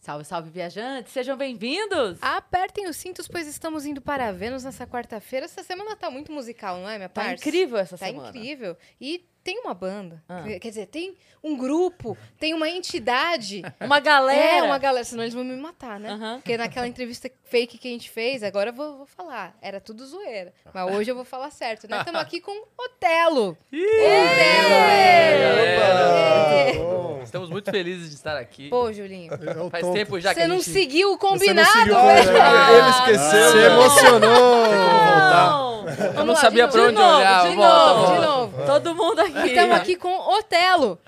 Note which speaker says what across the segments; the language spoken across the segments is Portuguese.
Speaker 1: Salve, salve, viajantes! Sejam bem-vindos!
Speaker 2: Ah, Apertem os cintos, pois estamos indo para Vênus nessa quarta-feira. Essa semana tá muito musical, não é, minha
Speaker 1: Tá
Speaker 2: parça?
Speaker 1: incrível essa
Speaker 2: Tá
Speaker 1: semana.
Speaker 2: incrível. E tem uma banda.
Speaker 1: Ah.
Speaker 2: Que- Quer dizer, tem um grupo, tem uma entidade.
Speaker 1: Uma galera!
Speaker 2: É, uma galera, senão eles vão me matar, né?
Speaker 1: Aham.
Speaker 2: Porque naquela entrevista fake que a gente fez, agora eu vou, vou falar. Era tudo zoeira. Mas hoje eu vou falar certo, né? Estamos aqui com Otelo.
Speaker 3: Galera,
Speaker 2: Otelo! ê!
Speaker 3: bom.
Speaker 4: Estamos muito felizes de estar aqui.
Speaker 2: Pô, Julinho,
Speaker 3: É o
Speaker 4: Faz
Speaker 3: Tom.
Speaker 4: tempo já que
Speaker 2: você
Speaker 4: a
Speaker 2: não
Speaker 4: gente...
Speaker 2: seguiu o
Speaker 3: Você não
Speaker 2: combinado, né?
Speaker 3: seguiu o
Speaker 2: velho.
Speaker 3: combinado.
Speaker 1: velho.
Speaker 3: Ele esqueceu.
Speaker 1: Se
Speaker 3: emocionou.
Speaker 1: Não!
Speaker 4: Eu não
Speaker 2: lá,
Speaker 4: sabia
Speaker 2: de
Speaker 4: pra
Speaker 2: novo,
Speaker 4: onde
Speaker 2: de novo,
Speaker 4: olhar.
Speaker 2: de
Speaker 4: Volta,
Speaker 2: novo,
Speaker 4: volta.
Speaker 2: de novo.
Speaker 1: Todo mundo aqui!
Speaker 2: Estamos aqui com Otelo.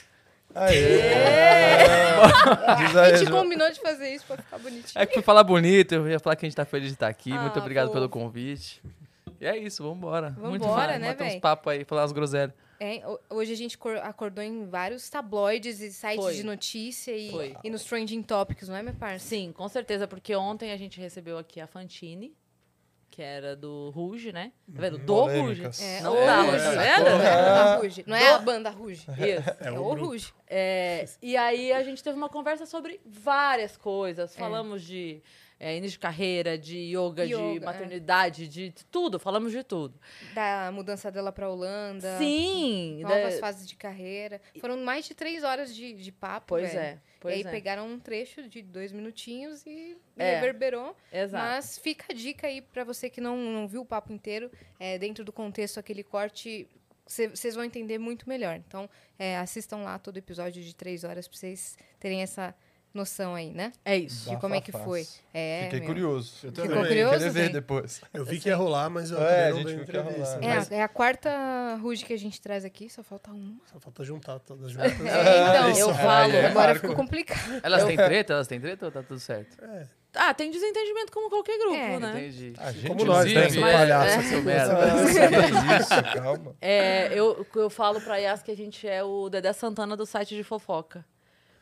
Speaker 3: Diz
Speaker 2: A
Speaker 3: Ah, aí,
Speaker 2: gente
Speaker 3: João.
Speaker 2: combinou de fazer isso pra ficar bonitinho.
Speaker 4: É que fui falar bonito, eu ia falar que a gente tá feliz de estar aqui.
Speaker 2: Ah,
Speaker 4: muito obrigado
Speaker 2: fofo.
Speaker 4: pelo convite. E é isso, vambora. Muito
Speaker 2: Vambora,
Speaker 4: fun,
Speaker 2: né,
Speaker 4: bater
Speaker 2: véi?
Speaker 4: uns papos aí, falar umas groselhas.
Speaker 2: É, ho- hoje a gente cor- acordou em vários tabloides e sites
Speaker 1: Foi.
Speaker 2: de notícia e,
Speaker 1: Foi.
Speaker 2: e nos trending topics, não é, meu parça?
Speaker 1: Sim, com certeza, porque ontem a gente recebeu aqui a Fantine, que era do Ruge, né? Tá vendo? Do Ruge.
Speaker 3: Polêmicas.
Speaker 2: É,
Speaker 1: Não
Speaker 2: o
Speaker 1: tá,
Speaker 2: Ruge.
Speaker 1: tá
Speaker 2: Não é
Speaker 1: vendo?
Speaker 2: a Ruge. Não é a banda Ruge.
Speaker 1: Isso.
Speaker 2: É, o Ruge.
Speaker 1: É, e aí a gente teve uma conversa sobre várias coisas. Falamos de é, início de carreira, de yoga, de
Speaker 2: Yoga, é.
Speaker 1: maternidade, de tudo. Falamos de tudo.
Speaker 2: Da mudança dela pra Holanda.
Speaker 1: Sim! né?
Speaker 2: Novas
Speaker 1: da-
Speaker 2: fases de carreira. Foram mais de três horas de, de papo.
Speaker 1: Pois
Speaker 2: velho.
Speaker 1: é, pois
Speaker 2: e aí
Speaker 1: é.
Speaker 2: pegaram um trecho de dois minutinhos e
Speaker 1: É.
Speaker 2: reverberou.
Speaker 1: Exato.
Speaker 2: Mas fica a dica aí pra você que não, não viu o papo inteiro, é, dentro do contexto, aquele corte, vocês vão entender muito melhor. Então, é, assistam lá todo episódio de três horas pra vocês terem essa noção aí, né?
Speaker 1: É isso.
Speaker 2: De como é que
Speaker 3: Bafafás.
Speaker 2: foi. É,
Speaker 3: Fiquei
Speaker 2: meu.
Speaker 3: curioso. Eu
Speaker 2: também. curioso,
Speaker 3: Queria ver
Speaker 2: Zé?
Speaker 3: depois.
Speaker 5: Eu vi que ia rolar, mas eu
Speaker 3: É,
Speaker 5: acabei
Speaker 3: a
Speaker 5: não
Speaker 3: gente
Speaker 5: dando
Speaker 3: viu que ia
Speaker 5: entrevista. né?
Speaker 3: rolar. né?
Speaker 2: É,
Speaker 5: Mas
Speaker 2: a, é a quarta ruge que a gente traz aqui, só falta uma.
Speaker 5: Só falta juntar todas juntas.
Speaker 2: É, então,
Speaker 1: isso.
Speaker 2: eu
Speaker 1: É,
Speaker 2: falo,
Speaker 3: é,
Speaker 2: agora
Speaker 3: claro.
Speaker 2: ficou complicado.
Speaker 4: Elas têm treta? Elas têm treta ou tá tudo certo?
Speaker 1: Ah, tem desentendimento como qualquer grupo,
Speaker 2: É.
Speaker 1: né?
Speaker 4: Entendi.
Speaker 3: A Ah, gente
Speaker 5: Como nós, né?
Speaker 4: Inclusive,
Speaker 5: Seu
Speaker 1: mas-
Speaker 5: palhaço.
Speaker 4: É, seu merda.
Speaker 3: isso, calma.
Speaker 1: É, eu, eu falo pra Yas que a gente é o Dedé Santana do site de fofoca.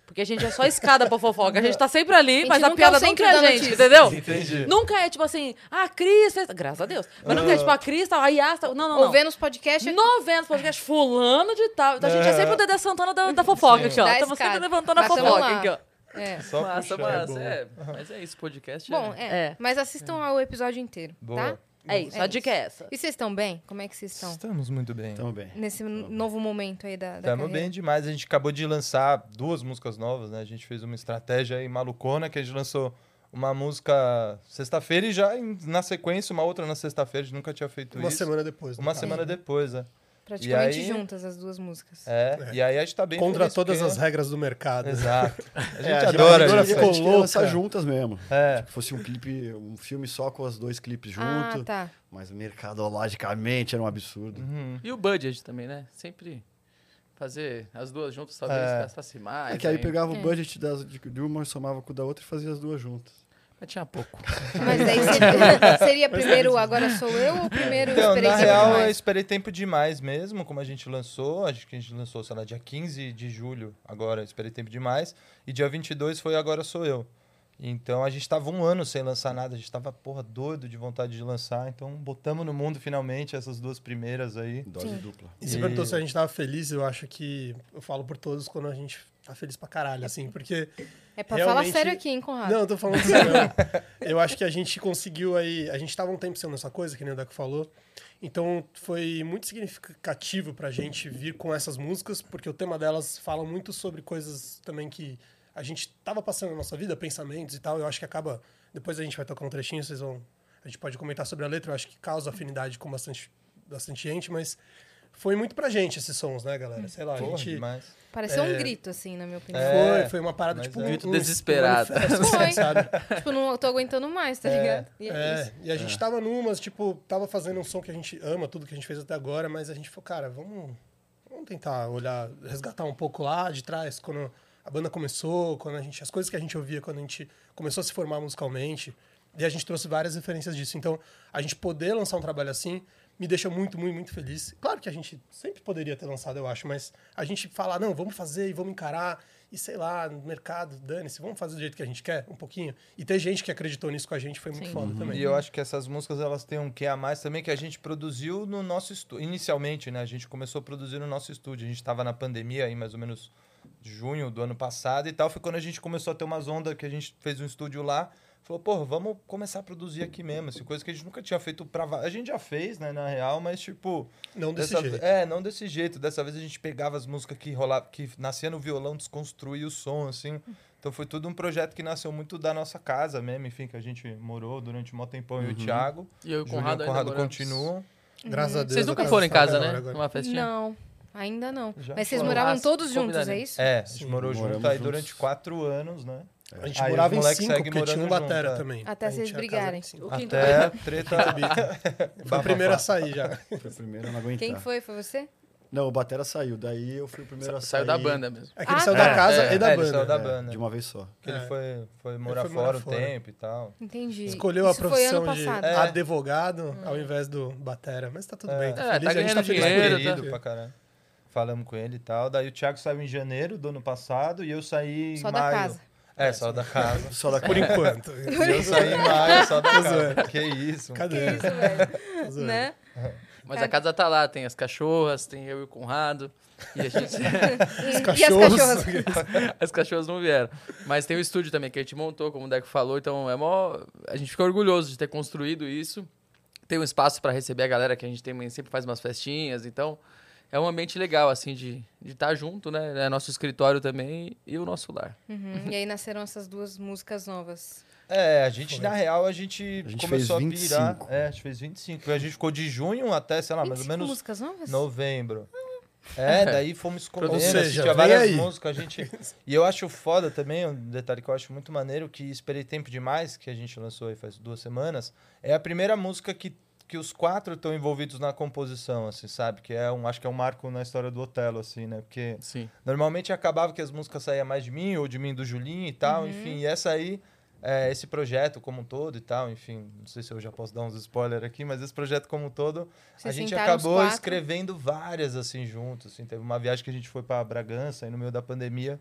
Speaker 1: Porque a gente é só escada pra fofoca. A gente tá sempre ali,
Speaker 2: gente
Speaker 1: mas a
Speaker 2: nunca é
Speaker 1: piada
Speaker 2: o
Speaker 1: sempre
Speaker 2: centro
Speaker 1: é a
Speaker 2: da
Speaker 1: gente,
Speaker 2: notícia.
Speaker 1: entendeu?
Speaker 3: Entendi.
Speaker 1: Nunca é tipo assim, ah, Cris, fez- graças a Deus. Mas nunca é tipo, a Cris, tá, a Yas, tá... não, não,
Speaker 2: O
Speaker 1: não.
Speaker 2: Vênus Podcast é
Speaker 1: Noventa podcast fulano de tal. Então a gente é sempre o Dedé Santana da, da fofoca aqui, ó.
Speaker 2: Da
Speaker 1: Estamos sempre
Speaker 2: escada.
Speaker 1: levantando a
Speaker 2: Mas tamo
Speaker 1: fofoca
Speaker 2: lá.
Speaker 1: aqui, ó.
Speaker 2: É.
Speaker 3: Só
Speaker 4: Massa,
Speaker 3: puxar.
Speaker 4: massa. É, mas é isso, podcast.
Speaker 2: Bom,
Speaker 4: é.
Speaker 2: é.
Speaker 1: É.
Speaker 2: Mas assistam ao episódio inteiro,
Speaker 3: Boa.
Speaker 2: tá?
Speaker 1: É isso,
Speaker 2: É
Speaker 1: a dica é essa.
Speaker 2: E vocês estão bem? Como é que vocês estão?
Speaker 3: Estamos muito bem.
Speaker 5: Então, bem.
Speaker 2: Nesse novo momento aí da, da
Speaker 3: Estamos
Speaker 2: carreira?
Speaker 3: bem demais. A gente acabou de lançar duas músicas novas, né? A gente fez uma estratégia aí malucona, que a gente lançou uma música sexta-feira e já em- na sequência uma outra na sexta-feira. A gente nunca tinha feito
Speaker 5: Uma
Speaker 3: isso.
Speaker 5: semana depois. no
Speaker 3: Uma
Speaker 5: caso.
Speaker 3: semana depois, né?
Speaker 2: Praticamente
Speaker 3: E aí-
Speaker 2: juntas as duas músicas.
Speaker 3: É, e aí a gente tá bem
Speaker 5: Contra
Speaker 3: feliz
Speaker 5: todas
Speaker 3: porque-
Speaker 5: as regras do mercado.
Speaker 3: Exato. A gente
Speaker 6: É, a
Speaker 3: adora
Speaker 6: gravadora
Speaker 3: isso.
Speaker 5: ficou
Speaker 6: A gente queria lançar
Speaker 5: louca.
Speaker 6: juntas mesmo.
Speaker 3: É.
Speaker 6: Tipo, fosse um clipe, um filme só com os dois clipes
Speaker 2: Ah,
Speaker 6: junto.
Speaker 2: tá.
Speaker 6: Mas mercadologicamente era um absurdo.
Speaker 4: E o budget também, né? Sempre fazer as duas juntas, talvez
Speaker 3: É.
Speaker 4: gastasse mais.
Speaker 6: é que aí
Speaker 4: hein?
Speaker 6: pegava o budget das, de, de uma, somava com o da outra e fazia as duas juntas.
Speaker 4: Mas tinha pouco.
Speaker 2: Mas daí seria, seria primeiro Agora Sou Eu ou primeiro
Speaker 3: é- Então,
Speaker 2: Esperei
Speaker 3: na
Speaker 2: Tempo
Speaker 3: real, eu
Speaker 2: Demais?
Speaker 3: esperei tempo demais mesmo, como a gente lançou. Acho que a gente lançou, sei lá, dia 15 de julho, agora, esperei tempo demais. E dia 22 foi Agora Sou Eu. Então, a gente tava um ano sem lançar nada, a gente tava, porra, doido de vontade de lançar. Então, botamos no mundo finalmente essas duas primeiras aí.
Speaker 6: Dose
Speaker 2: Sim.
Speaker 6: dupla.
Speaker 5: E você
Speaker 3: E-
Speaker 5: perguntou se a gente tava feliz, eu acho que eu falo por todos quando a gente tá feliz pra caralho, assim, porque.
Speaker 2: É pra
Speaker 5: Realmente-
Speaker 2: falar sério aqui, hein, Conrado?
Speaker 5: Não, eu tô falando sério. não. eu acho que a gente conseguiu aí. A gente tava um tempo sendo essa coisa, que nem o Deco falou. Então foi muito significativo pra gente vir com essas músicas, porque o tema delas fala muito sobre coisas também que a gente tava passando na nossa vida, pensamentos e tal. Eu acho que acaba. Depois a gente vai tocar um trechinho, vocês vão. A gente pode comentar sobre a letra, eu acho que causa afinidade com bastante, bastante gente, mas foi muito pra gente esses sons, né, galera? Sei lá, a
Speaker 3: Porra,
Speaker 5: gente.
Speaker 3: demais.
Speaker 2: Pareceu um
Speaker 5: É.
Speaker 2: grito, assim, na minha opinião.
Speaker 3: É,
Speaker 5: Foi, foi uma parada,
Speaker 3: mas
Speaker 5: tipo,
Speaker 3: é.
Speaker 5: um-
Speaker 4: Muito
Speaker 5: um-
Speaker 4: desesperada.
Speaker 2: Foi.
Speaker 5: sabe?
Speaker 2: Tipo, não eu tô aguentando mais, tá ligado? E é isso.
Speaker 5: É, e a gente tava numas, tipo, tava fazendo um som que a gente ama, tudo que a gente fez até agora, mas a gente falou, cara, vamos, vamos tentar olhar, resgatar um pouco lá de trás, quando a banda começou, quando a gente, as coisas que a gente ouvia quando a gente começou a se formar musicalmente, e a gente trouxe várias referências disso. Então, a gente poder lançar um trabalho assim me deixa muito, muito, muito feliz. Claro que a gente sempre poderia ter lançado, eu acho, mas a gente falar, não, vamos fazer e vamos encarar, e sei lá, no mercado, dane-se, vamos fazer do jeito que a gente quer, um pouquinho. E ter gente que acreditou nisso com a gente foi muito foda também.
Speaker 3: Uhum. E eu acho que essas músicas elas têm um quê a mais também que a gente produziu no nosso estúdio. Inicialmente, né? A gente começou a produzir no nosso estúdio. A gente estava na pandemia aí, mais ou menos junho do ano passado e tal, foi quando a gente começou a ter umas ondas que a gente fez um estúdio lá. Falou, pô, vamos começar a produzir aqui mesmo. Assim, coisa que a gente nunca tinha feito pra. va- A gente já fez, né, na real, mas tipo.
Speaker 5: Não desse
Speaker 3: dessa
Speaker 5: jeito.
Speaker 3: ve- É, não desse jeito. Dessa vez a gente pegava as músicas que rolava, que nascia no violão, desconstruía o som, assim. Então foi tudo um projeto que nasceu muito da nossa casa mesmo, enfim, que a gente morou durante um maior tempão, eu e o Thiago.
Speaker 4: E eu e o
Speaker 3: Juninho e
Speaker 4: Conrado,
Speaker 3: o
Speaker 4: ainda
Speaker 3: Conrado
Speaker 4: moramos.
Speaker 3: continuam.
Speaker 5: Graças a Deus.
Speaker 4: Uhum. Vocês
Speaker 5: a
Speaker 4: nunca
Speaker 5: casa
Speaker 4: foram em
Speaker 5: está
Speaker 4: casa,
Speaker 5: da
Speaker 4: né?
Speaker 5: hora agora.
Speaker 4: Numa festinha?
Speaker 2: Não, ainda não.
Speaker 3: Já
Speaker 2: Mas vocês
Speaker 4: foram.
Speaker 2: moravam
Speaker 4: Ah,
Speaker 2: todos juntos, é
Speaker 4: combinaremos.
Speaker 2: isso?
Speaker 3: É, a gente morou
Speaker 6: moramos
Speaker 3: junto aí
Speaker 6: juntos.
Speaker 3: durante quatro anos, né?
Speaker 5: A gente
Speaker 3: Aí os
Speaker 5: morava em
Speaker 3: moleques
Speaker 5: cinco,
Speaker 3: seguem
Speaker 5: porque tinha um
Speaker 3: morando
Speaker 5: batera
Speaker 3: junto, é.
Speaker 5: também.
Speaker 2: Até
Speaker 5: A gente
Speaker 2: vocês
Speaker 5: tinha casa
Speaker 2: brigarem.
Speaker 5: em cinco.
Speaker 1: O quinto
Speaker 3: Até treta.
Speaker 5: Foi o primeiro a
Speaker 3: Bafafá.
Speaker 5: sair já.
Speaker 2: Ah,
Speaker 6: Foi o primeiro a não aguentar.
Speaker 2: Quem
Speaker 3: então.
Speaker 2: foi? Foi você?
Speaker 6: Não, o Batera saiu. Daí eu fui o primeiro a
Speaker 4: Sa-
Speaker 6: sair.
Speaker 4: Saiu da banda mesmo.
Speaker 5: É que ele
Speaker 2: Ah,
Speaker 5: saiu
Speaker 2: tá.
Speaker 5: da casa
Speaker 4: É,
Speaker 5: e da
Speaker 3: é, ele
Speaker 5: banda.
Speaker 3: saiu da
Speaker 6: É,
Speaker 3: banda.
Speaker 6: De uma vez só.
Speaker 3: Que ele
Speaker 5: É.
Speaker 3: foi, foi morar
Speaker 5: foi morar
Speaker 3: fora um
Speaker 5: fora.
Speaker 3: tempo e tal.
Speaker 2: Entendi.
Speaker 5: Escolheu a
Speaker 2: Isso foi ano
Speaker 5: profissão de
Speaker 2: passado. Hum.
Speaker 3: É.
Speaker 5: advogado ao invés do batera. Mas tá tudo bem.
Speaker 4: É,
Speaker 5: Tá
Speaker 4: tá
Speaker 5: feliz, a gente tá
Speaker 4: ganhando
Speaker 5: feliz
Speaker 4: dinheiro,
Speaker 5: por ele,
Speaker 4: tá-
Speaker 5: porque-
Speaker 3: é Querido pra caralho. Falamos com ele e tal. Daí o Thiago saiu em janeiro do ano passado e eu saí em
Speaker 2: Só da
Speaker 3: maio.
Speaker 2: casa.
Speaker 3: É, só da casa.
Speaker 6: Só da
Speaker 5: Por enquanto.
Speaker 3: eu saí em maio, só da casa. Que é isso. mano.
Speaker 2: Que
Speaker 5: Cadê?
Speaker 2: isso, velho? né?
Speaker 1: É.
Speaker 4: Mas a casa tá lá, tem as cachorras, tem eu e o Conrado. E a gente.
Speaker 2: E, e
Speaker 5: cachorros.
Speaker 2: as cachorras?
Speaker 4: As cachorras não vieram. Mas tem o estúdio também que a gente montou, como o Deco falou. Então é mó... a gente fica orgulhoso de ter construído isso. Tem um espaço para receber a galera que a gente tem, sempre faz umas festinhas. Então é um ambiente legal, assim, de estar junto, né? É nosso escritório também e o nosso lar.
Speaker 2: Uhum, E aí nasceram essas duas músicas novas.
Speaker 3: É, a gente,
Speaker 5: Foi.
Speaker 3: na real, a gente,
Speaker 6: A gente
Speaker 3: começou
Speaker 6: fez
Speaker 3: a
Speaker 6: 25.
Speaker 3: pirar. É, a gente fez 25. A gente ficou de junho até, sei lá, Ah, mais ou
Speaker 2: 25
Speaker 3: menos
Speaker 2: tipo músicas novas?
Speaker 3: novembro. É, daí fomos escolhendo,
Speaker 5: Ou seja,
Speaker 3: assistia
Speaker 5: vem
Speaker 3: várias
Speaker 5: aí.
Speaker 3: músicas, a gente... E eu acho foda também, um detalhe que eu acho muito maneiro, que Esperei Tempo Demais, que a gente lançou aí faz duas semanas, é a primeira música que, que os quatro estão envolvidos na composição, assim, sabe? Que é um, acho que é um marco na história do Otelo, assim, né? Porque
Speaker 4: Sim.
Speaker 3: normalmente acabava que as músicas saíam mais de mim, ou de mim do Julinho e tal,
Speaker 2: Uhum.
Speaker 3: enfim, e essa aí... é, esse projeto como um todo e tal, enfim, não sei se eu já posso dar uns spoilers aqui, mas esse projeto como um todo a
Speaker 2: Vocês
Speaker 3: gente
Speaker 2: sentaram os
Speaker 3: acabou
Speaker 2: quatro.
Speaker 3: escrevendo várias assim juntos. Assim. Teve uma viagem que a gente foi pra Bragança aí no meio da pandemia.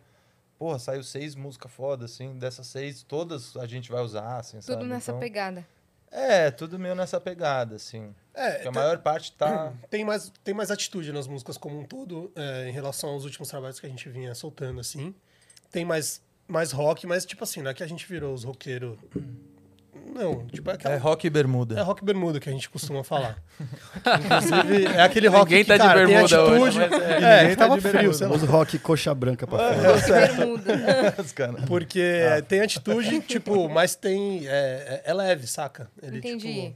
Speaker 3: Porra, saiu seis músicas foda, assim. Dessas seis, todas a gente vai usar, assim,
Speaker 2: Tudo
Speaker 3: sabe?
Speaker 2: nessa
Speaker 3: Então,
Speaker 2: pegada.
Speaker 3: É, tudo meio nessa pegada, assim.
Speaker 5: É,
Speaker 3: Porque a
Speaker 5: tá-
Speaker 3: maior parte tá.
Speaker 5: tem mais, tem mais atitude nas músicas como um todo, é, em relação aos últimos trabalhos que a gente vinha soltando, assim. Tem mais, mais rock, mas, tipo assim, não é que a gente virou os roqueiros. Não, tipo, é aquela.
Speaker 3: rock e
Speaker 5: É
Speaker 3: bermuda.
Speaker 5: rock bermuda que a gente costuma falar. Inclusive, é aquele rock
Speaker 4: Ninguém
Speaker 5: que,
Speaker 4: tá de
Speaker 5: cara, tem
Speaker 4: bermuda hoje,
Speaker 5: atitude.
Speaker 4: mas é-
Speaker 5: é, que
Speaker 6: Ninguém tá
Speaker 5: tava
Speaker 6: de
Speaker 5: frio,
Speaker 6: bermuda.
Speaker 5: sei lá.
Speaker 6: Famoso rock coxa branca pra fora.
Speaker 2: Bermuda.
Speaker 3: Os cara.
Speaker 5: Porque é, tem atitude, tipo, mas tem. É, é- é leve, saca? Ele,
Speaker 2: Entendi.
Speaker 5: tipo,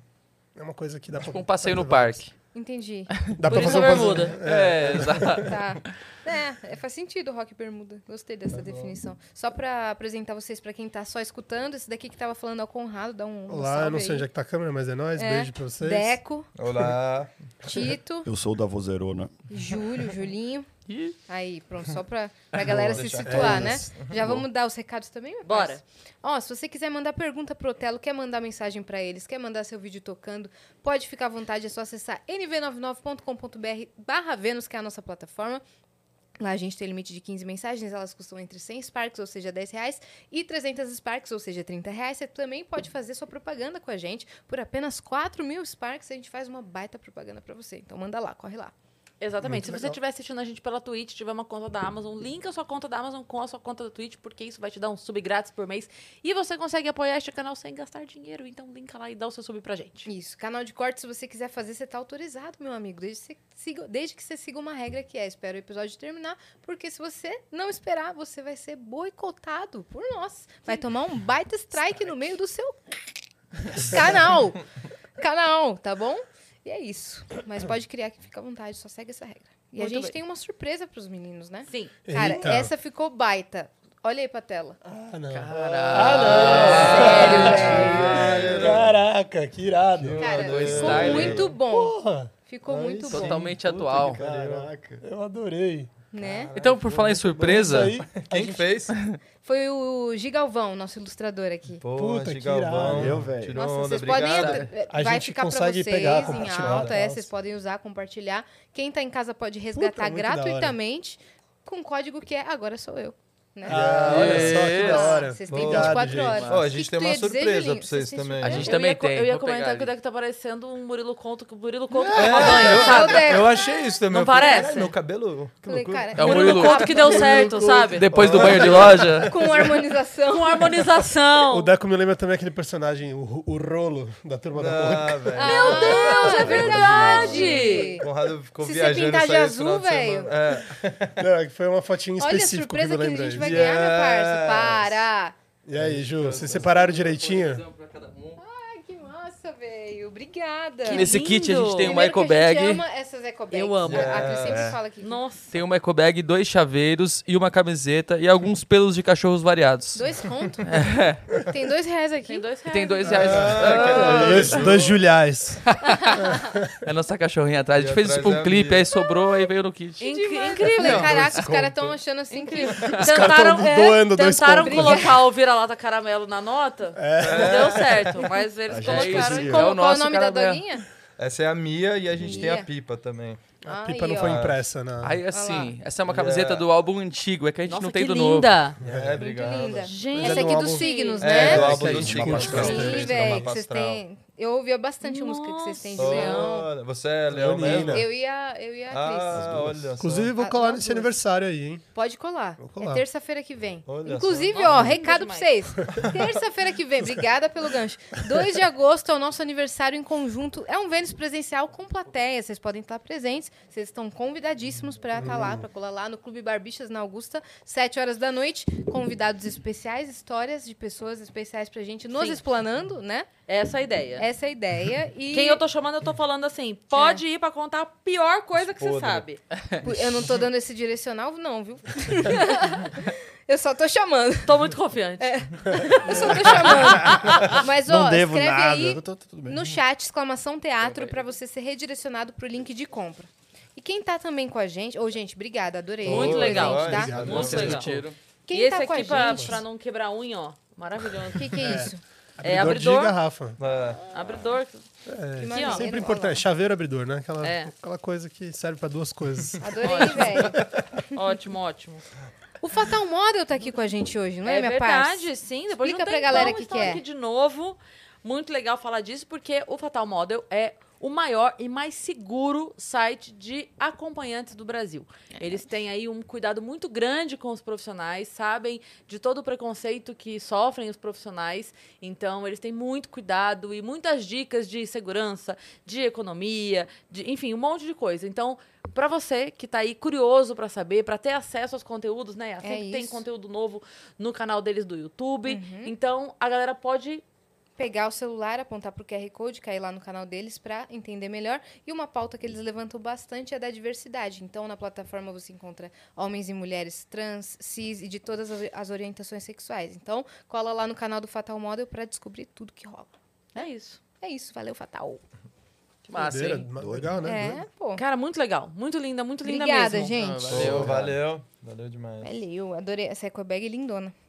Speaker 5: é uma coisa que dá pra.
Speaker 4: Tipo um passeio
Speaker 5: dá
Speaker 4: no
Speaker 5: pra-
Speaker 4: parque.
Speaker 2: Entendi.
Speaker 5: Dá
Speaker 1: Por
Speaker 5: pra
Speaker 1: isso
Speaker 5: fazer
Speaker 1: a
Speaker 5: um Tá passeio-
Speaker 1: bermuda.
Speaker 4: É, exato.
Speaker 2: Tá. É, é, faz sentido rock bermuda. Gostei dessa
Speaker 5: Tá
Speaker 2: definição. Só pra apresentar vocês pra quem tá só escutando, esse daqui que tava falando é o Conrado, dá um um
Speaker 5: Olá, eu não
Speaker 2: salve
Speaker 5: sei
Speaker 2: aí.
Speaker 5: onde é que tá a câmera, mas é nóis.
Speaker 2: É.
Speaker 5: Beijo pra vocês.
Speaker 2: Deco,
Speaker 3: Olá.
Speaker 2: Tito,
Speaker 6: Eu sou da Vozerona.
Speaker 2: Júlio, Julinho.
Speaker 4: Ih.
Speaker 2: Aí, pronto, só pra, pra galera se
Speaker 3: deixa.
Speaker 2: situar,
Speaker 5: É
Speaker 2: né?
Speaker 5: isso.
Speaker 2: Já vamos dar os recados também, meu
Speaker 1: Bora.
Speaker 2: parça? Ó, se você quiser mandar pergunta pro Otelo, quer mandar mensagem pra eles, quer mandar seu vídeo tocando, pode ficar à vontade, é só acessar nv99.com.br barra Vênus, que é a nossa plataforma. Lá a gente tem limite de 15 mensagens, elas custam entre 100 Sparks, ou seja, 10 reais, e 300 Sparks, ou seja, 30 reais. Você também pode fazer sua propaganda com a gente. Por apenas 4 mil Sparks, a gente faz uma baita propaganda pra você. Então manda lá, corre lá.
Speaker 1: Exatamente. Se
Speaker 5: Muito
Speaker 1: você
Speaker 5: legal.
Speaker 1: estiver assistindo a gente pela Twitch, tiver uma conta da Amazon, linka a sua conta da Amazon com a sua conta da Twitch, porque isso vai te dar um sub grátis por mês. E você consegue apoiar este canal sem gastar dinheiro. Então linka lá e dá o seu sub pra gente.
Speaker 2: Isso. Canal de corte, se você quiser fazer, você tá autorizado, meu amigo. Desde que, você siga, desde que você siga uma regra que é, espera o episódio terminar, porque se você não esperar, você vai ser boicotado por nós. Vai tomar um baita strike no meio do seu canal. Canal, tá bom? E é isso. Mas pode criar que fica à vontade, só segue essa regra. E a
Speaker 1: Muito
Speaker 2: gente
Speaker 1: bem.
Speaker 2: tem uma surpresa pros meninos, né?
Speaker 1: Sim.
Speaker 2: Cara,
Speaker 5: Eita.
Speaker 2: essa ficou baita. Olha aí pra tela.
Speaker 5: Ah, não.
Speaker 2: Sério, velho.
Speaker 5: Caraca, que irado.
Speaker 2: Cara,
Speaker 4: Dois
Speaker 2: ficou
Speaker 4: style.
Speaker 2: muito bom.
Speaker 5: Porra,
Speaker 2: Ficou muito bom,
Speaker 4: Totalmente atual.
Speaker 6: Caraca.
Speaker 5: eu adorei.
Speaker 2: né?
Speaker 4: Então, por falar em surpresa,
Speaker 5: Isso aí,
Speaker 3: Quem fez?
Speaker 2: Foi o Gigalvão, nosso ilustrador aqui.
Speaker 3: Pô,
Speaker 5: Puta, que
Speaker 3: Galvão.
Speaker 5: irado.
Speaker 6: Eu, velho.
Speaker 3: Tirou
Speaker 2: Nossa,
Speaker 3: onda,
Speaker 2: vocês podem.
Speaker 3: obrigado.
Speaker 2: eh,
Speaker 5: A
Speaker 2: Vai
Speaker 5: gente
Speaker 2: ficar pra
Speaker 5: consegue
Speaker 2: vocês
Speaker 5: pegar,
Speaker 2: em
Speaker 5: compartilhar.
Speaker 2: alta. É,
Speaker 5: Nossa.
Speaker 2: vocês podem usar, compartilhar. Quem tá em casa pode resgatar
Speaker 5: muito da hora.
Speaker 2: gratuitamente com o código que é Agora Sou Eu. né?
Speaker 5: Ah, olha só, que da hora.
Speaker 2: Vocês têm
Speaker 5: Obrigado,
Speaker 2: 24
Speaker 5: gente.
Speaker 2: horas.
Speaker 3: Ó, a
Speaker 2: O que
Speaker 3: gente
Speaker 2: que
Speaker 3: tem
Speaker 2: tu
Speaker 3: uma
Speaker 2: ia dizer,
Speaker 3: surpresa
Speaker 2: Julinho?
Speaker 3: pra vocês
Speaker 2: têm
Speaker 3: também.
Speaker 4: A
Speaker 2: surpresa?
Speaker 4: gente
Speaker 1: Eu
Speaker 4: também
Speaker 1: ia co-
Speaker 4: tem,
Speaker 1: Eu ia
Speaker 4: vou
Speaker 1: comentar que
Speaker 4: pegar
Speaker 1: o
Speaker 4: ali. É, um
Speaker 1: Deco tá parecendo um Murilo Conto, que o Murilo Conto com
Speaker 2: Eu sou o Deco.
Speaker 3: Eu achei isso também.
Speaker 1: Não
Speaker 3: Eu falei,
Speaker 1: parece?
Speaker 3: "Caralho, Meu cabelo. Que
Speaker 2: Falei,
Speaker 3: loucura.
Speaker 2: cara,
Speaker 4: É o
Speaker 1: Murilo
Speaker 4: Murilo.
Speaker 1: Conto que deu certo, sabe?
Speaker 4: Depois do banho de loja.
Speaker 2: Com harmonização.
Speaker 1: Com harmonização.
Speaker 5: O Deco me lembra também aquele personagem, o, Ro- o Rolo, da Turma da Mônica.
Speaker 3: Ah, velho.
Speaker 2: Meu Deus, é
Speaker 1: verdade!
Speaker 3: Conrado ficou
Speaker 2: Se você
Speaker 3: viajando
Speaker 2: pintar
Speaker 3: só
Speaker 2: de
Speaker 3: esse final
Speaker 2: azul,
Speaker 3: de semana.
Speaker 2: velho.
Speaker 3: É.
Speaker 5: Não, foi uma fotinha
Speaker 2: Olha a
Speaker 5: específica que
Speaker 2: surpresa
Speaker 5: eu
Speaker 2: que a
Speaker 5: lembrei.
Speaker 2: gente vai ganhar, meu parça. Para!
Speaker 5: E aí, Ju, vocês separaram direitinho?
Speaker 2: Ai, que massa, velho. Obrigada.
Speaker 1: Ah, Que
Speaker 4: Nesse
Speaker 1: lindo.
Speaker 4: kit a gente tem um uma
Speaker 2: Primeiro que
Speaker 4: eco
Speaker 2: A gente
Speaker 4: bag.
Speaker 2: ama essas eco bags.
Speaker 1: Eu amo.
Speaker 2: A Cris sempre fala que
Speaker 1: Nossa.
Speaker 4: Tem um uma eco bag, dois chaveiros e uma camiseta e alguns pelos de cachorros variados.
Speaker 2: dois conto. Tem dois reais aqui.
Speaker 1: Tem dois reais.
Speaker 4: Tem dois reais.
Speaker 3: Ah,
Speaker 5: Dois, dois Juliais.
Speaker 4: É a nossa cachorrinha atrás. A gente
Speaker 3: E
Speaker 4: fez
Speaker 3: atrás
Speaker 4: tipo
Speaker 3: é
Speaker 4: um
Speaker 3: a
Speaker 4: clipe,
Speaker 3: minha.
Speaker 4: aí sobrou, aí veio no kit.
Speaker 1: Inc-
Speaker 2: Eu
Speaker 1: incrível.
Speaker 2: falei, caraca, os caras estão achando assim incrível.
Speaker 1: Tentaram, é,
Speaker 5: tão doando dois
Speaker 1: tentaram
Speaker 5: contos.
Speaker 1: colocar o vira-lata caramelo na nota, não deu certo. Mas eles
Speaker 6: A gente
Speaker 1: colocaram
Speaker 6: conseguiu.
Speaker 2: Como,
Speaker 4: É
Speaker 2: qual é
Speaker 4: o
Speaker 2: o
Speaker 4: nosso,
Speaker 2: nome da
Speaker 4: cara, né?
Speaker 2: doguinha?
Speaker 3: Essa é a Mia e a gente tem
Speaker 2: Mia.
Speaker 3: a Pipa também.
Speaker 5: A
Speaker 2: Ai,
Speaker 5: pipa não
Speaker 2: ó.
Speaker 5: foi impressa, né?
Speaker 4: Aí
Speaker 2: Olha
Speaker 4: assim, essa é uma camiseta
Speaker 3: Yeah.
Speaker 4: do álbum antigo, é que a gente
Speaker 1: Nossa,
Speaker 4: não tem
Speaker 1: que
Speaker 4: do novo.
Speaker 1: linda.
Speaker 3: É,
Speaker 2: Muito
Speaker 3: obrigado.
Speaker 2: linda.
Speaker 1: Gente.
Speaker 2: Essa
Speaker 5: é do
Speaker 2: aqui dos
Speaker 5: álbum-
Speaker 2: signos,
Speaker 3: É, do
Speaker 2: né?
Speaker 3: álbum
Speaker 4: Essa
Speaker 3: do
Speaker 4: gente
Speaker 3: Tico
Speaker 5: curte
Speaker 3: Astral.
Speaker 2: Sim,
Speaker 5: bastante,
Speaker 3: é
Speaker 2: velho. que Vocês têm. Eu ouvia bastante música que vocês têm de
Speaker 1: Nossa.
Speaker 2: leão.
Speaker 3: Olha, Você é Leão
Speaker 5: Leonina.
Speaker 3: mesmo?
Speaker 2: Eu ia, eu ia a Cris.
Speaker 3: Ah, olha só.
Speaker 5: Inclusive, vou
Speaker 2: Ah,
Speaker 5: colar
Speaker 2: não,
Speaker 5: nesse
Speaker 2: duas.
Speaker 5: aniversário aí, hein?
Speaker 2: Pode colar.
Speaker 5: Vou colar.
Speaker 2: É terça-feira que vem.
Speaker 3: Olha
Speaker 2: Inclusive,
Speaker 1: só.
Speaker 2: ó,
Speaker 1: Nossa,
Speaker 2: recado pra
Speaker 1: demais.
Speaker 2: vocês. Terça-feira que vem, obrigada pelo gancho. 2 de agosto é o nosso aniversário em conjunto. É um Vênus presencial com plateia. Vocês podem estar presentes. Vocês estão convidadíssimos pra estar lá, pra colar lá no Clube Barbixas na Augusta, 7 horas da noite. Convidados especiais, histórias de pessoas especiais pra gente nos
Speaker 1: Sim.
Speaker 2: explanando, né?
Speaker 1: Essa é a ideia.
Speaker 2: Essa é a ideia. E
Speaker 1: Quem eu tô chamando, eu tô falando assim, pode ir pra contar a pior coisa que você
Speaker 3: Podre.
Speaker 1: sabe.
Speaker 2: eu não tô dando esse direcional, não, viu? eu só tô chamando.
Speaker 1: Tô muito confiante.
Speaker 2: É. Eu só tô chamando. Mas, ó,
Speaker 6: não devo
Speaker 2: escreve
Speaker 6: nada.
Speaker 2: aí
Speaker 6: eu tô- tá tudo bem.
Speaker 2: no chat, exclamação teatro, pra você ser redirecionado pro link de compra. E quem tá também com a gente... Ô, gente, obrigada, adorei.
Speaker 1: Muito
Speaker 2: o
Speaker 1: legal.
Speaker 2: presente, tá?
Speaker 5: Obrigado.
Speaker 1: Muito
Speaker 4: Vocês
Speaker 1: legal.
Speaker 4: curtiram.
Speaker 1: e
Speaker 2: Quem
Speaker 1: esse
Speaker 2: tá com a
Speaker 1: aqui, pra,
Speaker 2: gente...
Speaker 1: pra não quebrar a unha, ó, maravilhoso.
Speaker 2: O que, que é Tá, isso?
Speaker 1: É, abridor.
Speaker 5: de garrafa.
Speaker 3: É,
Speaker 1: Abridor.
Speaker 2: Que
Speaker 1: Aqui, ó.
Speaker 5: Sempre
Speaker 2: maneiro,
Speaker 5: importante. Chaveiro abridor, né? Aquela,
Speaker 1: É.
Speaker 5: aquela coisa que serve pra duas coisas.
Speaker 2: ó lá. Adorei, velho.
Speaker 1: Ótimo, ótimo.
Speaker 2: O Fatal Model tá aqui com a gente hoje, não é,
Speaker 1: É
Speaker 2: minha
Speaker 1: verdade,
Speaker 2: parça?
Speaker 1: sim. Depois
Speaker 2: Explica
Speaker 1: de um
Speaker 2: pra
Speaker 1: tempão,
Speaker 2: galera que
Speaker 1: estão
Speaker 2: que é.
Speaker 1: aqui de novo. Muito legal falar disso, porque o Fatal Model é o maior e mais seguro site de acompanhantes do Brasil.
Speaker 2: É
Speaker 1: Eles têm aí um cuidado muito grande com os profissionais, sabem de todo o preconceito que sofrem os profissionais. Então, eles têm muito cuidado e muitas dicas de segurança, de economia, de, enfim, um monte de coisa. Então, para você que tá aí curioso para saber, para ter acesso aos conteúdos, né? Sempre tem
Speaker 2: É isso. Uhum.
Speaker 1: conteúdo novo no canal deles do YouTube. Então, a galera pode
Speaker 2: Pegar o celular, apontar pro QR Code, cair lá no canal deles pra entender melhor. E uma pauta que eles levantam bastante é da diversidade. Então, na plataforma você encontra homens e mulheres trans, cis e de todas as- as orientações sexuais. Então, cola lá no canal do Fatal Model pra descobrir tudo que rola.
Speaker 1: É isso.
Speaker 2: É isso, valeu, Fatal.
Speaker 4: Que massa,
Speaker 5: Doideira,
Speaker 4: hein?
Speaker 5: ma- Legal, né?
Speaker 2: Ah, É, pô.
Speaker 1: Uhum. Cara, muito legal. Muito linda, muito linda
Speaker 2: Obrigada,
Speaker 1: mesmo. Ah,
Speaker 2: gente.
Speaker 4: Ah,
Speaker 3: Valeu,
Speaker 4: cara.
Speaker 3: valeu. Valeu demais.
Speaker 2: Valeu, adorei. Essa ecobag é lindona.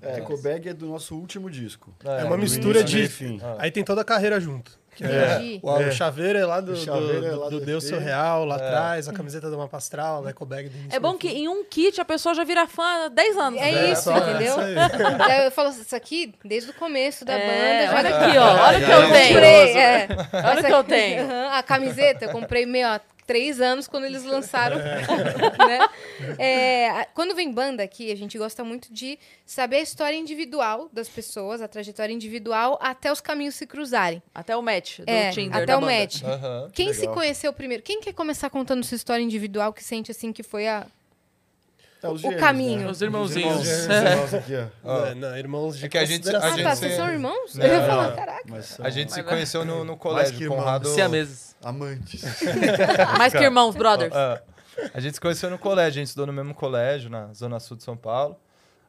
Speaker 6: É, Ecobag é do nosso último disco.
Speaker 5: É uma
Speaker 6: do
Speaker 5: mistura
Speaker 6: início,
Speaker 5: de.
Speaker 6: Enfim.
Speaker 5: Aí tem toda a carreira junto. Que é.
Speaker 2: Entendi.
Speaker 5: O, o chaveiro é lá do,
Speaker 6: O chaveiro é lá
Speaker 5: do, É. do
Speaker 6: do
Speaker 5: Deus
Speaker 6: ET.
Speaker 5: Seu Real, lá atrás, a camiseta do Mapa Astral, o Eco Bag do início
Speaker 1: É bom
Speaker 5: do
Speaker 1: que
Speaker 5: fim.
Speaker 1: em um kit a pessoa já vira fã há 10 anos. né?
Speaker 2: É,
Speaker 5: É,
Speaker 2: isso,
Speaker 5: só-
Speaker 2: entendeu?
Speaker 5: é isso aí.
Speaker 2: Daí eu falo assim, isso aqui desde o começo da
Speaker 1: É,
Speaker 2: banda.
Speaker 1: olha
Speaker 2: já-
Speaker 1: aqui, ó. Olha o que
Speaker 2: Eu
Speaker 1: eu tenho.
Speaker 2: comprei, é.
Speaker 1: Olha o que eu tenho.
Speaker 2: Aham, a camiseta eu comprei, meu, há três anos quando eles lançaram. né? É, a- quando vem banda aqui, a gente gosta muito de saber a história individual das pessoas, a trajetória individual, até os caminhos se cruzarem.
Speaker 1: Até o match do
Speaker 2: é,
Speaker 1: Tinder.
Speaker 2: até
Speaker 1: da
Speaker 2: o
Speaker 1: banda.
Speaker 2: match.
Speaker 3: Aham.
Speaker 2: Quem se
Speaker 6: legal.
Speaker 2: conheceu primeiro? Quem quer começar contando sua história individual que sente assim que foi a.
Speaker 6: É, os
Speaker 2: o
Speaker 6: gêmeos,
Speaker 2: caminho.
Speaker 6: né?
Speaker 4: Os irmãozinhos.
Speaker 6: Os irmãos aqui, ó.
Speaker 5: Não, não, irmãos de
Speaker 3: É que a gente- a
Speaker 2: Ah,
Speaker 5: consideração.
Speaker 2: tá,
Speaker 3: gente-
Speaker 2: vocês são irmãos?
Speaker 3: Não.
Speaker 2: eu ia falar, caraca.
Speaker 6: Então, Mas são
Speaker 3: A gente se
Speaker 4: Mas, né?
Speaker 3: conheceu no, no
Speaker 6: que
Speaker 3: colégio,
Speaker 6: irmão.
Speaker 3: Conrado.
Speaker 4: Se assim, é a meses.
Speaker 6: amantes.
Speaker 1: Mais que irmãos, brothers.
Speaker 3: Ah, a gente se conheceu no colégio, a gente estudou no mesmo colégio, na Zona Sul de São Paulo.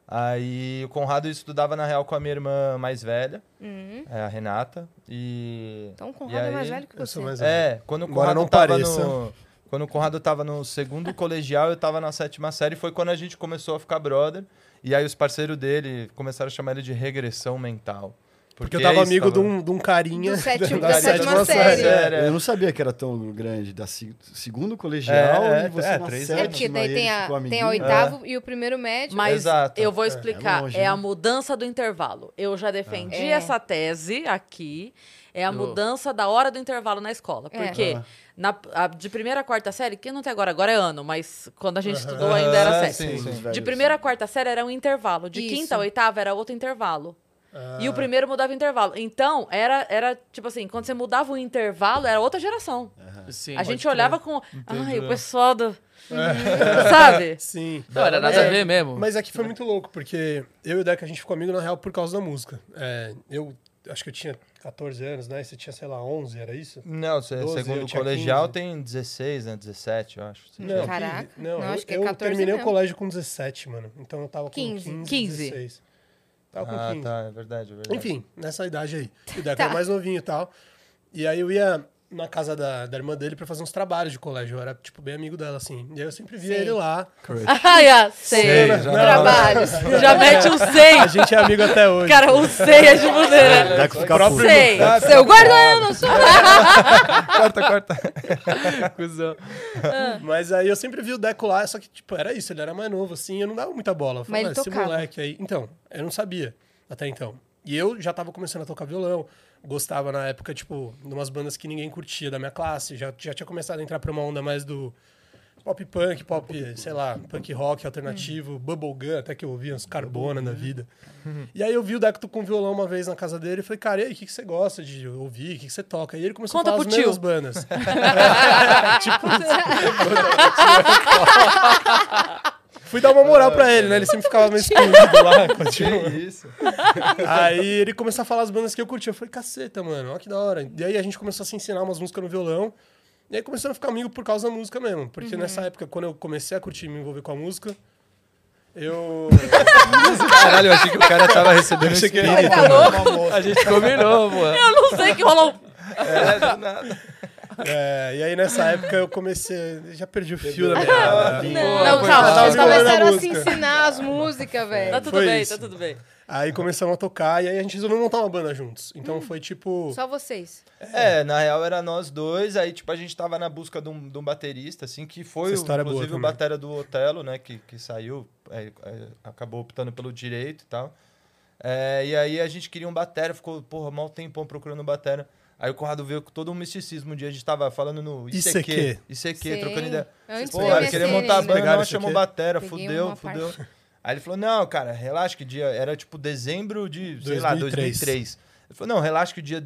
Speaker 3: Aí o Conrado estudava, na real, com a minha irmã mais velha,
Speaker 2: Uhum.
Speaker 3: é, a Renata. E.
Speaker 2: Então o
Speaker 3: E
Speaker 2: Conrado é mais
Speaker 3: aí?
Speaker 2: velho que
Speaker 5: Eu
Speaker 2: você.
Speaker 5: sou mais velho.
Speaker 3: É, quando o
Speaker 5: Embora
Speaker 3: Conrado
Speaker 5: não
Speaker 3: tava
Speaker 5: pareça.
Speaker 3: no. Quando o Conrado tava no segundo colegial, eu tava na sétima série, foi quando a gente começou a ficar brother. E aí os parceiros dele começaram a chamar ele de regressão mental. é
Speaker 5: Porque, eu tava
Speaker 3: isso, tá
Speaker 5: amigo
Speaker 3: tava-
Speaker 5: de, um, de um carinha
Speaker 2: Do sétimo-
Speaker 5: da
Speaker 2: da sétima
Speaker 5: sétima série.
Speaker 2: série.
Speaker 5: É,
Speaker 6: Eu não sabia que era tão grande. Da se- segundo colegial
Speaker 3: É, é,
Speaker 6: e você
Speaker 3: é,
Speaker 6: na
Speaker 3: três
Speaker 6: sétima,
Speaker 2: É porque daí
Speaker 6: e
Speaker 2: tem
Speaker 6: ele
Speaker 2: a,
Speaker 6: ficou
Speaker 2: tem a
Speaker 6: amiguinho. É.
Speaker 2: oitavo e o primeiro médio.
Speaker 1: Mas
Speaker 3: Exato.
Speaker 1: eu vou explicar. É,
Speaker 6: longe,
Speaker 1: a
Speaker 6: né?
Speaker 1: mudança do intervalo. Eu já defendi
Speaker 2: É.
Speaker 1: essa tese aqui. É a
Speaker 4: Do-
Speaker 1: mudança da hora do intervalo na escola.
Speaker 2: É.
Speaker 1: Porque
Speaker 6: Ah.
Speaker 1: na, a- de primeira a quarta série, que não tem agora, agora é ano, mas quando a gente estudou ainda era
Speaker 3: Aham,
Speaker 1: série.
Speaker 3: Ah, sim,
Speaker 6: Os
Speaker 3: sim.
Speaker 6: É, velhos.
Speaker 1: De primeira a quarta série era um intervalo. De
Speaker 2: Isso.
Speaker 1: quinta a oitava era outro intervalo.
Speaker 5: Ah.
Speaker 1: E o primeiro mudava o intervalo. Então, era, era tipo assim, quando você mudava o intervalo, era outra geração.
Speaker 3: É.
Speaker 4: Sim.
Speaker 1: a gente olhava com. Ai, o pessoal do.
Speaker 5: É.
Speaker 1: Sabe?
Speaker 5: Sim.
Speaker 4: Não, era
Speaker 1: né?
Speaker 4: nada a ver mesmo.
Speaker 5: Mas aqui foi muito louco, porque eu e o Deca, a gente ficou amigo, na real, por causa da música. É, eu acho que eu tinha 14 anos, né? Você tinha, sei lá, 11, era isso?
Speaker 3: Não, se-
Speaker 5: 12, eu
Speaker 3: segundo o
Speaker 5: tinha
Speaker 3: colegial
Speaker 5: 15.
Speaker 3: tem 16, né? 17, eu acho.
Speaker 5: Não, que-
Speaker 2: Caraca.
Speaker 5: não,
Speaker 2: Não,
Speaker 5: eu,
Speaker 2: acho que é
Speaker 5: eu
Speaker 2: 14
Speaker 5: terminei o
Speaker 2: mesmo.
Speaker 5: colégio com 17, mano. Então eu tava com
Speaker 2: 15.
Speaker 5: 15,
Speaker 1: 15.
Speaker 5: 16. Tava com
Speaker 3: Ah,
Speaker 5: 15.
Speaker 3: tá, é verdade, é verdade.
Speaker 5: Enfim, nessa idade aí. E o Deco
Speaker 2: Tá.
Speaker 5: era mais novinho e tal. E aí eu ia na casa da, da irmã dele pra fazer uns trabalhos de colégio. Eu era, tipo, bem amigo dela, assim. E aí eu sempre via
Speaker 2: Sei.
Speaker 5: ele lá.
Speaker 1: Ai, ah, sei.
Speaker 3: Sei, já-
Speaker 2: Trabalhos.
Speaker 1: Já mete um sei.
Speaker 5: A gente é amigo até hoje.
Speaker 1: Cara, o sei é de
Speaker 2: Ah,
Speaker 1: maneira.
Speaker 6: Dá que ficar
Speaker 5: próprio-
Speaker 6: puto.
Speaker 1: Sei.
Speaker 3: Ah,
Speaker 1: Seu guardano, sou.
Speaker 3: Corta, corta.
Speaker 4: Cusão.
Speaker 5: Mas aí eu sempre vi o Deco lá, só que, tipo, era isso, ele era mais novo, assim, eu não dava muita bola. Eu falava,
Speaker 2: Mas ele
Speaker 5: "Ah, esse
Speaker 2: tocava.
Speaker 5: moleque aí. Então, eu não sabia até então. E eu já tava começando a tocar violão, gostava na época, tipo, de umas bandas que ninguém curtia da minha classe, já, já tinha começado a entrar pra uma onda mais do pop punk, pop, sei lá, punk rock alternativo, bubblegum, até que eu ouvia uns carbona na vida. E aí eu vi o Deco com violão uma vez na casa dele e falei, cara, e aí, o que, que você gosta de ouvir? O que, que você toca? E ele começou
Speaker 1: Conta
Speaker 5: a falar
Speaker 1: pro
Speaker 5: as
Speaker 1: tio.
Speaker 5: mesmas bandas. Fui dar uma moral pra ele, né? Ele sempre ficava meio excluído lá. Continua.
Speaker 3: isso?
Speaker 5: Aí ele começou a falar as bandas que eu curtia. Eu falei, caceta, mano, olha que da hora. E aí a gente começou a se ensinar umas músicas no violão. E aí começamos a ficar amigo por causa da música mesmo. Porque nessa época, quando eu comecei a curtir e me envolver com a música, eu.
Speaker 3: Caralho, eu achei que o cara tava recebendo
Speaker 5: Achei que ele-
Speaker 3: espírito.
Speaker 4: A gente combinou, pô.
Speaker 1: Eu não sei que rolou. Tá
Speaker 5: É, e aí nessa época eu comecei. Já perdi o fio da minha.
Speaker 1: Não,
Speaker 4: foi
Speaker 1: calma,
Speaker 5: mal.
Speaker 1: calma,
Speaker 2: Vocês
Speaker 5: Tava
Speaker 1: calma.
Speaker 5: violando
Speaker 2: começaram a
Speaker 5: a
Speaker 2: se
Speaker 5: música. É.
Speaker 2: ensinar as músicas,
Speaker 1: Tá
Speaker 2: velho.
Speaker 1: tudo
Speaker 5: Foi
Speaker 1: bem,
Speaker 5: isso.
Speaker 1: tá tudo bem.
Speaker 5: Aí começamos a tocar e aí a gente resolveu montar uma banda juntos. Então foi tipo.
Speaker 2: Só vocês.
Speaker 3: É, na real era nós dois, aí tipo a gente tava na busca de um, de um baterista, assim, que foi
Speaker 5: Essa história é boa
Speaker 3: inclusive o
Speaker 5: também.
Speaker 3: batera do Otelo, né, que, que saiu, é, é, acabou optando pelo direito e tal. É, e aí a gente queria um batera, ficou, porra, mal tempão procurando um batera. Aí o Conrado veio com todo um misticismo, um dia a gente tava falando no ICQ, ICQ,
Speaker 2: Sim.
Speaker 3: trocando ideia.
Speaker 2: Antes
Speaker 3: Pô,
Speaker 2: do
Speaker 3: cara,
Speaker 2: MSN
Speaker 3: queria montar a
Speaker 2: ainda.
Speaker 3: banda,
Speaker 5: Pegaram
Speaker 3: não,
Speaker 5: isso
Speaker 3: chamou
Speaker 5: aqui?
Speaker 3: batera,
Speaker 2: Peguei
Speaker 3: fudeu,
Speaker 2: uma parte.
Speaker 3: fudeu. Aí ele falou, não, cara, relaxa que dia... Era tipo dezembro de, sei lá,
Speaker 5: 2003.
Speaker 3: 2003. Ele falou, não, relaxa que o dia...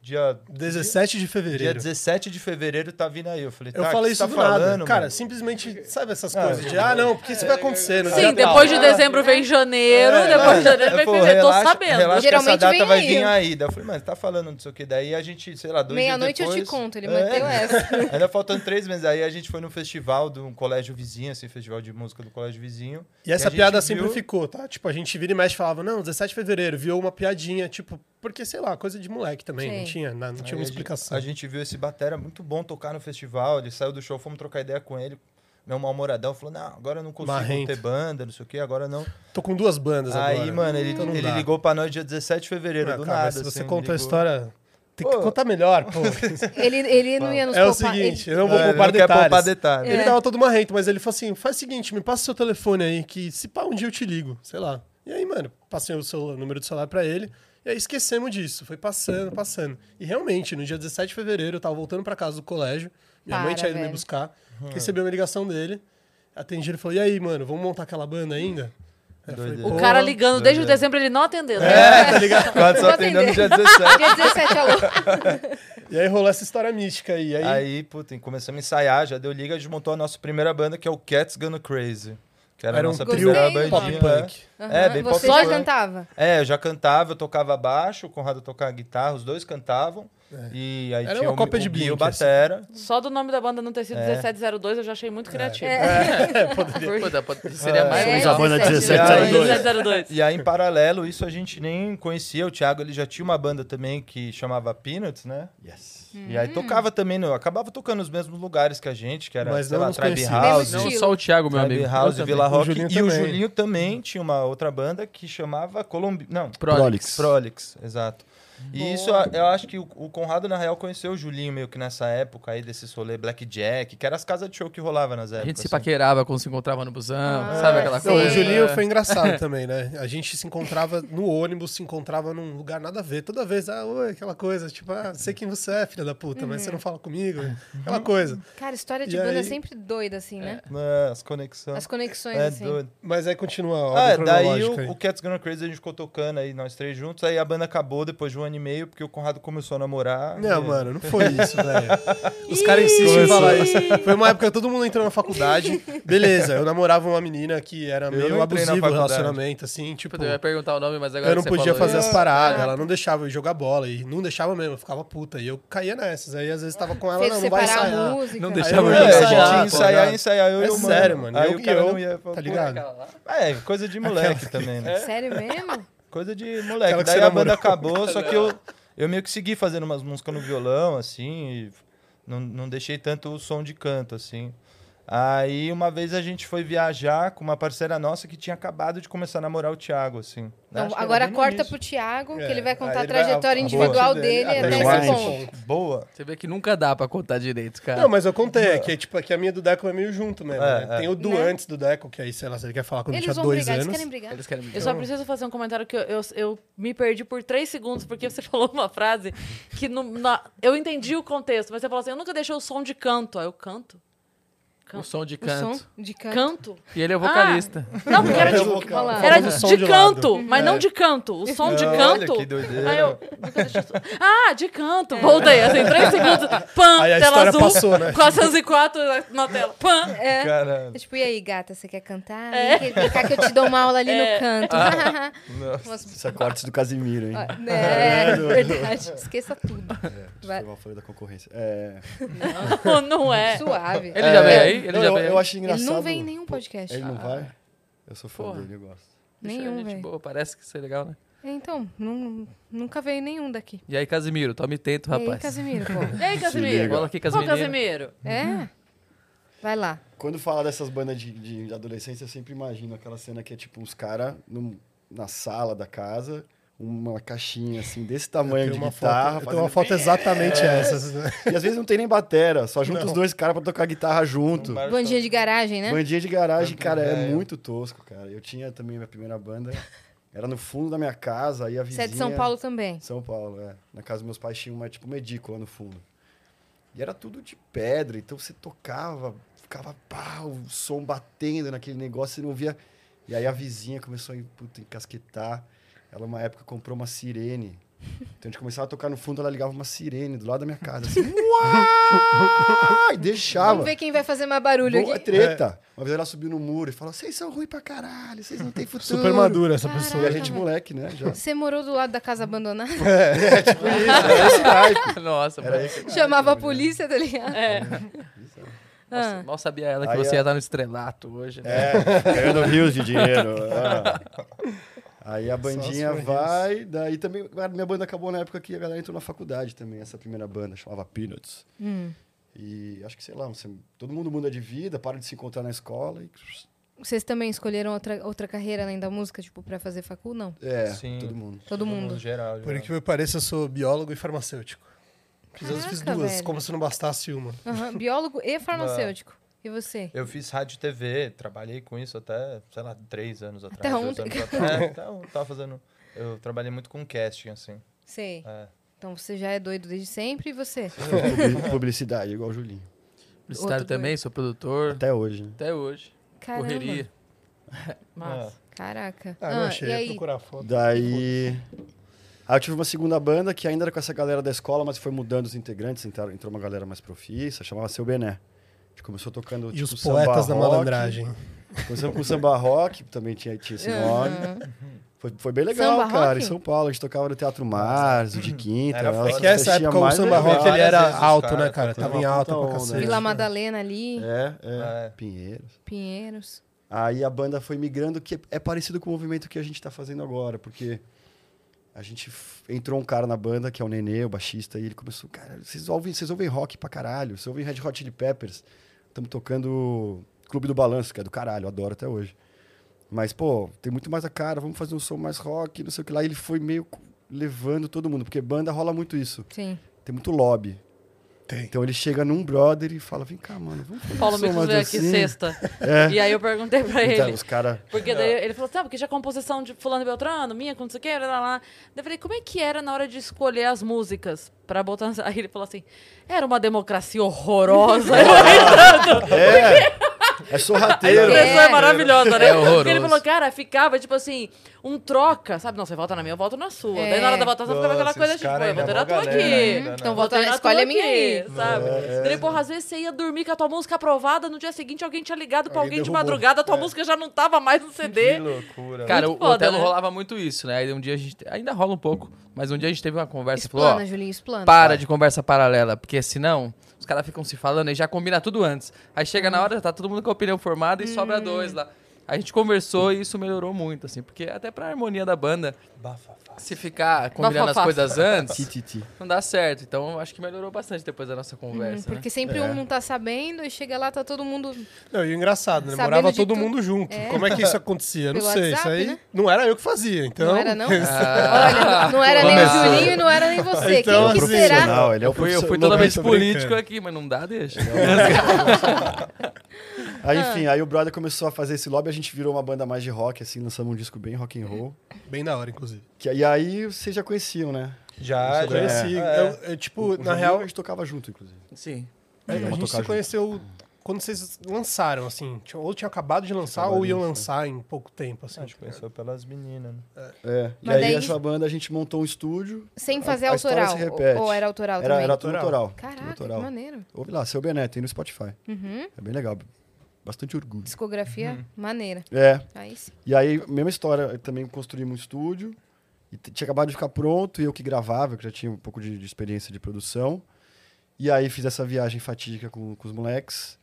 Speaker 3: dia
Speaker 5: 17 de
Speaker 3: Dia
Speaker 5: fevereiro.
Speaker 3: 17 de fevereiro tá vindo aí. Eu falei, tá,
Speaker 5: Eu
Speaker 3: o que
Speaker 5: falei isso
Speaker 3: você tá
Speaker 5: do
Speaker 3: falando,
Speaker 5: nada.
Speaker 3: mano?
Speaker 5: Cara, simplesmente, sabe essas coisas de, ah, não, porque isso vai acontecer. no
Speaker 1: Sim,
Speaker 5: dia tal.
Speaker 1: depois de dezembro vem janeiro, depois de janeiro vem
Speaker 3: É, Pô,
Speaker 1: fevereiro. Tô
Speaker 3: relaxa,
Speaker 1: sabendo.
Speaker 3: Relaxa que essa
Speaker 2: Geralmente
Speaker 3: data
Speaker 2: vem
Speaker 3: vai
Speaker 2: aí.
Speaker 3: vir aí. Daí eu falei, mano, tá falando não sei o que. Daí a gente, sei lá, dois dias
Speaker 2: Meia-noite eu te
Speaker 3: depois-
Speaker 2: conto, ele
Speaker 3: É,
Speaker 2: manteve essa.
Speaker 3: Ainda faltando três meses. Aí a gente foi num festival de um colégio vizinho, assim, festival de música do colégio vizinho.
Speaker 5: E essa
Speaker 3: a gente
Speaker 5: piada
Speaker 3: viu-
Speaker 5: sempre ficou, tá? Tipo, a gente vira e mexe e falava, não, 17 de fevereiro, viu uma piadinha, tipo, porque, sei lá, coisa de moleque também, não
Speaker 2: Sim.
Speaker 5: tinha, na- não tinha
Speaker 3: Aí
Speaker 5: uma
Speaker 3: a gente-
Speaker 5: explicação.
Speaker 3: A gente viu esse batera muito bom tocar no festival. Ele saiu do show, fomos trocar ideia com ele. Meu mal-humoradão falou, não, agora eu não consigo
Speaker 5: Marrento.
Speaker 3: ter banda, não sei o que, agora não.
Speaker 5: Tô com duas bandas
Speaker 3: Aí,
Speaker 5: agora.
Speaker 3: mano, ele,
Speaker 5: Então não
Speaker 3: ele
Speaker 5: dá.
Speaker 3: ligou pra nós dia 17 de fevereiro,
Speaker 5: Ah,
Speaker 3: do
Speaker 5: cara,
Speaker 3: nada.
Speaker 5: mas se você
Speaker 3: assim,
Speaker 5: contou a
Speaker 3: ligou.
Speaker 5: história, tem que
Speaker 3: Pô.
Speaker 5: contar melhor, pô.
Speaker 2: Ele, ele não ia nos
Speaker 5: é o
Speaker 2: poupar.
Speaker 5: seguinte,
Speaker 2: ele-
Speaker 5: eu não vou
Speaker 3: É,
Speaker 5: poupar
Speaker 3: não quer
Speaker 5: detalhes.
Speaker 3: poupar detalhes. tá
Speaker 5: Ele
Speaker 2: É.
Speaker 5: tava todo marrento, mas ele falou assim, faz o seguinte, me passa seu telefone aí, que se pá, um dia eu te ligo, sei lá. E aí, mano, passei o, celular- o número do celular pra ele, e aí esquecemos disso, foi passando, passando. E realmente, no dia 17 de fevereiro, eu tava voltando pra casa do colégio, minha
Speaker 2: Para,
Speaker 5: mãe tinha ido me
Speaker 2: velho.
Speaker 5: buscar, recebi uma ligação dele, atendi, ele falou, e aí, mano, vamos montar aquela banda ainda? Aí eu falei,
Speaker 3: Doideira.
Speaker 1: O
Speaker 5: "Pô,
Speaker 1: cara ligando desde o dezembro, ele não atendeu. né?
Speaker 3: É, tá ligado? Quase só
Speaker 2: Vou
Speaker 3: atendendo no dia
Speaker 2: atender.
Speaker 3: 17.
Speaker 2: Dia 17 alô.
Speaker 5: E aí rolou essa história mística aí. aí,
Speaker 3: Aí, puta, começamos a ensaiar, já deu liga, a gente montou a nossa primeira banda, que é o Cats Gonna Crazy. Que era,
Speaker 5: era
Speaker 3: a
Speaker 5: um
Speaker 3: nossa
Speaker 5: trio
Speaker 3: primeira
Speaker 2: Gostei,
Speaker 5: pop
Speaker 3: bandinha.
Speaker 5: punk.
Speaker 3: É, bem
Speaker 2: Você
Speaker 3: pop
Speaker 2: já
Speaker 3: punk.
Speaker 2: cantava?
Speaker 3: É, eu já cantava, eu tocava baixo, o Conrado tocava guitarra, os dois cantavam. E aí
Speaker 5: Era
Speaker 3: tinha
Speaker 5: uma
Speaker 3: o,
Speaker 5: cópia
Speaker 3: o
Speaker 5: de
Speaker 3: Gui, o
Speaker 5: Blink, assim.
Speaker 3: Batera.
Speaker 1: Só do nome da banda não ter sido 1702 eu já achei muito criativo.
Speaker 3: Tipo,
Speaker 4: Puta, pode- seria mais um
Speaker 2: É,
Speaker 6: Mas a
Speaker 4: legal.
Speaker 6: banda
Speaker 3: 1702.
Speaker 6: 1702.
Speaker 1: 1702.
Speaker 3: E aí, em paralelo, isso a gente nem conhecia. O Thiago ele já tinha uma banda também que chamava Peanuts, né?
Speaker 6: Yes.
Speaker 3: E
Speaker 2: Hum.
Speaker 3: aí tocava também, no- acabava tocando nos mesmos lugares que a gente, que era,
Speaker 5: Mas
Speaker 3: sei
Speaker 5: não
Speaker 3: lá,
Speaker 5: nos
Speaker 3: Tribe
Speaker 5: conhecia.
Speaker 3: House,
Speaker 2: Mesmo
Speaker 4: Não,
Speaker 2: estilo.
Speaker 4: só o Thiago, meu
Speaker 3: Tribe
Speaker 4: amigo.
Speaker 3: House,
Speaker 5: Eu também.
Speaker 3: Villa
Speaker 5: O
Speaker 3: Rock.
Speaker 5: Julinho
Speaker 3: e o
Speaker 5: também.
Speaker 3: Julinho também tinha uma outra banda que chamava Colombi... Não,
Speaker 6: Prolix.
Speaker 3: Prolix, exato. E isso, a- eu acho que o o Conrado, na real, conheceu o Julinho meio que nessa época aí, desse rolê Blackjack, que era as casas de show que rolava nas
Speaker 4: A
Speaker 3: épocas.
Speaker 4: gente se
Speaker 3: assim.
Speaker 4: paquerava quando se encontrava no busão,
Speaker 2: Ah,
Speaker 4: sabe aquela
Speaker 2: sim.
Speaker 5: Não,
Speaker 4: coisa?
Speaker 5: o Julinho
Speaker 4: É.
Speaker 5: foi engraçado também, né? A gente se encontrava no ônibus, se encontrava num lugar nada a ver. Toda vez, ah, oi, aquela coisa, tipo, ah, sei quem você é, filha da puta, mas
Speaker 3: Uhum.
Speaker 5: você não fala comigo. Aquela coisa.
Speaker 2: Cara, história de
Speaker 5: E
Speaker 2: banda é
Speaker 5: aí-
Speaker 2: sempre doida, assim, né?
Speaker 3: É, as conexões.
Speaker 2: As conexões,
Speaker 3: é
Speaker 2: assim.
Speaker 3: doido.
Speaker 5: Mas aí continua a
Speaker 3: Ah,
Speaker 5: ordem
Speaker 3: é, daí
Speaker 5: cronológica
Speaker 3: o,
Speaker 5: aí.
Speaker 3: o Cats Gonna Crazy a gente ficou tocando aí, nós três juntos. Aí a banda acabou depois de um ano e meio, porque o Conrado começou a namorar.
Speaker 5: Não,
Speaker 3: e-
Speaker 5: mano, não foi isso, velho. Os caras insistem em falar isso. Foi uma época que todo mundo entrou na faculdade. Beleza, eu namorava uma menina que era meio
Speaker 3: não entrei na
Speaker 5: abusivo o
Speaker 3: faculdade.
Speaker 5: relacionamento, assim, tipo.
Speaker 4: Puta, eu ia perguntar o nome, mas agora
Speaker 5: Eu não
Speaker 4: que você
Speaker 5: podia
Speaker 4: falou
Speaker 5: fazer
Speaker 4: isso.
Speaker 5: as paradas,
Speaker 2: É.
Speaker 5: ela não deixava eu jogar bola, e não deixava mesmo, eu ficava puta. E eu caía nessas. Aí às vezes tava com ela,
Speaker 2: Fez
Speaker 5: não, não vai
Speaker 2: separar a
Speaker 5: ensaiar.
Speaker 2: música.
Speaker 4: Não
Speaker 5: Aí
Speaker 4: deixava
Speaker 5: eu
Speaker 4: eu
Speaker 5: não
Speaker 3: É,
Speaker 5: ia
Speaker 4: jogar
Speaker 3: a
Speaker 4: bola,
Speaker 5: ensaiar,
Speaker 3: gente
Speaker 4: pô.
Speaker 3: ensaiar, ensaiar, eu
Speaker 5: É
Speaker 3: e o mano.
Speaker 5: sério, mano.
Speaker 3: né? Aí
Speaker 5: Eu
Speaker 3: o
Speaker 5: que
Speaker 3: cara
Speaker 5: eu,
Speaker 3: não ia...
Speaker 5: Tá
Speaker 3: pô,
Speaker 5: ligado? É,
Speaker 3: É, coisa de moleque também, né?
Speaker 2: Sério mesmo?
Speaker 3: Coisa de moleque.
Speaker 5: Aquela que
Speaker 3: Daí
Speaker 5: você
Speaker 3: a banda
Speaker 5: namorou.
Speaker 3: acabou, só que eu, eu meio que segui fazendo umas músicas no violão, assim, e não, não deixei tanto o som de canto, assim. Aí uma vez a gente foi viajar com uma parceira nossa que tinha acabado de começar a namorar o Thiago, assim.
Speaker 2: Então,
Speaker 3: Acho que era
Speaker 2: agora
Speaker 3: bem no
Speaker 2: corta
Speaker 3: início.
Speaker 2: pro Thiago,
Speaker 5: É,
Speaker 2: que ele vai contar
Speaker 5: aí
Speaker 2: a
Speaker 5: ele vai-
Speaker 2: trajetória
Speaker 5: a- a
Speaker 2: individual
Speaker 5: morte
Speaker 2: dele
Speaker 5: dele,
Speaker 2: até
Speaker 6: até
Speaker 2: esse
Speaker 5: então.
Speaker 6: esse
Speaker 2: ponto.
Speaker 3: Boa.
Speaker 4: Você vê que nunca dá pra contar direito, cara.
Speaker 5: Não, mas eu contei, é que é tipo, é que a minha do Deco é meio junto mesmo.
Speaker 3: É,
Speaker 5: né?
Speaker 3: é.
Speaker 5: Tem o do
Speaker 2: Né?
Speaker 5: antes do Deco, que aí, sei lá, se ele quer falar quando
Speaker 2: Eles
Speaker 5: tinha
Speaker 2: vão
Speaker 5: dois
Speaker 2: brigar, eles
Speaker 5: anos.
Speaker 2: querem brigar.
Speaker 4: Eles querem me
Speaker 1: Eu
Speaker 5: Então-
Speaker 1: só preciso fazer um comentário que eu, eu, eu me perdi por três segundos, porque você falou uma frase que no- na- eu entendi o contexto, mas você falou assim: eu nunca deixei o som de canto. Aí eu canto?
Speaker 4: O som de
Speaker 2: O
Speaker 4: canto.
Speaker 2: som Ah, de canto.
Speaker 1: Canto?
Speaker 4: E ele é vocalista.
Speaker 1: Não, porque era de,
Speaker 2: Olha lá.
Speaker 1: era
Speaker 5: Falando
Speaker 1: de
Speaker 5: som de lado. É.
Speaker 1: canto, mas não de canto. O som de
Speaker 3: Não,
Speaker 1: canto.
Speaker 3: Olha que
Speaker 1: Aí
Speaker 3: doideira.
Speaker 1: eu, nunca deixei o som. Ah, de canto. Voltei, assim, três segundos. Pam,
Speaker 5: Aí a
Speaker 1: tela
Speaker 5: história
Speaker 1: azul.
Speaker 5: passou, né?
Speaker 1: 404 na tela. Pam.
Speaker 2: É.
Speaker 3: Cara,
Speaker 2: É Tipo, e aí, gata, você quer cantar?
Speaker 1: É.
Speaker 2: Quer brincar que eu te dou uma aula ali no canto.
Speaker 6: Ah,
Speaker 2: Nossa.
Speaker 6: Isso é corte do Casimiro, hein?
Speaker 2: Ó, né? É, verdade. Esqueça tudo.
Speaker 6: É,
Speaker 2: Vai.
Speaker 6: Festival Folha da Concorrência. É,
Speaker 1: Não, não é.
Speaker 2: Suave.
Speaker 4: Ele já
Speaker 6: é,
Speaker 4: veio aí? Ele
Speaker 6: não,
Speaker 4: já
Speaker 6: eu,
Speaker 4: veio
Speaker 6: eu
Speaker 4: aí?
Speaker 6: acho engraçado.
Speaker 2: Ele não vem em nenhum podcast.
Speaker 6: Ele não vai? Eu sou fã
Speaker 4: Porra.
Speaker 6: dele, eu gosto.
Speaker 4: Bicho, é
Speaker 2: nenhum,
Speaker 4: gente
Speaker 2: velho.
Speaker 4: boa, Parece que isso é legal, né?
Speaker 2: Então, nun- nunca veio nenhum daqui.
Speaker 4: E aí, Casimiro, toma e tento,
Speaker 2: E aí,
Speaker 4: rapaz.
Speaker 2: Casimiro, pô.
Speaker 1: E aí, Casimiro?
Speaker 6: liga.
Speaker 4: Bola aqui,
Speaker 1: Qual
Speaker 4: Casimiro.
Speaker 1: Casimiro?
Speaker 2: É. Vai lá.
Speaker 6: Quando fala dessas bandas de, de adolescência, eu sempre imagino aquela cena que é tipo uns caras na sala da casa, uma caixinha assim, desse tamanho
Speaker 5: Tem
Speaker 6: de
Speaker 5: uma
Speaker 6: guitarra.
Speaker 5: foto, eu tenho uma
Speaker 6: fazendo- É.
Speaker 5: foto exatamente essas. né?
Speaker 6: E às vezes não tem nem batera, só junta os dois caras pra tocar guitarra junto.
Speaker 2: Bandinha de garagem, né?
Speaker 6: Bandinha de garagem,
Speaker 3: Bandinha,
Speaker 6: cara, é
Speaker 3: é.
Speaker 6: muito tosco, cara. Eu tinha também minha primeira banda, era no fundo da minha casa, aí a
Speaker 2: Você
Speaker 6: vizinha...
Speaker 2: é de São Paulo também.
Speaker 6: São Paulo, é. Na casa dos meus pais tinha uma, tipo, uma edícula no fundo. E era tudo de pedra, então você tocava, ficava pá, o som batendo naquele negócio, você não via... E aí a vizinha começou a puta, encasquetar. Ela, uma época, comprou uma sirene. Então a gente começava a tocar no fundo, ela ligava uma sirene do lado da minha casa. Assim, Uai! E
Speaker 2: Vamos
Speaker 6: deixava.
Speaker 2: ver quem vai fazer mais barulho
Speaker 6: Boa
Speaker 2: aqui.
Speaker 6: treta. Uma vez ela subiu no muro e falou: vocês são ruins pra caralho, vocês não têm futuro.
Speaker 5: Super madura essa
Speaker 2: Caraca.
Speaker 5: pessoa.
Speaker 6: E a gente, moleque, né? Já.
Speaker 2: Você morou do lado da casa abandonada?
Speaker 4: Nossa,
Speaker 6: Era
Speaker 4: mano.
Speaker 6: isso.
Speaker 2: Chamava a polícia, tá ligado?
Speaker 1: É.
Speaker 4: Nossa,
Speaker 2: Ah.
Speaker 4: mal sabia ela que
Speaker 6: Aí É.
Speaker 4: você
Speaker 6: a-
Speaker 4: ia estar no estrelato hoje, né?
Speaker 6: Ganhando rios de dinheiro. ah. Aí a bandinha
Speaker 5: super rios.
Speaker 6: vai, daí também. a Minha banda acabou na época que a galera entrou na faculdade também, essa primeira banda, chamava Peanuts. E acho que, sei lá, você- todo mundo muda de vida, para de se encontrar na escola e.
Speaker 2: Vocês também escolheram outra, outra carreira além da música, tipo, pra fazer facul? Não.
Speaker 6: É,
Speaker 3: Sim.
Speaker 6: todo mundo.
Speaker 2: Todo mundo.
Speaker 3: Geral,
Speaker 5: Por
Speaker 3: geral.
Speaker 5: que eu pareça, eu sou biólogo e farmacêutico. Fiz, as- fiz
Speaker 2: Caraca,
Speaker 5: duas,
Speaker 2: velho.
Speaker 5: como se não bastasse uma.
Speaker 2: Aham, Biólogo e farmacêutico. E você?
Speaker 3: Eu fiz rádio e TV, trabalhei com isso até, sei lá, três anos atrás.
Speaker 2: Até
Speaker 3: dois
Speaker 2: ontem.
Speaker 3: anos atrás. É, até ontem tava fazendo. Eu trabalhei muito com casting, assim.
Speaker 2: Sei.
Speaker 3: É.
Speaker 2: Então você já é doido desde sempre e você?
Speaker 6: Publi- Publicidade, igual o Julinho.
Speaker 4: Publicitário
Speaker 2: Outro
Speaker 4: também, sou produtor.
Speaker 6: Até hoje, né?
Speaker 4: Até hoje.
Speaker 2: Caramba.
Speaker 4: Correria.
Speaker 1: Mas.
Speaker 2: Caraca.
Speaker 5: Ah, não
Speaker 2: Ah,
Speaker 5: achei.
Speaker 2: E
Speaker 5: ia
Speaker 2: aí?
Speaker 5: procurar a foto.
Speaker 6: Daí. Aí eu tive uma segunda banda que ainda era com essa galera da escola, mas foi mudando os integrantes, entraram- entrou uma galera mais profissa, chamava Seu Bené. A gente começou tocando
Speaker 5: E
Speaker 6: tipo,
Speaker 5: os
Speaker 6: samba
Speaker 5: poetas da
Speaker 6: rock.
Speaker 5: malandragem.
Speaker 6: Começamos com o samba rock, que também tinha, tinha esse nome. Foi, foi bem legal,
Speaker 2: Samba
Speaker 6: cara,
Speaker 2: rock? Uhum.
Speaker 6: em São Paulo. A gente tocava no Teatro Mars, o de quinta.
Speaker 3: Era
Speaker 6: elas
Speaker 3: foda.
Speaker 5: É que
Speaker 3: Nossa,
Speaker 5: essa
Speaker 6: festinhas
Speaker 5: época o
Speaker 6: mais
Speaker 5: samba
Speaker 6: legais.
Speaker 5: rock ele
Speaker 3: Várias
Speaker 5: era
Speaker 3: vezes,
Speaker 5: alto,
Speaker 3: cara,
Speaker 5: né, cara?
Speaker 3: foi
Speaker 5: Tava em
Speaker 6: uma
Speaker 5: alta pra
Speaker 6: puta onda,
Speaker 5: cacete.
Speaker 6: né?
Speaker 2: Vila
Speaker 5: cara.
Speaker 2: Madalena ali,
Speaker 6: É, é,
Speaker 5: Ah.
Speaker 3: É.
Speaker 6: Pinheiros.
Speaker 2: Pinheiros.
Speaker 6: Aí a banda foi migrando, que é parecido com o movimento que a gente tá fazendo agora, porque a gente f- entrou um cara na banda, que é o Nenê, o baixista, e ele começou, cara, vocês ouvem, vocês ouvem rock pra caralho, vocês ouvem Red Hot Chili Peppers, estamos tocando Clube do Balanço, que é do caralho, eu adoro até hoje. Mas, pô, tem muito mais a cara, vamos fazer um som mais rock, não sei o que lá. E ele foi meio co- levando todo mundo, porque banda rola muito isso,
Speaker 2: Sim.
Speaker 6: tem muito lobby.
Speaker 5: Tem.
Speaker 6: Então ele chega num brother e fala, vem cá, mano, vamos fazer
Speaker 1: Paulo
Speaker 6: um som
Speaker 1: Miklos
Speaker 6: mais
Speaker 1: veio aqui
Speaker 6: assim."
Speaker 1: sexta.
Speaker 5: É.
Speaker 1: E aí eu perguntei pra
Speaker 6: Então,
Speaker 1: ele.
Speaker 6: os caras...
Speaker 1: Porque daí ele falou, sabe, porque já é composição de fulano e beltrano, minha, com não sei o que, lá, lá, lá. Daí eu falei, como é que era na hora de escolher as músicas pra botar... nessa-" Aí ele falou assim, era uma democracia horrorosa.
Speaker 6: É, é
Speaker 1: Aí a
Speaker 6: sorrateiro.
Speaker 1: expressão é maravilhosa, né?
Speaker 4: É horroroso.
Speaker 1: Porque ele falou, cara, ficava, tipo assim, um troca, sabe? Não, você vota na minha, eu voto na sua.
Speaker 2: É.
Speaker 1: Daí na hora da votação ficava aquela
Speaker 3: Nossa,
Speaker 1: coisa,
Speaker 3: esse
Speaker 1: tipo,
Speaker 3: cara
Speaker 1: eu
Speaker 3: ainda
Speaker 1: votei
Speaker 3: é
Speaker 1: na tua aqui.
Speaker 3: mó galera, É, ainda, né?
Speaker 2: Então
Speaker 1: Vota
Speaker 2: vota,
Speaker 1: na
Speaker 2: escolhe
Speaker 1: tua
Speaker 2: a minha
Speaker 1: aqui,
Speaker 2: aí.
Speaker 1: sabe? Daí, porra, às vezes você ia dormir com a tua música aprovada, no dia seguinte alguém tinha ligado pra alguém,
Speaker 5: Alguém
Speaker 1: de
Speaker 5: derrubou.
Speaker 1: madrugada,
Speaker 3: É.
Speaker 1: a tua música já não tava mais no
Speaker 3: Que
Speaker 1: CD.
Speaker 3: loucura.
Speaker 4: Cara,
Speaker 1: Muito
Speaker 4: o
Speaker 1: foda,
Speaker 4: Otelo
Speaker 1: né?
Speaker 4: rolava muito isso, né? Aí um dia a gente. Ainda rola um pouco, mas um dia a gente teve uma conversa e falou: ó,
Speaker 2: Explana, Julinho, explana.
Speaker 4: para de conversa paralela, porque senão os caras ficam se falando e já combina tudo antes. Aí chega na hora, tá todo mundo com a opinião formada e sobra dois lá. A gente conversou e isso melhorou muito, assim, porque até pra harmonia da banda,
Speaker 3: Bafafá.
Speaker 4: se ficar combinando as
Speaker 1: Bafafá.
Speaker 4: coisas
Speaker 6: Ti,
Speaker 4: antes,
Speaker 6: ti, ti.
Speaker 4: não dá certo. Então acho que melhorou bastante depois da nossa
Speaker 2: Uhum,
Speaker 4: conversa. né?
Speaker 2: porque sempre um não tá sabendo e chega lá, tá todo mundo.
Speaker 5: Não, e o engraçado, né?
Speaker 2: Sabendo
Speaker 5: Morava
Speaker 2: de
Speaker 5: todo
Speaker 2: tudo.
Speaker 5: mundo junto. Como é que isso acontecia? Eu não
Speaker 2: Pelo
Speaker 5: sei. isso
Speaker 2: WhatsApp,
Speaker 5: aí
Speaker 2: né?
Speaker 5: não era eu que fazia, então.
Speaker 2: Não era, não?
Speaker 4: Ah.
Speaker 2: Olha, não era nem o
Speaker 4: Começou.
Speaker 2: Julinho e não era nem você.
Speaker 5: Então,
Speaker 2: Quem que
Speaker 5: assim,
Speaker 2: será?
Speaker 6: Não, ele é o
Speaker 4: Eu fui, eu fui
Speaker 6: é um profissional.
Speaker 4: totalmente
Speaker 5: tô brincando.
Speaker 4: político aqui, mas não dá, deixa.
Speaker 2: Ah.
Speaker 6: Aí, enfim, aí o brother começou a fazer esse lobby, a gente virou uma banda mais de rock, assim, lançamos um disco bem rock and roll.
Speaker 5: Bem na hora, inclusive.
Speaker 6: Que, e aí vocês já conheciam, né?
Speaker 5: Eu
Speaker 3: Já, já.
Speaker 5: conheci.
Speaker 3: É.
Speaker 5: Eu, eu,
Speaker 6: O
Speaker 5: tipo, na
Speaker 6: Julinho
Speaker 5: real,
Speaker 6: a gente tocava junto, inclusive.
Speaker 4: Sim.
Speaker 5: a
Speaker 6: Vamos
Speaker 5: gente
Speaker 6: tocar
Speaker 5: se
Speaker 6: junto.
Speaker 5: conheceu quando vocês lançaram, assim. Tinha- Ou tinha acabado de lançar,
Speaker 6: acabado
Speaker 5: ou
Speaker 6: de
Speaker 5: iam
Speaker 6: lançar.
Speaker 5: lançar em pouco tempo,
Speaker 3: A
Speaker 5: assim.
Speaker 3: gente
Speaker 5: tipo,
Speaker 3: conheceu pelas meninas, né?
Speaker 6: É. E
Speaker 2: Mas
Speaker 6: aí
Speaker 2: daí-
Speaker 6: essa banda a gente montou um estúdio.
Speaker 2: Sem fazer
Speaker 6: A- a história
Speaker 2: autoral.
Speaker 6: se repete.
Speaker 2: Ou, ou era autoral
Speaker 6: Era,
Speaker 2: também?
Speaker 6: era tudo autoral. tudo
Speaker 2: Caraca, que
Speaker 6: autoral.
Speaker 2: maneiro.
Speaker 6: Ouve lá, seu Beneto, tem no Spotify.
Speaker 2: Uhum.
Speaker 6: É bem legal. Bastante orgulho.
Speaker 2: Discografia
Speaker 4: Uhum.
Speaker 2: maneira.
Speaker 6: É.
Speaker 2: Aí sim.
Speaker 6: E aí, mesma história, eu também construímos um estúdio. E t- tinha acabado de ficar pronto, e eu que gravava, que já tinha um pouco de, de experiência de produção. E aí fiz essa viagem fatídica com, com os moleques.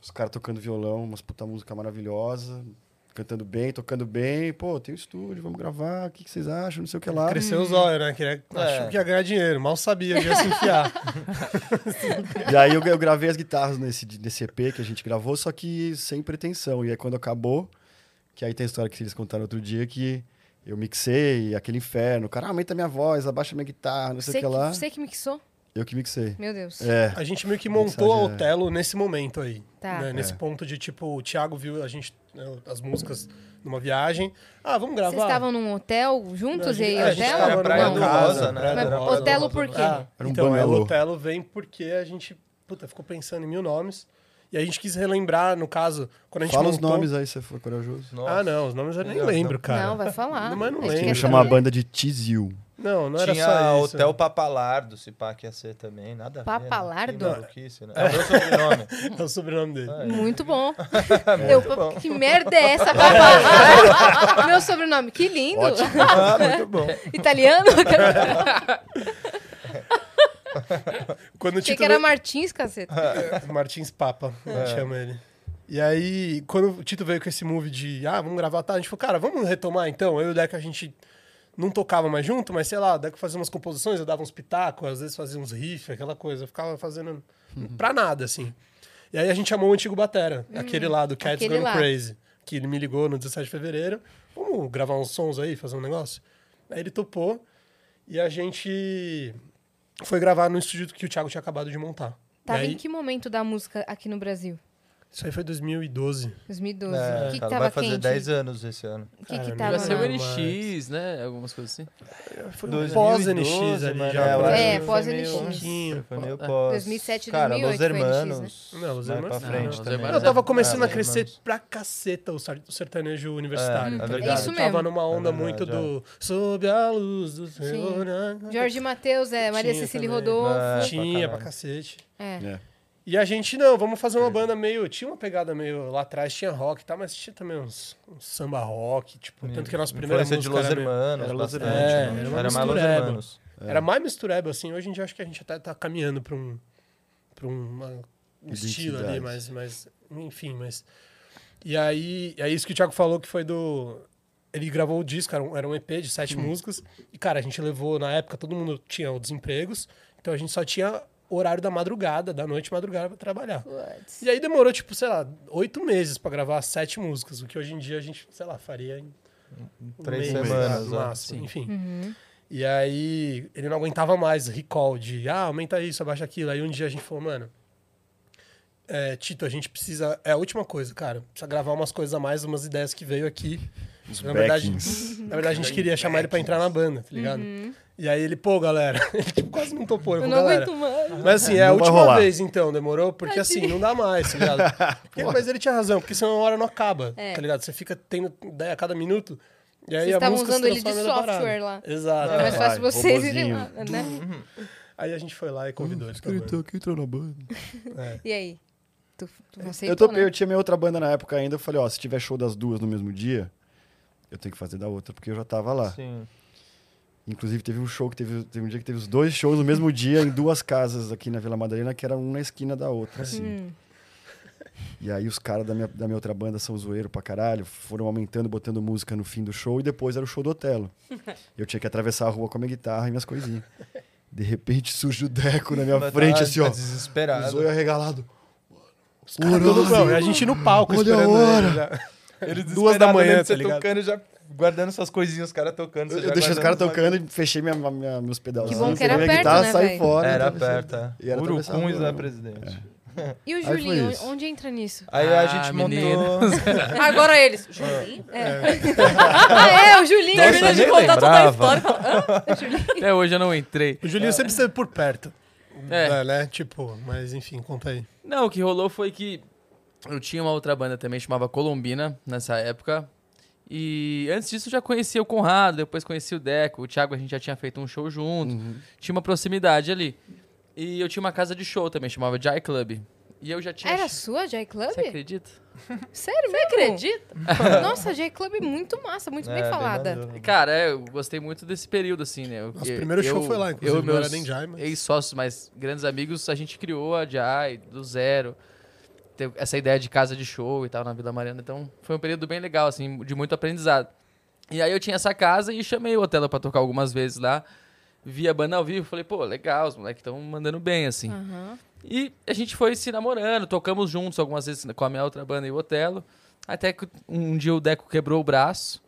Speaker 6: Os caras tocando violão, umas puta música maravilhosa. Cantando bem, tocando bem. Pô, tem um estúdio, vamos gravar, o que, que vocês acham, não sei o que lá.
Speaker 5: Cresceu os olhos, né? Queria, Achou que ia ganhar dinheiro, mal sabia que ia se enfiar.
Speaker 6: E aí eu, eu gravei as guitarras nesse, nesse EP que a gente gravou, só que sem pretensão. E aí quando acabou, que aí tem a história que eles contaram outro dia, que eu mixei aquele inferno. Cara, "Ah, aumenta minha voz, abaixa minha guitarra, não sei o
Speaker 2: Você
Speaker 6: que lá.
Speaker 2: que, você que mixou?
Speaker 6: Eu que mixei.
Speaker 2: Meu Deus.
Speaker 6: É,
Speaker 5: A gente meio que
Speaker 6: Mixagem
Speaker 5: montou a
Speaker 6: é-
Speaker 5: Otelo nesse momento aí.
Speaker 2: Tá.
Speaker 5: né? Nesse ponto de, tipo, o Thiago viu a gente, né, as músicas numa viagem. Ah, vamos gravar.
Speaker 2: Vocês estavam num hotel juntos e aí
Speaker 5: a gente
Speaker 2: hotel?
Speaker 5: tava
Speaker 3: Era
Speaker 5: numa
Speaker 3: É, Praia do
Speaker 2: Não.
Speaker 3: Rosa, né?
Speaker 5: Praia do
Speaker 3: Era
Speaker 5: Rosa.
Speaker 3: Praia do
Speaker 2: Otelo
Speaker 3: Rosa,
Speaker 2: por
Speaker 3: né?
Speaker 2: quê?
Speaker 5: Ah,
Speaker 6: Era um
Speaker 5: então, é, o
Speaker 6: bangalô.
Speaker 5: Otelo vem porque a gente, puta, ficou pensando em mil nomes. E a gente quis relembrar, no caso, quando a gente
Speaker 6: fala os
Speaker 5: montou...
Speaker 6: nomes aí, se você for corajoso.
Speaker 3: Nossa.
Speaker 5: Ah, não, os nomes eu nem
Speaker 3: Não,
Speaker 5: lembro, cara.
Speaker 2: Não, vai falar. é
Speaker 5: Não, mas não
Speaker 2: A gente
Speaker 5: lembro.
Speaker 2: quer
Speaker 6: Vou
Speaker 5: Vamos
Speaker 6: chamar a
Speaker 2: saber.
Speaker 6: banda de Tizil.
Speaker 5: Não, não era
Speaker 3: Tinha
Speaker 5: só isso.
Speaker 3: Hotel Papalardo, se pá que ia ser também, nada a ver, né? Que
Speaker 2: Papalardo?
Speaker 3: maluquice, né? É o meu sobrenome.
Speaker 5: É o sobrenome dele.
Speaker 2: Muito bom. Eu- que merda é essa, babá? Meu sobrenome, que lindo.
Speaker 6: Ótimo.
Speaker 3: ah, muito bom.
Speaker 2: Italiano?
Speaker 5: Quando o
Speaker 2: Achei que
Speaker 5: Tito
Speaker 2: era Martins, caceta.
Speaker 5: É, Martins Papa, né,
Speaker 2: É.
Speaker 5: chama ele. E aí, quando o Tito veio com esse move de, ah, vamos gravar, tá? A gente falou, cara, vamos retomar então. Eu e o Deco, a gente não tocava mais junto, mas sei lá, o Deco fazia umas composições, eu dava uns pitacos, às vezes fazia uns riffs, aquela coisa. Eu ficava fazendo pra nada, assim. E aí a gente chamou o antigo Batera, aquele lá do
Speaker 2: Hum,
Speaker 5: Cats
Speaker 2: aquele
Speaker 5: Gone
Speaker 2: lá.
Speaker 5: Crazy, que ele me ligou no 17 de fevereiro. Vamos gravar uns sons aí, fazer um negócio? Aí ele topou e a gente foi gravar no estúdio que o Thiago tinha acabado de montar.
Speaker 2: Tava
Speaker 5: e aí,
Speaker 2: em que momento da música aqui no Brasil?
Speaker 5: isso aí foi 2012.
Speaker 2: 2012.
Speaker 3: É,
Speaker 2: o que, que
Speaker 3: cara,
Speaker 2: tava
Speaker 3: vai fazer
Speaker 2: quente?
Speaker 3: 10 anos esse ano.
Speaker 2: O que, que
Speaker 5: Cara,
Speaker 2: tava
Speaker 4: Já
Speaker 5: Agora
Speaker 4: saiu
Speaker 5: não,
Speaker 4: o
Speaker 2: lá?
Speaker 4: NX, né? Algumas coisas assim.
Speaker 5: Foi um
Speaker 3: 2012,
Speaker 5: pós-NX ali
Speaker 3: mano,
Speaker 5: já.
Speaker 3: eu
Speaker 5: pra-
Speaker 3: acho
Speaker 2: É,
Speaker 3: que foi
Speaker 2: pós-NX.
Speaker 3: meio-
Speaker 5: Pouquinho.
Speaker 3: Foi meio
Speaker 4: É.
Speaker 3: pós.
Speaker 2: 2007,
Speaker 3: Cara,
Speaker 2: 2008
Speaker 3: Los
Speaker 2: foi NX,
Speaker 3: Hermanos.
Speaker 5: né? Não, Los
Speaker 3: mais
Speaker 5: Hermanos
Speaker 3: pra
Speaker 4: não.
Speaker 3: frente
Speaker 4: Los
Speaker 3: também.
Speaker 4: Hermanos
Speaker 5: Eu tava começando
Speaker 3: É,
Speaker 5: a crescer
Speaker 3: Los Hermanos.
Speaker 5: pra caceta o sar- o sertanejo universitário,
Speaker 3: É, é
Speaker 5: tá
Speaker 3: verdade.
Speaker 5: ligado?
Speaker 2: Isso mesmo.
Speaker 5: Tava numa onda
Speaker 3: É
Speaker 5: muito
Speaker 3: verdade,
Speaker 5: do Sob a luz do Senhor.
Speaker 2: Jorge Matheus, é, Maria
Speaker 5: Tinha
Speaker 2: Cecília
Speaker 5: também. né?
Speaker 2: Rodolfo.
Speaker 3: É.
Speaker 5: Tinha
Speaker 3: pra
Speaker 5: pra cacete.
Speaker 2: É.
Speaker 6: É.
Speaker 5: E a gente, não, vamos fazer uma banda meio. Tinha uma pegada meio. Lá atrás tinha rock e tal, mas tinha também uns, uns samba rock, tipo. Tanto que a nossa primeira música.
Speaker 3: Influência de Los
Speaker 5: era meio-
Speaker 3: Hermanos,
Speaker 5: era Los
Speaker 3: bastante.
Speaker 5: Hermanos. É,
Speaker 3: né?
Speaker 5: era uma
Speaker 3: era mais Los
Speaker 5: mistureba.
Speaker 3: Hermanos.
Speaker 5: É. Era mais mistureba, assim. Hoje em dia acho que a gente até tá caminhando pra um. pra uma- um estilo ali,
Speaker 6: Identidade.
Speaker 5: mas, mas. Enfim, mas. E aí. É isso que o Thiago falou que foi do. Ele gravou o disco, era um, era um EP de sete músicas. E, cara, a gente levou, na época, todo mundo tinha os empregos. Então a gente só tinha horário da madrugada, da noite madrugada pra trabalhar.
Speaker 2: Putz.
Speaker 5: E aí demorou, tipo, sei lá, oito meses pra gravar sete músicas, o que hoje em dia a gente, sei lá, faria em um
Speaker 3: Três
Speaker 5: mês,
Speaker 3: semanas,
Speaker 5: no
Speaker 3: né?
Speaker 5: máximo, enfim.
Speaker 2: Uhum.
Speaker 5: E aí ele não aguentava mais recall de, ah, aumenta isso, abaixa aquilo. Aí um dia a gente falou, mano, é, Tito, a gente precisa, é a última coisa, cara, precisa gravar umas coisas a mais, umas ideias que veio aqui.
Speaker 6: Os
Speaker 5: Na verdade,
Speaker 6: backings.
Speaker 5: Na verdade, a gente queria chamar ele pra entrar na banda, tá ligado? E aí ele, pô, galera, ele tipo, quase não topou. Ele
Speaker 2: Eu
Speaker 5: falou,
Speaker 2: Uhum. não
Speaker 5: galera,
Speaker 2: aguento mais.
Speaker 5: mas assim, é a
Speaker 6: Não vai
Speaker 5: última
Speaker 6: rolar.
Speaker 5: vez, então, demorou? Porque assim, não dá mais, tá ligado? Porque- mas ele tinha razão, porque senão uma hora não acaba, tá ligado? Você fica tendo ideia a cada minuto. E aí
Speaker 2: É. Vocês
Speaker 5: a
Speaker 2: estavam
Speaker 5: música se
Speaker 2: usando ele de
Speaker 5: transforma na parada. Ah,
Speaker 2: software lá.
Speaker 5: Exato.
Speaker 2: É mais
Speaker 6: Vai,
Speaker 2: fácil vocês irem lá,
Speaker 6: robozinho.
Speaker 2: né?
Speaker 5: Aí a gente foi lá e convidou ele. pra É. banda.
Speaker 6: aqui, entrou na banda.
Speaker 2: E aí? Tu, tu aceitou,
Speaker 6: Eu, topei,
Speaker 2: né?
Speaker 6: eu tinha minha outra banda na época ainda. Eu falei, ó, se tiver show das duas no mesmo dia, eu tenho que fazer da outra, porque eu já tava lá.
Speaker 3: Sim.
Speaker 6: Inclusive, teve um show que teve, teve um dia que teve os dois shows no mesmo dia em duas casas aqui na Vila Madalena, que era um na esquina da
Speaker 2: É.
Speaker 6: outra, assim.
Speaker 2: Hum.
Speaker 6: E aí os caras da minha, da minha outra banda são zoeiro pra caralho, foram aumentando, botando música no fim do show, e depois era o show do Otelo. Eu tinha que atravessar a rua com a minha guitarra e minhas coisinhas. De repente surge o Deco na minha
Speaker 3: Mas
Speaker 6: frente,
Speaker 3: tá-
Speaker 6: assim,
Speaker 3: tá
Speaker 6: ó.
Speaker 3: Desesperado.
Speaker 6: Os olhos arregalados.
Speaker 5: Os caras todos bravos, e a gente no palco
Speaker 6: Olha é a
Speaker 5: esperando
Speaker 6: hora.
Speaker 5: ele já.
Speaker 3: Ele
Speaker 5: Duas da
Speaker 3: desesperado,
Speaker 5: manhã,
Speaker 3: olhando
Speaker 5: tá
Speaker 3: você
Speaker 5: ligado?
Speaker 3: tocando, já guardando suas coisinhas, os caras tocando.
Speaker 6: Eu,
Speaker 3: você
Speaker 6: eu
Speaker 3: já
Speaker 6: deixei os caras
Speaker 3: guardando sua-
Speaker 6: tocando e fechei minha, minha- meus pedaços.
Speaker 2: bom que era
Speaker 6: minha
Speaker 2: perto,
Speaker 6: guitarra,
Speaker 2: né,
Speaker 6: saí
Speaker 2: velho?
Speaker 6: fora.
Speaker 3: Era
Speaker 6: atravessei.
Speaker 3: aperta.
Speaker 6: E era atravessar a
Speaker 3: Urucuns
Speaker 6: rua,
Speaker 3: da
Speaker 6: né?
Speaker 3: Presidente.
Speaker 2: E o
Speaker 6: foi
Speaker 2: Julinho,
Speaker 6: isso.
Speaker 2: onde entra nisso?
Speaker 3: Aí a gente
Speaker 4: menino.
Speaker 3: montou.
Speaker 1: Agora
Speaker 3: É.
Speaker 1: eles. Julinho?
Speaker 2: É. Ah, é, o Julinho.
Speaker 3: Nossa,
Speaker 1: Termina de
Speaker 3: nem
Speaker 1: contar toda a
Speaker 3: lembrava.
Speaker 1: história. e fala,
Speaker 4: Até hoje eu não entrei.
Speaker 5: O Julinho sempre esteve por perto.
Speaker 4: É.
Speaker 5: É. Né? Tipo, mas enfim, conta aí.
Speaker 4: Não, o que rolou foi que eu tinha uma outra banda também, chamava Colombina, nessa época. E antes disso eu já conhecia o Conrado, depois conheci o Deco, o Thiago a gente já tinha feito um show junto.
Speaker 6: Uhum.
Speaker 4: Tinha uma proximidade ali. E eu tinha uma casa de show também, chamava Jai Club. E eu já tinha.
Speaker 2: Era sua, Jay Club?
Speaker 4: Você acredita?
Speaker 2: Sério mesmo?
Speaker 1: Acredita?
Speaker 2: Nossa, Jay Club muito massa, muito
Speaker 3: É,
Speaker 2: bem
Speaker 3: bem
Speaker 2: falada.
Speaker 3: maduro.
Speaker 4: Cara, é, eu gostei muito desse período, assim, né? Eu-
Speaker 5: Nosso
Speaker 4: eu-
Speaker 5: primeiro show
Speaker 4: eu-
Speaker 5: foi lá, inclusive,
Speaker 4: Eu e
Speaker 5: não era
Speaker 4: meus
Speaker 5: nem Jai, mas-
Speaker 4: ex-sócios, mas grandes amigos, a gente criou a Jai do zero. Teve essa ideia de casa de show e tal na Vila Mariana. Então, foi um período bem legal, assim, de muito aprendizado. E aí eu tinha essa casa e chamei o Otelo pra tocar algumas vezes lá. Vi a banda ao vivo, falei, pô, legal, os moleques estão mandando bem, assim.
Speaker 2: Aham.
Speaker 4: E a gente foi se namorando, tocamos juntos algumas vezes com a minha outra banda e o Otelo. Até que um dia o Deco quebrou o braço,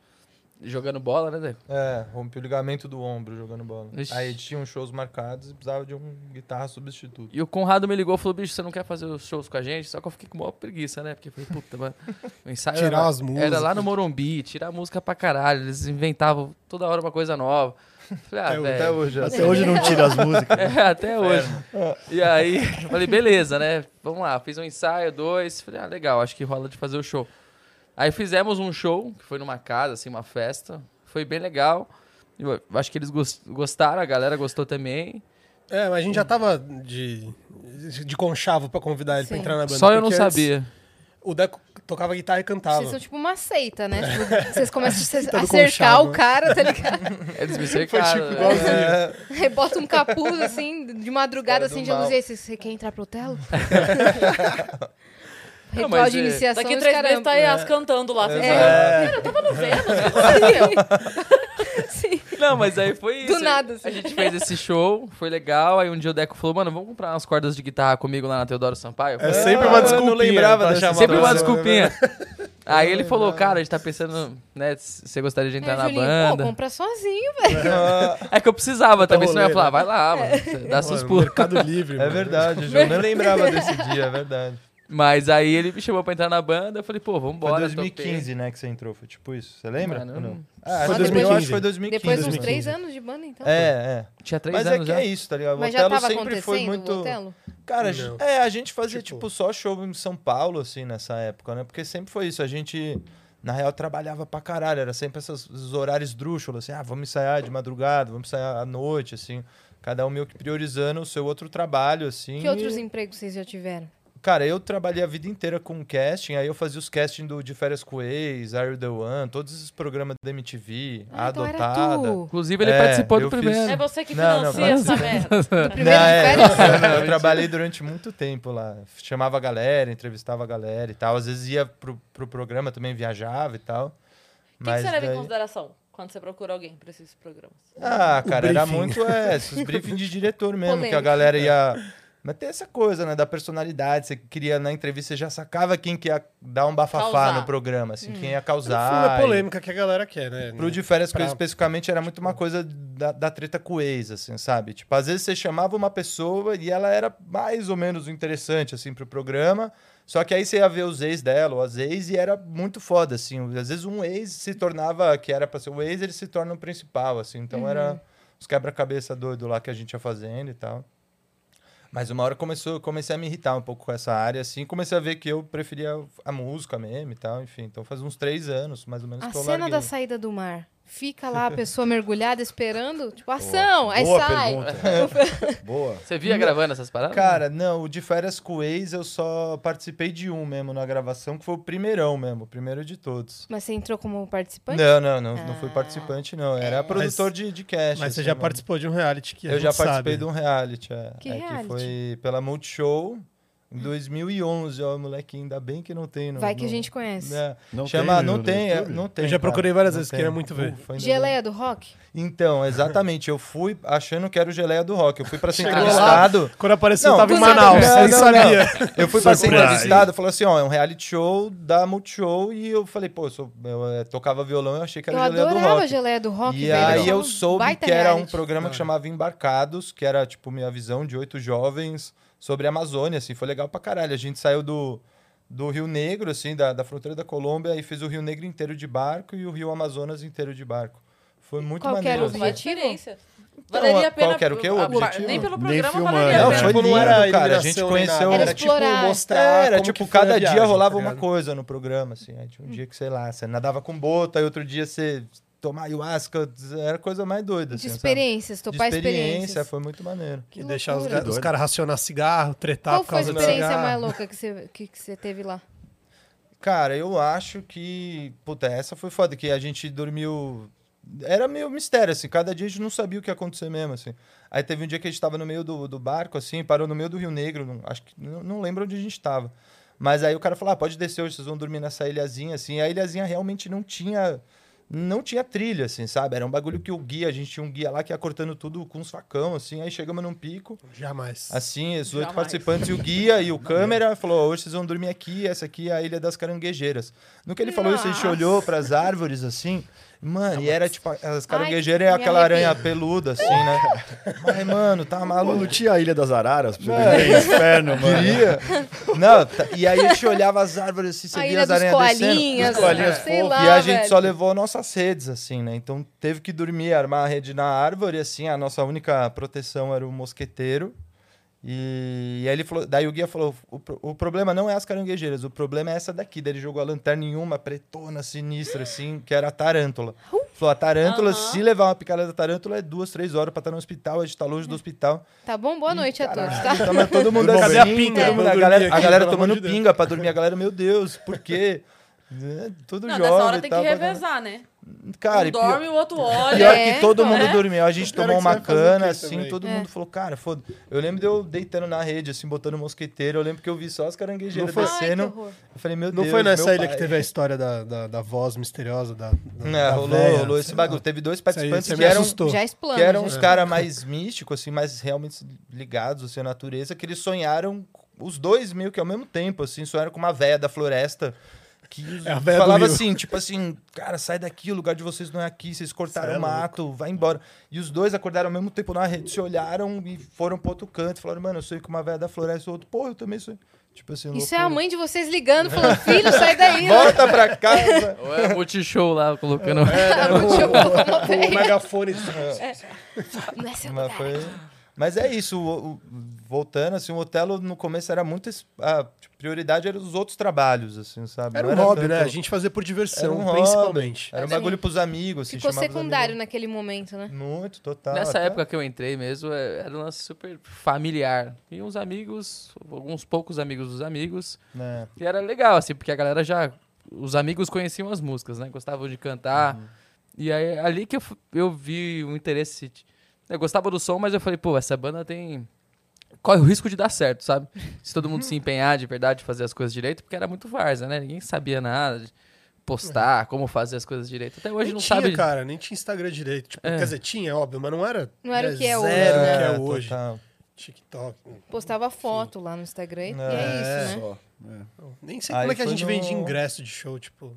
Speaker 4: jogando bola, né, Deco?
Speaker 3: É, rompi o ligamento do ombro jogando bola.
Speaker 4: Ixi.
Speaker 3: Aí tinham shows marcados e precisava de um guitarra substituto.
Speaker 4: E o Conrado me ligou e falou: bicho, você não quer fazer os shows com a gente? Só que eu fiquei com maior preguiça, né? Porque eu falei, puta, mano, o ensaio
Speaker 5: Tirar
Speaker 4: era,
Speaker 5: as músicas.
Speaker 4: era lá no Morumbi, tirar a música pra caralho. Eles inventavam toda hora uma coisa nova. Falei, ah,
Speaker 5: Até hoje,
Speaker 4: velho.
Speaker 3: Até hoje,
Speaker 6: Até hoje não tira as músicas.
Speaker 4: É, até hoje.
Speaker 5: É.
Speaker 4: E aí, eu falei, beleza, né? Vamos lá. Fiz um ensaio, dois. Falei, ah, legal, acho que rola de fazer o show. Aí fizemos um show, que foi numa casa, assim, uma festa. Foi bem legal. Eu acho que eles gos- gostaram, a galera gostou também.
Speaker 5: É, mas a gente já tava de, de conchavo pra convidar ele pra
Speaker 2: Sim.
Speaker 5: entrar na banda.
Speaker 4: Só eu não
Speaker 5: né? porque antes
Speaker 4: sabia.
Speaker 5: O Deco tocava guitarra e cantava.
Speaker 2: Vocês são tipo uma seita, né? Tipo, vocês começam a
Speaker 3: Tá
Speaker 2: se- a
Speaker 5: Todo
Speaker 2: cercar
Speaker 3: né?
Speaker 5: conchavo.
Speaker 2: o cara, tá ligado?
Speaker 4: Eles me
Speaker 5: tipo
Speaker 4: cercaram. né?
Speaker 3: É,
Speaker 2: Aí bota um capuz, assim, de madrugada,
Speaker 3: Cara do
Speaker 2: assim, de
Speaker 3: mal.
Speaker 2: luz. E aí, "Você- você quer entrar pro telo?
Speaker 4: Não,
Speaker 2: Ritual
Speaker 4: mas
Speaker 2: de
Speaker 4: é-
Speaker 2: iniciação
Speaker 1: Daqui
Speaker 2: dos
Speaker 1: três meses
Speaker 2: caramba.
Speaker 1: tá elas cantando lá. vocês sabem?
Speaker 3: é,
Speaker 2: Sim.
Speaker 4: Não, mas aí foi isso.
Speaker 2: Do nada, assim.
Speaker 4: A gente fez esse show, foi legal. Aí um dia o Deco falou, mano, vamos comprar umas cordas de guitarra comigo lá na Teodoro Sampaio. "Ah,
Speaker 5: É sempre uma
Speaker 3: eu não
Speaker 5: desculpinha.
Speaker 3: lembrava
Speaker 5: pra
Speaker 3: dessa
Speaker 5: chamar
Speaker 4: Sempre uma
Speaker 5: pra-
Speaker 4: desculpinha. Aí ele
Speaker 3: É,
Speaker 4: falou, cara, a gente tá pensando, né, se você gostaria de
Speaker 2: Aí,
Speaker 4: entrar na
Speaker 2: É, Julinho,
Speaker 4: banda.
Speaker 2: pô, compra sozinho,
Speaker 4: É que eu precisava
Speaker 5: Tá
Speaker 4: também, senão eu ia
Speaker 5: rolê,
Speaker 3: né?
Speaker 4: falar, vai lá,
Speaker 2: É.
Speaker 4: mano, você dá seus
Speaker 5: Mano,
Speaker 4: pulos.
Speaker 5: Mercado Livre.
Speaker 3: é
Speaker 5: mano.
Speaker 3: verdade, Ju. Eu nem lembrava desse dia, é verdade.
Speaker 4: Mas aí ele me chamou pra entrar na banda, eu falei, pô,
Speaker 3: Foi
Speaker 4: vambora.
Speaker 3: 2015, né, que você entrou. Foi tipo isso. Você lembra?
Speaker 4: Mano,
Speaker 3: Ou
Speaker 4: eu não-
Speaker 3: não? Ah,
Speaker 5: Foi
Speaker 3: acho que- Eu acho que
Speaker 5: 2015.
Speaker 3: foi 2015.
Speaker 2: Depois uns
Speaker 5: 2015.
Speaker 2: três anos de banda, então.
Speaker 3: É, é.
Speaker 4: topei. Tinha três
Speaker 3: Mas é
Speaker 4: anos
Speaker 3: que
Speaker 4: já.
Speaker 3: é isso, tá ligado?
Speaker 2: Mas
Speaker 3: o
Speaker 2: já
Speaker 3: Otelo
Speaker 2: tava
Speaker 3: sempre
Speaker 2: acontecendo
Speaker 3: foi
Speaker 2: o
Speaker 3: muito.
Speaker 2: Otelo?
Speaker 3: Cara,
Speaker 5: Não.
Speaker 3: é, a gente fazia,
Speaker 5: Tipo-
Speaker 3: tipo, só show em São Paulo, assim, nessa época, né? Porque sempre foi isso. A gente, na real, trabalhava pra caralho. Era sempre essas- esses horários drúxulos, assim, ah, vamos ensaiar de madrugada, vamos ensaiar à noite, assim. Cada um meio que priorizando o seu outro trabalho, assim.
Speaker 2: Que outros
Speaker 3: e-
Speaker 2: empregos vocês já tiveram?
Speaker 3: Cara, eu trabalhei a vida inteira com casting, aí eu fazia os castings do De Férias com o Ex, Are You The One, todos esses programas da MTV, a
Speaker 2: Ah, então era
Speaker 3: Adotada.
Speaker 2: tu.
Speaker 4: Inclusive, ele
Speaker 3: É,
Speaker 4: participou do
Speaker 3: eu fiz-
Speaker 4: primeiro.
Speaker 1: É você que
Speaker 3: Não, não,
Speaker 1: financia essa merda.
Speaker 2: Do primeiro
Speaker 3: Não,
Speaker 2: de
Speaker 3: é,
Speaker 2: férias?
Speaker 3: eu- eu trabalhei durante muito tempo lá. Chamava a galera, entrevistava a galera e tal. Às vezes ia pro, pro programa também, viajava e tal.
Speaker 1: O que, que você leva em
Speaker 3: daí-
Speaker 1: consideração quando você procura alguém para esses programas?
Speaker 3: Ah,
Speaker 5: O
Speaker 3: cara, era
Speaker 5: briefing.
Speaker 3: muito é, esses briefings de diretor mesmo, que a
Speaker 2: Polêmico.
Speaker 3: galera ia. Mas tem essa coisa, né, da personalidade. Você queria, na entrevista, você já sacava quem que ia dar um bafafá
Speaker 1: Causar. Hum.
Speaker 3: no programa, assim, quem ia
Speaker 5: No fundo,
Speaker 3: causar.
Speaker 5: é polêmica que a galera quer, né?
Speaker 3: E Pro de férias com
Speaker 5: Pra- Tipo-
Speaker 3: ex, especificamente era muito uma coisa da, da treta com o ex, assim, sabe? Tipo, às vezes você chamava uma pessoa e ela era mais ou menos interessante, assim, pro programa. Só que aí você ia ver os ex dela ou as ex e era muito foda, assim. Às vezes um ex se tornava, que era pra ser o ex, ele se torna o principal, assim. Então
Speaker 2: Uhum.
Speaker 3: era os quebra-cabeça doido lá que a gente ia fazendo e tal. Mas uma hora começou, eu comecei a me irritar um pouco com essa área, assim. Comecei a ver que eu preferia a música mesmo e tal, enfim. Então faz uns três anos, mais ou menos,
Speaker 2: A
Speaker 3: que eu
Speaker 2: cena
Speaker 3: larguei.
Speaker 2: da saída do mar. Fica lá a pessoa mergulhada esperando, tipo, ação, aí
Speaker 6: Boa
Speaker 2: sai.
Speaker 6: pergunta. Boa.
Speaker 4: Você via gravando essas paradas?
Speaker 3: Cara, não, o de férias com o ex eu só participei de um mesmo na gravação, que foi o primeirão mesmo, o primeiro de todos.
Speaker 2: Mas você entrou como participante?
Speaker 3: Não, não, não, não fui
Speaker 2: Ah.
Speaker 3: participante, não. Era produtor de, de cast.
Speaker 5: Mas você
Speaker 3: assim,
Speaker 5: já
Speaker 3: mano.
Speaker 5: participou de um reality que a
Speaker 3: Eu já
Speaker 5: gente sabe.
Speaker 3: participei de um reality, é.
Speaker 2: Que
Speaker 3: é,
Speaker 2: reality?
Speaker 3: foi pela Multishow em 2011, ó, moleque, ainda bem que não tem. No,
Speaker 2: Vai que a
Speaker 3: no-
Speaker 2: gente conhece.
Speaker 3: né?
Speaker 6: Não
Speaker 3: Chama,
Speaker 6: tem no-
Speaker 3: não
Speaker 6: no
Speaker 3: tem, é,
Speaker 6: YouTube?
Speaker 3: não tem.
Speaker 5: já
Speaker 3: cara,
Speaker 5: procurei várias
Speaker 3: não
Speaker 5: vezes,
Speaker 3: tem.
Speaker 5: queria muito ver.
Speaker 3: Ufa, ainda bem.
Speaker 2: Geleia do rock?
Speaker 3: Então, exatamente, eu fui achando que era o Geleia do Rock. Eu fui pra ser
Speaker 5: Chegou lá,
Speaker 3: entrevistado.
Speaker 5: Quando apareceu,
Speaker 3: um Não,
Speaker 5: eu tava em
Speaker 2: do nada.
Speaker 5: Manaus.
Speaker 3: Não,
Speaker 5: Ele
Speaker 3: não,
Speaker 5: sabia.
Speaker 3: Eu fui pra ser
Speaker 5: Surprise.
Speaker 3: entrevistado, falou assim, ó, é um reality show da Multishow, e eu falei, pô, eu, sou- eu, eh, tocava violão e eu achei que
Speaker 2: Eu,
Speaker 3: era Geleia do
Speaker 2: adorava
Speaker 3: Rock.
Speaker 2: a geleia do rock.
Speaker 3: E
Speaker 2: velho,
Speaker 3: aí
Speaker 2: achava
Speaker 3: eu
Speaker 2: um
Speaker 3: soube
Speaker 2: baita
Speaker 3: que era um
Speaker 2: reality.
Speaker 3: programa que chamava Embarcados, que era, tipo, minha visão de oito jovens sobre a Amazônia, assim, foi legal pra caralho. A gente saiu do, do Rio Negro, assim, da, da fronteira da Colômbia, e fez o Rio Negro inteiro de barco e o Rio Amazonas inteiro de barco. Foi muito
Speaker 2: qual que
Speaker 3: maneiro.
Speaker 2: era o
Speaker 3: assim.
Speaker 1: Vai
Speaker 2: objetivo?
Speaker 1: experiência.
Speaker 3: Então,
Speaker 1: valeria a
Speaker 3: qual
Speaker 1: pena.
Speaker 3: que era o quê? O
Speaker 1: a-
Speaker 3: objetivo?
Speaker 1: Nem pelo
Speaker 6: Nem
Speaker 1: programa
Speaker 6: filmando.
Speaker 1: valeria a
Speaker 3: tipo, Não,
Speaker 1: pena.
Speaker 3: foi lindo, cara. A gente
Speaker 5: eliminação nem nada,
Speaker 3: conheceu...
Speaker 2: Era
Speaker 5: Era tipo
Speaker 2: explorar.
Speaker 5: mostrar
Speaker 3: era,
Speaker 5: como
Speaker 3: tipo,
Speaker 5: que foi a
Speaker 3: cada dia
Speaker 5: viagem,
Speaker 3: rolava
Speaker 5: tá
Speaker 3: uma
Speaker 5: ligado?
Speaker 3: coisa no programa, assim. Aí tinha um dia que, sei lá, você nadava com bota, aí outro dia você tomava ayahuasca, era a coisa mais doida,
Speaker 2: De
Speaker 3: assim, sabe?
Speaker 2: experiências,
Speaker 3: De
Speaker 2: topar
Speaker 3: experiência,
Speaker 2: experiências.
Speaker 3: foi muito maneiro.
Speaker 5: Que deixar os,
Speaker 2: loucura.
Speaker 5: ga- os caras racionar cigarro, tretar
Speaker 2: Qual
Speaker 5: por
Speaker 2: foi a
Speaker 5: causa do
Speaker 2: experiência
Speaker 5: cigarro.
Speaker 2: mais louca que você, que, que você teve lá?
Speaker 3: Cara, eu acho que... Puta, essa foi foda, que a gente dormiu... Era meio mistério, assim. Cada dia a gente não sabia o que ia acontecer mesmo, assim. Aí teve um dia que a gente tava no meio do, do barco, assim, parou no meio do Rio Negro, não, acho que... Não, não lembro onde a gente tava. Mas aí o cara falou, ah, pode descer hoje, vocês vão dormir nessa ilhazinha, assim. E a ilhazinha realmente não tinha... Não tinha trilha, assim, sabe? Era um bagulho que o guia, a gente tinha um guia lá que ia cortando tudo com uns facão, assim. Aí chegamos num pico,
Speaker 5: Jamais.
Speaker 3: Assim, os oito
Speaker 1: Jamais.
Speaker 3: participantes e o guia e o câmera falou: hoje vocês vão dormir aqui, essa aqui é a Ilha das Caranguejeiras. No que ele falou isso, a gente
Speaker 2: Nossa.
Speaker 3: olhou para as árvores assim. Mano, e era tipo, as caranguejeiras
Speaker 2: me
Speaker 3: é aquela
Speaker 2: arrepio.
Speaker 3: aranha peluda, assim, né? Mas, mano, tá
Speaker 6: Pô, não
Speaker 3: maluco.
Speaker 6: tinha a Ilha das Araras? Pra você ver? inferno, mano.
Speaker 3: Queria. Não, tá- e aí a gente olhava as árvores assim, você
Speaker 2: a
Speaker 3: via
Speaker 2: ilha
Speaker 3: as
Speaker 2: dos
Speaker 3: aranhas descendo.
Speaker 2: coalinhas,
Speaker 6: coalinhas
Speaker 2: sei
Speaker 6: fofas.
Speaker 2: lá,
Speaker 3: E a gente
Speaker 2: velho.
Speaker 3: só levou nossas redes, assim, né? Então teve que dormir, armar a rede na árvore, assim, a nossa única proteção era o mosqueteiro. E, e aí ele falou, daí o guia falou: o, pro- o problema não é as caranguejeiras, o problema é essa daqui. Daí ele jogou a lanterna em uma pretona sinistra, assim, que era a tarântula. Falou: a tarântula,
Speaker 1: Aham.
Speaker 3: se levar uma picada da tarântula, é duas, três horas pra estar no hospital, a gente tá longe do hospital.
Speaker 2: Tá bom? Boa
Speaker 3: Ih,
Speaker 2: noite a todos, tá?
Speaker 3: caralho, tava todo mundo
Speaker 5: Cadê
Speaker 3: assim,
Speaker 5: a pinga?
Speaker 1: É.
Speaker 3: todo mundo- a
Speaker 5: Vamos
Speaker 3: galera,
Speaker 5: dormir
Speaker 3: a
Speaker 5: aqui, pelo
Speaker 3: galera
Speaker 5: amor
Speaker 3: tomando
Speaker 5: de Deus.
Speaker 3: pinga pra dormir. A galera, meu Deus, por quê? É, Tudo
Speaker 1: Não,
Speaker 3: jovem
Speaker 1: nessa hora
Speaker 3: e
Speaker 1: tem que
Speaker 3: tal, pra caralho.
Speaker 1: revezar, né?
Speaker 3: tá, Cara,
Speaker 1: um
Speaker 3: e pior,
Speaker 1: dorme, o outro olha.
Speaker 3: pior
Speaker 2: É,
Speaker 3: que todo
Speaker 1: então,
Speaker 3: mundo
Speaker 1: né?
Speaker 3: dormiu. A gente
Speaker 5: Pior é
Speaker 3: tomou
Speaker 5: que você
Speaker 3: uma
Speaker 5: vai fazer o
Speaker 3: cana,
Speaker 5: quê
Speaker 3: assim,
Speaker 5: também?
Speaker 3: todo
Speaker 2: É.
Speaker 3: mundo falou, cara, foda. Eu lembro de eu deitando na rede, assim, botando mosqueteiro. Eu lembro que eu vi só as
Speaker 5: Não
Speaker 3: caranguejeiras
Speaker 5: foi-
Speaker 2: Ai, que
Speaker 3: descendo.
Speaker 2: horror.
Speaker 3: Eu falei, meu
Speaker 5: Não
Speaker 3: Deus.
Speaker 5: foi nessa
Speaker 3: meu
Speaker 5: ilha
Speaker 3: pai.
Speaker 5: que teve a história da, da, da voz misteriosa da. da,
Speaker 3: É,
Speaker 5: da
Speaker 3: rolou,
Speaker 5: véia,
Speaker 3: rolou esse
Speaker 5: sei lá.
Speaker 3: bagulho. Teve dois
Speaker 5: Isso aí-
Speaker 3: participantes
Speaker 5: isso aí
Speaker 3: que
Speaker 5: me
Speaker 3: eram
Speaker 5: assustou.
Speaker 2: Já explana.
Speaker 3: que eram uns
Speaker 2: já.
Speaker 3: caras mais místicos, assim, mais realmente ligados assim, à natureza, que eles sonharam, os dois meio que ao mesmo tempo, assim, sonharam com uma véia da floresta. Que os-
Speaker 5: É a véia do
Speaker 3: falava
Speaker 5: Rio.
Speaker 3: assim, tipo assim, cara, sai daqui, o lugar de vocês não é aqui, vocês cortaram
Speaker 5: Cê é
Speaker 3: o mato, vai embora. E os dois acordaram ao mesmo tempo na rede, se olharam e foram pro outro canto, falaram, mano, eu sonhei com uma véia da floresta, o outro, pô, eu também sonhei. Tipo assim,
Speaker 2: Isso é a
Speaker 3: loucura.
Speaker 2: mãe de vocês ligando, falando, filho, sai daí.
Speaker 3: Volta pra casa! né?
Speaker 4: Ou é multishow lá,
Speaker 3: é,
Speaker 4: colocando...
Speaker 2: Não,
Speaker 5: Com o megafone. né?
Speaker 2: Não é seu
Speaker 3: Mas
Speaker 2: lugar.
Speaker 3: foi, Mas é isso, o- o- voltando, assim, o Otelo no começo era muito. es- A prioridade era os outros trabalhos, assim, sabe?
Speaker 5: Era
Speaker 3: Não
Speaker 5: um hobby,
Speaker 3: tanto-
Speaker 5: né? A gente fazia por
Speaker 3: Era
Speaker 5: diversão,
Speaker 3: um hobby,
Speaker 5: principalmente.
Speaker 3: Era um
Speaker 2: Mas é um-
Speaker 3: bagulho pros amigos, assim,
Speaker 2: Ficou
Speaker 3: chamava os
Speaker 2: secundário naquele momento, né?
Speaker 3: amigos. Muito,
Speaker 5: Ah,
Speaker 3: total.
Speaker 4: Nessa
Speaker 5: tá.
Speaker 3: até-
Speaker 4: época que eu entrei mesmo, é- era um lance super familiar. E uns amigos, alguns poucos amigos dos amigos.
Speaker 3: né?
Speaker 4: E era legal, assim, porque a galera já. Os amigos conheciam as músicas, né? Gostavam de cantar.
Speaker 5: Uhum.
Speaker 4: E aí, ali que eu, fu- eu vi o interesse. de- Eu gostava do som, mas eu falei, pô, essa banda tem. Corre o risco de dar certo, sabe? Se todo mundo se empenhar de verdade, fazer as coisas direito, porque era muito varza, né? Ninguém sabia nada de postar, como fazer as coisas direito. Até hoje
Speaker 5: nem
Speaker 4: não
Speaker 5: tinha,
Speaker 4: sabe.
Speaker 5: cara, nem tinha Instagram direito. Tipo,
Speaker 4: É.
Speaker 5: Quer dizer, tinha, óbvio, mas não era.
Speaker 2: Não era o que é
Speaker 5: zero
Speaker 2: hoje,
Speaker 5: o que é
Speaker 3: É,
Speaker 5: hoje.
Speaker 3: total.
Speaker 5: TikTok. né?
Speaker 2: Postava foto lá no Instagram e- e é
Speaker 3: É.
Speaker 2: isso, né?
Speaker 6: Só. É.
Speaker 5: não. Nem sei
Speaker 3: Aí
Speaker 5: como é que a
Speaker 3: foi
Speaker 5: gente
Speaker 3: no-
Speaker 5: vendia ingresso de show, tipo.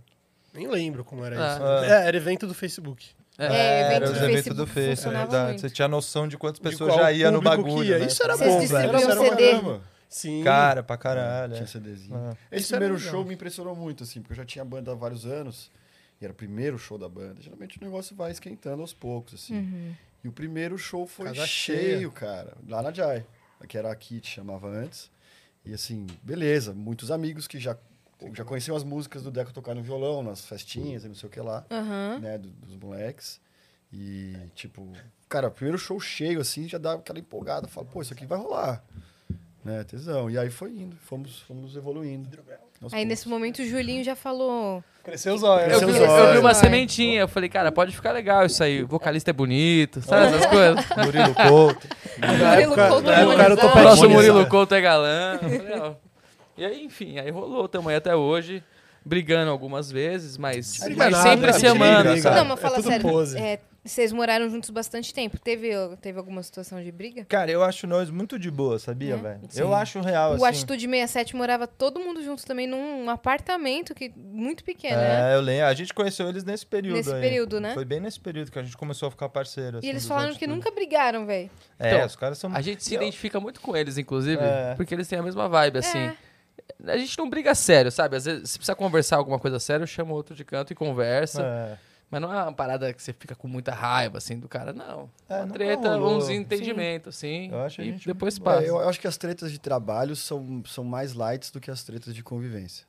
Speaker 5: Nem lembro como era
Speaker 4: Ah.
Speaker 5: isso.
Speaker 3: Ah.
Speaker 5: É, era evento do Facebook.
Speaker 2: É, evento
Speaker 3: Era
Speaker 2: do
Speaker 3: os eventos
Speaker 2: Facebook
Speaker 3: do Face, é
Speaker 2: funcionava
Speaker 3: verdade.
Speaker 2: muito.
Speaker 3: Você tinha noção de quantas
Speaker 5: De
Speaker 3: pessoas
Speaker 5: qual
Speaker 3: já iam no
Speaker 5: público que
Speaker 3: bagulho.
Speaker 5: ia.
Speaker 3: né?
Speaker 5: Isso era
Speaker 2: Vocês
Speaker 5: bom,
Speaker 2: distribuíam
Speaker 6: um
Speaker 5: velho. Isso era uma
Speaker 2: CD.
Speaker 5: grana. Sim.
Speaker 3: Cara, pra caralho.
Speaker 6: Tinha
Speaker 3: é.
Speaker 6: CDzinho.
Speaker 3: Ah.
Speaker 6: um Esse
Speaker 5: Isso era
Speaker 6: primeiro
Speaker 5: legal.
Speaker 6: show me impressionou muito, assim, porque eu já tinha banda há vários anos. E era o primeiro show da banda. Geralmente o negócio vai esquentando aos poucos, assim. E o primeiro show foi
Speaker 5: Casa
Speaker 6: cheio,
Speaker 5: cheia.
Speaker 6: cara. Lá na Jai, que era a Kit, chamava antes. E assim, beleza. Muitos amigos que já, já conheciam as músicas do Deco tocar no violão, nas festinhas e não sei o que lá,
Speaker 2: Aham.
Speaker 6: né? do- dos moleques. E, tipo, cara, primeiro show cheio, assim, já dá aquela empolgada. Fala, pô, isso aqui vai rolar. Né, tesão. E aí foi indo, fomos, fomos evoluindo. aos
Speaker 2: Aí nesse
Speaker 6: poucos.
Speaker 2: momento o Julinho já falou.
Speaker 5: Cresceu os olhos.
Speaker 4: É,
Speaker 5: né?
Speaker 4: Eu vi,
Speaker 6: Seus
Speaker 4: eu vi
Speaker 6: olhos.
Speaker 4: uma
Speaker 2: Vai.
Speaker 4: sementinha, eu falei, cara, pode ficar legal isso aí. O vocalista é bonito, sabe essas coisas?
Speaker 3: Murilo Couto.
Speaker 5: Na época,
Speaker 2: Couto
Speaker 5: na época era o
Speaker 2: harmonizando.
Speaker 4: O nosso
Speaker 5: Topagone.
Speaker 4: Murilo Couto é galã. Eu falei, ó. E aí, enfim, aí rolou, tamo aí até hoje, brigando algumas vezes, mas,
Speaker 5: Briga
Speaker 4: mas
Speaker 5: nada,
Speaker 4: sempre se
Speaker 5: briga,
Speaker 4: amando,
Speaker 5: briga.
Speaker 4: sabe?
Speaker 2: Não, mas
Speaker 5: É
Speaker 2: fala
Speaker 5: tudo
Speaker 2: sério.
Speaker 5: pose.
Speaker 2: é, vocês moraram juntos bastante tempo. Teve, teve alguma situação de briga?
Speaker 3: Cara, eu acho nós muito de boa, sabia,
Speaker 2: É?
Speaker 3: velho?
Speaker 4: Sim.
Speaker 3: Eu acho real,
Speaker 2: O
Speaker 3: assim.
Speaker 2: Atitude 67 morava todo mundo junto também num apartamento que muito pequeno, né?
Speaker 3: É, eu lembro. A gente conheceu eles nesse período
Speaker 2: Nesse
Speaker 3: aí.
Speaker 2: período, né?
Speaker 3: Foi bem nesse período que a gente começou a ficar parceiro. assim,
Speaker 2: E eles
Speaker 3: dos
Speaker 2: falaram que
Speaker 3: atitudes.
Speaker 2: nunca brigaram, velho.
Speaker 3: É,
Speaker 4: Então,
Speaker 3: os caras são...
Speaker 4: A gente se
Speaker 3: Eu-
Speaker 4: identifica muito com eles, inclusive,
Speaker 3: É.
Speaker 4: porque eles têm a mesma vibe, assim. A gente não briga sério, sabe? Às vezes, se precisa conversar alguma coisa séria, eu chamo outro de canto e conversa.
Speaker 3: É.
Speaker 4: Mas não é uma parada que você fica com muita raiva, assim, do cara, não.
Speaker 3: É,
Speaker 4: uma
Speaker 3: nunca
Speaker 4: treta,
Speaker 3: rolou.
Speaker 4: uns entendimentos, assim.
Speaker 3: Eu acho a
Speaker 4: e
Speaker 3: gente
Speaker 4: depois passa.
Speaker 6: É, eu acho que as tretas de trabalho são, são mais light do que as tretas de convivência.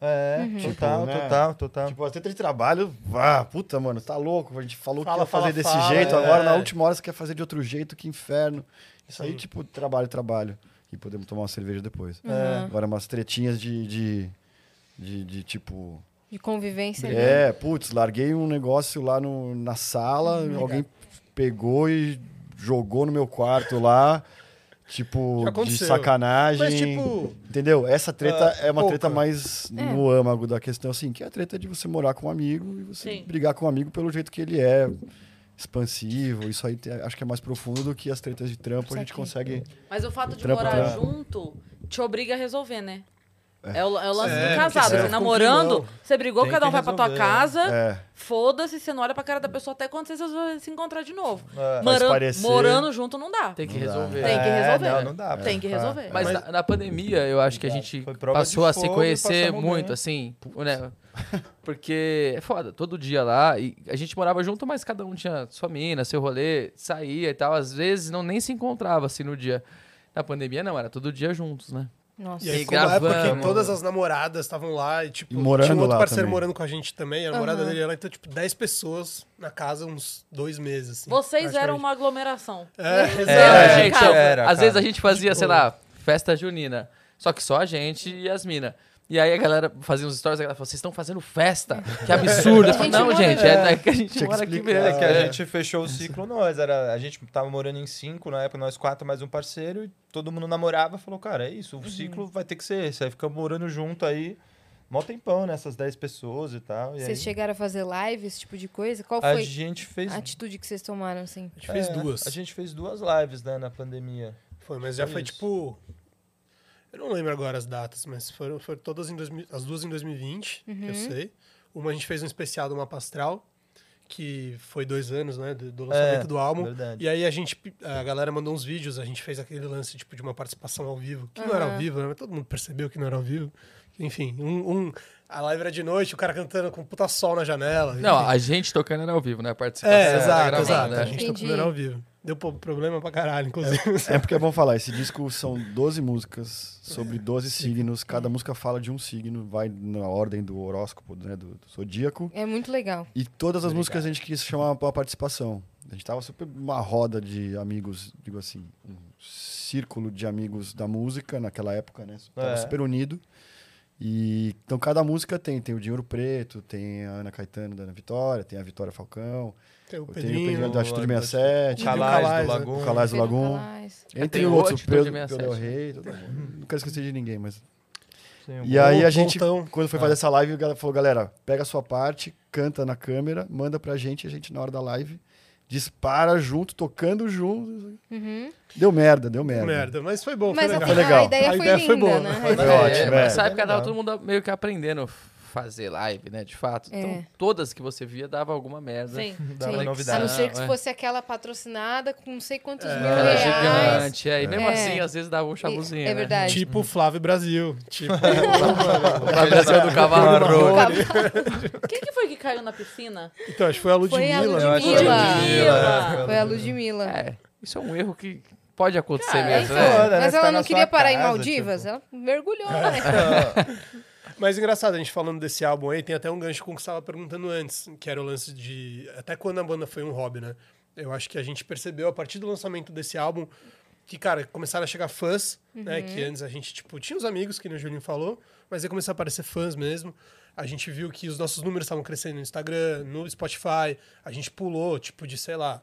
Speaker 3: É,
Speaker 4: Uhum.
Speaker 3: total,
Speaker 6: Tipo, né?
Speaker 3: total,
Speaker 5: Tá.
Speaker 3: total.
Speaker 6: Tipo, as tretas de trabalho, vá, puta, mano, tá louco. A gente falou
Speaker 5: Fala,
Speaker 6: que ia fazer
Speaker 5: fala,
Speaker 6: desse
Speaker 5: fala,
Speaker 6: jeito,
Speaker 5: é.
Speaker 6: agora na última hora você quer fazer de outro jeito, que inferno. Isso aí, tipo, trabalho, trabalho. E podemos tomar uma cerveja depois.
Speaker 2: Uhum.
Speaker 6: Agora umas tretinhas de. de... De, de, tipo.
Speaker 2: De convivência. né?
Speaker 6: É, putz, larguei um negócio lá no, na
Speaker 5: Hum,
Speaker 6: sala, alguém pegou e jogou no meu quarto lá. Tipo,
Speaker 5: Já
Speaker 6: de
Speaker 5: aconteceu.
Speaker 6: sacanagem.
Speaker 5: Mas, tipo, ah,
Speaker 6: Entendeu? Essa treta é uma
Speaker 5: pouca. É.
Speaker 6: treta mais no âmago da questão, assim, que é a treta de você morar com um amigo e você
Speaker 1: Sim.
Speaker 6: brigar com um amigo pelo jeito que ele é expansivo. Isso aí te- acho que é mais profundo do que as tretas de trampo. A gente consegue.
Speaker 1: Mas o fato de
Speaker 3: é
Speaker 6: Trampo,
Speaker 1: morar
Speaker 6: trampo.
Speaker 1: junto te obriga a resolver, né? É, o, é o lance
Speaker 5: É,
Speaker 1: do
Speaker 5: porque
Speaker 1: casado.
Speaker 5: você
Speaker 1: Você
Speaker 5: fica com
Speaker 1: namorando,
Speaker 5: climão.
Speaker 1: você brigou,
Speaker 3: Tem
Speaker 1: cada um
Speaker 3: que
Speaker 1: vai pra tua
Speaker 3: resolver,
Speaker 1: casa.
Speaker 6: É.
Speaker 1: Foda-se, você não olha pra cara da pessoa até quando vocês vão se encontrar de novo.
Speaker 3: É.
Speaker 1: Moran-
Speaker 6: parecer-
Speaker 1: Morando junto não dá. Tem
Speaker 4: Tem que
Speaker 6: Não dá.
Speaker 4: resolver.
Speaker 1: que
Speaker 3: É,
Speaker 1: resolver.
Speaker 3: não, não dá pra é.
Speaker 1: Tem que
Speaker 3: ficar.
Speaker 1: resolver.
Speaker 4: Mas, é na, na pandemia, eu acho que a gente
Speaker 3: É, Foi prova de
Speaker 4: passou a se
Speaker 3: fogo e
Speaker 4: conhecer
Speaker 3: passamos
Speaker 4: muito,
Speaker 3: bem.
Speaker 4: assim. Né? Porque é foda, todo dia lá. E a gente morava junto, mas cada um tinha sua mina, seu rolê, saía e tal. Às vezes não nem se encontrava assim no dia. Na pandemia, não, era todo dia juntos, né?
Speaker 2: Nossa.
Speaker 5: E aí
Speaker 4: E
Speaker 5: ficou uma época que
Speaker 4: gravamos.
Speaker 5: todas as namoradas estavam lá e, tipo,
Speaker 6: E morando
Speaker 5: tinha um outro
Speaker 6: lá
Speaker 5: parceiro
Speaker 6: também.
Speaker 5: morando com a gente também, a namorada
Speaker 2: Aham.
Speaker 5: dele era, então, tipo, 10 pessoas na casa, uns dois meses. assim,
Speaker 1: Vocês eram
Speaker 5: praticamente.
Speaker 1: uma aglomeração.
Speaker 5: É,
Speaker 1: É,
Speaker 5: exato.
Speaker 1: era,
Speaker 4: a gente,
Speaker 1: cara.
Speaker 3: Era,
Speaker 4: às
Speaker 3: cara.
Speaker 4: vezes a gente fazia, sei lá, festa junina. Só que só a gente e as minas. E aí a galera fazia uns stories, a galera falou, vocês estão fazendo festa, que absurdo. Eu falei,
Speaker 2: A gente
Speaker 4: não,
Speaker 2: mora-
Speaker 4: gente, é, né, que a gente
Speaker 6: Tinha que
Speaker 4: mora aqui
Speaker 6: explicar.
Speaker 4: mesmo.
Speaker 3: É que a gente fechou o ciclo nós. Era, a gente tava morando em cinco, na época nós quatro mais um parceiro, e todo mundo namorava falou, cara, é isso,
Speaker 2: Uhum.
Speaker 3: o ciclo vai ter que ser esse. Aí ficamos morando junto aí, mó tempão, né? Essas 10 pessoas e tal. E
Speaker 2: Vocês
Speaker 3: aí,
Speaker 2: chegaram a fazer live, esse tipo de coisa? Qual
Speaker 3: a
Speaker 2: foi
Speaker 3: gente fez.
Speaker 2: a atitude que vocês tomaram, assim?
Speaker 5: A gente fez
Speaker 3: é,
Speaker 5: duas.
Speaker 3: A gente fez duas lives, né, na pandemia.
Speaker 5: Foi, mas já
Speaker 4: Então é
Speaker 5: foi,
Speaker 3: Foi isso.
Speaker 5: tipo. Eu não lembro agora as datas, mas foram, foram todas em 2000, as duas em 2020, que eu sei. Uma a gente fez um especial do Mapa Astral, que foi dois anos, né, do, do lançamento
Speaker 3: É,
Speaker 5: do álbum.
Speaker 3: verdade.
Speaker 5: E aí a gente, a galera mandou uns vídeos, a gente fez aquele lance, tipo, de uma participação ao vivo, que não era ao vivo, né, mas todo mundo percebeu que não era ao vivo. Enfim, um, um- a live era de noite, o cara cantando com um puta sol na janela.
Speaker 4: Não,
Speaker 5: enfim.
Speaker 4: a gente tocando era ao vivo, né? A participação
Speaker 5: É,
Speaker 4: era
Speaker 5: exato,
Speaker 4: gravada,
Speaker 5: exato.
Speaker 4: né?
Speaker 5: A gente
Speaker 2: Entendi.
Speaker 5: tocou ao vivo. Deu po- problema pra caralho, inclusive.
Speaker 6: É porque é bom falar, esse disco são 12 músicas sobre 12 signos, cada música fala de um signo, vai na ordem do horóscopo, né, do, do zodíaco.
Speaker 2: É muito legal.
Speaker 6: E todas as músicas a gente quis chamar pra participação. A gente tava super uma roda de amigos, digo assim, um círculo de amigos da música naquela época, né? Tava
Speaker 3: É.
Speaker 6: super unido. E então cada música tem, tem o Dinheiro Preto, tem a Ana Caetano da Ana Vitória, tem a Vitória Falcão,
Speaker 5: Tem o
Speaker 6: tem o
Speaker 4: um,
Speaker 6: Pedrinho
Speaker 5: Pedrinho.
Speaker 6: da Atitude 67,
Speaker 3: O
Speaker 5: Calais,
Speaker 3: Calais
Speaker 5: né?
Speaker 3: do
Speaker 6: o
Speaker 3: Lagoon.
Speaker 6: Calais do
Speaker 2: Pedro
Speaker 6: Lagoon.
Speaker 2: Calais.
Speaker 6: Entre
Speaker 4: Tem o
Speaker 6: outros,
Speaker 4: Atitude
Speaker 6: Pedro, Pedro é
Speaker 4: 67,
Speaker 6: Del
Speaker 2: né?
Speaker 6: Rey, todo mundo. Não quero esquecer Hum, de ninguém, mas.
Speaker 3: Sim,
Speaker 6: E aí a
Speaker 5: Bom,
Speaker 6: gente,
Speaker 5: Pontão.
Speaker 6: quando foi fazer essa live, o cara falou, galera, pega a sua parte, canta na câmera, manda pra gente, a gente na hora da live dispara junto, tocando junto.
Speaker 2: Uhum.
Speaker 6: Deu merda, deu merda.
Speaker 5: Merda, mas foi bom.
Speaker 2: Mas
Speaker 5: foi
Speaker 2: a,
Speaker 5: legal.
Speaker 6: Foi
Speaker 2: a
Speaker 6: legal.
Speaker 2: ideia
Speaker 5: A
Speaker 2: foi
Speaker 5: ideia
Speaker 2: linda,
Speaker 5: foi boa,
Speaker 2: né?
Speaker 5: né?
Speaker 2: A
Speaker 5: Foi
Speaker 2: ideia-
Speaker 6: ótimo,
Speaker 4: é,
Speaker 6: é.
Speaker 4: Nessa época tava
Speaker 3: Legal.
Speaker 4: todo mundo meio que aprendendo a fazer live, né? De fato.
Speaker 2: É.
Speaker 4: Então, todas que você via dava alguma merda.
Speaker 1: Sim.
Speaker 3: Dava
Speaker 2: Sim. A
Speaker 3: novidade.
Speaker 2: não ser que
Speaker 4: é.
Speaker 2: fosse aquela patrocinada com não sei quantos mil
Speaker 4: Era
Speaker 2: reais.
Speaker 4: gigante, é. E mesmo
Speaker 2: É.
Speaker 4: assim, às vezes dava um chabuzinho.
Speaker 2: é
Speaker 4: né?
Speaker 2: verdade.
Speaker 5: Tipo Flávio Brasil. Tipo,
Speaker 4: Lá no Brasil do Cavarro.
Speaker 1: Quem que foi que caiu na piscina?
Speaker 5: então, acho que foi a
Speaker 2: Foi a
Speaker 5: Ludmilla.
Speaker 3: Eu acho que é
Speaker 2: Ludmilla.
Speaker 3: Ludmilla, é.
Speaker 2: Foi a Ludmilla.
Speaker 4: É, isso é um erro que pode acontecer
Speaker 1: Cara,
Speaker 4: mesmo,
Speaker 2: é
Speaker 1: então,
Speaker 4: né?
Speaker 3: olha, né?
Speaker 2: Mas
Speaker 3: Você
Speaker 2: ela
Speaker 3: tá
Speaker 2: não
Speaker 3: na sua
Speaker 2: queria parar em
Speaker 3: casa,
Speaker 2: Maldivas,
Speaker 3: tipo.
Speaker 2: ela mergulhou, né?
Speaker 5: Mas engraçado, a gente falando desse álbum aí, tem até um gancho com o que você estava perguntando antes, que era o lance de. Até quando a banda foi um hobby, né? Eu acho que a gente percebeu a partir do lançamento desse álbum que, cara, começaram a chegar fãs, né? Que antes a gente, tipo, tinha os amigos, que nem o Julinho falou, mas aí começou a aparecer fãs mesmo. A gente viu que os nossos números estavam crescendo no Instagram, no Spotify. A gente pulou, tipo, de sei lá.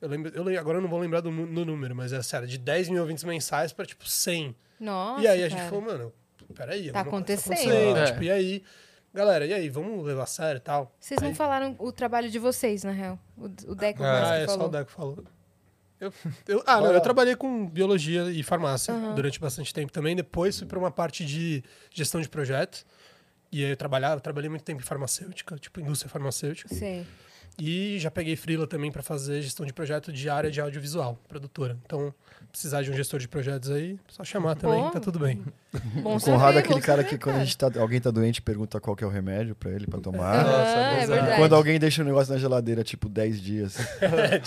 Speaker 5: Eu lembro, eu, lem- agora eu não vou lembrar do, nu- do número, mas é sério, de 10 mil ouvintes mensais para tipo 100.
Speaker 2: Nossa,
Speaker 5: E aí a gente
Speaker 2: cara.
Speaker 5: falou, mano, peraí.
Speaker 2: Tá
Speaker 5: alguma coisa
Speaker 2: acontecendo.
Speaker 4: É.
Speaker 5: Tipo, e aí? Galera, e aí? Vamos levar a sério e tal?
Speaker 2: Vocês não
Speaker 5: Aí-
Speaker 2: falaram o trabalho de vocês, na real. O, o Deco
Speaker 3: Ah,
Speaker 2: mais
Speaker 5: Ah,
Speaker 2: que
Speaker 5: é só o
Speaker 2: falou.
Speaker 5: Deco falou. Eu, eu- ah, não, eu trabalhei com biologia e farmácia durante bastante tempo também. Depois fui para uma parte de gestão de projeto. E aí eu trabalhava, trabalhei muito tempo em farmacêutica, tipo indústria farmacêutica.
Speaker 2: Sei.
Speaker 5: E já peguei freela também para fazer gestão de projeto de área de audiovisual, produtora. Então, precisar de um gestor de projetos aí, só chamar também,
Speaker 2: Bom.
Speaker 5: tá tudo bem.
Speaker 2: Bom
Speaker 6: O
Speaker 2: saber,
Speaker 6: Conrado é aquele
Speaker 2: bom
Speaker 6: cara
Speaker 2: saber,
Speaker 6: que quando a gente tá, alguém tá doente pergunta qual que é o remédio pra ele pra tomar.
Speaker 2: Ah, é
Speaker 3: Nossa,
Speaker 2: verdade.
Speaker 6: Quando alguém deixa o negócio na geladeira, tipo, 10 dias.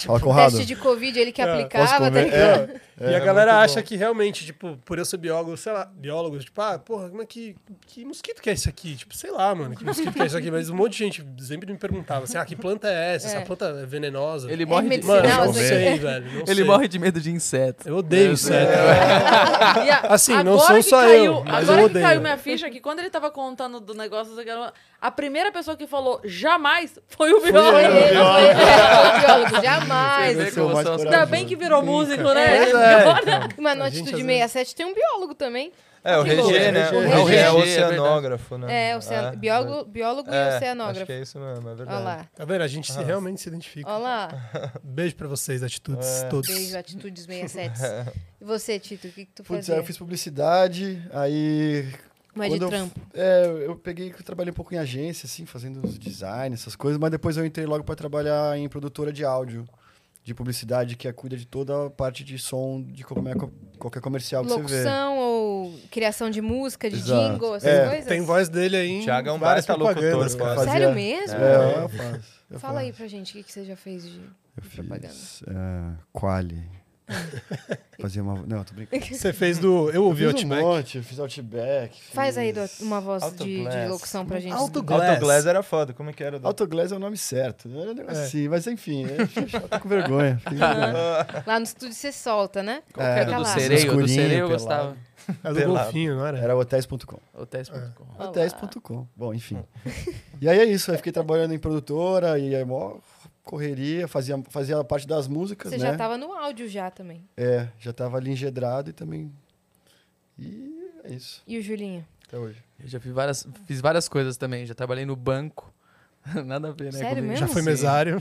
Speaker 6: Fala, Conrado.
Speaker 2: Teste de Covid, ele que
Speaker 5: É,
Speaker 6: Posso
Speaker 2: aplicava, tá
Speaker 6: comer?
Speaker 2: ligado?
Speaker 6: É.
Speaker 5: e a
Speaker 3: é
Speaker 5: galera
Speaker 3: muito
Speaker 5: acha
Speaker 3: bom.
Speaker 5: que realmente, tipo, por eu ser biólogo, sei lá, biólogo, tipo, ah, porra, como é que, que mosquito que é esse aqui? Tipo, sei lá, mano, que mosquito que é esse aqui? Mas um monte de gente sempre me perguntava, assim, ah, que planta é essa?
Speaker 2: É.
Speaker 5: Essa planta é venenosa?
Speaker 4: Ele morre de...
Speaker 2: medicinal,
Speaker 5: Mano, eu
Speaker 2: Sinal,
Speaker 5: não
Speaker 2: assim.
Speaker 5: sei, velho, não
Speaker 4: Ele
Speaker 5: sei.
Speaker 4: morre de medo de inseto.
Speaker 5: Eu odeio inseto, velho.
Speaker 1: E a-
Speaker 5: Assim, não
Speaker 1: agora
Speaker 5: sou
Speaker 1: que
Speaker 5: só
Speaker 1: caiu,
Speaker 5: eu, mas
Speaker 1: agora
Speaker 5: eu
Speaker 1: que caiu
Speaker 5: odeio.
Speaker 1: minha ficha que quando ele tava contando do negócio, eu quero- a primeira pessoa que falou jamais foi o Biol.
Speaker 2: Foi ele, foi ele, foi o biólogo, jamais.
Speaker 4: Você vê
Speaker 6: sou
Speaker 4: é como
Speaker 6: mais
Speaker 4: são as
Speaker 6: corajoso.
Speaker 1: Ainda bem que virou músico, né?
Speaker 2: Pois
Speaker 5: É
Speaker 1: Agora-
Speaker 2: Mas no
Speaker 5: A gente,
Speaker 2: Atitude
Speaker 5: às
Speaker 2: 67 tem um biólogo também.
Speaker 3: É, o
Speaker 5: Regê,
Speaker 3: Regê, né?
Speaker 5: o
Speaker 3: O Regê
Speaker 2: Regê,
Speaker 3: é
Speaker 4: é
Speaker 3: oceanógrafo, né?
Speaker 2: É, oceano... biólogo, biólogo e
Speaker 3: Acho
Speaker 2: oceanógrafo.
Speaker 3: que é isso mesmo, é
Speaker 2: Olha
Speaker 3: verdade.
Speaker 2: lá,
Speaker 5: Tá vendo? A gente
Speaker 3: Ah.
Speaker 5: se- realmente se identifica.
Speaker 2: olha lá.
Speaker 5: Beijo pra vocês, atitudes,
Speaker 3: É.
Speaker 5: todos.
Speaker 2: Beijo, Atitudes 67. E você, Tito, o que, que tu
Speaker 6: Putz,
Speaker 2: fazia?
Speaker 6: aí eu fiz publicidade, aí
Speaker 2: Mas de
Speaker 6: Quando eu-
Speaker 2: trampo.
Speaker 6: É, eu peguei que eu trabalhei um pouco em agência, assim, fazendo os designs, essas coisas, mas depois eu entrei logo para trabalhar em produtora de áudio, de publicidade, que é, cuida de toda a parte de som de qualquer, qualquer comercial que você vê.
Speaker 2: Locução ou criação de música, de
Speaker 6: Exato.
Speaker 2: jingle, essas
Speaker 6: É,
Speaker 2: coisas?
Speaker 5: Tem voz dele aí em
Speaker 3: Thiago é um
Speaker 5: várias
Speaker 3: baita locutor,
Speaker 5: propagandas,
Speaker 3: eu
Speaker 5: cara.
Speaker 3: acho.
Speaker 2: Sério
Speaker 6: fazia-
Speaker 2: mesmo?
Speaker 6: É, eu faço. Eu
Speaker 2: Fala aí
Speaker 6: faço.
Speaker 2: pra gente o que, que você já fez de...
Speaker 6: Eu
Speaker 2: propaganda.
Speaker 6: fiz é, Quali. Fazia uma... Não, tô brincando.
Speaker 5: Você fez do... Eu ouvi
Speaker 6: Fiz
Speaker 5: o
Speaker 6: um
Speaker 5: Outback.
Speaker 6: monte, eu fiz Outback. Fiz...
Speaker 2: Faz aí do- uma voz
Speaker 3: Alto
Speaker 2: de, de
Speaker 3: Glass.
Speaker 2: locução pra gente.
Speaker 5: Alto Glass.
Speaker 3: Autoglass era foda, como é que era? o do-
Speaker 6: Autoglass é o nome certo. Não era um
Speaker 5: É.
Speaker 6: negócio assim, mas enfim, né? eu tô com vergonha. fiquei com vergonha.
Speaker 2: Lá no estúdio você solta, né?
Speaker 4: Qual que era
Speaker 2: É.
Speaker 4: do
Speaker 2: Calado.
Speaker 4: sereio? Do
Speaker 6: Escurinho,
Speaker 4: sereio eu
Speaker 6: pelado.
Speaker 4: gostava.
Speaker 5: É do
Speaker 3: Pelado.
Speaker 5: golfinho, não era?
Speaker 6: Era hotéis.com.
Speaker 4: Hotéis.com.
Speaker 2: Olá.
Speaker 6: Hotéis.com. Bom, enfim. e aí é isso. Aí fiquei trabalhando em produtora e aí é mó correria, fazia, fazia a parte das músicas,
Speaker 2: Você
Speaker 6: né?
Speaker 2: já tava no áudio já também.
Speaker 6: É, já tava ali engedrado e também. E é isso.
Speaker 2: E o Julinho?
Speaker 6: Até hoje.
Speaker 4: Eu já fiz várias, fiz várias coisas também. Já trabalhei no banco. Nada a ver, né?
Speaker 2: Sério
Speaker 4: comigo.
Speaker 2: mesmo?
Speaker 5: Já foi
Speaker 4: Sim.
Speaker 5: mesário.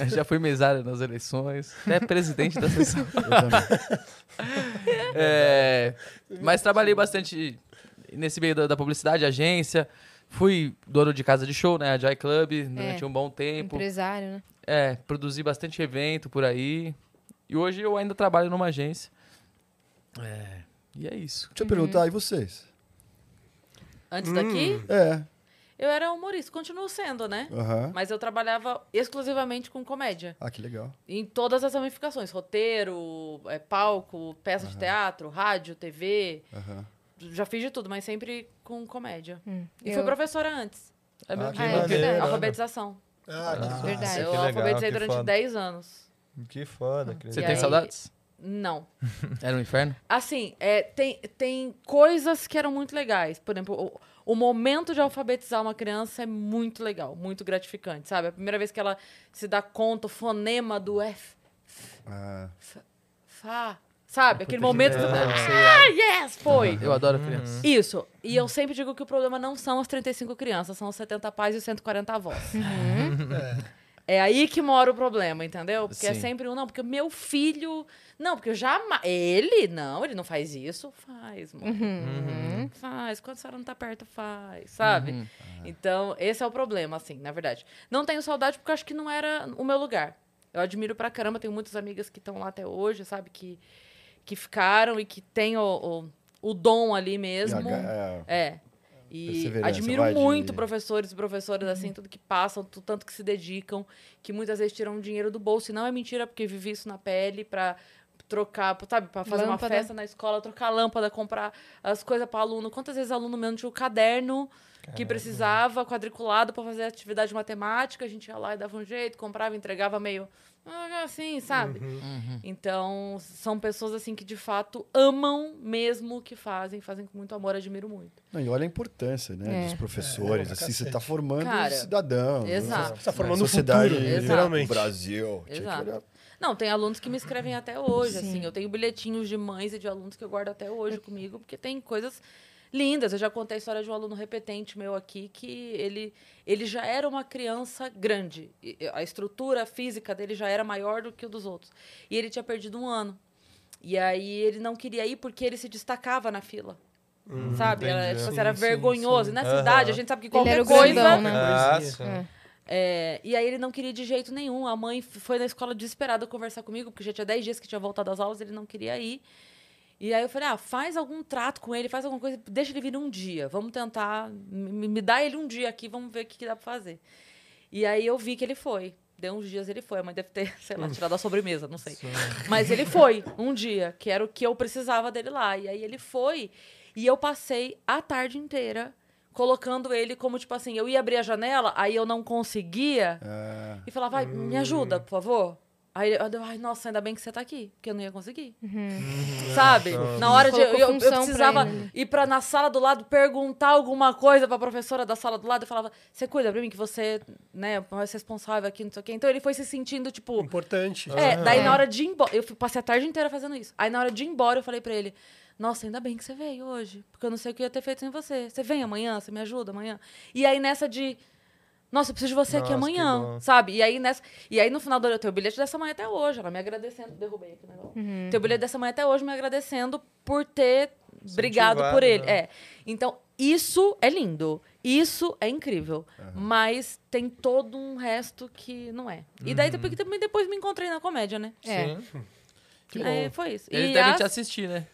Speaker 4: É, Já fui mesário nas eleições. Até presidente da sessão.
Speaker 6: Eu também.
Speaker 4: É, mas trabalhei bastante nesse meio da, da publicidade, agência. Fui dono de casa de show, né? A Jai Club, durante um bom
Speaker 1: Tipo,
Speaker 4: tempo.
Speaker 2: Empresário, né?
Speaker 4: É, produzi bastante evento por aí. E hoje eu ainda trabalho numa agência. É, e é isso.
Speaker 6: Deixa eu perguntar, e vocês?
Speaker 5: Hum.
Speaker 1: Antes daqui,
Speaker 6: É.
Speaker 1: eu era humorista, continuo sendo, né?
Speaker 6: Aham.
Speaker 1: Mas eu trabalhava exclusivamente com comédia.
Speaker 6: Ah, que legal.
Speaker 1: Em todas as ramificações: roteiro, eh, palco, peça de teatro, rádio, TV.
Speaker 6: Aham.
Speaker 1: Já fiz de tudo, mas sempre com comédia. E
Speaker 2: eu-
Speaker 1: fui professora antes.
Speaker 4: É mesmo.
Speaker 3: Hum, Ah, que
Speaker 2: Ah, é
Speaker 3: maneiro.
Speaker 2: verdade.
Speaker 1: Alfabetização.
Speaker 5: Ah, que
Speaker 3: Ah,
Speaker 2: Verdade.
Speaker 1: eu
Speaker 3: que legal,
Speaker 1: alfabetizei
Speaker 3: que
Speaker 1: durante
Speaker 3: foda.
Speaker 1: 10 anos.
Speaker 3: Que foda, É, que
Speaker 1: E
Speaker 4: Você
Speaker 3: legal.
Speaker 4: tem
Speaker 1: aí-
Speaker 4: saudades?
Speaker 1: Não.
Speaker 4: Era um inferno?
Speaker 1: Assim, é, tem, tem coisas que eram muito legais. Por exemplo, o, o momento de alfabetizar uma criança é muito legal, muito gratificante, sabe? A primeira vez que ela se dá conta, o fonema do F,
Speaker 6: Ah,
Speaker 1: Fá, sabe? Aquele
Speaker 4: É.
Speaker 1: momento que
Speaker 2: um
Speaker 1: você
Speaker 3: É,
Speaker 1: fala, ah, yes, foi!
Speaker 4: Eu adoro crianças.
Speaker 1: Isso. E eu sempre digo que o problema não são as 35 crianças, são os 70 pais e os 140 avós. É aí que mora o problema, entendeu? Porque é
Speaker 4: Sim.
Speaker 1: sempre um, não, porque o meu filho. Não, porque eu jamais. Ele, não, ele não faz isso. Faz, mano. Faz. Quando a senhora não tá perto, faz, sabe? Então, esse é o problema, assim, na verdade. Não tenho saudade porque eu acho que não era o meu lugar. Eu admiro pra caramba, tenho muitas amigas que estão lá até hoje, sabe? Que, que ficaram e que têm o, o, o dom ali mesmo.
Speaker 6: e a ga- é,
Speaker 1: É. E
Speaker 6: Perseverança,
Speaker 1: admiro
Speaker 6: vai de-
Speaker 1: muito professores e professoras, assim, tudo que passam, tu- tanto que se dedicam, que muitas vezes tiram dinheiro do bolso. E não é mentira, porque vivi isso na pele pra trocar, sabe, pra fazer uma
Speaker 2: Lâmpada.
Speaker 1: festa na escola, trocar lâmpada, comprar as coisas pra aluno. Quantas vezes aluno mesmo tinha o caderno que precisava, quadriculado pra fazer atividade matemática, a gente ia lá e dava um jeito, comprava, entregava meio ah, assim, sabe?
Speaker 6: Uhum.
Speaker 1: Então, são pessoas assim que de fato amam mesmo o que fazem, fazem com muito amor, admiro muito.
Speaker 6: Não, e olha a importância, né?
Speaker 2: É.
Speaker 6: Dos
Speaker 5: É,
Speaker 6: professores.
Speaker 5: é
Speaker 6: assim,
Speaker 5: cacete.
Speaker 6: você tá formando um
Speaker 1: Cara,
Speaker 6: cidadão. né?
Speaker 1: Exato.
Speaker 5: Você tá formando o
Speaker 6: sociedade,
Speaker 5: futuro,
Speaker 1: Exato.
Speaker 6: O
Speaker 5: literalmente.
Speaker 6: Brasil. Tinha que
Speaker 1: Exato.
Speaker 6: olhar-
Speaker 1: Não, tem alunos que me escrevem até hoje,
Speaker 2: Sim. É
Speaker 1: assim. Eu tenho bilhetinhos de mães e de alunos que eu guardo até hoje comigo, porque tem coisas lindas. Eu já contei a história de um aluno repetente meu aqui, que ele, ele já era uma criança grande. E- e A estrutura física dele já era maior do que o dos outros. E ele tinha perdido um ano. E aí ele não queria ir porque ele se destacava na fila. sabe? Era,
Speaker 3: Hum, entendi.
Speaker 1: tipo assim, era
Speaker 5: Sim, sim,
Speaker 1: vergonhoso.
Speaker 5: sim.
Speaker 1: E nessa
Speaker 3: Aham.
Speaker 1: idade, a gente sabe que
Speaker 2: Ele
Speaker 1: qualquer
Speaker 2: era o
Speaker 1: coisa.
Speaker 2: grandão, né?
Speaker 3: Ah,
Speaker 5: Coisinha.
Speaker 3: sim.
Speaker 2: É.
Speaker 1: É, e aí ele não queria de jeito nenhum. A mãe f- foi na escola desesperada conversar comigo, porque já tinha 10 dias que tinha voltado às aulas, ele não queria ir. E aí eu falei, ah, faz algum trato com ele, faz alguma coisa, deixa ele vir um dia. Vamos tentar, me, me dá ele um dia aqui, vamos ver o que, que dá pra fazer. E aí eu vi que ele foi. Deu uns dias ele foi, a mãe deve ter, sei lá, tirado a sobremesa, não sei. Mas ele foi um dia, que era o que eu precisava dele lá. E aí ele foi, e eu passei a tarde inteira colocando ele como, tipo assim, eu ia abrir a janela, aí eu não conseguia,
Speaker 6: Ah,
Speaker 1: e falava, vai, me ajuda, por favor. Aí ele, eu dei, ai, nossa, ainda bem que você tá aqui, porque eu não ia conseguir. Sabe? Na hora de. Eu,
Speaker 2: Uhum. Colocou
Speaker 1: eu
Speaker 2: função pra
Speaker 1: precisava
Speaker 2: ele.
Speaker 1: ir pra, na sala do lado perguntar alguma coisa pra professora da sala do lado. Eu falava, você cuida pra mim que você, né, é mais responsável aqui, não sei o quê. Então ele foi se sentindo, tipo,
Speaker 5: Importante. Né?
Speaker 1: é,
Speaker 3: Ah.
Speaker 1: daí
Speaker 2: É.
Speaker 1: na hora de ir embora, eu fui- passei a tarde inteira fazendo isso. Aí na hora de ir embora, eu falei pra ele: Nossa, ainda bem que você veio hoje, porque eu não sei o que eu ia ter feito sem você. Você vem amanhã, você me ajuda amanhã. E aí nessa de. Nossa, eu preciso de você aqui
Speaker 3: Nossa, que
Speaker 1: amanhã,
Speaker 3: bom.
Speaker 1: sabe? E aí, nessa... e aí no final do ano, eu tenho o bilhete dessa mãe até hoje, ela me agradecendo. Derrubei aqui o negócio. Tenho o bilhete dessa mãe até hoje me agradecendo por ter brigado por
Speaker 3: Incentivado,
Speaker 1: ele.
Speaker 3: né?
Speaker 1: É. Então, isso é lindo. Isso é incrível. Mas tem todo um resto que não é. E
Speaker 4: Uhum.
Speaker 1: daí depois, também depois me encontrei na comédia, né?
Speaker 2: É.
Speaker 3: Sim.
Speaker 5: Que bom.
Speaker 1: É, foi isso.
Speaker 4: Eles
Speaker 1: E
Speaker 4: devem
Speaker 1: as-
Speaker 4: te assistir, né?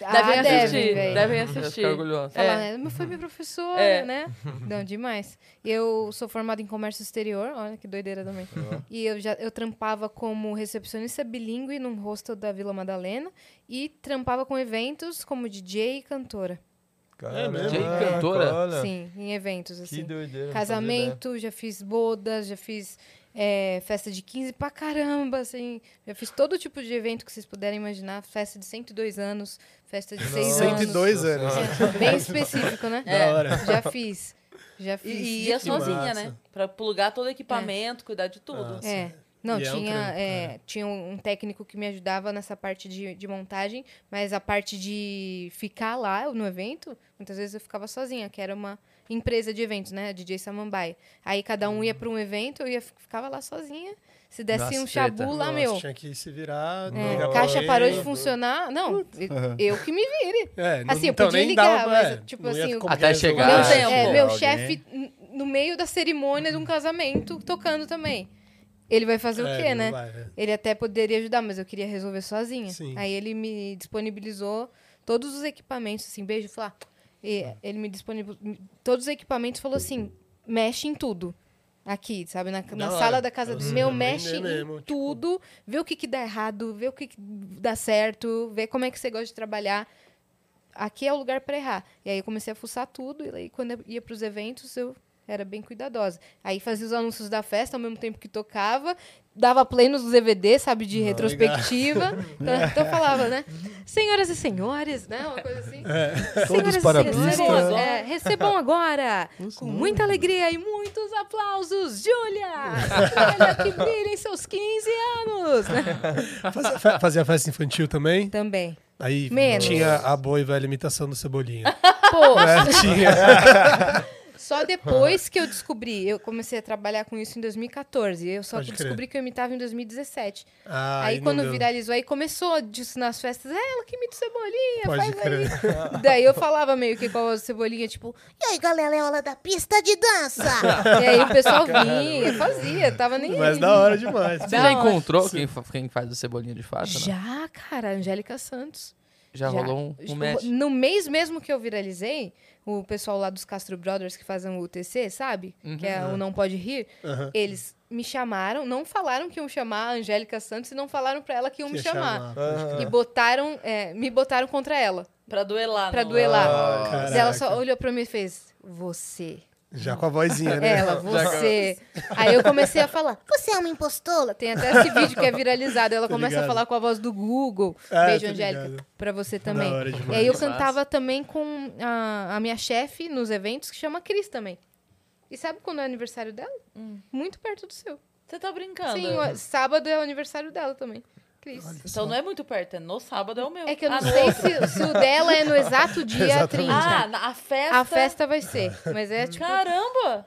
Speaker 1: Devem
Speaker 2: Ah,
Speaker 1: assistir.
Speaker 2: velho.
Speaker 1: devem
Speaker 4: Eu
Speaker 1: assistir.
Speaker 4: fico orgulhoso.
Speaker 1: É.
Speaker 2: Falar, né? Mas foi minha professora,
Speaker 1: É.
Speaker 2: né? Não, demais. Eu sou formada em comércio exterior, olha que doideira também.
Speaker 1: Uhum.
Speaker 2: E eu já eu trampava como recepcionista bilíngue num hostel da Vila Madalena e trampava com eventos como DJ e cantora.
Speaker 3: Caramba,
Speaker 4: Gente, cantora.
Speaker 3: olha,
Speaker 2: Sim, em eventos
Speaker 3: Que né?
Speaker 2: assim.
Speaker 3: doideira. não fazia ideia.
Speaker 2: Casamento, já fiz bodas, já fiz é, festa de 15 pra caramba, assim. Já fiz todo tipo de evento que vocês puderem imaginar. Festa de 102 anos, festa de 6 anos.
Speaker 5: 102 anos.
Speaker 2: É, bem específico, né?
Speaker 5: Da hora.
Speaker 2: Já fiz. Já fiz.
Speaker 1: E, e ia
Speaker 5: Que
Speaker 1: sozinha,
Speaker 5: massa.
Speaker 1: né? Pra plugar todo o equipamento, cuidar de tudo.
Speaker 5: Nossa.
Speaker 4: Ah.
Speaker 2: É. Não,
Speaker 5: E é um
Speaker 2: tinha,
Speaker 5: trampo,
Speaker 2: é,
Speaker 5: cara.
Speaker 2: tinha um um técnico que me ajudava nessa parte de, de montagem, mas a parte de ficar lá no evento, muitas vezes eu ficava sozinha, que era uma empresa de eventos, né? a DJ Samambaia. Aí cada um ia para um evento, eu ia, fi- ficava lá sozinha. Se desse
Speaker 4: Nossa,
Speaker 2: um
Speaker 4: treta.
Speaker 2: chabu lá,
Speaker 5: Nossa,
Speaker 2: meu.
Speaker 5: Tinha que se virar.
Speaker 2: é,
Speaker 5: ligar pra
Speaker 2: caixa
Speaker 5: alguém.
Speaker 2: parou de funcionar. Não, eu que me vire.
Speaker 5: É, não-
Speaker 2: Assim, eu
Speaker 5: então,
Speaker 2: podia
Speaker 5: nem
Speaker 2: ligar,
Speaker 5: dava,
Speaker 2: mas,
Speaker 5: é,
Speaker 2: tipo
Speaker 5: não ia
Speaker 2: assim,
Speaker 5: como
Speaker 4: Até
Speaker 5: resolver.
Speaker 4: chegar.
Speaker 2: Meu,
Speaker 4: Ah,
Speaker 2: che-
Speaker 1: tempo.
Speaker 2: é, meu
Speaker 6: Alguém.
Speaker 2: chefe, n- no meio da cerimônia de um casamento, tocando também. Ele vai fazer o
Speaker 5: É,
Speaker 2: quê,
Speaker 5: não
Speaker 2: né?
Speaker 5: vai, é.
Speaker 2: Ele até poderia ajudar, mas eu queria resolver sozinha.
Speaker 5: Sim.
Speaker 2: Aí ele me disponibilizou todos os equipamentos, assim, beijo, falar. E
Speaker 5: Ah.
Speaker 2: ele me disponibilizou todos os equipamentos, falou assim, mexe em tudo. Aqui, sabe, na, na
Speaker 5: Da hora.
Speaker 2: sala da casa
Speaker 5: Eu
Speaker 2: do
Speaker 5: sei
Speaker 2: meu,
Speaker 5: também,
Speaker 2: mexe
Speaker 5: né,
Speaker 2: em
Speaker 5: mesmo, tipo-
Speaker 2: tudo, vê o que, que dá errado, vê o que, que dá certo, vê como é que você gosta de trabalhar. Aqui é o lugar para errar. E aí eu comecei a fuçar tudo, e aí quando eu ia para os eventos, eu era bem cuidadosa. Aí fazia os anúncios da festa ao mesmo tempo que tocava, dava play nos DVD, sabe,
Speaker 5: Ah,
Speaker 2: de retrospectiva. Então, então eu falava, né? Senhoras e senhores, né? Uma coisa assim.
Speaker 5: É,
Speaker 6: Todos
Speaker 2: Senhoras
Speaker 6: para a
Speaker 2: e
Speaker 6: pista.
Speaker 2: senhores,
Speaker 5: né?
Speaker 2: é, recebam agora, com muita alegria e muitos aplausos, Júlia! Olha que brilha em seus 15 anos! né?
Speaker 5: Fazia, fe- fazia festa infantil também.
Speaker 2: Também.
Speaker 5: Aí
Speaker 2: Menos.
Speaker 5: tinha a boa e velha imitação do Cebolinha.
Speaker 2: Pô,
Speaker 5: tinha.
Speaker 2: só depois que eu descobri, eu comecei a trabalhar com isso em 2014, eu só
Speaker 5: Pode crer.
Speaker 2: descobri que eu imitava em 2017.
Speaker 5: Ah,
Speaker 2: aí
Speaker 5: não
Speaker 2: quando
Speaker 5: deu.
Speaker 2: viralizou, aí começou disso nas festas, é, ela que imita o Cebolinha,
Speaker 5: Pode
Speaker 2: faz
Speaker 5: crer.
Speaker 2: aí. Daí eu falava meio que com a voz do Cebolinha, tipo,
Speaker 7: E aí, galera, é hora da pista de dança!
Speaker 2: e aí o pessoal vinha, fazia, tava nem
Speaker 5: Mas
Speaker 2: aí.
Speaker 5: da hora né? demais.
Speaker 4: Você
Speaker 2: Da
Speaker 4: já
Speaker 2: hora.
Speaker 4: encontrou quem, fa- quem faz o Cebolinha de fato? não?
Speaker 2: Já, cara, Angélica Santos.
Speaker 4: Já,
Speaker 2: Já.
Speaker 4: rolou um, um match?
Speaker 2: No mês mesmo que eu viralizei, o pessoal lá dos Castro Brothers que fazem o UTC, sabe? Que é o Não Pode Rir.
Speaker 5: Aham.
Speaker 2: Eles me chamaram, não falaram que iam chamar a Angélica Santos e não falaram pra ela que iam me
Speaker 5: Tinha
Speaker 2: chamar.
Speaker 5: chamado.
Speaker 2: E botaram, é, me botaram contra ela,
Speaker 1: Pra duelar.
Speaker 2: pra
Speaker 1: não.
Speaker 2: duelar. Mas ela só
Speaker 5: Caraca.
Speaker 2: olhou pra mim e fez, você.
Speaker 5: Já com a vozinha, né?
Speaker 2: Ela, você. Aí eu comecei a falar,
Speaker 7: Você é uma impostora?
Speaker 2: Tem até esse vídeo que é viralizado. Ela
Speaker 5: Tô
Speaker 2: começa
Speaker 5: ligado.
Speaker 2: a falar com a voz do Google.
Speaker 5: Ah,
Speaker 2: Beijo,
Speaker 5: tô
Speaker 2: Angélica.
Speaker 5: ligado.
Speaker 2: Pra você também.
Speaker 5: Da hora demais.
Speaker 2: E aí eu
Speaker 4: Massa.
Speaker 2: cantava também com a, a minha chefe nos eventos, que chama Cris também. E sabe quando é o aniversário dela? Muito perto do seu.
Speaker 1: Você tá brincando?
Speaker 2: Sim, o- sábado é o aniversário dela também. Cris.
Speaker 1: Então não é muito perto, é no sábado é o meu.
Speaker 2: É que eu não
Speaker 1: Ah, no
Speaker 2: sei
Speaker 1: outro.
Speaker 2: se, se o dela é no exato dia
Speaker 5: Exatamente.
Speaker 2: 30.
Speaker 1: Ah, na- a festa.
Speaker 2: a festa vai ser. Mas é tipo,
Speaker 1: Caramba!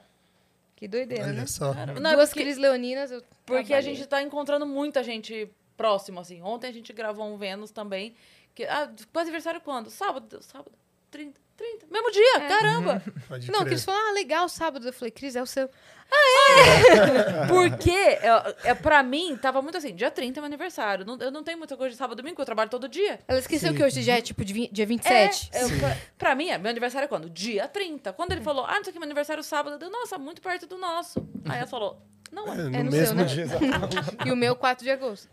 Speaker 2: que doideira, né?
Speaker 5: Olha só.
Speaker 1: Não, é
Speaker 2: Duas
Speaker 1: porque-
Speaker 2: Cris Leoninas. eu
Speaker 1: Porque a
Speaker 2: trabalhei.
Speaker 1: gente tá encontrando muita gente próximo, assim. Ontem a gente gravou um Vênus também. Que, ah, com aniversário quando? Sábado, sábado, 30, 30. Mesmo dia,
Speaker 4: É.
Speaker 1: caramba!
Speaker 5: Pode
Speaker 2: Não,
Speaker 5: crer.
Speaker 2: que eles falaram, ah, legal, sábado. Eu falei, Cris, é o seu.
Speaker 5: Uhum.
Speaker 1: Porque, é, é, pra mim, tava muito assim, dia 30 é meu aniversário. Não- eu não tenho muita coisa de sábado e domingo, que eu trabalho todo dia.
Speaker 2: Ela esqueceu
Speaker 5: Sim.
Speaker 2: que hoje já é tipo de vin- dia 27.
Speaker 1: É, eu, pra, pra mim, é, meu aniversário é quando? Dia 30. Quando ele
Speaker 4: Uhum.
Speaker 1: falou, ah, não sei o que, meu aniversário é sábado, eu dei, nossa, muito perto do nosso. Aí ela falou, não é.
Speaker 5: É, no,
Speaker 2: no seu,
Speaker 5: mesmo
Speaker 2: né?
Speaker 5: dia.
Speaker 2: E o meu 4 de agosto.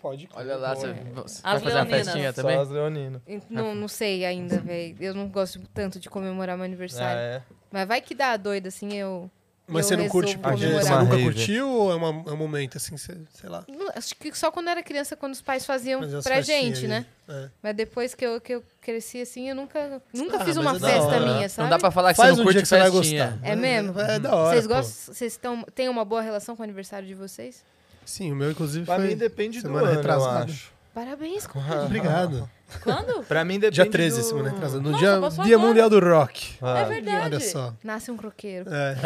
Speaker 5: Pode crer.
Speaker 4: Olha lá, você
Speaker 5: Olha.
Speaker 4: você vai
Speaker 1: As
Speaker 4: fazer uma
Speaker 1: leoninas.
Speaker 4: festinha
Speaker 3: Só
Speaker 4: também?
Speaker 3: as leoninas.
Speaker 5: Ah,
Speaker 2: E Não, não sei ainda, velho. Eu não gosto tanto de comemorar meu
Speaker 3: Ah,
Speaker 2: aniversário.
Speaker 3: é.
Speaker 2: Mas vai que dá a doida, assim, eu.
Speaker 5: Mas
Speaker 2: eu
Speaker 5: você não curte
Speaker 2: resolvo
Speaker 5: porque
Speaker 2: comemorar.
Speaker 5: você nunca
Speaker 3: Uma rave.
Speaker 5: curtiu ou é, uma- é um momento assim, você- sei lá?
Speaker 2: Não, Acho que só quando era criança, quando os pais faziam
Speaker 5: Fazer as
Speaker 2: Então, pra
Speaker 5: festinhas
Speaker 2: gente,
Speaker 5: aí.
Speaker 2: né?
Speaker 5: É.
Speaker 2: Mas depois que eu, que eu cresci, assim, eu nunca, nunca
Speaker 5: Ah,
Speaker 2: fiz
Speaker 5: mas
Speaker 2: uma
Speaker 5: é da
Speaker 2: festa
Speaker 5: hora.
Speaker 2: minha,
Speaker 4: Não
Speaker 2: sabe?
Speaker 4: dá pra falar que
Speaker 5: Faz
Speaker 4: você
Speaker 5: um
Speaker 4: não
Speaker 5: dia
Speaker 4: curte
Speaker 5: que você vai
Speaker 4: festinha.
Speaker 5: gostar.
Speaker 2: É mesmo?
Speaker 5: É da hora.
Speaker 2: Vocês
Speaker 5: pô.
Speaker 2: gostam? Vocês tão- têm uma boa relação com o aniversário de vocês?
Speaker 5: Sim, o meu inclusive
Speaker 3: Pra
Speaker 5: foi...
Speaker 3: mim depende do
Speaker 5: semana
Speaker 3: ano, eu
Speaker 5: retrasada.
Speaker 3: acho.
Speaker 2: Parabéns, com
Speaker 5: Obrigado.
Speaker 1: Quando?
Speaker 3: Pra mim depende
Speaker 5: Dia né? 13,
Speaker 3: do...
Speaker 5: semana retrasada. No
Speaker 1: Nossa,
Speaker 5: dia,
Speaker 1: passou
Speaker 5: dia
Speaker 1: agora.
Speaker 5: Mundial do Rock.
Speaker 1: É
Speaker 3: Ah,
Speaker 1: verdade.
Speaker 5: Olha só.
Speaker 2: Nasce um croqueiro.
Speaker 5: É.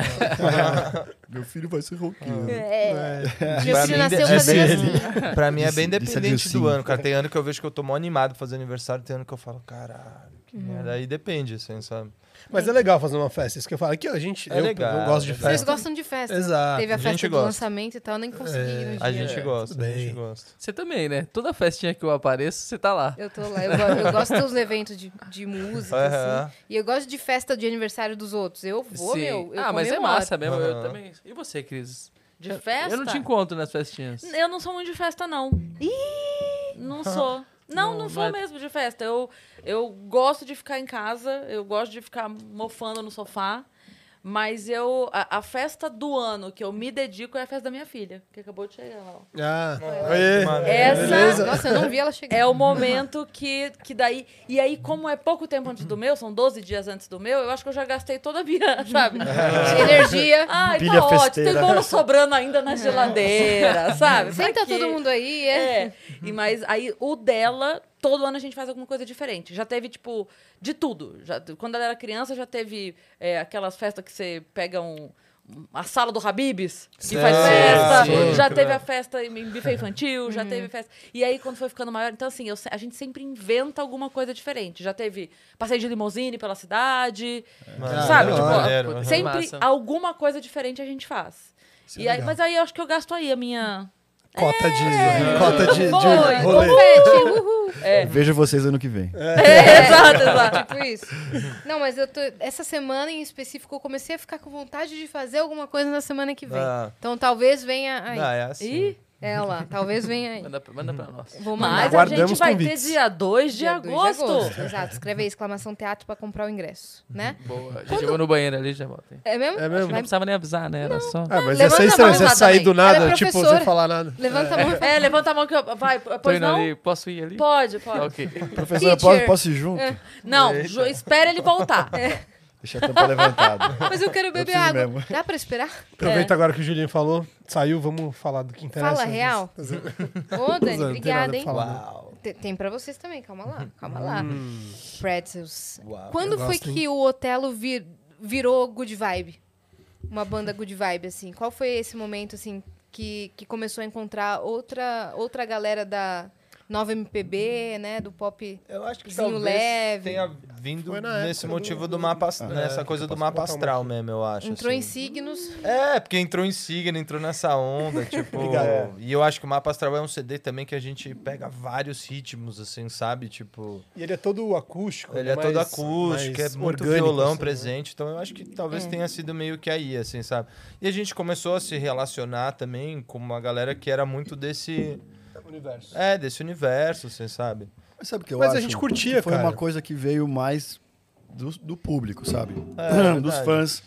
Speaker 6: Meu filho vai ser roqueiro.
Speaker 2: É.
Speaker 5: É.
Speaker 2: Meu
Speaker 3: Pra
Speaker 2: filho
Speaker 3: mim,
Speaker 2: nasceu
Speaker 3: deve
Speaker 2: fazendo
Speaker 3: ser
Speaker 2: assim.
Speaker 3: Pra mim é
Speaker 6: Disse-
Speaker 3: bem
Speaker 6: disse
Speaker 3: dependente
Speaker 6: Dilcinho.
Speaker 3: do ano, cara. Tem ano que eu vejo que eu tô mó animado pra fazer aniversário, tem ano que eu falo, caralho, que merda. Aí depende, assim, sabe?
Speaker 5: Mas é legal fazer uma festa. Isso que eu falo aqui, a gente.
Speaker 3: É
Speaker 5: eu,
Speaker 3: legal.
Speaker 5: eu gosto de
Speaker 3: Vocês
Speaker 2: Vocês
Speaker 5: festa.
Speaker 2: gostam de festa?
Speaker 5: Exato.
Speaker 2: Teve a
Speaker 3: gente
Speaker 2: festa do
Speaker 3: gosta. É,
Speaker 2: lançamento e tal, eu nem consegui ir no
Speaker 3: A
Speaker 2: dia.
Speaker 3: gente gosta, a gente
Speaker 5: bem.
Speaker 3: gosta.
Speaker 4: Você também, né? Toda festinha que eu apareço, você tá lá.
Speaker 2: Eu tô lá, eu, go- eu gosto dos eventos de, de música,
Speaker 3: Aham.
Speaker 2: assim. E eu gosto de festa de aniversário dos outros. Eu vou,
Speaker 4: Sim.
Speaker 2: meu. Eu
Speaker 4: ah, mas é
Speaker 2: comemoro.
Speaker 4: massa mesmo. Eu
Speaker 3: Aham.
Speaker 4: também. E você, Cris?
Speaker 1: De festa?
Speaker 4: Eu não te encontro nas festinhas.
Speaker 1: Eu não sou muito de festa, não. Não sou. Não, não,
Speaker 4: Não,
Speaker 1: sou
Speaker 4: mas-
Speaker 1: mesmo de festa. Eu, eu gosto de ficar em casa, eu gosto de ficar mofando no sofá. Mas eu. A, a festa do ano que eu me dedico é a festa da minha filha, que acabou de chegar lá. ó.
Speaker 5: Ah,
Speaker 3: Mano,
Speaker 1: Essa
Speaker 2: É Nossa, eu não vi ela chegar.
Speaker 1: é o momento que, que daí. E aí, como é pouco tempo antes do meu, são 12 dias antes do meu, eu acho que eu já gastei toda a minha, sabe?
Speaker 2: Energia.
Speaker 1: Ai,
Speaker 6: Pilha
Speaker 1: tá ótimo, tem
Speaker 6: festeira.
Speaker 1: bolo sobrando ainda na geladeira, sabe? Pra
Speaker 2: Senta
Speaker 1: quê?
Speaker 2: tá todo mundo aí, é.
Speaker 1: É. E, mas aí o dela, todo ano a gente faz alguma coisa diferente. Já teve, tipo, de tudo. Já, quando ela era criança, já teve é, aquelas festas que você pega um. um- A sala do Habibs, que faz festa.
Speaker 5: sim.
Speaker 1: já
Speaker 5: Sim.
Speaker 1: teve a festa em em buffet infantil, já teve festa. E aí, quando foi ficando maior, então assim, eu se- a gente sempre inventa alguma coisa diferente. Já teve passeio de limousine pela cidade.
Speaker 3: mano,
Speaker 1: Sabe,
Speaker 3: é
Speaker 1: tipo,
Speaker 3: maneiro,
Speaker 4: ó,
Speaker 3: aham.
Speaker 1: Sempre
Speaker 4: Massa.
Speaker 1: alguma coisa diferente a gente faz.
Speaker 5: Isso é
Speaker 1: E aí,
Speaker 5: legal.
Speaker 1: mas aí eu acho que eu gasto aí a minha
Speaker 2: É.
Speaker 5: Cota né? de, cota É, de, de
Speaker 1: Foi,
Speaker 5: rolê.
Speaker 2: Confete, uhul.
Speaker 1: É.
Speaker 6: Vejo vocês ano que vem.
Speaker 1: É, exato, exato.
Speaker 2: Tipo isso. Não, mas eu tô. Essa semana em específico, eu comecei a ficar com vontade de fazer alguma coisa na semana que vem.
Speaker 3: Ah.
Speaker 2: Então talvez venha aí.
Speaker 3: Não, é assim.
Speaker 1: E
Speaker 2: Ela, talvez venha aí.
Speaker 4: Manda, pra- manda pra nós.
Speaker 2: Vou mandar.
Speaker 1: mas
Speaker 2: Dia
Speaker 1: a
Speaker 6: Aguardamos
Speaker 1: gente vai
Speaker 6: convites.
Speaker 1: ter dia 2 de,
Speaker 2: 2
Speaker 1: agosto.
Speaker 2: Exato. Escreve aí, exclamação teatro pra comprar o ingresso,
Speaker 5: Uhum.
Speaker 2: né?
Speaker 4: Boa. A gente eu vou no banheiro ali e já volta. aí.
Speaker 2: É mesmo?
Speaker 5: É mesmo?
Speaker 4: Não
Speaker 2: Vai-
Speaker 4: precisava nem avisar, né? Era só.
Speaker 5: Ah, mas
Speaker 2: Levanta
Speaker 5: essa
Speaker 2: a
Speaker 5: aí
Speaker 2: mão
Speaker 5: estranha, você
Speaker 2: lá
Speaker 5: sair do
Speaker 2: também. Ela é
Speaker 5: nada, tipo,
Speaker 2: professora.
Speaker 5: sem falar nada.
Speaker 2: Levanta a mão e fala.
Speaker 1: É, levanta a mão que eu... Vai,
Speaker 4: Tô
Speaker 1: pois
Speaker 4: indo
Speaker 1: não?
Speaker 4: ali. Posso ir ali?
Speaker 1: Pode,
Speaker 4: Tá,
Speaker 1: pode.
Speaker 4: Ok.
Speaker 6: Professora,
Speaker 2: Teacher. É.
Speaker 6: posso, posso ir junto?
Speaker 1: Não, Ju, espera ele voltar.
Speaker 6: Deixa a tampa levantada.
Speaker 2: Mas eu quero beber
Speaker 6: preciso
Speaker 2: água.
Speaker 6: mesmo.
Speaker 2: Dá pra esperar?
Speaker 5: Aproveita agora que o Julinho falou, saiu, vamos falar do que interessa.
Speaker 2: É. Fala real. Ô, Dani,
Speaker 5: Não tem nada
Speaker 2: obrigada,
Speaker 5: pra
Speaker 2: hein?
Speaker 5: falar, né?
Speaker 2: Te- Tem pra vocês também, calma lá, calma lá. Pretzels.
Speaker 3: Uau,
Speaker 2: Quando
Speaker 5: Hum. eu
Speaker 2: foi
Speaker 5: gosto, hein?
Speaker 2: que o Otelo vir- virou Good Vibe? Uma banda Good Vibe, assim. Qual foi esse momento, assim, que, que começou a encontrar outra, outra galera da nova MPB, né? Do pop.
Speaker 3: Eu acho que
Speaker 2: Zinho
Speaker 3: talvez
Speaker 2: leve.
Speaker 3: tenha vindo
Speaker 5: Foi na
Speaker 3: nesse
Speaker 5: época do-
Speaker 3: motivo do,
Speaker 5: do-
Speaker 3: mapa, ast- nessa coisa do mapa astral mesmo, eu acho.
Speaker 2: Entrou em
Speaker 3: assim.
Speaker 2: signos.
Speaker 3: É, porque entrou em signo, entrou nessa onda, tipo.
Speaker 6: Obrigado.
Speaker 3: e eu acho que o Mapa Astral é um CD também que a gente pega vários ritmos, assim, sabe? Tipo,
Speaker 5: E ele é todo acústico.
Speaker 3: ele é
Speaker 5: mais-
Speaker 3: todo acústico, é
Speaker 5: mais
Speaker 3: muito
Speaker 5: orgânico,
Speaker 3: violão
Speaker 5: assim, né?
Speaker 3: presente, então eu acho que talvez tenha sido meio que aí, assim, sabe? E a gente começou a se relacionar também com uma galera que era muito desse.
Speaker 5: Universo.
Speaker 3: É, desse universo, assim, sabe?
Speaker 6: Mas sabe o que eu
Speaker 5: Mas a
Speaker 6: acho?
Speaker 5: gente curtia,
Speaker 6: Que Foi
Speaker 5: cara.
Speaker 6: uma coisa que veio mais do, do público, sabe?
Speaker 3: É,
Speaker 6: Dos
Speaker 3: verdade.
Speaker 6: fãs.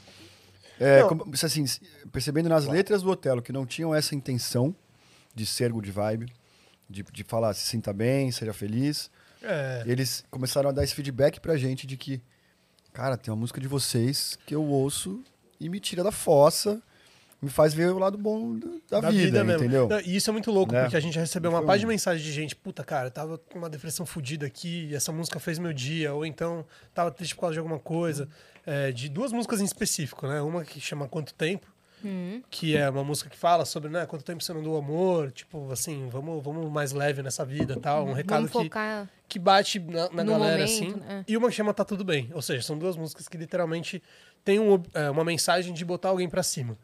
Speaker 6: É,
Speaker 3: Não.
Speaker 6: como- assim, percebendo nas letras do Otelo que não tinham essa intenção de ser good vibe, de, de falar se sinta bem, seja feliz.
Speaker 5: É.
Speaker 6: Eles começaram a dar esse feedback pra gente de que, cara, tem uma música de vocês que eu ouço e me tira da fossa, me faz ver o lado bom da, da vida, entendeu?
Speaker 5: Não, e isso é muito louco,
Speaker 6: Né?
Speaker 5: porque a gente recebeu uma
Speaker 6: Foi
Speaker 5: paz de
Speaker 6: um-
Speaker 5: mensagem de gente, puta, cara, eu tava com uma depressão fodida aqui, e essa música fez meu dia, ou então tava triste por causa de alguma coisa. É, de duas músicas em específico, né? Uma que chama Quanto Tempo,
Speaker 2: Hum.
Speaker 5: que é uma música que fala sobre, né, quanto tempo você não deu amor, tipo, assim, vamos, vamos mais leve nessa vida e tal. Um recado
Speaker 2: Vamos
Speaker 5: que,
Speaker 2: focar.
Speaker 5: que bate na, na
Speaker 2: No
Speaker 5: galera,
Speaker 2: momento,
Speaker 5: assim.
Speaker 2: né?
Speaker 5: E uma que chama Tá Tudo Bem. Ou seja, são duas músicas que literalmente tem um ob- é, uma mensagem de botar alguém pra cima.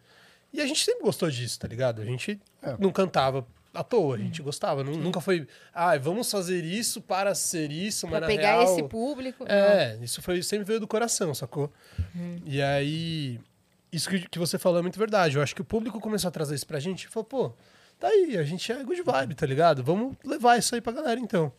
Speaker 5: E a gente sempre gostou disso, tá ligado? A gente
Speaker 6: É.
Speaker 5: não cantava à toa, a gente
Speaker 2: Uhum.
Speaker 5: gostava. Nu- Nunca foi, ah, vamos fazer isso para ser isso, mas
Speaker 2: Pra
Speaker 5: na
Speaker 2: pegar
Speaker 5: real...
Speaker 2: esse público.
Speaker 5: É, isso foi, sempre veio do coração, sacou? E aí, isso que, que você falou é muito verdade. Eu acho que o público começou a trazer isso pra gente e falou, pô, tá aí, a gente é good vibe, tá ligado? Vamos levar isso aí pra galera, então.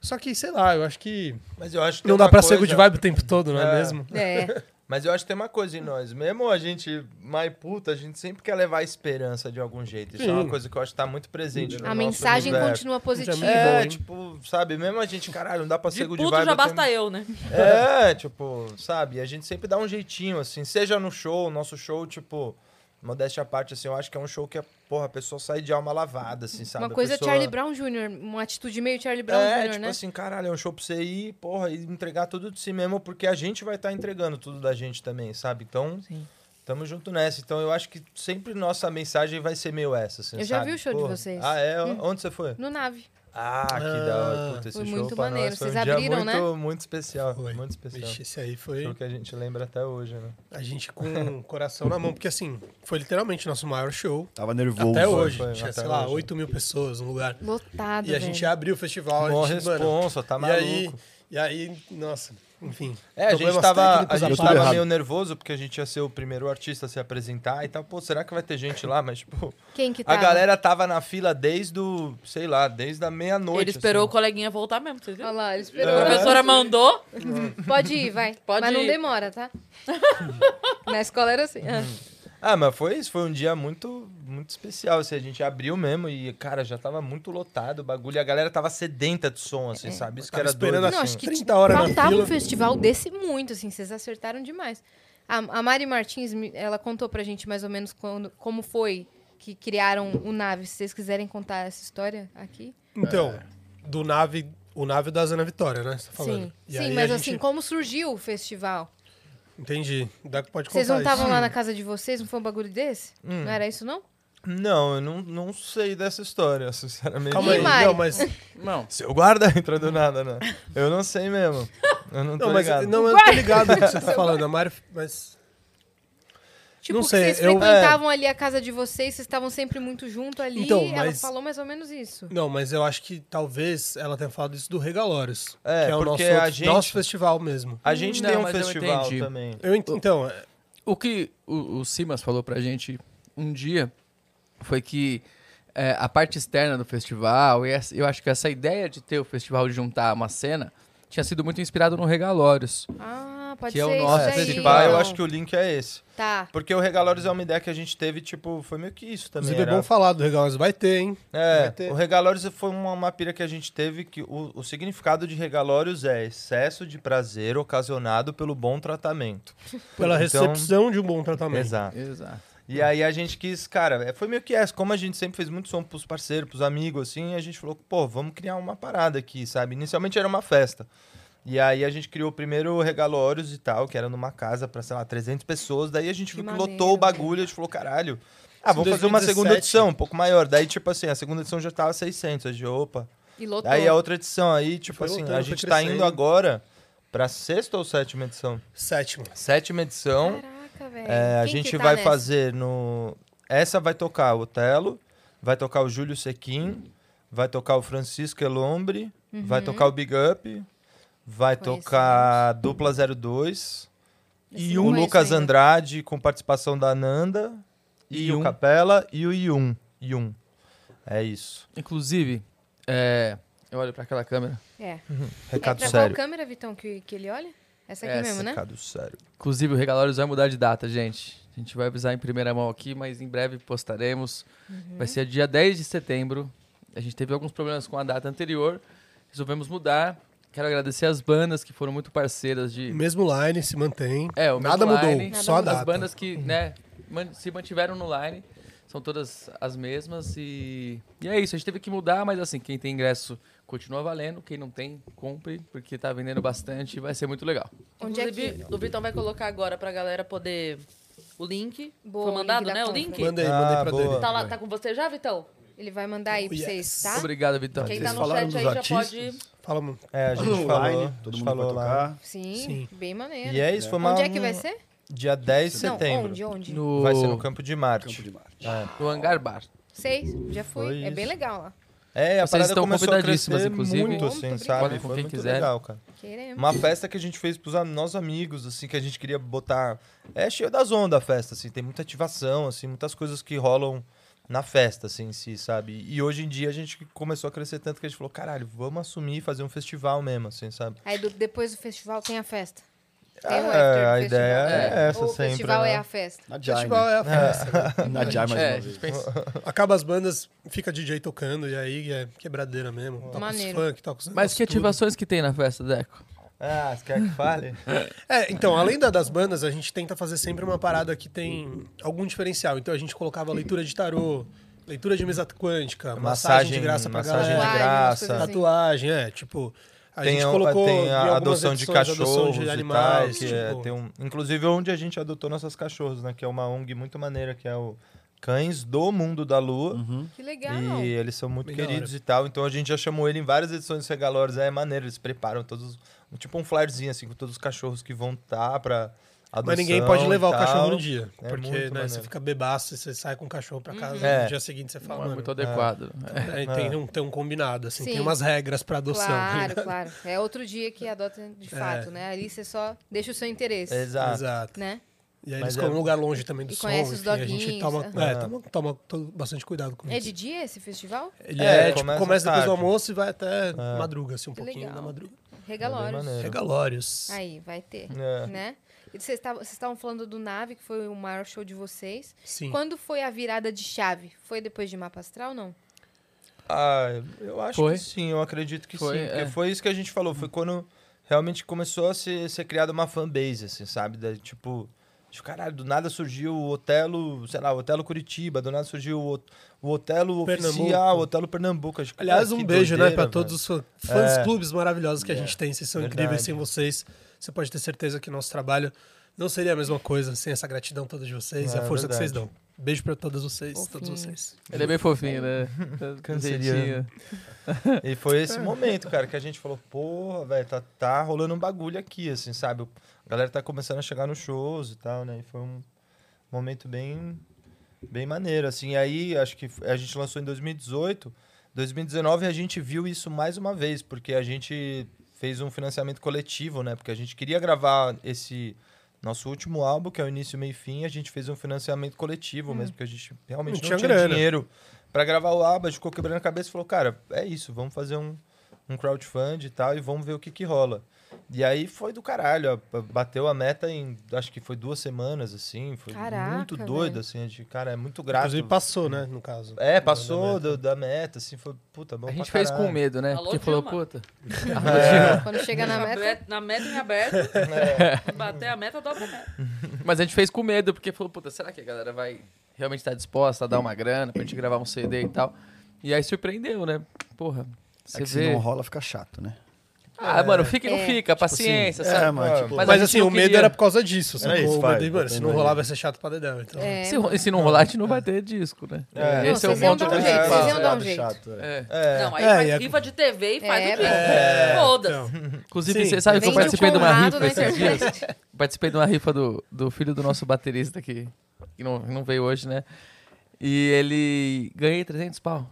Speaker 5: Só que, sei lá, eu acho que
Speaker 3: Mas eu acho que.
Speaker 5: não
Speaker 3: tem
Speaker 5: dá
Speaker 3: uma
Speaker 5: pra ser
Speaker 3: coisa-
Speaker 5: good vibe o tempo todo, não é,
Speaker 3: É.
Speaker 5: mesmo?
Speaker 2: Não. É.
Speaker 3: Mas eu acho que tem uma coisa em nós. Mesmo a gente, mais puta, a gente sempre quer levar a esperança de algum jeito. Isso é uma
Speaker 5: Sim. coisa
Speaker 3: coisa que eu acho que tá muito presente
Speaker 2: A mensagem continua positiva.
Speaker 5: É bom,
Speaker 3: É,
Speaker 5: hein?
Speaker 3: tipo, sabe, mesmo a gente, caralho, não dá pra
Speaker 1: De
Speaker 3: ser good
Speaker 1: puto
Speaker 3: vibe.
Speaker 1: já
Speaker 3: eu tenho-
Speaker 1: basta eu, né?
Speaker 3: É, tipo, sabe, a gente sempre dá um jeitinho, assim, seja no show, o nosso show, tipo, modéstia à parte, assim, eu acho que é um show que, a, porra, a pessoa sai de alma lavada, assim, sabe?
Speaker 2: Uma
Speaker 3: A
Speaker 2: coisa é
Speaker 3: pessoa...
Speaker 2: Charlie Brown Jr., uma atitude meio Charlie Brown
Speaker 3: É,
Speaker 2: Jr.,
Speaker 3: tipo
Speaker 2: né?
Speaker 3: assim, caralho, é um show pra você ir, porra, e entregar tudo de si mesmo, porque a gente vai estar entregando tudo da gente também, sabe? Então, tamo junto nessa. Então, eu acho que sempre nossa mensagem vai ser meio essa, assim,
Speaker 2: Eu já
Speaker 3: sabe?
Speaker 2: vi o show de
Speaker 3: Porra.
Speaker 2: vocês.
Speaker 3: Ah, é? Onde você foi?
Speaker 2: No nave.
Speaker 3: Ah, que da hora.
Speaker 5: Ah.
Speaker 3: Puta, esse
Speaker 2: Foi
Speaker 3: show
Speaker 2: muito
Speaker 3: pra
Speaker 2: maneiro.
Speaker 3: nós foi
Speaker 2: Vocês
Speaker 3: um dia
Speaker 2: abriram, né?
Speaker 3: muito, muito especial,
Speaker 5: Foi.
Speaker 3: muito especial.
Speaker 5: Vixe, esse aí foi...
Speaker 3: Show que a gente lembra até hoje, né?
Speaker 5: A gente com o coração na mão, porque assim, foi literalmente nosso maior show
Speaker 6: Tava nervoso.
Speaker 5: até hoje.
Speaker 3: foi,
Speaker 5: Tinha,
Speaker 3: até
Speaker 5: sei lá,
Speaker 3: hoje.
Speaker 5: 8 mil pessoas no lugar.
Speaker 2: Lotado,
Speaker 5: E a
Speaker 2: velho.
Speaker 5: gente abriu o festival.
Speaker 3: Mó
Speaker 5: a gente, mano,
Speaker 3: responsa, tá maluco.
Speaker 5: E aí, e aí, nossa, enfim.
Speaker 3: É, a gente
Speaker 5: problemas
Speaker 3: tava, a
Speaker 5: técnicos à
Speaker 3: gente
Speaker 5: parte.
Speaker 3: tava meio nervoso porque a gente ia ser o primeiro artista a se apresentar e tal. Pô, será que vai ter gente lá? Mas, tipo,
Speaker 2: Quem que
Speaker 3: a
Speaker 2: tá?
Speaker 3: galera tava na fila desde o, sei lá, desde a meia-noite.
Speaker 1: Ele esperou o
Speaker 3: assim.
Speaker 1: coleguinha voltar mesmo, vocês
Speaker 2: Olha
Speaker 1: viram?
Speaker 2: lá, ele
Speaker 1: A
Speaker 2: esperou.
Speaker 1: professora mandou.
Speaker 2: Pode ir, vai.
Speaker 1: Pode
Speaker 2: Mas não
Speaker 1: ir.
Speaker 2: demora, tá? Na escola era assim. Ah,
Speaker 3: Ah, mas foi isso, foi um dia muito, muito especial. Assim, a gente abriu mesmo e, cara, já tava muito lotado o bagulho. E a galera tava sedenta de som, assim, sabe? Isso que
Speaker 5: Tava
Speaker 3: era
Speaker 5: esperando
Speaker 3: doido.
Speaker 5: a-
Speaker 2: Não,
Speaker 3: assim.
Speaker 2: acho que
Speaker 5: 30
Speaker 2: tipo,
Speaker 5: horas na
Speaker 2: faltava
Speaker 5: fila.
Speaker 2: um festival desse muito, assim. Vocês acertaram demais. A, a Mari Martins, me- ela contou pra gente mais ou menos quando, como foi que criaram o Nave. Se vocês quiserem contar essa história aqui.
Speaker 5: Então,
Speaker 3: É.
Speaker 5: do nave, o nave da Zana Vitória, né? Você tá falando.
Speaker 2: Sim.
Speaker 5: E aí
Speaker 2: Sim,
Speaker 5: a
Speaker 2: mas
Speaker 5: gente-
Speaker 2: assim, como surgiu o festival?
Speaker 5: Entendi. Dá que pode contar
Speaker 2: Vocês não
Speaker 5: isso.
Speaker 2: estavam lá na casa de vocês? Não foi um bagulho desse? Não era isso, não?
Speaker 3: Não, eu não, não sei dessa história, sinceramente.
Speaker 5: Calma aí,
Speaker 2: Ih, Mari.
Speaker 5: não, mas...
Speaker 4: Não.
Speaker 3: Seu guarda entra do nada, né? Eu não sei mesmo. Eu não tô
Speaker 5: Não, mas
Speaker 3: ligado.
Speaker 5: não, eu tô ligado no que você tá falando, a Mari... Mas...
Speaker 2: Tipo,
Speaker 5: Não
Speaker 2: que
Speaker 5: sei,
Speaker 2: vocês
Speaker 5: eu-
Speaker 2: frequentavam ali a casa de vocês, vocês estavam sempre muito junto ali.
Speaker 5: Então,
Speaker 2: Ela
Speaker 5: mas-
Speaker 2: falou mais ou menos isso.
Speaker 5: Não, mas eu acho que talvez ela tenha falado isso do Regalórios.
Speaker 3: É,
Speaker 5: que é o
Speaker 3: porque
Speaker 5: nosso,
Speaker 3: a
Speaker 5: outro-
Speaker 3: gente-
Speaker 5: nosso festival mesmo.
Speaker 3: A gente
Speaker 4: Não,
Speaker 3: tem um
Speaker 4: mas eu
Speaker 3: festival
Speaker 4: entendi.
Speaker 3: também.
Speaker 5: Eu ent- Então, é,
Speaker 4: O que o, o Simas falou pra gente um dia foi que é, a parte externa do festival, e essa- eu acho que essa ideia de ter o festival de juntar uma cena, tinha sido muito inspirado no Regalórios.
Speaker 2: Ah, pode
Speaker 4: Que é
Speaker 2: ser
Speaker 4: o
Speaker 2: isso
Speaker 4: nosso
Speaker 2: aí.
Speaker 4: festival,
Speaker 3: Bah, eu
Speaker 2: então.
Speaker 3: acho que o link é esse.
Speaker 2: Tá.
Speaker 3: Porque o Regalórios é uma ideia que a gente teve, tipo, foi meio que isso também.
Speaker 5: inclusive é
Speaker 3: era-
Speaker 5: bom falar do Regalórios. Vai ter, hein? Vai
Speaker 3: É,
Speaker 5: ter.
Speaker 3: o Regalórios foi uma, uma pira que a gente teve que o, o significado de Regalórios é excesso de prazer ocasionado pelo bom tratamento.
Speaker 5: Pela
Speaker 3: Então-
Speaker 5: recepção de um bom tratamento.
Speaker 3: Exato.
Speaker 4: Exato.
Speaker 3: E aí a gente quis, cara, é, foi meio que essa. Como a gente sempre fez muito som pros parceiros, pros amigos, assim, a gente falou, pô, vamos criar uma parada aqui, sabe? Inicialmente era uma festa. E aí a gente criou o primeiro Regalórios e tal, que era numa casa pra, sei lá, 300 pessoas. Daí a gente
Speaker 2: Que
Speaker 3: viu que
Speaker 2: maneiro.
Speaker 3: lotou o bagulho, a gente falou, caralho. Ah,
Speaker 5: Isso
Speaker 3: vamos
Speaker 5: em
Speaker 3: fazer uma
Speaker 5: 2017.
Speaker 3: segunda edição, um pouco maior. Daí, tipo assim, a segunda edição já tava 600. A gente, opa,
Speaker 2: E lotou.
Speaker 3: Aí a outra edição aí, tipo
Speaker 5: Foi
Speaker 3: assim,
Speaker 5: voltando,
Speaker 3: a
Speaker 5: foi
Speaker 3: gente tá
Speaker 5: crescendo.
Speaker 3: indo agora pra sexta ou sétima edição?
Speaker 5: Sétimo.
Speaker 3: Sétima edição.
Speaker 2: Caraca, velho.
Speaker 3: é, a
Speaker 2: Quem que
Speaker 3: gente
Speaker 2: tá
Speaker 3: vai
Speaker 2: nessa?
Speaker 3: fazer no. Essa vai tocar o Otelo, vai tocar o Júlio Sequim, vai tocar o Francisco Elombre,
Speaker 2: Uhum.
Speaker 3: vai tocar o Big Up, vai
Speaker 2: Conhecemos.
Speaker 3: tocar a Dupla 02
Speaker 2: Esse
Speaker 3: e
Speaker 2: eu
Speaker 3: o
Speaker 2: conheço
Speaker 3: Lucas
Speaker 2: ainda.
Speaker 3: Andrade com participação da Nanda e o
Speaker 6: um.
Speaker 4: Yun.
Speaker 3: Capela e o Yun. Yun. É isso.
Speaker 4: Inclusive, é, eu olho pra aquela câmera.
Speaker 2: É. É
Speaker 3: Recado
Speaker 2: pra qual
Speaker 3: sério.
Speaker 2: câmera, Vitão, que, que ele olha? Essa aqui
Speaker 4: Essa,
Speaker 2: mesmo, né?
Speaker 3: Recado sério.
Speaker 4: Inclusive, o Regalórios vai mudar de data, gente. A gente vai avisar em primeira mão aqui, mas em breve postaremos.
Speaker 1: Uhum.
Speaker 4: Vai ser dia 10 de setembro. A gente teve alguns problemas com a data anterior. Resolvemos mudar. Quero agradecer as bandas que foram muito parceiras de.
Speaker 5: Mesmo line se mantém.
Speaker 4: É, o
Speaker 5: Nada
Speaker 4: mesmo
Speaker 5: mudou,
Speaker 4: line.
Speaker 5: só a
Speaker 4: As
Speaker 5: data.
Speaker 4: bandas que, né, man- se mantiveram no line são todas as mesmas e e é isso, a gente teve que mudar, mas assim, quem tem ingresso continua valendo, quem não tem, compre, porque tá vendendo bastante e vai ser muito legal.
Speaker 2: Onde é que...
Speaker 1: Inclusive, o Vitão vai colocar agora pra galera poder. O link.
Speaker 2: Boa,
Speaker 1: Foi
Speaker 2: o
Speaker 1: mandado,
Speaker 2: link da
Speaker 1: né? O
Speaker 2: compra.
Speaker 1: link?
Speaker 5: Mandei,
Speaker 3: Ah,
Speaker 5: mandei pra
Speaker 3: boa.
Speaker 5: dele.
Speaker 1: Tá, lá, tá com você já, Vitão?
Speaker 2: Ele vai mandar aí pra
Speaker 5: Yes.
Speaker 2: vocês, tá?
Speaker 4: Obrigado, Vitor.
Speaker 1: Quem
Speaker 6: Vocês
Speaker 1: tá no
Speaker 6: falaram
Speaker 1: chat
Speaker 6: dos
Speaker 1: aí já
Speaker 6: artistas?
Speaker 1: pode.
Speaker 5: Fala, um mano.
Speaker 3: É, a gente
Speaker 6: Online,
Speaker 3: falou, a
Speaker 6: todo
Speaker 3: gente
Speaker 6: mundo
Speaker 3: falou
Speaker 6: vai
Speaker 3: lá.
Speaker 6: tocar.
Speaker 2: Sim,
Speaker 5: Sim.
Speaker 2: bem maneiro.
Speaker 3: E é isso, foi uma,
Speaker 2: Onde é que vai ser?
Speaker 3: Dia 10 de setembro.
Speaker 2: Não, onde, onde?
Speaker 4: No,
Speaker 3: Vai ser no Campo de Marte.
Speaker 6: Campo de Marte.
Speaker 4: no Hangar Bar.
Speaker 2: Sei, já fui.
Speaker 3: Foi
Speaker 2: é bem
Speaker 3: isso.
Speaker 2: legal lá.
Speaker 3: É, a
Speaker 4: Vocês
Speaker 3: parada
Speaker 4: estão
Speaker 3: começou a
Speaker 4: convidadíssimas,
Speaker 3: crescer
Speaker 4: inclusive.
Speaker 2: Muito
Speaker 3: muito,
Speaker 2: É
Speaker 3: assim,
Speaker 2: obrigada.
Speaker 3: sabe?
Speaker 4: Podem com
Speaker 3: Foi
Speaker 4: quem
Speaker 3: muito
Speaker 4: quiser.
Speaker 3: legal, cara.
Speaker 2: Queremos.
Speaker 3: Uma festa que a gente fez pros am- nossos amigos, assim, que a gente queria botar... É cheio das ondas a festa, assim. Tem muita ativação, assim, muitas coisas que rolam na festa, assim, em si, sabe? E hoje em dia a gente começou a crescer tanto que a gente falou, caralho, vamos assumir e fazer um festival mesmo, assim, sabe?
Speaker 2: Aí do- depois do festival tem a festa. Tem o after do
Speaker 3: É, a
Speaker 2: festival.
Speaker 3: ideia é, essa
Speaker 2: Ou o
Speaker 3: sempre,
Speaker 2: festival
Speaker 3: né?
Speaker 2: é a festa.
Speaker 6: Na
Speaker 5: O
Speaker 6: Jai,
Speaker 5: festival
Speaker 6: né?
Speaker 5: é a festa.
Speaker 6: Na Jai, mais
Speaker 4: É,
Speaker 6: uma
Speaker 4: a gente
Speaker 6: vez.
Speaker 4: pensa.
Speaker 5: Acaba as bandas, fica DJ tocando, e aí é quebradeira mesmo. Toca
Speaker 2: Maneiro.
Speaker 5: os funk, toca os
Speaker 4: Mas que
Speaker 5: toca tudo.
Speaker 4: ativações que tem na festa, Deco?
Speaker 3: Ah, você quer que fale?
Speaker 5: É, então, além da- das bandas, a gente tenta fazer sempre uma parada que tem algum diferencial. Então a gente colocava leitura de tarô, leitura de mesa quântica, massagem, de graça pra
Speaker 2: Tatuagem,
Speaker 5: galera.
Speaker 3: massagem de
Speaker 2: umas coisas
Speaker 3: graça.
Speaker 2: assim.
Speaker 5: Tatuagem, é, tipo. A
Speaker 3: tem
Speaker 5: gente
Speaker 3: a-
Speaker 5: colocou
Speaker 3: tem a
Speaker 5: em algumas
Speaker 3: adoção de
Speaker 5: edições, adoção
Speaker 3: cachorros
Speaker 5: de
Speaker 3: e
Speaker 5: animais,
Speaker 3: tal, que é-
Speaker 5: tipo-
Speaker 3: tem um, inclusive onde a gente adotou nossos cachorros, né, que é uma ONG muito maneira, que é o Cães do Mundo da Lua.
Speaker 2: Que legal.
Speaker 3: E eles são muito
Speaker 5: Bem da
Speaker 3: queridos
Speaker 5: hora.
Speaker 3: e tal. Então a gente já chamou ele em várias edições do Regalores. É maneiro, eles preparam todos. um- Tipo um flyerzinho, assim, com todos os cachorros que vão estar tá pra adoção.
Speaker 5: Mas ninguém pode
Speaker 3: e
Speaker 5: levar o
Speaker 3: tal.
Speaker 5: cachorro no dia.
Speaker 3: É muito
Speaker 5: porque né,
Speaker 3: maneiro.
Speaker 5: você fica bebaço e você sai com o cachorro
Speaker 2: Uhum.
Speaker 5: pra casa
Speaker 3: É.
Speaker 5: no dia seguinte você fala,
Speaker 4: Não é
Speaker 5: mano,
Speaker 4: muito adequado. É.
Speaker 5: é, tem, um, tem um combinado, assim,
Speaker 2: Sim.
Speaker 5: tem umas regras pra adoção. né?
Speaker 2: Claro, claro. É outro dia que adota
Speaker 3: É.
Speaker 2: de fato, né? Ali você só deixa o seu interesse,
Speaker 3: Exato.
Speaker 5: Exato.
Speaker 2: né?
Speaker 5: E aí
Speaker 3: Mas
Speaker 5: eles
Speaker 3: é-
Speaker 5: ficam num lugar longe também do
Speaker 2: E
Speaker 5: som.
Speaker 2: conhece os
Speaker 5: enfim, a gente
Speaker 2: doguinhos,
Speaker 5: toma,
Speaker 2: é.
Speaker 5: é, toma, toma to- bastante cuidado com
Speaker 2: É
Speaker 5: isso.
Speaker 2: de dia esse festival?
Speaker 5: Ele
Speaker 3: É,
Speaker 5: é, tipo,
Speaker 3: começa
Speaker 5: começa, depois do
Speaker 3: tarde. É.
Speaker 5: almoço e vai até madruga, assim, um
Speaker 2: Que
Speaker 5: pouquinho
Speaker 2: legal.
Speaker 5: da madruga. É
Speaker 2: Regalórios.
Speaker 3: maneiro.
Speaker 5: Regalórios.
Speaker 2: Aí, vai ter,
Speaker 3: É.
Speaker 2: né? E vocês tavam- vocês estavam falando do Nave, que foi o maior show de vocês.
Speaker 5: Sim.
Speaker 2: Quando foi a virada de chave? Foi depois de Mapa Astral, não?
Speaker 3: Ah, eu acho
Speaker 4: Foi?
Speaker 3: que sim, eu acredito que
Speaker 4: Foi,
Speaker 3: sim. Porque
Speaker 4: é.
Speaker 3: foi isso que a gente falou, foi quando realmente começou a se- ser criada uma fanbase, assim, sabe? Da, tipo, de, caralho, do nada surgiu o Otelo, sei lá, o Otelo Curitiba, do nada surgiu o, o Otelo
Speaker 5: Pernambuco.
Speaker 3: Oficial, o Otelo Pernambuco. Acho que,
Speaker 5: Aliás,
Speaker 3: cara,
Speaker 5: um
Speaker 3: Ah, que
Speaker 5: beijo, né,
Speaker 3: doideira,
Speaker 5: pra todos
Speaker 3: velho.
Speaker 5: os fã- fãs
Speaker 3: É.
Speaker 5: clubes maravilhosos que a gente tem. Vocês são
Speaker 3: Verdade.
Speaker 5: incríveis. Sem vocês, você pode ter certeza que o nosso trabalho não seria a mesma coisa sem essa gratidão toda de vocês e
Speaker 3: É,
Speaker 5: a força que vocês
Speaker 3: verdade.
Speaker 5: dão. Beijo pra todas vocês, todos
Speaker 2: Fofinhos.
Speaker 5: vocês.
Speaker 4: Ele é bem fofinho, né? Tá do
Speaker 3: Canceriano.
Speaker 4: jeitinho.
Speaker 3: E foi
Speaker 5: É.
Speaker 3: esse momento, cara, que a gente falou, porra, velho, tá, tá rolando um bagulho aqui, assim, sabe? A galera tá começando a chegar nos shows e tal, né? E foi um, momento bem, bem maneiro, assim. Aí, acho que f- a gente lançou em 2018. 2019 a gente viu isso mais uma vez, porque a gente fez um financiamento coletivo, né? Porque a gente queria gravar esse nosso último álbum, que é o início, meio e fim, a gente fez um financiamento coletivo mesmo, porque a gente realmente
Speaker 5: Hum. Não
Speaker 3: não,
Speaker 5: tinha
Speaker 3: tinha
Speaker 5: grana.
Speaker 3: dinheiro para gravar o álbum, a gente ficou quebrando a cabeça e falou, cara, é isso, vamos fazer um, um crowdfund e tal, e vamos ver o que que rola. E aí foi do caralho, ó, bateu a meta em, acho que foi duas semanas, assim, foi
Speaker 2: Caraca,
Speaker 3: muito doido,
Speaker 2: velho.
Speaker 3: assim, a gente, cara, é muito grato.
Speaker 5: Inclusive passou, né? No caso.
Speaker 3: É,
Speaker 5: Da
Speaker 3: passou
Speaker 5: meta.
Speaker 3: do- da meta, assim, foi, puta, bom
Speaker 4: A gente
Speaker 3: pra
Speaker 4: fez com
Speaker 3: caralho.
Speaker 4: medo, né?
Speaker 1: Alô,
Speaker 4: Porque falou,
Speaker 1: Dilma.
Speaker 4: puta. Ah,
Speaker 3: É.
Speaker 2: Quando chega na meta,
Speaker 1: Aberto- Tá Na meta em aberto. Bater a meta, tá dobra a meta.
Speaker 4: Mas a gente fez com medo, porque falou, puta, será que a galera vai realmente estar disposta a dar uma grana pra gente gravar um CD e tal? E aí surpreendeu, né? Porra,
Speaker 6: É
Speaker 4: você
Speaker 6: que se
Speaker 4: vê.
Speaker 6: não rola, fica chato, né?
Speaker 4: Ah, mano, fica e não
Speaker 2: É.
Speaker 4: fica, paciência,
Speaker 6: Assim, é,
Speaker 4: sabe?
Speaker 6: mano, tipo,
Speaker 4: Mas
Speaker 5: Mas,
Speaker 4: a gente
Speaker 5: assim,
Speaker 4: não
Speaker 5: o medo
Speaker 4: queria.
Speaker 5: era por causa disso.
Speaker 6: Era
Speaker 5: sacou?
Speaker 6: isso,
Speaker 5: O
Speaker 6: vai,
Speaker 5: medo, mano, se não
Speaker 6: entendo
Speaker 5: rolar,
Speaker 6: aí.
Speaker 5: vai ser chato pra dedão. Então.
Speaker 2: é,
Speaker 4: Se, ro- se não rolar, a gente não vai ter disco, né?
Speaker 3: É.
Speaker 4: Esse
Speaker 2: Não,
Speaker 4: é o
Speaker 2: vocês iam
Speaker 4: ponto
Speaker 2: dar um jeito,
Speaker 4: principal.
Speaker 2: vocês iam dar um jeito.
Speaker 6: chato, é.
Speaker 4: É.
Speaker 1: Não, aí
Speaker 5: É,
Speaker 1: faz
Speaker 5: e é-
Speaker 1: rifa de TV e faz
Speaker 2: É,
Speaker 1: o disco.
Speaker 5: É,
Speaker 1: Foda-se.
Speaker 5: então.
Speaker 4: Inclusive,
Speaker 5: Sim.
Speaker 4: você sabe que eu
Speaker 2: vende o
Speaker 4: participei de uma
Speaker 2: Conrado né,
Speaker 4: rifa
Speaker 2: na
Speaker 4: esses dias?
Speaker 2: internet.
Speaker 4: Participei de uma rifa do, do filho do nosso baterista que, que não, não veio hoje, né? E ele ganhei 300 pau.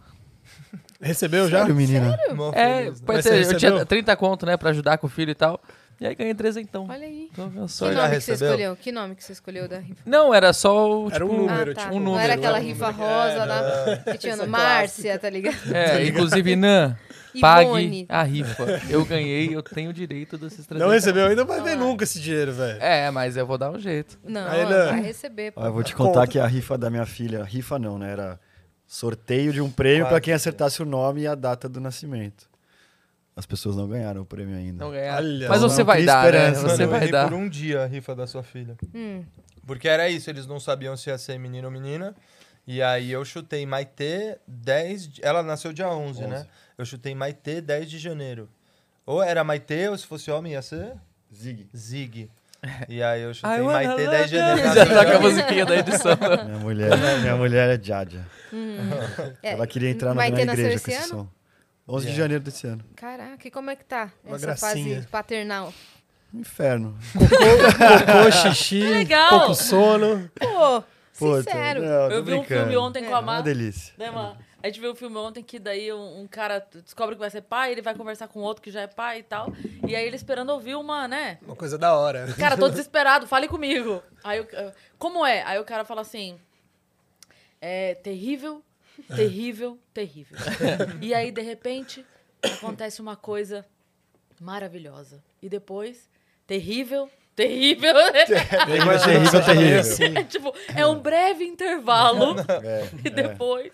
Speaker 5: Recebeu já?
Speaker 6: menino.
Speaker 3: Mó
Speaker 4: É,
Speaker 3: feliz, né?
Speaker 4: pode
Speaker 5: Mas você
Speaker 4: ser, eu tinha
Speaker 5: recebeu?
Speaker 4: 30 conto, né, pra ajudar com o filho e tal. E aí ganhei 300.
Speaker 2: olha aí.
Speaker 4: Então, meu
Speaker 2: Que
Speaker 4: sonho.
Speaker 3: Já
Speaker 2: nome que você
Speaker 3: recebeu?
Speaker 2: escolheu? Que nome que você escolheu da rifa?
Speaker 4: Não, era só o.
Speaker 5: Era um
Speaker 4: tipo,
Speaker 5: número,
Speaker 2: tá.
Speaker 5: tipo,
Speaker 4: um
Speaker 2: Não
Speaker 4: número,
Speaker 2: era
Speaker 4: é
Speaker 2: aquela
Speaker 4: um
Speaker 2: rifa
Speaker 5: número. É,
Speaker 2: rosa lá, que tinha
Speaker 5: Esse é
Speaker 2: no Márcia, tá ligado?
Speaker 4: É, inclusive, Nan,
Speaker 2: Ivone.
Speaker 4: É. pague a rifa. Eu ganhei, eu tenho direito desses 300.
Speaker 5: Não recebeu ainda, vai ver nunca esse dinheiro, velho.
Speaker 4: É, mas eu vou dar um jeito.
Speaker 2: Não,
Speaker 5: Aí, Nan.
Speaker 2: vai receber. pô.
Speaker 6: Ó, eu vou te contar
Speaker 5: Conta.
Speaker 6: que a rifa da minha filha, rifa não, né? Era sorteio de um prêmio
Speaker 3: Quase.
Speaker 6: pra quem acertasse o nome e a data do nascimento. As pessoas não ganharam o prêmio ainda.
Speaker 4: Não ganhar.
Speaker 5: Olha,
Speaker 4: mas
Speaker 6: não
Speaker 4: você vai
Speaker 6: cria
Speaker 4: dar, né?
Speaker 6: esperança,
Speaker 4: Você
Speaker 3: Mano, eu
Speaker 4: vai
Speaker 3: errei
Speaker 4: dar.
Speaker 3: por um dia a rifa da sua filha.
Speaker 2: Hum.
Speaker 3: Porque era isso, eles não sabiam se ia ser menino ou menina. E aí eu chutei Maitê 10. de- Ela nasceu dia 11, né?
Speaker 6: 11.
Speaker 3: Eu chutei Maitê 10 de janeiro. Ou era Maitê, ou se fosse homem ia ser
Speaker 6: Zig.
Speaker 3: Zig. E aí eu
Speaker 4: I
Speaker 3: chutei
Speaker 4: wanna
Speaker 3: Maitê
Speaker 4: love
Speaker 3: 10 de janeiro.
Speaker 4: Já
Speaker 5: tá
Speaker 3: nasceu
Speaker 4: toca
Speaker 3: dia
Speaker 4: a musiquinha da edição.
Speaker 6: Minha mulher, minha mulher é Jaja.
Speaker 2: É,
Speaker 6: Ela queria entrar na
Speaker 2: vai ter
Speaker 6: minha
Speaker 2: nasceu
Speaker 6: igreja
Speaker 2: esse
Speaker 6: com esse
Speaker 2: ano?
Speaker 6: som. 11 de
Speaker 3: Yeah.
Speaker 6: janeiro desse ano.
Speaker 2: Caraca, e como é que tá
Speaker 5: Uma
Speaker 2: essa
Speaker 5: gracinha.
Speaker 2: fase paternal?
Speaker 6: Um Inferno.
Speaker 5: Cocô, xixi,
Speaker 1: legal.
Speaker 5: pouco sono.
Speaker 2: Pô,
Speaker 6: Puta,
Speaker 2: sincero.
Speaker 6: não, tô
Speaker 1: Eu vi um
Speaker 6: brincando.
Speaker 1: filme ontem com
Speaker 6: É
Speaker 1: a
Speaker 6: uma
Speaker 1: Mar.
Speaker 6: delícia.
Speaker 1: Né, mano? A gente viu um filme ontem que daí um, um cara descobre que vai ser pai, ele vai conversar com outro que já é pai e tal. E aí ele esperando ouvir uma, né?
Speaker 5: Uma coisa da hora.
Speaker 1: Cara, tô desesperado, fale comigo. Aí o- como é? Aí o cara fala assim: é terrível,
Speaker 5: É.
Speaker 1: terrível, terrível. E aí, de repente, acontece uma coisa maravilhosa. E depois, terrível, terrível. né?
Speaker 6: Tem mais terrível,
Speaker 5: Tá
Speaker 6: terrível.
Speaker 1: É tipo, é um breve intervalo. E depois.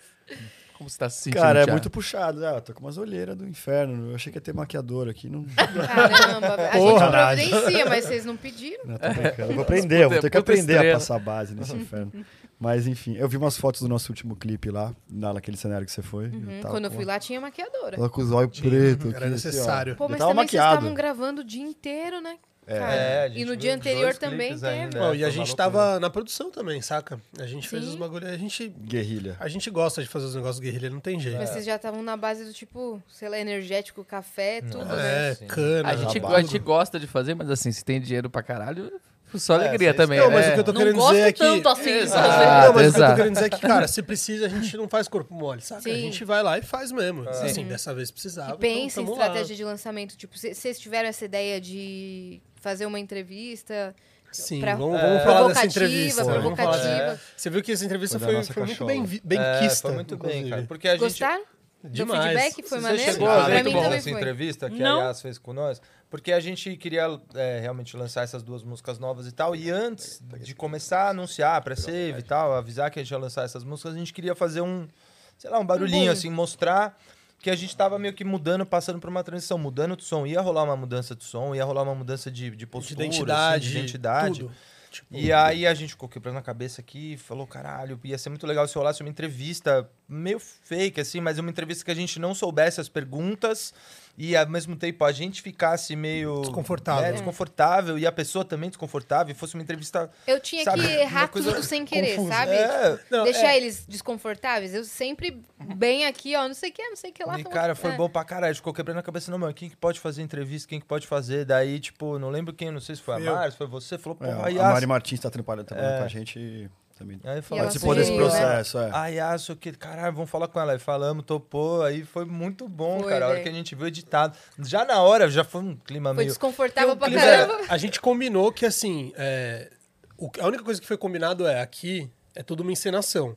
Speaker 4: Como você tá se sentindo?
Speaker 6: É. Cara, é
Speaker 4: Thiago?
Speaker 6: muito puxado. Ah, tô com umas olheiras do inferno. Eu achei que ia ter maquiador aqui. Não,
Speaker 2: Caramba, velho. a
Speaker 6: Porra.
Speaker 2: gente providencia, mas vocês não pediram. né?
Speaker 6: não tô brincando. Eu vou aprender, eu vou ter que
Speaker 4: Puta
Speaker 6: aprender
Speaker 4: estrela.
Speaker 6: a passar base nesse inferno. Mas enfim, eu vi umas fotos do nosso último clipe lá, na- naquele cenário que você foi.
Speaker 2: Hum,
Speaker 6: Eu tava
Speaker 2: Quando eu
Speaker 6: com-
Speaker 2: fui lá, tinha maquiadora.
Speaker 6: Tava com os olhos pretos.
Speaker 5: Era necessário.
Speaker 2: Pô, mas
Speaker 6: tava
Speaker 2: também vocês
Speaker 6: maquiado.
Speaker 2: estavam gravando o dia inteiro, né? Cara?
Speaker 3: É, a
Speaker 2: e
Speaker 3: gente
Speaker 2: no
Speaker 3: viu
Speaker 2: dia
Speaker 3: dois
Speaker 2: anterior
Speaker 3: clipes
Speaker 2: também
Speaker 3: ainda,
Speaker 2: teve. né?
Speaker 3: é,
Speaker 5: Bom, e
Speaker 3: foi
Speaker 5: a
Speaker 3: uma
Speaker 5: gente
Speaker 3: loucura.
Speaker 5: tava na produção também, saca? A gente fez
Speaker 2: Sim.
Speaker 5: os bagulho, a gente
Speaker 6: Guerrilha.
Speaker 5: a gente gosta de fazer os negócios guerrilha, não tem jeito.
Speaker 2: Mas vocês já estavam na base do tipo, sei lá, energético, café, tudo, né?
Speaker 5: É,
Speaker 3: Sim.
Speaker 5: cana.
Speaker 4: A gente,
Speaker 6: Trabalho.
Speaker 4: a gente gosta de fazer, mas assim, se tem dinheiro pra caralho, só alegria
Speaker 3: vocês-
Speaker 4: também.
Speaker 5: Não, mas
Speaker 4: né?
Speaker 5: o que eu tô
Speaker 1: Não
Speaker 5: querendo dizer
Speaker 1: gosto
Speaker 5: é que
Speaker 1: tanto assim de
Speaker 4: Exato.
Speaker 1: fazer.
Speaker 5: não, mas o que eu
Speaker 4: exato.
Speaker 5: tô querendo dizer é que, cara, se precisa, a gente não faz corpo mole, saca? A
Speaker 2: Sim.
Speaker 5: gente vai lá e faz
Speaker 3: É.
Speaker 5: mesmo. Assim,
Speaker 4: Sim.
Speaker 5: dessa vez precisava.
Speaker 2: E pensa
Speaker 5: então,
Speaker 2: em
Speaker 5: tamo lá.
Speaker 2: estratégia de lançamento. Tipo, c- vocês tiveram essa ideia de fazer uma entrevista
Speaker 5: Sim,
Speaker 2: pra-
Speaker 5: vamos,
Speaker 3: É.
Speaker 5: vamos falar dessa
Speaker 2: Provocativa,
Speaker 5: entrevista. né? Vamos falar dessa-
Speaker 2: provocativa.
Speaker 5: Você viu que essa entrevista
Speaker 6: Foi da
Speaker 5: foi,
Speaker 6: nossa
Speaker 5: foi muito
Speaker 6: cachola.
Speaker 5: bem, vi- bem
Speaker 3: É,
Speaker 5: quista.
Speaker 3: foi muito bem,
Speaker 5: inclusive.
Speaker 3: cara. Porque a gente
Speaker 2: Gostaram?
Speaker 5: Demais.
Speaker 2: Do feedback foi
Speaker 3: Você
Speaker 2: maneiro?
Speaker 3: chegou
Speaker 4: Ah,
Speaker 3: a
Speaker 2: pra
Speaker 3: ver
Speaker 4: muito
Speaker 2: mim
Speaker 3: que
Speaker 4: bom.
Speaker 2: também
Speaker 3: essa
Speaker 2: foi.
Speaker 3: entrevista que
Speaker 1: Não.
Speaker 3: a Yas fez com nós? Porque a gente queria é, realmente lançar essas duas músicas novas e tal. E antes de começar a anunciar para save e tal, avisar que a gente ia lançar essas músicas, a gente queria fazer um, sei lá, um barulhinho,
Speaker 2: boom.
Speaker 3: assim, mostrar que a gente tava meio que mudando, passando por uma transição, mudando de som. Ia rolar uma mudança de som, ia rolar uma mudança de, de
Speaker 5: De
Speaker 3: postura, assim,
Speaker 5: identidade.
Speaker 3: de identidade.
Speaker 5: Tudo. Tipo,
Speaker 3: E aí a gente ficou quebrando a cabeça aqui, falou, caralho, ia ser muito legal se rolasse uma entrevista meio fake, assim, mas uma entrevista que a gente não soubesse as perguntas e ao mesmo tempo a gente ficasse meio.
Speaker 5: Desconfortável.
Speaker 3: né, desconfortável e a pessoa também desconfortável, e fosse uma entrevista.
Speaker 2: Eu tinha
Speaker 3: Sabe,
Speaker 2: que errar
Speaker 3: uma coisa
Speaker 2: tudo sem querer,
Speaker 5: confusa.
Speaker 2: sabe?
Speaker 3: É,
Speaker 5: Não,
Speaker 2: Deixar
Speaker 5: é,
Speaker 2: eles desconfortáveis. Eu sempre bem aqui, ó, não sei o que, não sei o que lá.
Speaker 3: e
Speaker 2: falando-
Speaker 3: cara, foi
Speaker 2: é.
Speaker 3: bom pra caralho. Ficou quebrando a cabeça, não, mano, quem que pode fazer entrevista, quem que pode fazer? Daí, tipo, não lembro quem, não sei se foi a
Speaker 5: Fui eu.
Speaker 3: Mari, se foi você, falou,
Speaker 6: É,
Speaker 3: porra,
Speaker 6: a
Speaker 3: Yas,
Speaker 5: É.
Speaker 6: Mari Martins tá trampando- trabalhando com a gente. Também
Speaker 3: Aí
Speaker 2: E ela
Speaker 3: fala,
Speaker 6: participou
Speaker 2: sugeriu,
Speaker 6: desse
Speaker 2: né?
Speaker 6: processo, é.
Speaker 3: Ai, Aço, que caralho, vamos falar com ela. Aí falamos, topou, aí foi muito bom,
Speaker 2: Foi,
Speaker 3: cara. A hora
Speaker 2: velho.
Speaker 3: que a gente viu editado. Já na hora, já foi um clima
Speaker 2: Foi
Speaker 3: meio.
Speaker 2: desconfortável pra
Speaker 3: clima
Speaker 2: caramba.
Speaker 5: é, A gente combinou que, assim, é, o- a única coisa que foi combinado é aqui é tudo uma encenação.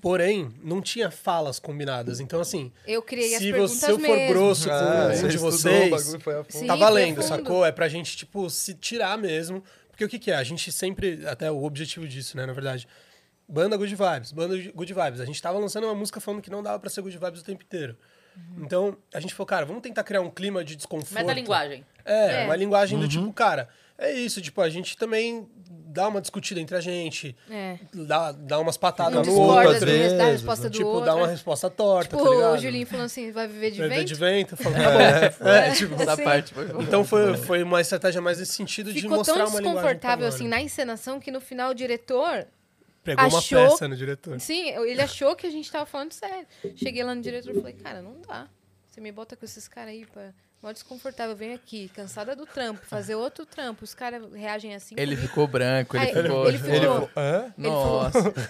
Speaker 5: Porém, não tinha falas combinadas. Então, assim,
Speaker 2: Uhum. Eu criei as
Speaker 5: se
Speaker 2: perguntas
Speaker 5: você for
Speaker 2: mesmo.
Speaker 5: grosso
Speaker 3: Ah,
Speaker 5: com um
Speaker 3: você
Speaker 5: de
Speaker 3: estudou o
Speaker 5: vocês,
Speaker 3: bagulho, foi a fundo.
Speaker 2: Sim,
Speaker 5: tá valendo,
Speaker 2: profundo.
Speaker 5: sacou? É pra gente, tipo, se tirar mesmo. Porque o que, que é? A gente sempre. Até o objetivo disso, né, na verdade. Banda Good Vibes, banda Good Vibes. A gente tava lançando uma música falando que não dava pra ser Good Vibes o tempo inteiro.
Speaker 2: Uhum.
Speaker 5: Então, a gente falou, cara, vamos tentar criar um clima de desconforto.
Speaker 1: Metalinguagem.
Speaker 5: É,
Speaker 2: É.
Speaker 5: uma linguagem do tipo, cara, é isso, tipo, a gente também dá uma discutida entre a gente,
Speaker 2: É.
Speaker 5: dá, dá umas
Speaker 2: Não
Speaker 5: patadas
Speaker 3: Cada um
Speaker 5: tá no
Speaker 2: discorda
Speaker 5: outro,
Speaker 3: outro,
Speaker 2: às vezes, dá a
Speaker 3: às
Speaker 2: resposta do
Speaker 5: tipo,
Speaker 2: outro.
Speaker 5: dá uma resposta torta,
Speaker 2: tipo,
Speaker 5: tá ligado?
Speaker 2: o Julinho falando assim, vai viver de
Speaker 5: Vai ver
Speaker 2: vento?
Speaker 5: de vento, eu falo, tá bom. É, tipo,
Speaker 4: Essa
Speaker 2: Sim.
Speaker 4: parte foi boa.
Speaker 5: então foi, foi uma estratégia mais nesse sentido de
Speaker 2: Ficou
Speaker 5: mostrar
Speaker 2: tão
Speaker 5: uma linguagem. pra
Speaker 2: desconfortável,
Speaker 5: galera.
Speaker 2: assim, na encenação, que no final o diretor...
Speaker 5: Pegou
Speaker 2: achou-
Speaker 5: uma peça no diretor.
Speaker 2: Sim, ele achou que a gente tava falando sério. Cheguei lá no diretor e falei, cara, não dá. Você me bota com esses caras aí, pá. Mó desconfortável, eu venho aqui, cansada do trampo, fazer outro trampo. Os caras reagem assim.
Speaker 4: Ele
Speaker 2: comigo.
Speaker 4: ficou branco, ele
Speaker 2: Aí,
Speaker 4: ficou.
Speaker 2: ele
Speaker 3: Ele
Speaker 2: ficou-
Speaker 3: falou, hã?
Speaker 2: ele falou-
Speaker 4: Nossa.
Speaker 5: Ficou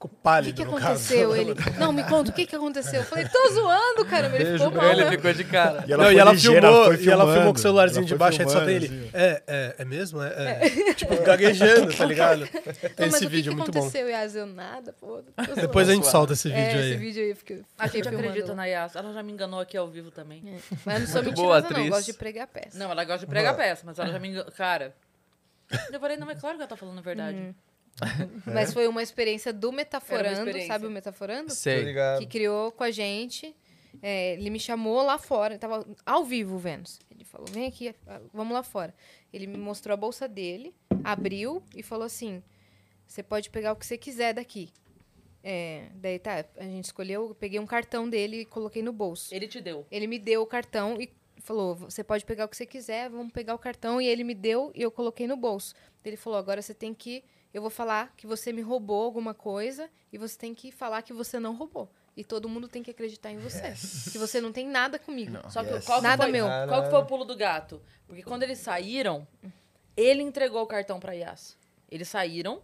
Speaker 2: O que,
Speaker 5: pálido,
Speaker 2: que
Speaker 5: no caso.
Speaker 2: aconteceu? Ele, não, me conta, o que, que aconteceu? Eu falei, tô zoando, cara. Ele ficou mal,
Speaker 4: ele
Speaker 2: né?
Speaker 4: ficou de cara.
Speaker 6: E
Speaker 5: Não, e ela
Speaker 6: ligeira,
Speaker 5: filmou,
Speaker 6: foi
Speaker 5: e ela filmou com
Speaker 6: filmando.
Speaker 5: o celularzinho
Speaker 6: Ela
Speaker 5: de
Speaker 6: foi
Speaker 5: baixo, aí só
Speaker 6: filmando,
Speaker 5: tem ele.
Speaker 6: assim,
Speaker 5: É, é, é mesmo? É, é. tipo, gaguejando, tá ligado?
Speaker 2: Não, mas
Speaker 5: Esse
Speaker 2: o que,
Speaker 5: vídeo é
Speaker 2: que
Speaker 5: muito bom.
Speaker 2: aconteceu? Yas, eu nada, pô. tô zoando.
Speaker 5: Depois a gente solta esse vídeo
Speaker 2: é,
Speaker 5: aí.
Speaker 2: esse vídeo aí. eu Fiquei,
Speaker 1: A gente
Speaker 2: filmando
Speaker 1: acredita
Speaker 2: lá.
Speaker 1: na Yas. Ela já me enganou aqui ao vivo também.
Speaker 2: É, Mas eu não sou mentirosa,
Speaker 4: Muito boa
Speaker 2: não.
Speaker 4: atriz.
Speaker 2: Eu gosto de pregar peça.
Speaker 1: Não, ela gosta de pregar peça, mas ela já me enganou. Cara. Eu falei, não, é claro que ela tá falando a verdade.
Speaker 2: Hum. Mas foi uma experiência do Metaforando,
Speaker 1: Era uma experiência.
Speaker 2: sabe o Metaforando?
Speaker 3: Tô
Speaker 4: Sei.
Speaker 3: ligado.
Speaker 2: Que criou com a gente. É, ele me chamou lá fora, eu tava ao vivo, o Vênus. Ele falou: vem aqui, vamos lá fora. Ele me mostrou a bolsa dele, abriu e falou assim: você pode pegar o que você quiser daqui. É, daí tá, a gente escolheu, eu peguei um cartão dele e coloquei no bolso.
Speaker 1: Ele te deu.
Speaker 2: Ele me deu o cartão e falou: você pode pegar o que você quiser, vamos pegar o cartão. E ele me deu e eu coloquei no bolso. Ele falou: agora você tem que. Eu vou falar que você me roubou alguma coisa e você tem que falar que você não roubou. E todo mundo tem que acreditar em você. Que você não tem nada comigo.
Speaker 5: Ah,
Speaker 1: Só que
Speaker 6: Yes.
Speaker 1: qual que
Speaker 2: Nada
Speaker 1: foi,
Speaker 2: meu.
Speaker 1: Qual que foi o pulo do gato? Porque quando eles saíram, ele entregou o cartão pra Yas. Eles saíram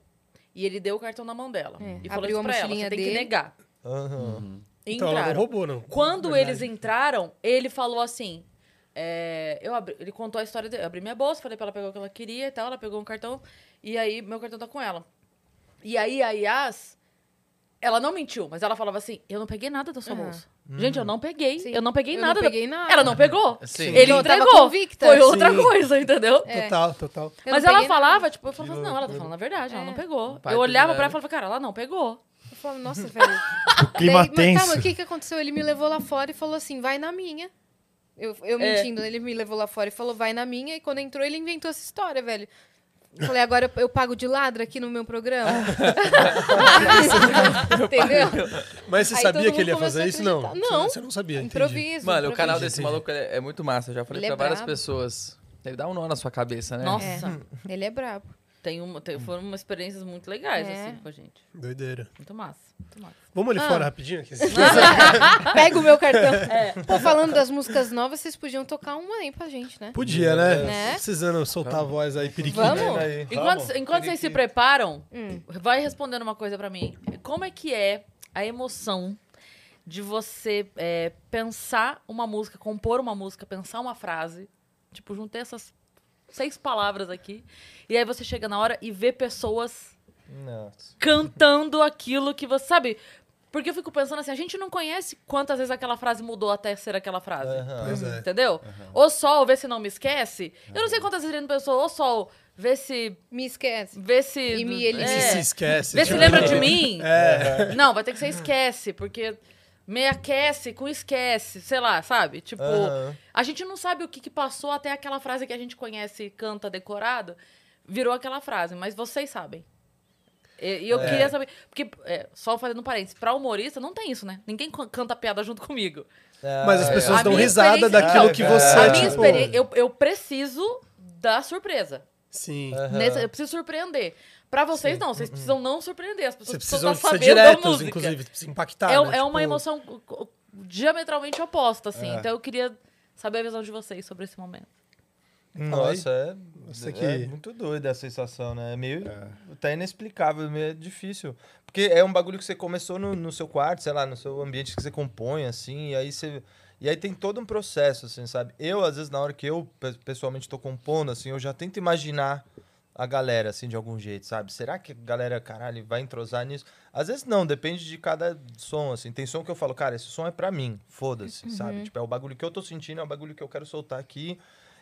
Speaker 1: e ele deu o cartão na mão dela.
Speaker 2: É,
Speaker 1: E falou
Speaker 2: abriu
Speaker 1: isso
Speaker 2: a
Speaker 1: pra ela,
Speaker 2: mochilinha
Speaker 1: você tem que
Speaker 2: dele.
Speaker 1: negar.
Speaker 3: Aham.
Speaker 1: E
Speaker 5: Então ela não
Speaker 1: entraram.
Speaker 5: roubou, não.
Speaker 1: Quando
Speaker 5: Verdade.
Speaker 1: eles entraram, ele falou assim... é, eu abri- ele contou a história dele. Eu abri minha bolsa, falei pra ela pegar o que ela queria e tal. Ela pegou um cartão e aí meu cartão tá com ela. E aí a Yas... Ela não mentiu, mas ela falava assim: Eu não peguei nada da sua
Speaker 2: Aham.
Speaker 1: bolsa.
Speaker 4: Uhum.
Speaker 1: Gente, eu não peguei.
Speaker 2: Sim.
Speaker 1: Eu não peguei
Speaker 2: Eu não
Speaker 1: nada. da-
Speaker 2: peguei nada.
Speaker 1: Ela não pegou.
Speaker 4: Sim.
Speaker 1: Ele
Speaker 2: Então eu tava
Speaker 1: entregou.
Speaker 2: convicta.
Speaker 1: Foi outra
Speaker 5: Sim.
Speaker 1: coisa, entendeu?
Speaker 2: É.
Speaker 5: Total, total.
Speaker 2: Eu
Speaker 1: Mas
Speaker 2: não
Speaker 1: ela
Speaker 2: peguei nada.
Speaker 1: falava, tipo, eu falava assim, não, ela tá falando a verdade, ela
Speaker 2: É.
Speaker 1: não pegou.
Speaker 4: Pai
Speaker 1: eu
Speaker 4: tá
Speaker 1: olhava
Speaker 4: ligado.
Speaker 1: pra ela e falava, cara, ela não pegou.
Speaker 2: Eu falava, nossa, velho.
Speaker 6: O
Speaker 2: Daí-
Speaker 6: clima
Speaker 2: Mas calma,
Speaker 6: tenso.
Speaker 2: o que, que aconteceu? Ele me levou lá fora e falou assim: vai na minha. Eu, eu
Speaker 1: É.
Speaker 2: mentindo, né? ele me levou lá fora e falou, vai na minha. E quando entrou, ele inventou essa história, velho. Eu Falei, agora eu, eu pago de ladra aqui no meu programa. Entendeu?
Speaker 5: Mas você
Speaker 2: Aí todo
Speaker 5: sabia
Speaker 2: mundo
Speaker 5: que ele ia
Speaker 2: começou
Speaker 5: fazer
Speaker 2: a
Speaker 5: isso? Não.
Speaker 2: acreditar. Não.
Speaker 5: Você não sabia, entendi.
Speaker 2: Improviso.
Speaker 4: Mano, o canal
Speaker 2: improviso.
Speaker 4: desse maluco é, é muito massa. Eu já falei
Speaker 2: Ele é
Speaker 4: pra várias
Speaker 2: brabo.
Speaker 4: pessoas. Ele dá um nó na sua cabeça, né?
Speaker 1: Nossa,
Speaker 2: Ele é brabo.
Speaker 1: tem uma, tem- foram umas experiências muito legais,
Speaker 2: É.
Speaker 1: assim, com a gente.
Speaker 5: Doideira.
Speaker 1: Muito massa, muito massa.
Speaker 5: Vamos ali
Speaker 2: Ah.
Speaker 5: fora rapidinho? Que...
Speaker 2: Pega o meu cartão. Pô, falando das músicas novas, vocês podiam tocar uma aí pra gente, né?
Speaker 5: Podia, né?
Speaker 2: Né?
Speaker 5: Precisando soltar a voz aí, periquinho.
Speaker 2: Vamos?
Speaker 3: Vem aí.
Speaker 1: Enquanto, enquanto vocês se
Speaker 3: Periquito.
Speaker 1: preparam,
Speaker 2: Hum.
Speaker 1: vai respondendo uma coisa pra mim. Como é que é a emoção de você é, pensar uma música, compor uma música, pensar uma frase? Tipo, juntei essas seis palavras aqui. E aí você chega na hora e vê pessoas
Speaker 2: Tipo,
Speaker 3: Nossa.
Speaker 1: cantando aquilo que você sabe. Porque eu fico pensando assim, a gente não conhece quantas vezes aquela frase mudou até ser aquela frase.
Speaker 3: Aham.
Speaker 5: Pois é.
Speaker 1: Entendeu? O sol, vê se não me esquece. Eu não sei quantas vezes ele pensou, ô sol, vê se.
Speaker 2: Me esquece.
Speaker 1: Vê se.
Speaker 2: E me ele-
Speaker 1: é,
Speaker 5: Se se esquece.
Speaker 1: Vê se
Speaker 5: tipo,
Speaker 1: lembra de mim.
Speaker 5: É.
Speaker 1: Não, vai ter que ser esquece, porque me aquece com esquece, sei lá, sabe? Tipo,
Speaker 3: Aham.
Speaker 1: a gente não sabe o que, que passou até aquela frase que a gente conhece e canta decorado, virou aquela frase, mas vocês sabem. E, e eu queria saber. Porque, é, só fazendo um parênteses, pra humorista não tem isso, né? Ninguém co- canta piada junto comigo.
Speaker 3: É,
Speaker 5: Mas as
Speaker 3: é.
Speaker 5: pessoas
Speaker 1: A
Speaker 5: dão
Speaker 1: minha
Speaker 5: risada
Speaker 1: experiência-
Speaker 5: daquilo
Speaker 1: Não,
Speaker 5: que
Speaker 3: é.
Speaker 5: você.
Speaker 1: a minha
Speaker 5: tipo...
Speaker 1: experiência. Eu, eu preciso da surpresa.
Speaker 6: É.
Speaker 5: Sim.
Speaker 3: Aham.
Speaker 1: Nesse- eu preciso surpreender. Pra vocês, não. Vocês precisam não surpreender. As pessoas
Speaker 5: Vocês
Speaker 1: precisam estar
Speaker 5: precisam Uhum. ser
Speaker 1: sabendo da
Speaker 5: diretos,
Speaker 1: música.
Speaker 5: inclusive. Se impactar.
Speaker 1: é,
Speaker 5: né?
Speaker 1: é uma
Speaker 5: Tipo,
Speaker 1: emoção co- diametralmente oposta, assim.
Speaker 5: É.
Speaker 1: Então eu queria saber a visão de vocês sobre esse momento.
Speaker 3: Nossa, é
Speaker 5: Você
Speaker 3: É
Speaker 5: que.
Speaker 3: muito doida a sensação, né? É meio. Tá inexplicável, meio difícil. Porque é um bagulho que você começou no, no seu quarto, sei lá, no seu ambiente que você compõe, assim, e aí você. E aí tem todo um processo, assim, sabe? Eu, às vezes, na hora que eu pe- pessoalmente tô compondo, assim, eu já tento imaginar a galera, assim, de algum jeito, sabe? Será que a galera, caralho, vai entrosar nisso? Às vezes não, depende de cada som, assim. Tem som que eu falo, cara, esse som é pra mim, foda-se, sabe? Tipo, é o bagulho que eu tô sentindo, é o bagulho que eu quero soltar aqui.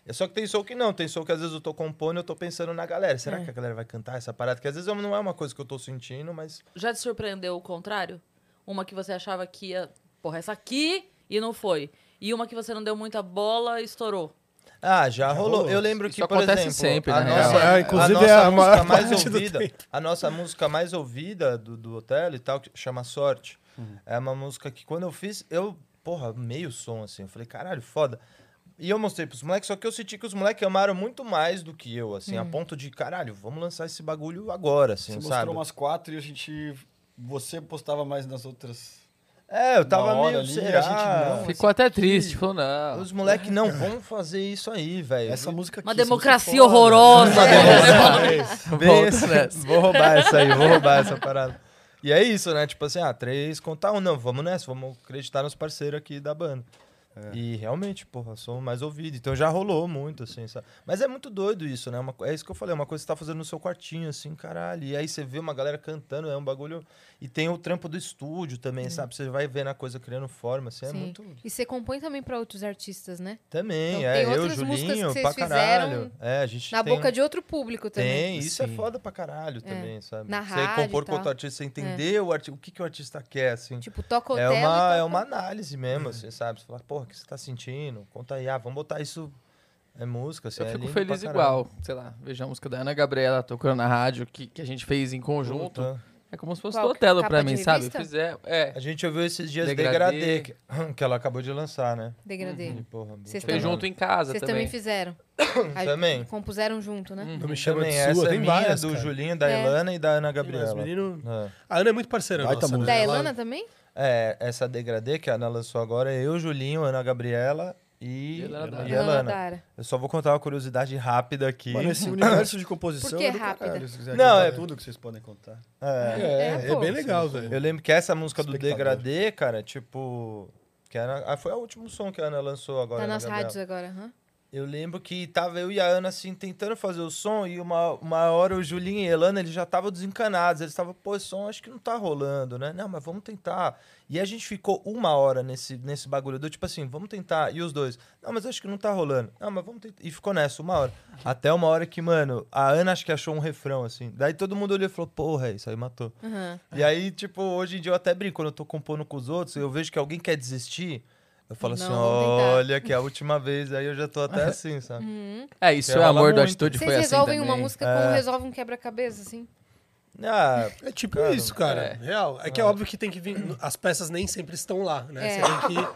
Speaker 3: É só que tem som que não, tem som que às vezes eu tô compondo e eu tô pensando na galera.
Speaker 5: É.
Speaker 3: Será que a galera vai cantar essa parada? Que às vezes eu- não é uma coisa que eu tô sentindo, mas.
Speaker 1: Já te surpreendeu o contrário? Uma que você achava que ia, porra, essa aqui e não foi. E uma que você não deu muita bola e estourou.
Speaker 3: Ah, já, rolou.
Speaker 5: rolou.
Speaker 3: Eu lembro
Speaker 4: Isso
Speaker 3: que, por
Speaker 4: acontece
Speaker 3: exemplo,
Speaker 4: sempre,
Speaker 3: a
Speaker 4: né?
Speaker 3: nossa,
Speaker 5: É, inclusive,
Speaker 3: a nossa
Speaker 5: é a
Speaker 3: música
Speaker 5: maior
Speaker 3: mais
Speaker 5: parte do
Speaker 3: ouvida,
Speaker 5: tempo.
Speaker 3: a nossa música mais ouvida do, do hotel e tal, que chama Sorte. É uma música que quando eu fiz, eu, porra, meio som assim, eu falei, caralho, foda. E eu mostrei pros moleques, só que eu senti que os moleques amaram muito mais do que eu, assim, a
Speaker 5: Hum.
Speaker 3: ponto de, caralho, vamos lançar esse bagulho agora, assim,
Speaker 6: Você mostrou
Speaker 3: sabe?
Speaker 6: umas quatro e a gente. Você postava mais nas outras.
Speaker 3: É, eu tava
Speaker 6: hora
Speaker 3: meio,
Speaker 6: ali,
Speaker 3: será?
Speaker 6: a gente não, assim,
Speaker 4: Ficou até triste, falou, não.
Speaker 3: Os moleques não vão fazer isso aí, velho.
Speaker 6: Essa música aqui.
Speaker 1: Uma
Speaker 6: essa
Speaker 1: democracia
Speaker 6: música é foda.
Speaker 1: horrorosa.
Speaker 5: é,
Speaker 3: Bem
Speaker 4: Volta né?"
Speaker 3: esse-
Speaker 4: nessa.
Speaker 3: Vou roubar essa aí, vou roubar essa parada. E é isso, né? Tipo assim, ah, três, contar um. Não, vamos nessa, vamos acreditar nos parceiros aqui da banda.
Speaker 6: É.
Speaker 3: E realmente, porra, sou mais ouvido. Então já rolou muito, assim, sabe? Mas é muito doido isso, né? Uma co- é isso que eu falei, uma coisa que você tá fazendo no seu quartinho, assim, caralho. E aí você vê uma galera cantando, é um bagulho. E tem o trampo do estúdio também, sabe? Você vai vendo a coisa criando forma, assim, é
Speaker 2: Sim.
Speaker 3: muito.
Speaker 2: E você compõe também para outros artistas, né?
Speaker 3: Também,
Speaker 2: Então,
Speaker 3: é.
Speaker 2: tem
Speaker 3: Eu,
Speaker 2: outras músicas que
Speaker 3: Julinho,
Speaker 2: vocês
Speaker 3: pra caralho.
Speaker 2: fizeram
Speaker 3: É, a gente
Speaker 2: Na
Speaker 3: tem...
Speaker 2: boca de outro público também.
Speaker 3: Tem, isso é
Speaker 4: Sim.
Speaker 3: foda pra caralho também, sabe?
Speaker 2: Na
Speaker 3: você
Speaker 2: rádio e
Speaker 3: compor com
Speaker 2: tal. É.
Speaker 3: outro artista, você entender o, arti... o que, que o artista quer, assim.
Speaker 2: Tipo, toca
Speaker 3: é,
Speaker 2: hotel e
Speaker 3: uma,
Speaker 2: toca...
Speaker 3: é uma análise mesmo, assim, sabe? Você fala, porra, o que você tá sentindo? Conta aí, ah, vamos botar isso. É música, assim,
Speaker 4: Eu
Speaker 3: é
Speaker 4: fico
Speaker 3: lindo
Speaker 4: feliz
Speaker 3: pra caralho.
Speaker 4: igual. Sei lá, veja a música da Ana Gabriela tocando na rádio, que, que a gente fez em conjunto.
Speaker 3: Puta.
Speaker 4: É como se fosse
Speaker 2: Qual?
Speaker 4: o Otelo
Speaker 2: Capa
Speaker 4: pra
Speaker 2: de
Speaker 4: mim, sabe? Eu
Speaker 2: revista?
Speaker 4: fiz, é, é.
Speaker 3: A gente ouviu esses dias
Speaker 4: Degradê.
Speaker 3: Degradê, que, que ela acabou de lançar, né?
Speaker 2: Degradê.
Speaker 3: E, porra,
Speaker 2: Vocês
Speaker 3: puta
Speaker 4: Fez
Speaker 2: também-
Speaker 3: merda.
Speaker 4: junto em casa
Speaker 2: Vocês
Speaker 4: também.
Speaker 2: também fizeram. A-
Speaker 3: Também.
Speaker 2: Compuseram junto, né?
Speaker 5: Não me chama
Speaker 3: Também,
Speaker 5: de
Speaker 3: essa
Speaker 5: sua,
Speaker 3: é
Speaker 5: tem
Speaker 3: minha,
Speaker 5: várias.
Speaker 3: do
Speaker 5: cara.
Speaker 3: Julinho, da
Speaker 2: É.
Speaker 3: Elana e da Ana
Speaker 5: Tem várias,
Speaker 3: Gabriela.
Speaker 5: menino-
Speaker 3: É.
Speaker 5: né? A Ana é muito parceira
Speaker 6: Baita
Speaker 5: nossa. né?
Speaker 6: música.
Speaker 2: Da
Speaker 5: Ela-
Speaker 2: Elana também?
Speaker 3: É, essa degradê que a Ana lançou agora é eu, Julinho, Ana Gabriela e,
Speaker 4: E Elana Dara.
Speaker 3: e Elana.
Speaker 2: Dara.
Speaker 3: Eu só vou contar uma curiosidade rápida aqui.
Speaker 6: Mano, esse universo de composição.
Speaker 2: Por que
Speaker 6: é do
Speaker 2: rápida?
Speaker 6: caralho, se quiser
Speaker 3: Não,
Speaker 6: contar
Speaker 3: é-
Speaker 6: tudo que vocês podem contar.
Speaker 3: É.
Speaker 5: É,
Speaker 2: É,
Speaker 5: é,
Speaker 2: pô.
Speaker 5: bem legal, velho.
Speaker 3: Eu lembro que essa música do
Speaker 6: Espectador.
Speaker 3: Degradê, cara, tipo. Que era, ah, foi o último som que a Ana lançou agora.
Speaker 2: Tá
Speaker 3: Ana
Speaker 2: nas
Speaker 3: Gabriela.
Speaker 2: rádios agora. aham.
Speaker 3: Eu lembro que tava eu e a Ana, assim, tentando fazer o som, e uma, uma hora o Julinho e a Elana, eles já estavam desencanados. Eles estavam, pô, esse som acho que não tá rolando, né? Não, mas vamos tentar. E a gente ficou uma hora nesse, nesse bagulho. do tipo assim, vamos tentar. E os dois, não, mas acho que não tá rolando. Não, mas vamos tentar. E ficou nessa, uma hora. Até uma hora que, mano, a Ana acho que achou um refrão, assim. Daí todo mundo olhou e falou, porra, isso aí matou.
Speaker 2: Aham.
Speaker 3: E aí, tipo, hoje em dia eu até brinco, quando eu tô compondo com os outros, eu vejo que alguém quer desistir, eu falo
Speaker 2: Não,
Speaker 3: assim,
Speaker 2: vamos tentar. Hum.
Speaker 3: olha, que é a última vez, aí eu já tô até assim, sabe?
Speaker 4: É, isso
Speaker 3: Que
Speaker 4: é
Speaker 3: rola
Speaker 4: amor do
Speaker 3: muito.
Speaker 4: atitude,
Speaker 2: Vocês
Speaker 4: foi assim
Speaker 2: resolvem
Speaker 4: também.
Speaker 2: uma música como resolve um quebra-cabeça, assim?
Speaker 3: Ah,
Speaker 5: É tipo
Speaker 3: Cara,
Speaker 5: isso, cara.
Speaker 4: é.
Speaker 5: Real. É que é óbvio que tem que vir. As peças nem sempre estão lá, né?
Speaker 2: É.
Speaker 5: Você tem que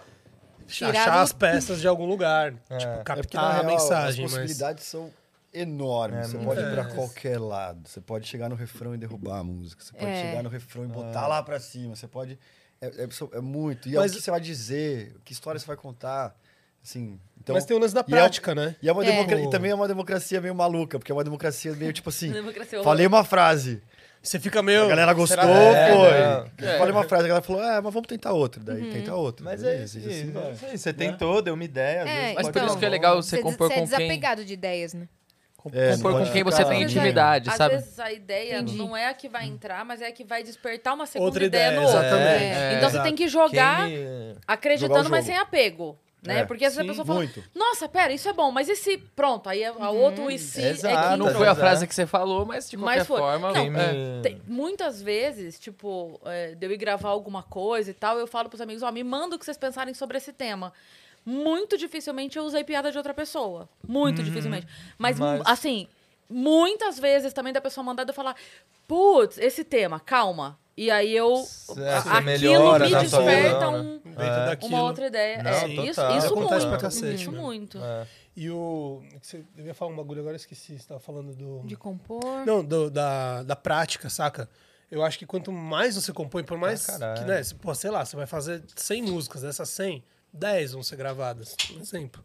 Speaker 2: Tirar
Speaker 5: achar
Speaker 2: do-
Speaker 5: as peças de algum lugar. Tipo,
Speaker 6: É porque, na
Speaker 5: captar a
Speaker 6: real,
Speaker 5: mensagem.
Speaker 6: As
Speaker 5: Mas...
Speaker 6: possibilidades são enormes.
Speaker 3: É,
Speaker 6: você
Speaker 3: muito.
Speaker 6: pode
Speaker 5: É.
Speaker 6: ir pra qualquer lado. Você pode chegar no refrão e derrubar a música. Você pode
Speaker 2: É.
Speaker 6: chegar no refrão e botar lá pra cima. Você pode. É, é- são- é muito. E
Speaker 5: Mas-
Speaker 6: é o que você vai dizer, que história você vai contar. Assim, então,
Speaker 5: Mas tem o lance da
Speaker 6: E é o-
Speaker 5: prática, né?
Speaker 6: e, é uma
Speaker 2: É.
Speaker 6: democra- e também é uma democracia meio maluca, porque é uma democracia meio tipo assim.
Speaker 1: Democracia
Speaker 6: Falei uma frase,
Speaker 5: Você fica meio.
Speaker 6: a galera gostou,
Speaker 5: será que-
Speaker 3: É,
Speaker 6: foi. Falei uma frase, a galera falou, é, mas vamos tentar outra. Daí tenta outra.
Speaker 3: mas é
Speaker 6: beleza,
Speaker 3: isso,
Speaker 6: e assim
Speaker 3: isso,
Speaker 6: vai.
Speaker 3: isso aí, você tem toda, é uma ideia, às
Speaker 2: É,
Speaker 4: Mas
Speaker 3: vezes pode
Speaker 4: por isso
Speaker 3: ser
Speaker 4: que é
Speaker 3: bom.
Speaker 4: legal você
Speaker 2: Você,
Speaker 4: compor
Speaker 2: você é
Speaker 4: com quem...
Speaker 2: desapegado de ideias, né?
Speaker 6: É, não
Speaker 4: Compor
Speaker 6: pode
Speaker 4: com quem
Speaker 6: ficar-
Speaker 4: você tem
Speaker 2: Às
Speaker 4: intimidade,
Speaker 1: Às
Speaker 4: sabe?
Speaker 1: vezes a ideia
Speaker 2: Entendi.
Speaker 1: não é a que vai entrar, mas é a que vai despertar uma segunda
Speaker 5: Outra
Speaker 1: ideia,
Speaker 5: ideia,
Speaker 1: no outro.
Speaker 5: exatamente.
Speaker 1: É.
Speaker 5: É.
Speaker 1: Então você
Speaker 5: Exato.
Speaker 1: tem que
Speaker 3: Quem
Speaker 1: jogar
Speaker 3: me-
Speaker 1: acreditando,
Speaker 6: Jogar o
Speaker 1: mas
Speaker 6: jogo.
Speaker 1: sem apego. Né?
Speaker 6: É,
Speaker 1: Porque às vezes a pessoa fala,
Speaker 6: muito.
Speaker 1: nossa, pera, isso é bom, mas e se... Pronto, aí a, a outro e se é que
Speaker 3: Exato.
Speaker 4: Ah, Não
Speaker 1: entrou.
Speaker 4: foi a
Speaker 3: Mas é.
Speaker 4: frase que você falou, mas de
Speaker 1: Mas
Speaker 4: qualquer
Speaker 1: foi.
Speaker 4: forma...
Speaker 1: Não,
Speaker 3: Quem me-
Speaker 4: é.
Speaker 1: Tem- muitas vezes, tipo, é, de eu ir gravar alguma coisa e tal, eu falo pros amigos, ó, me manda o que vocês pensarem sobre esse tema. Muito dificilmente eu usei piada de outra pessoa. Muito dificilmente. Mas,
Speaker 3: mas-
Speaker 1: mu- assim, muitas vezes também da pessoa mandada eu falar, putz, esse tema, calma. E aí eu.
Speaker 3: Você
Speaker 1: a- aquilo
Speaker 3: melhora
Speaker 1: me
Speaker 3: na sua
Speaker 1: desperta
Speaker 3: visão,
Speaker 1: um-
Speaker 5: Dentro daquilo.
Speaker 1: uma outra ideia.
Speaker 3: Não,
Speaker 1: é,
Speaker 5: total.
Speaker 1: isso, isso
Speaker 5: Acontece pra
Speaker 1: muito.
Speaker 5: cacete,
Speaker 1: isso
Speaker 5: né?
Speaker 1: muito.
Speaker 3: É.
Speaker 5: E o. é que Você eu ia falar um bagulho, agora eu esqueci. Você tava falando do.
Speaker 2: De compor.
Speaker 5: Não, do- da, da prática, saca? Eu acho que quanto mais você compõe, por mais
Speaker 3: Ah, caralho.
Speaker 5: que, né, se- pô, sei lá, você vai fazer 100 músicas, dessas 100, 10 vão ser gravadas, um exemplo.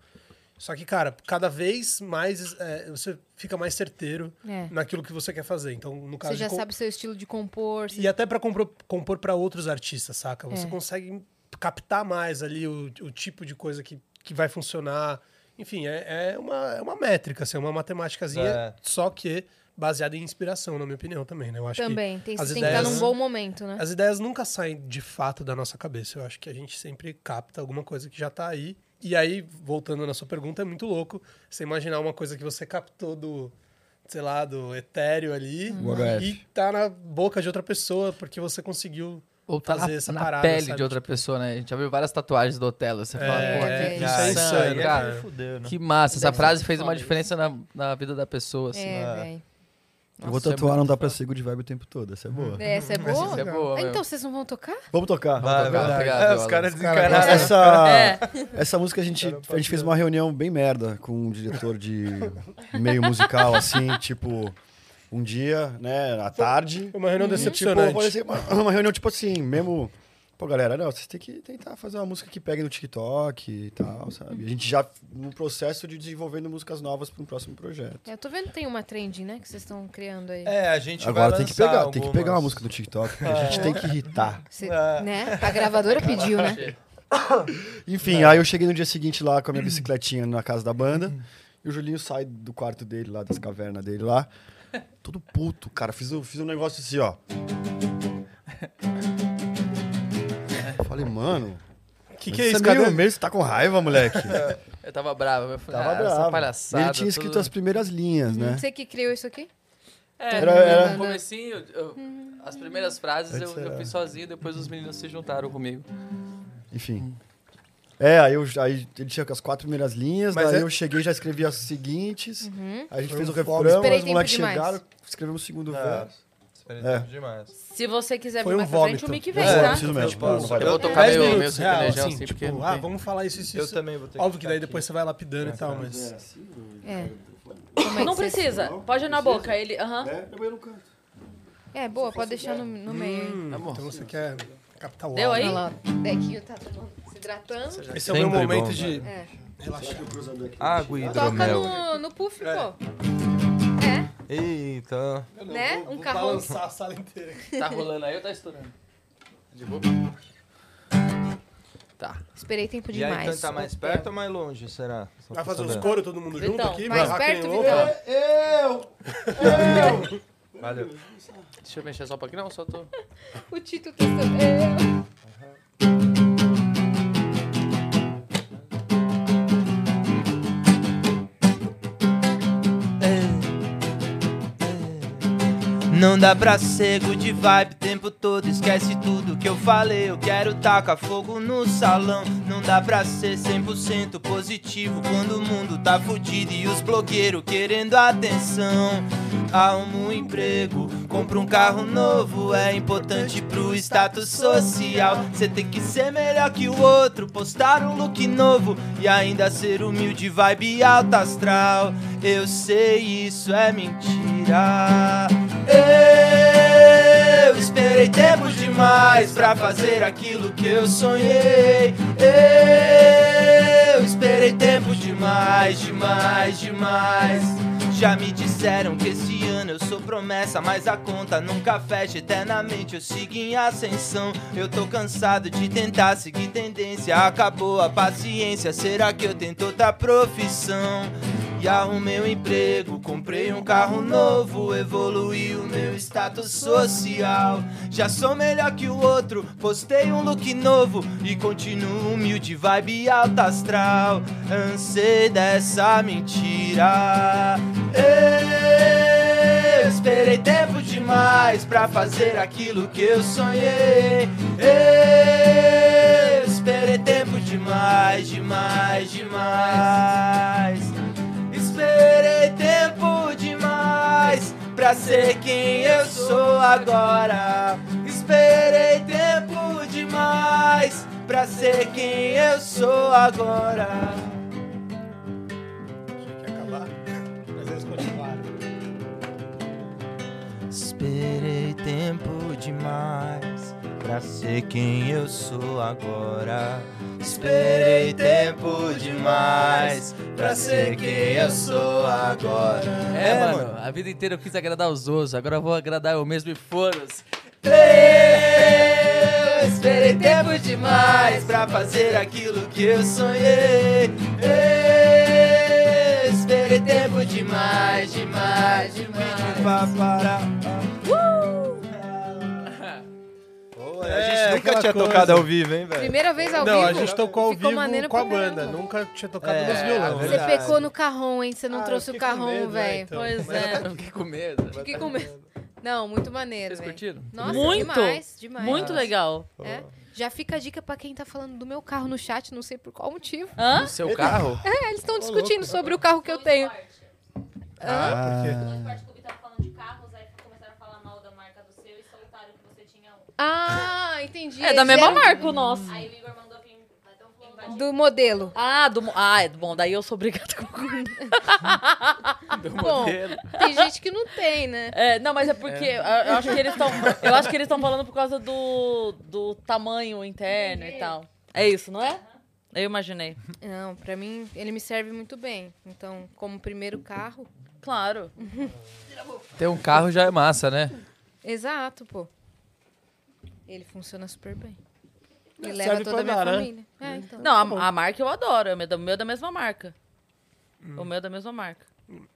Speaker 5: Só que, cara, cada vez mais é, você fica mais certeiro
Speaker 2: É.
Speaker 5: naquilo que você quer fazer. Então, no caso
Speaker 2: Você
Speaker 5: de
Speaker 2: já
Speaker 5: com-
Speaker 2: sabe o seu estilo de compor. você-
Speaker 5: E até pra compor, compor para outros artistas, saca? Você
Speaker 2: É.
Speaker 5: consegue captar mais ali o, o tipo de coisa que, que vai funcionar. Enfim, é, é uma, é uma métrica, assim, é uma matemáticazinha,
Speaker 8: É.
Speaker 5: só que baseada em inspiração, na minha opinião também, né? Eu acho
Speaker 2: Também, tem, tem
Speaker 5: as
Speaker 2: que estar
Speaker 5: ideias-
Speaker 2: num bom momento, né?
Speaker 5: que as ideias nunca saem de fato da nossa cabeça. Eu acho que a gente sempre capta alguma coisa que já tá aí. E aí, voltando na sua pergunta, é muito louco você imaginar uma coisa que você captou do, sei lá, do etéreo ali
Speaker 6: UHF.
Speaker 5: e tá na boca de outra pessoa porque você conseguiu
Speaker 4: Ou tá
Speaker 5: fazer
Speaker 4: na,
Speaker 5: essa
Speaker 4: na
Speaker 5: parada,
Speaker 4: pele
Speaker 5: sabe?
Speaker 4: de outra pessoa, né? A gente já viu várias tatuagens do Otelo. Você fala,
Speaker 5: É,
Speaker 4: pô,
Speaker 3: Ah,
Speaker 2: é,
Speaker 4: que
Speaker 5: isso é
Speaker 4: insano,
Speaker 5: insano,
Speaker 4: cara.
Speaker 5: cara.
Speaker 8: Fudeu, né?
Speaker 4: Que massa. Essa
Speaker 2: Deve ser
Speaker 4: frase
Speaker 1: muito
Speaker 4: fez uma
Speaker 1: foda
Speaker 4: diferença na, na vida da pessoa, assim.
Speaker 2: É,
Speaker 8: Ah.
Speaker 2: velho.
Speaker 6: eu vou
Speaker 4: Nossa,
Speaker 6: tatuar,
Speaker 4: é
Speaker 6: não
Speaker 4: muito
Speaker 6: dá pra ser good vibe o tempo todo, essa é boa.
Speaker 2: Essa é boa?
Speaker 4: Isso é boa,
Speaker 2: Ah,
Speaker 4: mesmo.
Speaker 2: Então vocês não vão tocar?
Speaker 6: Vamos tocar.
Speaker 8: Vai,
Speaker 4: Obrigado,
Speaker 8: verdade.
Speaker 4: obrigado,
Speaker 8: É, os
Speaker 4: Alan.
Speaker 8: caras
Speaker 4: Os
Speaker 8: desencanaram.
Speaker 6: Essa,
Speaker 1: É.
Speaker 6: essa música a gente, a gente fez uma reunião bem merda com um diretor de meio musical, assim, tipo, um dia, né, à tarde.
Speaker 5: Foi uma reunião
Speaker 6: Tipo,
Speaker 5: decepcionante.
Speaker 6: parecia uma, uma reunião, tipo assim, mesmo. Pô, galera, não, vocês têm que tentar fazer uma música que pegue no TikTok e tal, sabe? A gente já no processo de desenvolvendo músicas novas para um próximo projeto.
Speaker 2: É, Eu tô vendo que tem uma trend, né? Que vocês estão criando aí.
Speaker 8: É, a gente
Speaker 6: Agora
Speaker 8: vai
Speaker 6: tem que
Speaker 8: lançar
Speaker 6: pegar, tem que pegar uma
Speaker 8: algumas. É.
Speaker 6: música do TikTok, porque a gente tem que irritar.
Speaker 2: Cê- né? A gravadora pediu, né?
Speaker 5: É.
Speaker 6: Enfim, aí eu cheguei no dia seguinte lá com a minha bicicletinha na casa da banda.
Speaker 5: Uhum.
Speaker 6: E o Julinho sai do quarto dele lá, das cavernas dele lá. Todo puto, cara. Fiz, um- fiz um negócio assim, ó. Eu Falei, mano.
Speaker 5: O que, que é
Speaker 6: você
Speaker 5: isso,
Speaker 6: meio,
Speaker 5: cara?
Speaker 6: meio- você tá com raiva, moleque.
Speaker 4: Eu tava bravo. Eu falei,
Speaker 6: Tava
Speaker 4: ah, essa
Speaker 6: bravo.
Speaker 4: palhaçada.
Speaker 6: Ele tinha escrito
Speaker 4: tudo-
Speaker 6: as primeiras linhas, né?
Speaker 2: Você que criou isso aqui?
Speaker 4: É,
Speaker 6: Era-
Speaker 2: era-
Speaker 4: no comecinho, eu- eu- as primeiras frases eu, eu fiz sozinho, depois os meninos se juntaram comigo.
Speaker 6: Enfim. É, aí, eu, aí ele tinha as quatro primeiras linhas,
Speaker 5: Mas
Speaker 6: daí
Speaker 5: é-
Speaker 6: eu cheguei e já escrevi as seguintes. Aí a gente
Speaker 5: Foi
Speaker 6: fez o
Speaker 5: um fogo.
Speaker 6: refrão,
Speaker 2: Esperei
Speaker 6: os
Speaker 2: tempo
Speaker 6: moleques
Speaker 2: demais.
Speaker 6: chegaram, escrevemos o segundo
Speaker 8: É.
Speaker 6: verso.
Speaker 8: Experimentamos demais.
Speaker 1: Se você quiser
Speaker 5: Foi
Speaker 1: vir
Speaker 5: um
Speaker 1: mais pra frente,
Speaker 5: vômito.
Speaker 1: o Mickey
Speaker 5: É,
Speaker 1: vem,
Speaker 6: É,
Speaker 1: tá?
Speaker 6: não precisa mesmo,
Speaker 5: Tipo,
Speaker 6: não, não vai
Speaker 4: eu
Speaker 6: dar.
Speaker 4: vou tocar
Speaker 5: Dez
Speaker 4: meio- meio
Speaker 5: minutos,
Speaker 4: sertanejo,
Speaker 5: real,
Speaker 4: assim,
Speaker 5: assim,
Speaker 4: porque
Speaker 5: tipo,
Speaker 4: não
Speaker 5: ah,
Speaker 4: tem.
Speaker 5: vamos falar isso, isso,
Speaker 8: Eu
Speaker 5: isso.
Speaker 8: também vou ter
Speaker 5: Óbvio que
Speaker 8: ficar
Speaker 5: daí
Speaker 8: aqui.
Speaker 5: depois você vai lapidando e tal,
Speaker 6: assim,
Speaker 5: mas...
Speaker 2: É. Como é
Speaker 1: Não
Speaker 2: que vocês-
Speaker 1: precisa. Pode ir na boca. Ele. aham.
Speaker 6: né?
Speaker 2: É, boa, pode deixar no, no meio. aí.
Speaker 5: Hum,
Speaker 4: bom.
Speaker 5: então você quer captar o
Speaker 1: Deu
Speaker 5: áudio.
Speaker 1: aí?
Speaker 2: Olha lá,
Speaker 5: hum.
Speaker 2: o Dequinho tá tomando- se hidratando.
Speaker 5: Esse é o meu
Speaker 8: Sempre
Speaker 5: momento
Speaker 8: bom,
Speaker 5: de...
Speaker 2: É.
Speaker 5: Relaxar.
Speaker 3: Ah,
Speaker 8: Água e
Speaker 2: Toca
Speaker 8: hidromel.
Speaker 2: no, no puff, pô. É,
Speaker 8: Eita.
Speaker 2: né?
Speaker 5: Vou-
Speaker 2: Um
Speaker 5: vou
Speaker 2: carrão.
Speaker 5: balançar a sala inteira.
Speaker 4: Tá rolando aí ou tá estourando? De boa? Tá.
Speaker 2: Esperei tempo
Speaker 8: E
Speaker 5: então
Speaker 8: aí,
Speaker 2: demais.
Speaker 5: tá
Speaker 8: cantar mais perto ou mais longe, será? Só
Speaker 5: É. Vai
Speaker 8: pra
Speaker 5: fazer uns
Speaker 8: saber.
Speaker 5: coros todo mundo junto
Speaker 1: Vitão,
Speaker 5: aqui?
Speaker 2: mais
Speaker 5: barraca em
Speaker 2: perto,
Speaker 5: louco?
Speaker 2: Vitão.
Speaker 8: Valeu.
Speaker 4: Deixa eu mexer só um pouquinho. Não, só tô...
Speaker 2: O Tito que sou
Speaker 3: Não dá pra ser good vibe o tempo todo, esquece tudo que eu falei. Eu quero tacar fogo no salão. Não dá pra ser 100% positivo quando o mundo tá fudido e os blogueiros querendo atenção. Arrumo um emprego, compro um carro novo, é importante pro status social. Cê tem que ser melhor que o outro, postar um look novo e ainda ser humilde, vibe alta astral. Eu sei isso é mentira. Eu esperei tempo demais pra fazer aquilo que eu sonhei. Eu esperei tempo demais, demais, demais. Já me disseram que esse ano eu sou promessa, mas a conta nunca fecha eternamente. Eu sigo em ascensão. Eu tô cansado de tentar seguir tendência. Acabou a paciência. Será que eu tento outra profissão? E arrumei um emprego, comprei um carro novo, evoluí o meu status social. Já sou melhor que o outro, postei um look novo e continuo humilde, vibe alta astral. Ansei dessa mentira. Eu esperei tempo demais pra fazer aquilo que eu sonhei. Eu esperei tempo demais, demais, demais. Esperei tempo demais pra ser quem eu sou agora. Esperei tempo demais pra ser quem eu sou agora.
Speaker 5: Tinha que acabar, mas eles continuaram.
Speaker 3: Esperei tempo demais pra
Speaker 9: pra ser quem eu sou agora. Esperei tempo demais pra ser quem eu sou agora.
Speaker 4: É, mano, a vida inteira eu quis agradar os outros, agora eu vou agradar eu mesmo e foda-se.
Speaker 9: Eu esperei tempo demais pra fazer aquilo que eu sonhei. Eu esperei tempo demais, demais, demais. Pra parar.
Speaker 3: a gente
Speaker 5: É,
Speaker 3: nunca
Speaker 5: aquela
Speaker 3: tinha
Speaker 5: coisa.
Speaker 3: tocado ao vivo, hein, velho?
Speaker 2: Primeira vez ao
Speaker 5: Não,
Speaker 2: vivo.
Speaker 5: a gente tá tocou ao
Speaker 2: ficou
Speaker 5: vivo
Speaker 2: maneiro
Speaker 5: com a
Speaker 2: pra caramba.
Speaker 5: banda. Nunca tinha tocado
Speaker 3: É,
Speaker 5: nos violão.
Speaker 2: Você
Speaker 3: Verdade.
Speaker 2: pecou no carrão, hein? Você não
Speaker 5: Ah,
Speaker 2: trouxe
Speaker 5: eu
Speaker 2: o
Speaker 5: fiquei com
Speaker 2: carrão,
Speaker 5: medo, né,
Speaker 2: velho.
Speaker 5: então.
Speaker 1: Pois
Speaker 5: Mas
Speaker 1: é.
Speaker 4: Eu fiquei com medo.
Speaker 2: Fiquei com medo. Não, muito maneiro,
Speaker 4: Vocês
Speaker 2: velho.
Speaker 4: curtiram?
Speaker 2: Nossa,
Speaker 1: Muito,
Speaker 2: demais, demais.
Speaker 1: Muito legal.
Speaker 2: É. Já fica a dica pra quem tá falando do meu carro no chat, não sei por qual motivo.
Speaker 1: Hã?
Speaker 4: O seu carro?
Speaker 2: É, eles estão discutindo sobre o carro que eu tenho.
Speaker 6: Ah,
Speaker 2: Ah, entendi.
Speaker 1: É da mesma
Speaker 2: Zero
Speaker 1: marca o nosso.
Speaker 2: Do modelo.
Speaker 1: Ah, do, mo- ah, é bom, daí eu sou obrigada a concordar.
Speaker 4: Do
Speaker 2: Bom,
Speaker 4: modelo?
Speaker 2: tem gente que não tem, né?
Speaker 1: É, não, mas é porque eu acho que eles estão, eu acho que eles estão falando por causa do, do tamanho interno e tal. É isso, não é? Eu imaginei.
Speaker 2: Não, pra mim ele me serve muito bem. Então, como primeiro carro.
Speaker 1: Claro.
Speaker 4: Ter um carro já é massa, né?
Speaker 2: Exato, pô. Ele funciona super bem. E
Speaker 5: É,
Speaker 2: leva
Speaker 5: serve
Speaker 2: toda
Speaker 5: pra
Speaker 2: a minha
Speaker 5: dar, né?
Speaker 2: família. É, então.
Speaker 1: Não, a, a marca eu adoro, é o meu da- o meu é da mesma marca.
Speaker 5: Hum.
Speaker 1: O meu é da mesma marca.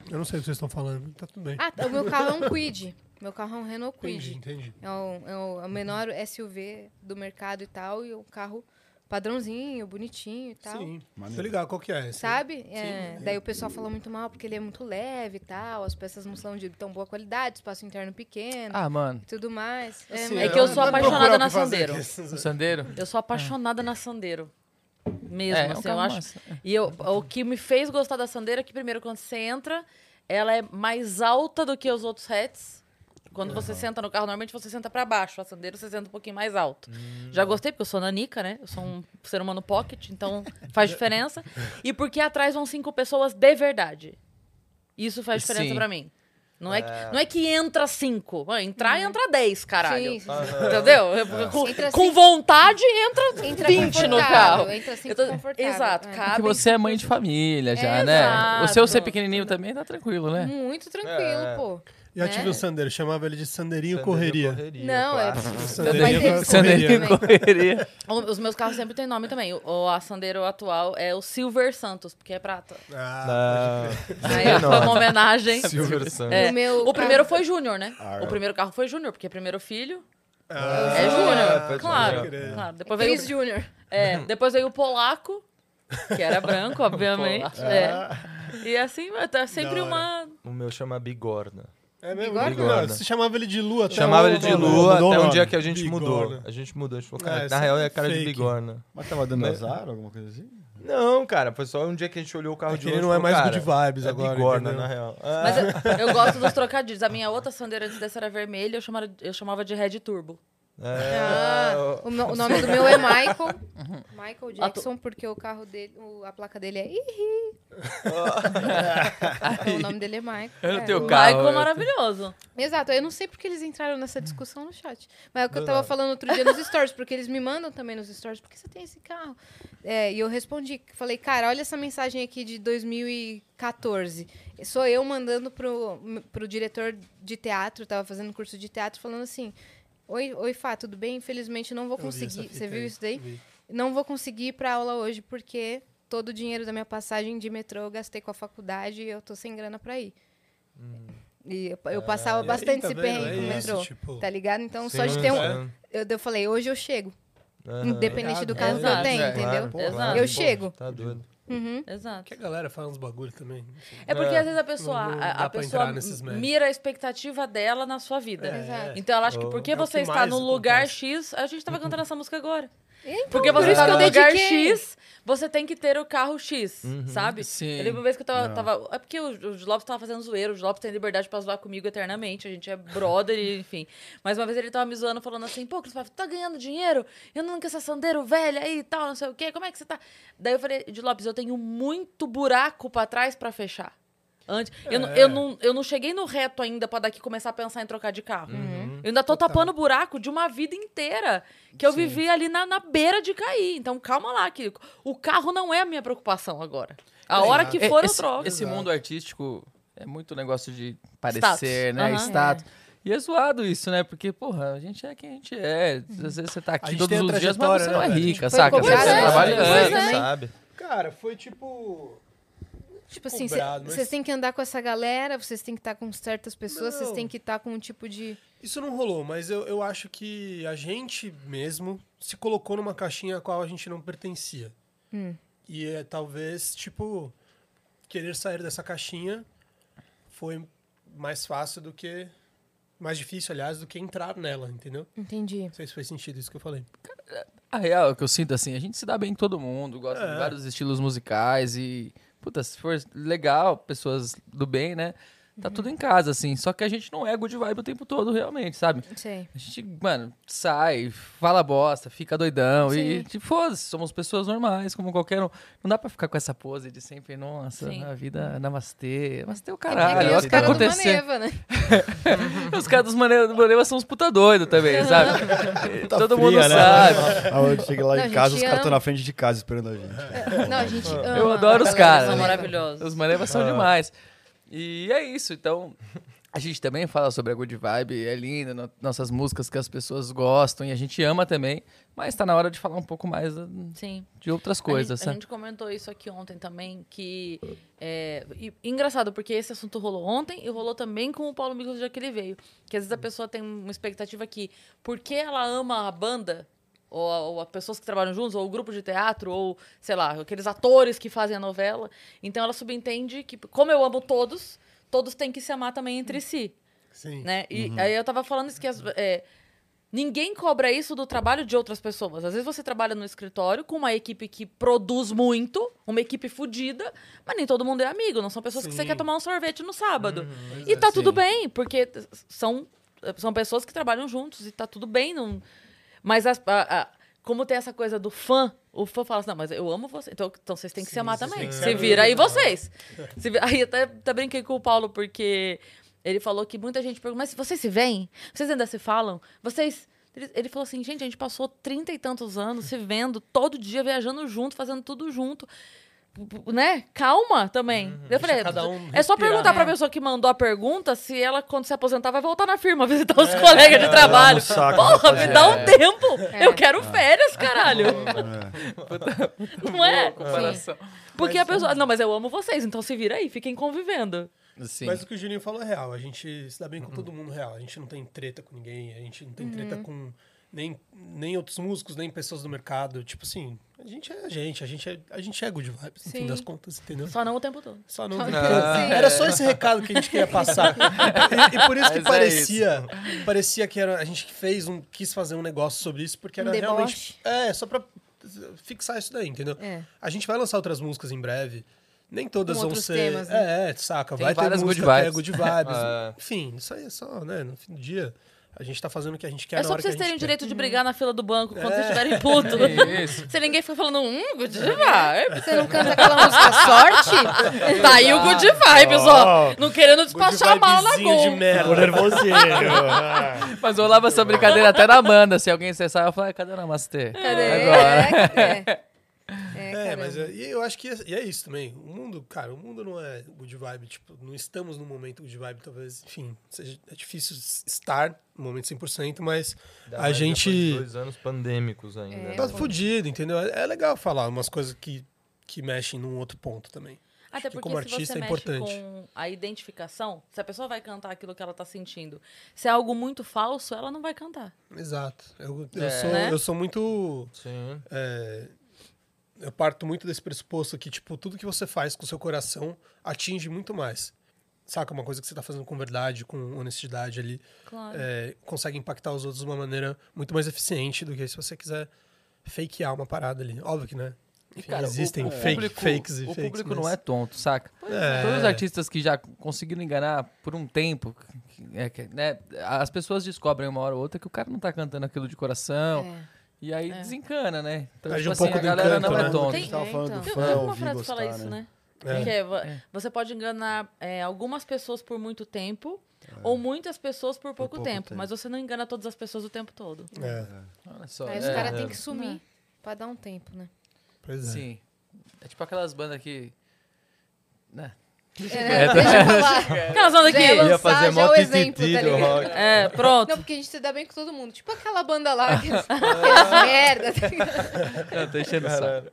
Speaker 5: Eu não sei o que vocês estão falando, tá tudo bem.
Speaker 2: Ah, tá, o meu carro é um Quid. Meu carro é um Renault
Speaker 5: entendi,
Speaker 2: Quid.
Speaker 5: entendi.
Speaker 2: É o, é o- é o menor SUV do mercado e tal, e um carro padrãozinho, bonitinho e tal.
Speaker 5: Sim. Tô
Speaker 6: Maneiro.
Speaker 5: ligado, qual que é esse?
Speaker 2: Sabe? É, daí o pessoal fala muito mal porque ele é muito leve e tal, as peças não são de tão boa qualidade, espaço interno pequeno
Speaker 4: Ah, mano.
Speaker 2: e tudo mais. É,
Speaker 5: Assim,
Speaker 2: mas-
Speaker 1: É que eu sou
Speaker 5: vou procurar
Speaker 1: apaixonada
Speaker 5: o que
Speaker 1: na
Speaker 5: fazer
Speaker 1: Sandero.
Speaker 5: aqui.
Speaker 4: O um Sandeiro?
Speaker 1: Eu sou apaixonada na Sandeiro. Mesmo,
Speaker 4: É, é um
Speaker 1: assim, eu
Speaker 4: carro
Speaker 1: acho.
Speaker 4: massa.
Speaker 1: E eu- o que me fez gostar da Sandero é que, primeiro, quando você entra, ela é mais alta do que os outros hats. Quando você senta no carro, normalmente você senta pra baixo. A Sandero você senta um pouquinho mais alto.
Speaker 4: Hum.
Speaker 1: Já gostei, porque eu sou nanica, né? Eu sou um ser humano pocket, então faz diferença. E porque atrás vão cinco pessoas de verdade. Isso faz diferença
Speaker 4: Sim.
Speaker 1: pra mim. Não é, que, não é que entra cinco. Ah, Entrar, entra dez, caralho.
Speaker 2: Uhum.
Speaker 1: Tá.
Speaker 2: Sim, sim, sim.
Speaker 1: Entendeu?
Speaker 4: É.
Speaker 1: Com,
Speaker 2: Entra
Speaker 1: com
Speaker 2: cinco.
Speaker 1: vontade, entra
Speaker 2: Entra
Speaker 1: 20 no
Speaker 2: confortável,
Speaker 1: carro.
Speaker 2: Entra assim
Speaker 1: Eu tô-
Speaker 2: confortável.
Speaker 1: Exato,
Speaker 2: é.
Speaker 1: cabe.
Speaker 4: Porque você é mãe de família já,
Speaker 1: É,
Speaker 4: né?
Speaker 1: exato.
Speaker 4: O seu ser pequenininho também tá tranquilo, né?
Speaker 2: Muito tranquilo,
Speaker 3: É.
Speaker 2: pô.
Speaker 5: Já tive
Speaker 2: É.
Speaker 5: um Sandero, chamava ele de Sandeirinho Correria.
Speaker 2: Não, é.
Speaker 5: Sandeirinho
Speaker 2: Mas ele-
Speaker 4: Sandeiro
Speaker 5: Correria.
Speaker 4: correria. né?
Speaker 1: O- Os meus carros sempre têm nome também. O- O a Sandero atual é o Silver Santos, porque é prata.
Speaker 5: Ah,
Speaker 1: Aí foi uma homenagem.
Speaker 3: Silver Sun.
Speaker 1: É.
Speaker 2: O meu
Speaker 1: O primeiro
Speaker 2: carro-
Speaker 1: foi Júnior, né? O primeiro carro foi Júnior, porque é primeiro filho.
Speaker 5: ah,
Speaker 1: É Júnior,
Speaker 3: foi
Speaker 1: claro,
Speaker 5: Júnior.
Speaker 1: claro. Depois veio,
Speaker 2: Chris Jr.
Speaker 1: é, depois veio o Polaco, que era branco, obviamente. é. E assim, tá sempre
Speaker 5: Da hora.
Speaker 1: uma...
Speaker 3: O meu chama Bigorna.
Speaker 5: é mesmo?
Speaker 2: Bigorna?
Speaker 5: Não, você chamava ele de Lua. até
Speaker 3: Chamava
Speaker 5: o- né?
Speaker 3: ele de
Speaker 5: não,
Speaker 3: Lua
Speaker 5: Então, mudou o
Speaker 3: até um
Speaker 5: nome.
Speaker 3: dia que a gente
Speaker 5: Bigorna.
Speaker 3: mudou. A gente mudou. A gente falou,
Speaker 5: Ah,
Speaker 3: cara,
Speaker 5: isso
Speaker 3: na
Speaker 5: é
Speaker 3: real é a cara de
Speaker 5: fake.
Speaker 3: Bigorna.
Speaker 6: Mas tava dando
Speaker 3: Mas-
Speaker 6: azar, alguma coisa assim?
Speaker 3: Não, cara, foi só um dia que a gente olhou o carro
Speaker 5: É
Speaker 3: de
Speaker 5: que ele
Speaker 3: longe e
Speaker 5: não é
Speaker 3: falou,
Speaker 5: mais
Speaker 3: cara,
Speaker 5: good vibes
Speaker 3: é
Speaker 5: agora,
Speaker 3: Bigorna,
Speaker 5: entendeu?
Speaker 3: na real. Ah,
Speaker 1: Mas eu, eu gosto dos trocadilhos. A minha outra Sandero antes dessa era vermelha, eu chamava, eu chamava de Red Turbo.
Speaker 3: é,
Speaker 2: Ah,
Speaker 3: o-
Speaker 2: o, no- o nome do meu é Michael.
Speaker 1: Uhum. Ah,
Speaker 2: Michael Jackson, porque o carro dele, o- a placa dele é Ihi.
Speaker 1: Ah.
Speaker 2: então, o nome dele é Michael.
Speaker 4: Era o
Speaker 2: É.
Speaker 4: teu carro.
Speaker 1: Michael
Speaker 4: é.
Speaker 1: maravilhoso.
Speaker 2: Exato, eu não sei porque eles entraram nessa discussão no chat. Mas é o que eu tava falando outro dia nos stories, porque eles me mandam também nos stories, por que você tem esse carro? É, e eu respondi, falei, cara, olha essa mensagem aqui de 2014. Sou eu mandando pro, pro diretor de teatro, tava fazendo curso de teatro, falando assim: Oi, oi Fá, tudo bem? Infelizmente não vou
Speaker 5: Eu vi essa
Speaker 2: conseguir.
Speaker 5: fita
Speaker 2: Você viu
Speaker 5: aí,
Speaker 2: isso daí?
Speaker 5: vi.
Speaker 2: não vou conseguir ir pra aula hoje porque todo o dinheiro da minha passagem de metrô eu gastei com a faculdade e eu tô sem grana pra ir. E eu, eu passava
Speaker 5: E aí,
Speaker 2: bastante
Speaker 5: tá
Speaker 2: esse
Speaker 5: vendo?
Speaker 2: perrengue
Speaker 5: Hum. É
Speaker 2: com o
Speaker 5: isso,
Speaker 2: metrô.
Speaker 5: tipo, é-
Speaker 2: Tá ligado? Então, só de ter um. Eu, eu falei, hoje eu chego. Independente do carro que eu
Speaker 1: Exato,
Speaker 2: tenho,
Speaker 5: né?
Speaker 4: é.
Speaker 2: entendeu?
Speaker 1: Pô, Exato.
Speaker 2: Eu chego.
Speaker 3: Tá doido.
Speaker 2: Uhum.
Speaker 1: Exato.
Speaker 5: Que a galera fala uns bagulho também.
Speaker 1: É porque às vezes a pessoa,
Speaker 5: Não- não
Speaker 1: a,
Speaker 5: dá
Speaker 1: a
Speaker 5: pra
Speaker 1: pessoa
Speaker 5: entrar nesses
Speaker 1: m-
Speaker 5: méritos.
Speaker 1: mira a expectativa dela na sua vida.
Speaker 2: Exato.
Speaker 1: Então ela acha que porque
Speaker 5: É o
Speaker 1: você
Speaker 5: que
Speaker 1: está
Speaker 5: mais
Speaker 1: no
Speaker 5: acontece.
Speaker 1: lugar X, a gente tava cantando essa música agora.
Speaker 2: Então,
Speaker 1: porque
Speaker 2: por
Speaker 1: você
Speaker 2: isso
Speaker 1: está
Speaker 2: que
Speaker 1: no
Speaker 2: eu
Speaker 1: lugar
Speaker 2: dediquei.
Speaker 1: X, você tem que ter o carro X,
Speaker 5: Uhum.
Speaker 1: sabe?
Speaker 4: Sim.
Speaker 1: Eu lembro uma vez que eu tava. tava- é porque o, o Lopes tava fazendo zoeiro, o Lopes tem liberdade pra zoar comigo eternamente, a gente é brother, e, enfim. Mas uma vez ele tava me zoando, falando assim: pô, Cris, Paiva, tu tá ganhando dinheiro? Eu não quero essa sandeiro velha aí e tal, não sei o quê, como é que você tá? Daí eu falei: de Lopes, eu tenho muito buraco pra trás pra fechar. Antes, eu, não- eu, não, eu não cheguei no reto ainda pra daqui começar a pensar em trocar de carro. Eu ainda tô
Speaker 5: Total.
Speaker 1: tapando buraco de uma vida inteira que eu vivi ali na, na beira de cair. Então calma lá, que o carro não é a minha preocupação agora. A hora que
Speaker 4: É,
Speaker 1: for, eu
Speaker 4: esse,
Speaker 1: troco.
Speaker 4: Esse
Speaker 5: Exato.
Speaker 4: mundo artístico é muito negócio de parecer, né?
Speaker 1: Aham.
Speaker 4: Status. E é zoado isso, né? Porque, porra, a gente é quem a gente é. Às vezes você tá aqui
Speaker 5: gente
Speaker 4: todos
Speaker 5: tem a
Speaker 4: os dias, mas você
Speaker 5: trajetória,
Speaker 4: não é
Speaker 5: né, velho?
Speaker 4: rica,
Speaker 2: Foi
Speaker 4: saca? Às vezes Você
Speaker 2: cobrado,
Speaker 4: tá
Speaker 2: né?
Speaker 4: trabalhando.
Speaker 2: Pois é.
Speaker 3: sabe?
Speaker 5: Cara, foi tipo.
Speaker 2: Tipo assim,
Speaker 5: Cobrado, mas-
Speaker 2: vocês têm que andar com essa galera, vocês têm que estar com certas pessoas, vocês
Speaker 5: Não.
Speaker 2: têm que estar com um tipo de.
Speaker 5: Isso não rolou, mas eu, eu acho que a gente mesmo se colocou numa caixinha a qual a gente não pertencia.
Speaker 1: Hum.
Speaker 5: E é, talvez, tipo, querer sair dessa caixinha foi mais fácil do que. Mais difícil, aliás, do que entrar nela, entendeu?
Speaker 2: Entendi.
Speaker 5: Não sei se fez sentido isso que eu falei.
Speaker 4: A real é que eu sinto assim, a gente se dá bem em todo mundo, gosta de
Speaker 5: É.
Speaker 4: vários estilos musicais e. Puta, se for legal, pessoas do bem, né? Tá
Speaker 1: Uhum.
Speaker 4: tudo em casa, assim. Só que a gente não é good vibe o tempo todo, realmente, sabe?
Speaker 2: Não sei.
Speaker 4: A gente, mano, sai, fala bosta, fica doidão
Speaker 2: Sim.
Speaker 4: e, tipo, foda-se, somos pessoas normais, como qualquer um. Não dá pra ficar com essa pose de sempre, nossa,
Speaker 1: Sim.
Speaker 4: a vida, namastê, namastê o
Speaker 2: é que
Speaker 4: caralho,
Speaker 2: nem
Speaker 4: olha o
Speaker 2: os
Speaker 4: que tá
Speaker 2: caras do
Speaker 4: acontecendo.
Speaker 2: Maneva, né?
Speaker 4: Os caras dos Mane- do Maneva são uns puta doido também, sabe?
Speaker 6: Puta
Speaker 4: Todo
Speaker 6: fria,
Speaker 4: mundo
Speaker 6: né?
Speaker 4: sabe.
Speaker 6: Aonde chega lá
Speaker 2: Não, a
Speaker 6: em casa,
Speaker 2: gente
Speaker 6: os caras estão
Speaker 2: ama.
Speaker 6: na frente de casa esperando a gente.
Speaker 2: Não, a gente ama.
Speaker 4: Eu adoro
Speaker 2: a
Speaker 4: os
Speaker 2: galera
Speaker 4: caras,
Speaker 1: São
Speaker 2: do Maneva.
Speaker 4: né?
Speaker 1: maravilhosos.
Speaker 4: Os manevras são
Speaker 6: Ah.
Speaker 4: demais. E é isso, então. A gente também fala sobre a Good Vibe, é linda, no- nossas músicas que as pessoas gostam e a gente ama também, mas tá na hora de falar um pouco mais eh,
Speaker 1: Sim.
Speaker 4: de outras
Speaker 1: a
Speaker 4: coisas,
Speaker 1: gente, a
Speaker 4: sabe?
Speaker 1: gente comentou isso aqui ontem também, que. É, e- engraçado, porque esse assunto rolou ontem e rolou também com o Paulo Miklos, já que ele veio. Que às vezes a
Speaker 4: Uhum.
Speaker 1: pessoa tem uma expectativa que, porque ela ama a banda, ou, a- ou as pessoas que trabalham juntos, ou o grupo de teatro, ou, sei lá, aqueles atores que fazem a novela, então ela subentende que, como eu amo todos, todos têm que se amar também entre
Speaker 4: Uhum.
Speaker 1: si
Speaker 5: Sim.
Speaker 1: né? E aí eu tava falando isso que as- é, ninguém cobra isso do trabalho de outras pessoas. Às vezes você trabalha no escritório com uma equipe que produz muito, uma equipe fodida, mas nem todo mundo é amigo. Não são pessoas que você
Speaker 5: Sim.
Speaker 1: quer tomar um sorvete no sábado.
Speaker 5: é,
Speaker 1: e tá tudo bem, porque t- são, são pessoas que trabalham juntos e tá tudo bem. Não... Mas as- a- a- como tem essa coisa do fã, o fã fala assim, não, mas eu amo você. Então, então vocês têm que se amar
Speaker 5: vocês
Speaker 1: também.
Speaker 5: têm que se
Speaker 1: Se
Speaker 5: amar.
Speaker 1: vira aí vocês. Se vi- Aí até, até brinquei com o Paulo, porque ele falou que muita gente pergunta, mas vocês se veem? Vocês ainda se falam? Vocês... Ele- Ele falou assim, gente, a gente passou trinta e tantos anos se vendo, todo dia viajando junto, fazendo tudo junto. Né? Calma também. eu falei,
Speaker 5: deixa cada um
Speaker 1: é só
Speaker 5: respirar.
Speaker 1: perguntar pra pessoa que mandou a pergunta se ela, quando se aposentar, vai voltar na firma visitar os
Speaker 5: É,
Speaker 1: colegas de trabalho.
Speaker 6: um saco,
Speaker 1: Porra, me
Speaker 6: rapaziada.
Speaker 1: dá um
Speaker 4: É.
Speaker 1: tempo!
Speaker 2: É.
Speaker 1: Eu quero férias, caralho!
Speaker 5: É.
Speaker 6: né?
Speaker 1: Não é?
Speaker 4: comparação.
Speaker 1: Porque a pessoa. Não, mas eu amo vocês, então se vira aí, fiquem convivendo.
Speaker 4: Sim.
Speaker 5: Mas o que o Juninho falou é real. A gente se dá bem com todo mundo real. A gente não tem treta com ninguém. A gente não tem treta com nem, nem outros músicos, nem pessoas do mercado. Tipo assim, a gente é a gente. A gente é, a gente é good vibes, no
Speaker 2: Sim.
Speaker 5: fim das contas, entendeu?
Speaker 1: Só não o tempo todo.
Speaker 5: Só não.
Speaker 2: Sim.
Speaker 5: Era só esse recado que a gente queria passar. E, e por isso que
Speaker 4: Mas é
Speaker 5: parecia, parecia que era, a gente fez um, quis fazer um negócio sobre isso porque era
Speaker 2: Um
Speaker 5: realmente é só pra fixar isso daí, entendeu?
Speaker 2: É.
Speaker 5: A gente vai lançar outras músicas em breve. Nem todas
Speaker 2: Com
Speaker 5: vão
Speaker 2: outros
Speaker 5: ser.
Speaker 2: temas, né?
Speaker 5: É, é, saca.
Speaker 4: Tem
Speaker 5: vai ter
Speaker 4: várias
Speaker 5: música
Speaker 4: good
Speaker 5: que é
Speaker 4: vibes. Ah.
Speaker 5: good vibes.
Speaker 3: É.
Speaker 5: Enfim, isso aí é só, né? No fim do dia, a gente tá fazendo o que a gente quer.
Speaker 1: é
Speaker 5: na
Speaker 1: só
Speaker 5: hora
Speaker 1: pra vocês
Speaker 5: que a
Speaker 1: terem o
Speaker 5: gente É. quer.
Speaker 1: direito de brigar na fila do banco quando vocês estiverem putos.
Speaker 4: É Isso.
Speaker 1: Se ninguém fica falando, hum, good
Speaker 5: Tá
Speaker 1: vibe.
Speaker 2: Você não canta aquela música sorte?
Speaker 1: Tá aí o good vibe, só. Não querendo
Speaker 5: Good
Speaker 1: despachar a mala na
Speaker 5: vibezinho de
Speaker 1: Gol.
Speaker 6: Ficou
Speaker 5: merda.
Speaker 6: nervosinho.
Speaker 4: Mas eu lavo essa brincadeira até na Amanda. Se alguém cessar, eu falo, "Ah, cadê o
Speaker 2: Cadê?
Speaker 4: Namastê? Agora.
Speaker 2: É, é.
Speaker 5: É,
Speaker 2: caramba.
Speaker 5: mas é- e eu acho que é, e é isso também. O mundo, cara, o mundo não é good vibe, tipo, não estamos num momento good vibe, talvez, enfim, seja, é difícil s- estar no momento 100%, mas tá a gente
Speaker 3: Dois anos pandêmicos ainda.
Speaker 2: É.
Speaker 3: né?
Speaker 5: tá fudido, entendeu? É, é legal falar umas coisas que, que mexem num outro ponto também.
Speaker 1: Até
Speaker 5: que
Speaker 1: porque
Speaker 5: como
Speaker 1: se
Speaker 5: artista
Speaker 1: você
Speaker 5: é
Speaker 1: mexe
Speaker 5: importante.
Speaker 1: com a identificação, se a pessoa vai cantar aquilo que ela tá sentindo, se é algo muito falso, ela não vai cantar.
Speaker 5: Exato. Eu, eu sou,
Speaker 1: Né?
Speaker 5: eu sou muito...
Speaker 3: Sim.
Speaker 5: é, eu parto muito desse pressuposto que, tipo, tudo que você faz com o seu coração atinge muito mais. Saca? Uma coisa que você tá fazendo com verdade, com honestidade ali.
Speaker 1: Claro.
Speaker 5: é, consegue impactar os outros de uma maneira muito mais eficiente do que se você quiser fakear uma parada ali. Óbvio que, né?
Speaker 4: E,
Speaker 5: Enfim,
Speaker 4: cara, o-
Speaker 5: existem
Speaker 4: o
Speaker 5: fake-
Speaker 4: público-
Speaker 5: fakes e
Speaker 4: O
Speaker 5: fakes,
Speaker 4: público não
Speaker 5: mas-
Speaker 4: é tonto, saca?
Speaker 5: é.
Speaker 4: Todos os artistas que já conseguiram enganar por um tempo, é que, né, as pessoas descobrem uma hora ou outra que o cara não tá cantando aquilo de coração.
Speaker 2: É.
Speaker 4: E aí desencana, né? Então,
Speaker 5: Perde
Speaker 4: tipo
Speaker 5: um
Speaker 4: assim,
Speaker 5: pouco
Speaker 4: a
Speaker 5: do
Speaker 4: galera
Speaker 5: encanto,
Speaker 4: não é
Speaker 5: né?
Speaker 4: tonta.
Speaker 2: Tem-
Speaker 6: tava
Speaker 2: É,
Speaker 6: falando do
Speaker 2: então.
Speaker 1: Tem
Speaker 6: fã,
Speaker 1: alguma
Speaker 6: ouvir,
Speaker 1: frase que
Speaker 6: gostar,
Speaker 1: fala isso,
Speaker 6: né?
Speaker 1: é, né? Porque vo- você pode enganar é, algumas pessoas por muito tempo Ou muitas pessoas por pouco,
Speaker 6: pouco
Speaker 1: tempo,
Speaker 6: tempo.
Speaker 1: Mas você não engana todas as pessoas o tempo todo.
Speaker 5: É,
Speaker 4: Olha só.
Speaker 2: Aí os
Speaker 4: é,
Speaker 2: caras
Speaker 4: é.
Speaker 2: têm que sumir pra dar um tempo, né?
Speaker 5: pois é.
Speaker 4: Sim. É tipo aquelas bandas que. Né?
Speaker 2: É, deixa eu falar.
Speaker 1: Aquelas ondas
Speaker 2: Já é
Speaker 1: aqui.
Speaker 2: lançado. Lançar já é o exemplo, tá
Speaker 3: do
Speaker 2: ligado?
Speaker 3: rock.
Speaker 1: É, pronto.
Speaker 2: Não, porque a gente se dá bem com todo mundo. Tipo aquela banda lá, aquelas, aquelas merda. tá ligado?
Speaker 4: Eu tô enchendo o saco.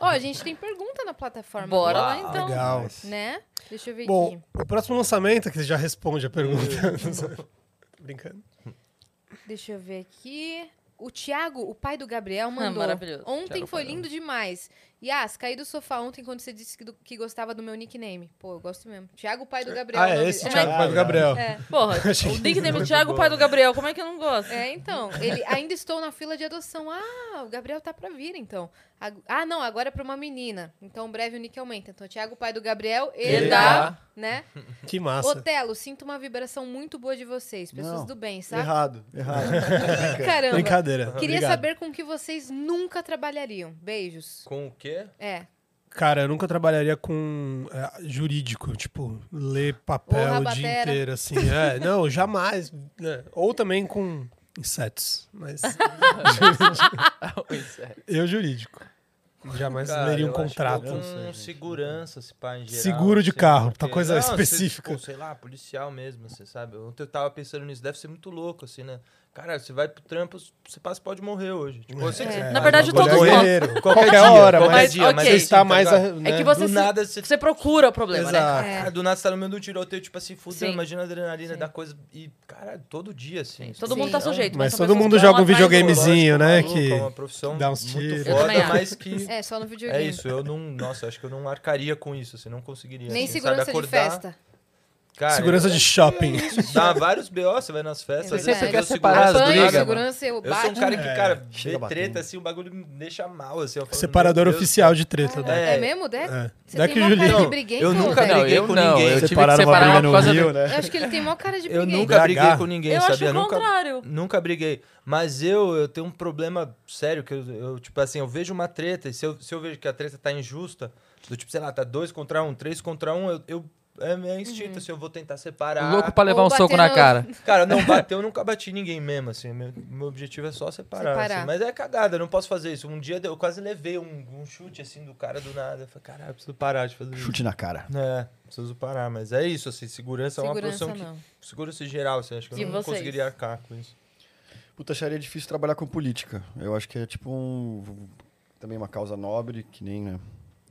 Speaker 2: Ó, a gente tem pergunta na plataforma.
Speaker 1: Bora lá,
Speaker 4: Uau.
Speaker 1: então.
Speaker 5: Legal.
Speaker 2: Né? Deixa eu ver
Speaker 5: Bom,
Speaker 2: aqui.
Speaker 5: o próximo lançamento, é que você já responde a
Speaker 4: É.
Speaker 5: pergunta. Tô Brincando.
Speaker 2: Deixa eu ver aqui. O Thiago, o pai do Gabriel, mandou.
Speaker 1: maravilhoso.
Speaker 2: Ontem
Speaker 4: Thiago
Speaker 2: foi
Speaker 4: Padrão.
Speaker 2: lindo demais. Yas, caí do sofá ontem quando você disse que, do- que gostava do meu nickname. Pô, eu gosto mesmo. Thiago, o pai do Gabriel.
Speaker 5: Ah,
Speaker 2: o
Speaker 5: é
Speaker 2: nome
Speaker 5: esse
Speaker 2: dele.
Speaker 5: Thiago, pai do Gabriel.
Speaker 2: É.
Speaker 1: Porra,
Speaker 5: Achei
Speaker 1: o Dick demitiu
Speaker 3: muito
Speaker 1: Thiago, o
Speaker 3: bom.
Speaker 1: pai do Gabriel. Como é que eu não gosto?
Speaker 2: É, então, ele ainda estou na fila de adoção. Ah, o Gabriel tá pra vir, então. Ag- Ah, não, agora é pra uma menina. Então, em breve o nick aumenta. Então, Thiago, pai do Gabriel, e
Speaker 1: Ele
Speaker 2: da,
Speaker 1: dá.
Speaker 2: né?
Speaker 5: Que massa.
Speaker 2: Otelo, sinto uma vibração muito boa de vocês, pessoas
Speaker 6: Não,
Speaker 2: do bem, sabe?
Speaker 6: Errado, errado.
Speaker 2: Caramba.
Speaker 5: Brincadeira.
Speaker 2: Queria
Speaker 5: Obrigado.
Speaker 2: saber com que vocês nunca trabalhariam. Beijos.
Speaker 3: Com o quê?
Speaker 2: É,
Speaker 5: Cara, eu nunca trabalharia com é, jurídico, tipo, ler papel
Speaker 2: Porra,
Speaker 5: o dia
Speaker 2: batera.
Speaker 5: inteiro, assim. É, não, jamais. né? Ou também com insetos, mas
Speaker 4: Pois é.
Speaker 5: eu jurídico. Jamais
Speaker 3: Cara,
Speaker 5: leria
Speaker 3: eu
Speaker 5: um
Speaker 3: acho que
Speaker 5: contrato.
Speaker 3: eu Com segurança, se pá, em geral.
Speaker 5: Seguro de
Speaker 3: assim,
Speaker 5: carro,
Speaker 3: porque-
Speaker 5: tá coisa
Speaker 3: se,
Speaker 5: específica.
Speaker 3: tipo, sei lá, policial mesmo, você sabe? Ontem eu tava pensando nisso, deve ser muito louco, assim, né? Cara, você vai pro trampo, você passa, pode morrer hoje. Tipo, eu sei que
Speaker 2: É.
Speaker 3: você-
Speaker 1: Na verdade,
Speaker 5: Agora
Speaker 1: todos
Speaker 5: é
Speaker 1: nós.
Speaker 5: guerreiro.
Speaker 3: Qualquer,
Speaker 5: Qualquer
Speaker 3: dia,
Speaker 5: hora,
Speaker 3: qualquer
Speaker 1: mas-
Speaker 3: dia, mas
Speaker 1: ok.
Speaker 5: Você está
Speaker 3: assim, tá
Speaker 5: mais.
Speaker 3: ligado?
Speaker 5: a- né?
Speaker 1: É que você,
Speaker 3: Do
Speaker 1: se-
Speaker 3: nada você-
Speaker 1: você procura o problema, né?
Speaker 5: Exato.
Speaker 2: É.
Speaker 3: Cara, do nada você tá no meio do tiroteio, tipo assim, fudendo,
Speaker 1: Sim.
Speaker 3: imagina a adrenalina
Speaker 2: Sim.
Speaker 3: da coisa. E, cara, todo dia, assim.
Speaker 1: Todo mundo tá
Speaker 3: Então,
Speaker 1: sujeito.
Speaker 5: Mas
Speaker 1: são
Speaker 5: todo
Speaker 1: pessoas
Speaker 5: mundo
Speaker 1: que vão
Speaker 5: joga um
Speaker 1: atrás do-
Speaker 5: videogamezinho, né?
Speaker 3: maluco,
Speaker 5: Que
Speaker 3: É uma profissão
Speaker 5: dá um uns
Speaker 3: muito
Speaker 5: tiros.
Speaker 1: Eu também
Speaker 3: foda,
Speaker 1: acho.
Speaker 3: mas que...
Speaker 2: é, só no
Speaker 3: É
Speaker 2: videogame.
Speaker 3: isso, eu não... Nossa, acho que eu não arcaria com isso, assim, não conseguiria.
Speaker 2: Nem
Speaker 3: assim,
Speaker 2: segurança
Speaker 3: sabe,
Speaker 2: de
Speaker 3: acordar,
Speaker 2: festa.
Speaker 3: Cara,
Speaker 5: Segurança de shopping.
Speaker 3: Dá vários BO, você vai nas festas.
Speaker 2: É
Speaker 3: às
Speaker 2: verdade.
Speaker 3: vezes você vê o
Speaker 4: Você quer separar as
Speaker 3: segurança-
Speaker 2: Apanho,
Speaker 4: brigas, mano. é.
Speaker 2: segurança, eu
Speaker 3: Eu sou um
Speaker 2: bato.
Speaker 3: cara que, cara,
Speaker 6: Chega
Speaker 3: vê
Speaker 6: batendo.
Speaker 3: treta, assim, o bagulho me deixa mal, assim. eu falo,
Speaker 5: Separador
Speaker 3: meu Deus.
Speaker 5: oficial de treta. né?
Speaker 2: É,
Speaker 3: É.
Speaker 2: mesmo, Deco?
Speaker 5: É.
Speaker 2: Você
Speaker 5: Dá
Speaker 2: tem
Speaker 5: que
Speaker 2: mó
Speaker 5: o
Speaker 2: cara de
Speaker 3: Julinho-
Speaker 2: briguento,
Speaker 3: eu nunca
Speaker 2: Deco.
Speaker 4: Não,
Speaker 3: briguei
Speaker 4: eu
Speaker 3: com
Speaker 4: não.
Speaker 3: ninguém.
Speaker 4: Eu tive que
Speaker 6: Separaram uma
Speaker 4: separar
Speaker 6: briga
Speaker 4: por
Speaker 6: no
Speaker 4: causa
Speaker 6: Rio,
Speaker 4: do...
Speaker 6: né?
Speaker 2: Eu acho que ele tem mó cara de
Speaker 3: Eu
Speaker 2: briguento.
Speaker 3: nunca briguei
Speaker 5: BH.
Speaker 3: com ninguém,
Speaker 1: Eu acho
Speaker 3: sabia?
Speaker 1: o
Speaker 3: Nunca,
Speaker 1: contrário.
Speaker 3: nunca briguei. Mas eu, eu tenho um problema sério, que eu, eu, tipo assim, eu vejo uma treta, e se eu, se eu vejo que a treta tá injusta, do tipo, sei lá, tá dois contra um, três contra um, eu... eu é meu instinto, assim, eu vou tentar separar.
Speaker 4: Louco pra levar
Speaker 2: Ou
Speaker 4: um soco
Speaker 2: bater
Speaker 4: na
Speaker 2: no-
Speaker 4: cara.
Speaker 3: Cara, não bateu, eu nunca bati ninguém mesmo, assim. Meu, meu objetivo é só separar.
Speaker 2: Separar.
Speaker 3: assim. Mas é cagada, eu não posso fazer isso. Um dia eu quase levei um, um chute, assim, do cara do nada. Eu falei, caralho, eu preciso parar de fazer isso.
Speaker 6: Chute na cara.
Speaker 3: É, preciso parar, mas é isso, assim, segurança, é uma
Speaker 2: Segurança
Speaker 3: profissão
Speaker 2: não.
Speaker 3: que... Segurança em geral, assim, acho que eu
Speaker 1: E
Speaker 3: não
Speaker 1: vocês?
Speaker 3: conseguiria arcar com isso.
Speaker 6: Puta, acharia difícil trabalhar com política. Eu acho que é tipo um. Também uma causa nobre, que nem, né?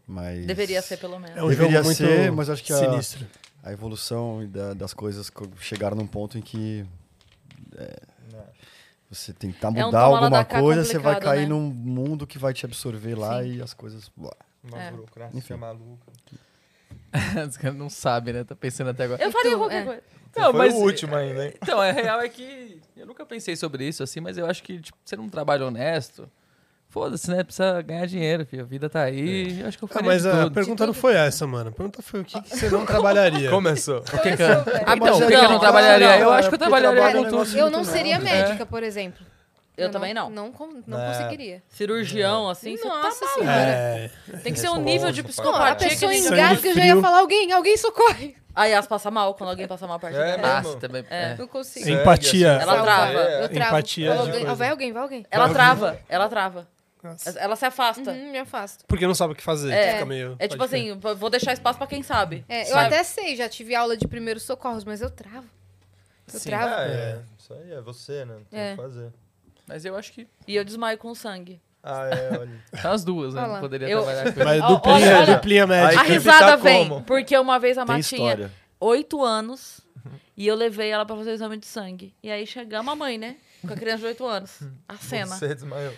Speaker 6: Mas.
Speaker 1: Deveria ser, pelo menos.
Speaker 5: É um
Speaker 6: Deveria
Speaker 5: jogo muito
Speaker 6: ser, mas acho que a-
Speaker 5: sinistro.
Speaker 6: A evolução da- das coisas co- chegaram num ponto em que. é,
Speaker 3: Né?
Speaker 6: você tentar
Speaker 1: um
Speaker 6: mudar
Speaker 1: toma lá
Speaker 6: alguma
Speaker 1: da cá
Speaker 6: coisa, você vai
Speaker 1: complicado,
Speaker 6: cair
Speaker 1: né?
Speaker 6: num mundo que vai te absorver lá e as coisas. Uá.
Speaker 3: Uma
Speaker 1: É.
Speaker 3: burocracia
Speaker 6: Enfim.
Speaker 3: maluca.
Speaker 4: Os caras não sabem, né? Tá pensando até agora.
Speaker 1: Eu faria
Speaker 2: tu,
Speaker 1: qualquer
Speaker 2: é.
Speaker 1: coisa.
Speaker 4: Não,
Speaker 3: Foi
Speaker 4: mas-
Speaker 3: o último ainda, hein?
Speaker 4: Então, a real é que eu nunca pensei sobre isso, assim, mas eu acho que, tipo, você não trabalha honesto, foda-se, né? Precisa ganhar dinheiro, filho. A vida tá aí. Eu acho que eu
Speaker 5: Ah,
Speaker 4: faria
Speaker 5: mas
Speaker 4: de
Speaker 5: a
Speaker 4: tudo.
Speaker 5: pergunta não foi essa, mano. A pergunta foi o que, que você não trabalharia.
Speaker 3: Começou.
Speaker 4: O que que eu- Ah, então, o
Speaker 6: Mas é
Speaker 4: que que eu não
Speaker 6: legal,
Speaker 4: trabalharia?
Speaker 6: cara,
Speaker 4: eu acho que eu É.
Speaker 6: porque
Speaker 4: trabalharia
Speaker 6: trabalha
Speaker 4: com
Speaker 6: um
Speaker 4: tudo.
Speaker 6: negócio
Speaker 2: Eu
Speaker 6: muito
Speaker 2: não é seria
Speaker 6: nobre.
Speaker 2: médica, por exemplo.
Speaker 1: Eu também não.
Speaker 2: Não, con- não
Speaker 3: É.
Speaker 2: conseguiria.
Speaker 1: Cirurgião, assim, você tá
Speaker 2: Nossa
Speaker 1: maluco.
Speaker 2: senhora.
Speaker 5: É,
Speaker 1: Tem que ser um
Speaker 3: Responsa,
Speaker 1: nível de
Speaker 3: pai.
Speaker 2: A
Speaker 1: psicopatia que
Speaker 2: pessoa
Speaker 1: ninguém...
Speaker 5: sangue
Speaker 2: engasga, eu já ia
Speaker 5: frio.
Speaker 2: falar alguém, alguém socorre.
Speaker 1: Aí elas passam mal quando alguém passa mal perto
Speaker 3: É,
Speaker 1: dela.
Speaker 3: mas-
Speaker 4: Massa também. é.
Speaker 2: Não consigo.
Speaker 5: Sim. Empatia.
Speaker 3: assim,
Speaker 1: Ela trava.
Speaker 3: "É,
Speaker 2: Eu travo.
Speaker 5: Empatia,
Speaker 2: Fala
Speaker 5: né,
Speaker 2: alguém- Ah,
Speaker 5: coisa.
Speaker 2: vai alguém, vai alguém.
Speaker 1: Ela trava, ela trava.
Speaker 5: Nossa.
Speaker 1: Ela se afasta.
Speaker 2: Uhum, me afasto.
Speaker 5: porque não sabe o que fazer.
Speaker 1: É.
Speaker 5: fica meio-
Speaker 1: É
Speaker 5: pode
Speaker 1: tipo
Speaker 5: crer.
Speaker 1: assim, vou vou deixar espaço pra quem sabe.
Speaker 2: É, eu
Speaker 1: Sabe?
Speaker 2: até sei, já tive aula de primeiros socorros, mas eu travo. Eu
Speaker 4: Sim.
Speaker 2: travo.
Speaker 3: Ah, é. Isso aí é você, né? Não tem o
Speaker 2: É.
Speaker 3: que fazer.
Speaker 4: Mas eu acho que
Speaker 1: E eu desmaio com sangue.
Speaker 3: Ah, é, olha.
Speaker 4: tá as duas, né?
Speaker 2: Olha lá.
Speaker 4: Não poderia
Speaker 1: Eu-
Speaker 4: trabalhar com
Speaker 5: Mas
Speaker 1: Ó,
Speaker 5: duplinha,
Speaker 1: olha-
Speaker 5: duplinha
Speaker 3: Aí
Speaker 5: médica.
Speaker 1: a
Speaker 3: que
Speaker 1: risada
Speaker 3: evitar
Speaker 1: vem,
Speaker 3: como?
Speaker 1: porque uma vez a
Speaker 6: Tem
Speaker 1: Matinha
Speaker 6: história.
Speaker 1: oito anos
Speaker 3: Uhum.
Speaker 1: e eu levei ela pra fazer o exame de sangue. E aí chegamos a mãe, né? Com a criança de oito anos. A cena.
Speaker 3: Você desmaiou.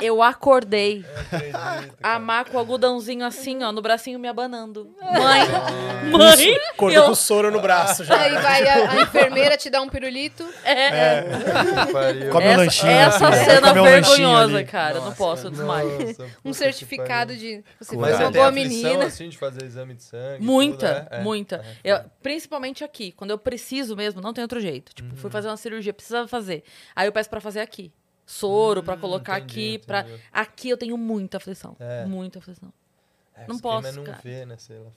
Speaker 1: Eu acordei.
Speaker 3: Não acredito,
Speaker 1: A
Speaker 3: cara.
Speaker 1: Má com o algodãozinho assim, ó, no bracinho me abanando. Mãe!
Speaker 5: Ah.
Speaker 1: Mãe!
Speaker 5: Cortou com
Speaker 1: Eu,
Speaker 5: soro no braço já.
Speaker 2: Aí vai a, a enfermeira te dá um pirulito.
Speaker 1: é,
Speaker 3: Que pariu.
Speaker 6: Come um
Speaker 1: essa,
Speaker 6: lanchinho
Speaker 1: essa
Speaker 6: ali, né?
Speaker 1: cena
Speaker 6: Come um lanchinho
Speaker 1: vergonhosa,
Speaker 6: ali.
Speaker 1: cara. eu não posso, eu desmaio.
Speaker 3: Nossa,
Speaker 2: um
Speaker 3: puta
Speaker 2: certificado
Speaker 3: que pariu.
Speaker 2: de você foi
Speaker 6: Mas
Speaker 3: Mas
Speaker 2: uma
Speaker 3: você tem
Speaker 6: Coragem.
Speaker 2: boa
Speaker 3: aflição,
Speaker 2: menina.
Speaker 3: assim, de fazer exame de sangue?
Speaker 1: Muita,
Speaker 3: tudo, né? É.
Speaker 1: muita. Eu- principalmente aqui, quando eu preciso mesmo, não tem outro jeito. Tipo, fui fazer uma cirurgia, precisava fazer. Aí eu peço pra fazer aqui. Soro, pra colocar
Speaker 3: Hum, entendi,
Speaker 1: aqui, pra...
Speaker 3: entendi.
Speaker 1: Aqui eu tenho muita aflição.
Speaker 3: É.
Speaker 1: Muita aflição.
Speaker 3: É,
Speaker 1: Não
Speaker 3: os clima
Speaker 1: posso,
Speaker 3: não
Speaker 1: cara.
Speaker 3: vê, né? Sei lá.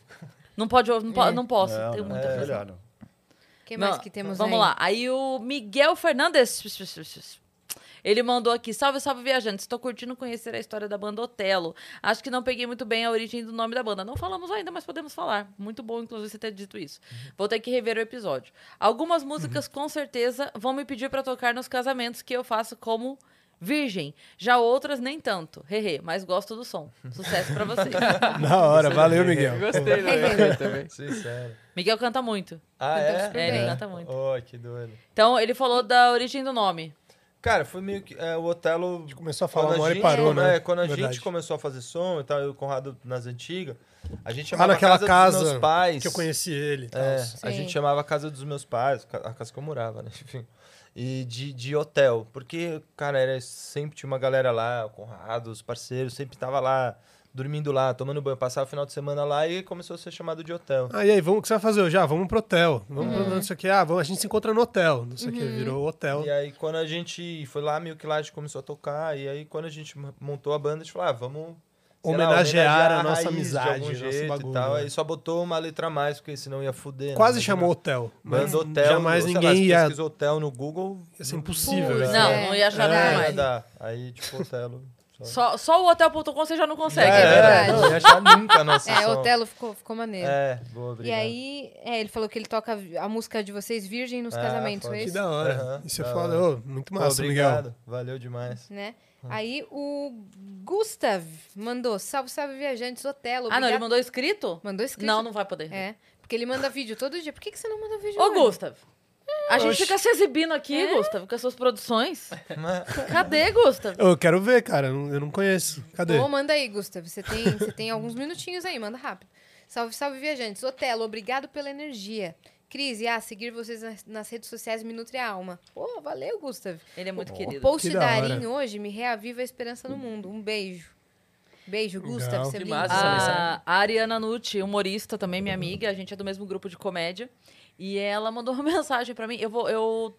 Speaker 1: Não pode, não, po- não posso.
Speaker 6: Não,
Speaker 1: tenho
Speaker 6: não,
Speaker 1: muita
Speaker 6: é
Speaker 1: pressão.
Speaker 6: melhor não.
Speaker 2: que
Speaker 1: Não,
Speaker 2: mais que temos
Speaker 1: Vamos
Speaker 2: aí?
Speaker 1: lá. Aí o Miguel Fernandes. Ele mandou aqui, salve, salve, viajantes. Estou curtindo conhecer a história da banda Otelo. Acho que não peguei muito bem a origem do nome da banda. Não falamos ainda, mas podemos falar. Muito bom, inclusive, você ter dito isso.
Speaker 2: Uhum.
Speaker 1: Vou ter que rever o episódio. Algumas músicas, com certeza, vão me pedir para tocar nos casamentos que eu faço como virgem. Já outras, nem tanto. Hehe, mas gosto do som. Sucesso para vocês.
Speaker 5: Na hora, valeu,
Speaker 4: Eu
Speaker 5: Miguel.
Speaker 4: Gostei né?
Speaker 2: É
Speaker 4: do Miguel também.
Speaker 3: Sincero.
Speaker 1: Miguel canta muito.
Speaker 3: Ah,
Speaker 2: Cantamos
Speaker 3: é?
Speaker 1: É, ele
Speaker 2: bem.
Speaker 1: canta muito.
Speaker 3: Ai, que doido.
Speaker 1: Então, ele falou da origem do nome.
Speaker 3: Cara, foi meio que. é, o Otelo.
Speaker 5: Começou a falar
Speaker 3: quando
Speaker 5: uma hora e
Speaker 3: gente-
Speaker 5: parou,
Speaker 3: é,
Speaker 5: né?
Speaker 3: Quando a
Speaker 5: Verdade.
Speaker 3: gente começou a fazer som e tal, eu e o Conrado nas antigas, a gente
Speaker 5: Ah,
Speaker 3: chamava
Speaker 5: naquela
Speaker 3: a casa,
Speaker 5: casa
Speaker 3: dos meus pais.
Speaker 5: Que eu conheci ele. e tal.
Speaker 3: É, a
Speaker 2: Sim.
Speaker 3: gente chamava a casa dos meus pais, ca- a casa que eu morava, né? Enfim. E de, de hotel. Porque, cara, era, sempre tinha uma galera lá, o Conrado, os parceiros, sempre tava lá, dormindo lá, tomando banho. Passava o final de semana lá e começou a ser chamado de hotel.
Speaker 5: Ah, e aí, vamos, o que você vai fazer hoje? Ah, vamos pro hotel. Vamos
Speaker 1: Uhum.
Speaker 5: pro não sei o que. Ah, vamos, a gente se encontra no hotel. Não sei o que. Virou hotel.
Speaker 3: E aí, quando a gente foi lá, meio que lá a gente começou a tocar. E aí, quando a gente m- montou a banda, a gente falou, ah, vamos... sei lá,
Speaker 5: Homenagear a nossa
Speaker 3: raiz
Speaker 5: amizade,
Speaker 3: de algum
Speaker 5: nosso
Speaker 3: jeito
Speaker 5: bagulho,
Speaker 3: e tal.
Speaker 5: né?
Speaker 3: Aí só botou uma letra a mais, porque senão ia fuder. né?
Speaker 5: Quase
Speaker 3: Mas
Speaker 5: chamou
Speaker 3: não-
Speaker 5: hotel. Mas
Speaker 3: Banda hotel.
Speaker 5: jamais
Speaker 3: sei lá,
Speaker 5: ninguém
Speaker 3: se
Speaker 5: ia...
Speaker 3: pesquisou hotel no Google...
Speaker 5: Ia ser impossível.
Speaker 2: Putz,
Speaker 5: né?
Speaker 1: Não,
Speaker 2: É.
Speaker 1: não ia achar
Speaker 5: É.
Speaker 1: nada
Speaker 3: não ia
Speaker 1: mais.
Speaker 3: dar. Aí, tipo, Otelo...
Speaker 1: Só, só o hotel.com você já não consegue.
Speaker 2: É,
Speaker 1: né?
Speaker 2: verdade.
Speaker 3: Não ia achar nunca a nossa
Speaker 2: É,
Speaker 3: som.
Speaker 2: Otelo ficou, ficou maneiro.
Speaker 3: É, boa,
Speaker 2: e
Speaker 3: obrigado.
Speaker 2: aí, é, ele falou que ele toca a música de vocês, Virgem, nos
Speaker 3: Ah,
Speaker 2: casamentos, não é
Speaker 3: foda.
Speaker 5: Que
Speaker 2: isso?
Speaker 5: da hora.
Speaker 3: Aham,
Speaker 5: Isso é
Speaker 3: da
Speaker 5: foda.
Speaker 3: hora.
Speaker 5: Ô, muito massa,
Speaker 3: obrigado.
Speaker 5: Miguel.
Speaker 3: Valeu demais.
Speaker 2: Né? Aí o Gustav mandou, salve, salve, viajantes, Otelo.
Speaker 1: Ah, não, ele
Speaker 2: obrigado-
Speaker 1: mandou escrito?
Speaker 2: Mandou escrito.
Speaker 1: Não, não vai poder.
Speaker 2: É, porque ele manda vídeo todo dia. Por que, que você não manda vídeo?
Speaker 1: Ô,
Speaker 2: hoje?
Speaker 1: Gustav. A gente fica se exibindo aqui, Gustav, com as suas produções. Cadê, Gustav?
Speaker 5: Eu quero ver, cara. Eu não- eu não conheço. Cadê?
Speaker 2: Ô, manda aí, Gustavo. Você tem, você tem alguns minutinhos aí, manda rápido. Salve, salve, viajantes. Otelo, obrigado pela energia. Cris, e ah, seguir vocês nas, nas redes sociais me nutre a alma. Pô, valeu, Gustavo.
Speaker 1: Ele é muito
Speaker 2: O
Speaker 1: querido.
Speaker 2: post
Speaker 5: Que da
Speaker 2: da
Speaker 5: hora.
Speaker 2: Arin hoje me reaviva a esperança no mundo. Um beijo. Beijo, Gustavo.
Speaker 5: Legal.
Speaker 2: Você é
Speaker 4: Que
Speaker 2: lindo.
Speaker 4: massa essa
Speaker 1: Ah.
Speaker 4: mensagem.
Speaker 1: A, a Ariana Nucci, humorista também, minha amiga, a gente é do mesmo grupo de comédia. E ela mandou uma mensagem pra mim. Eu vou. Eu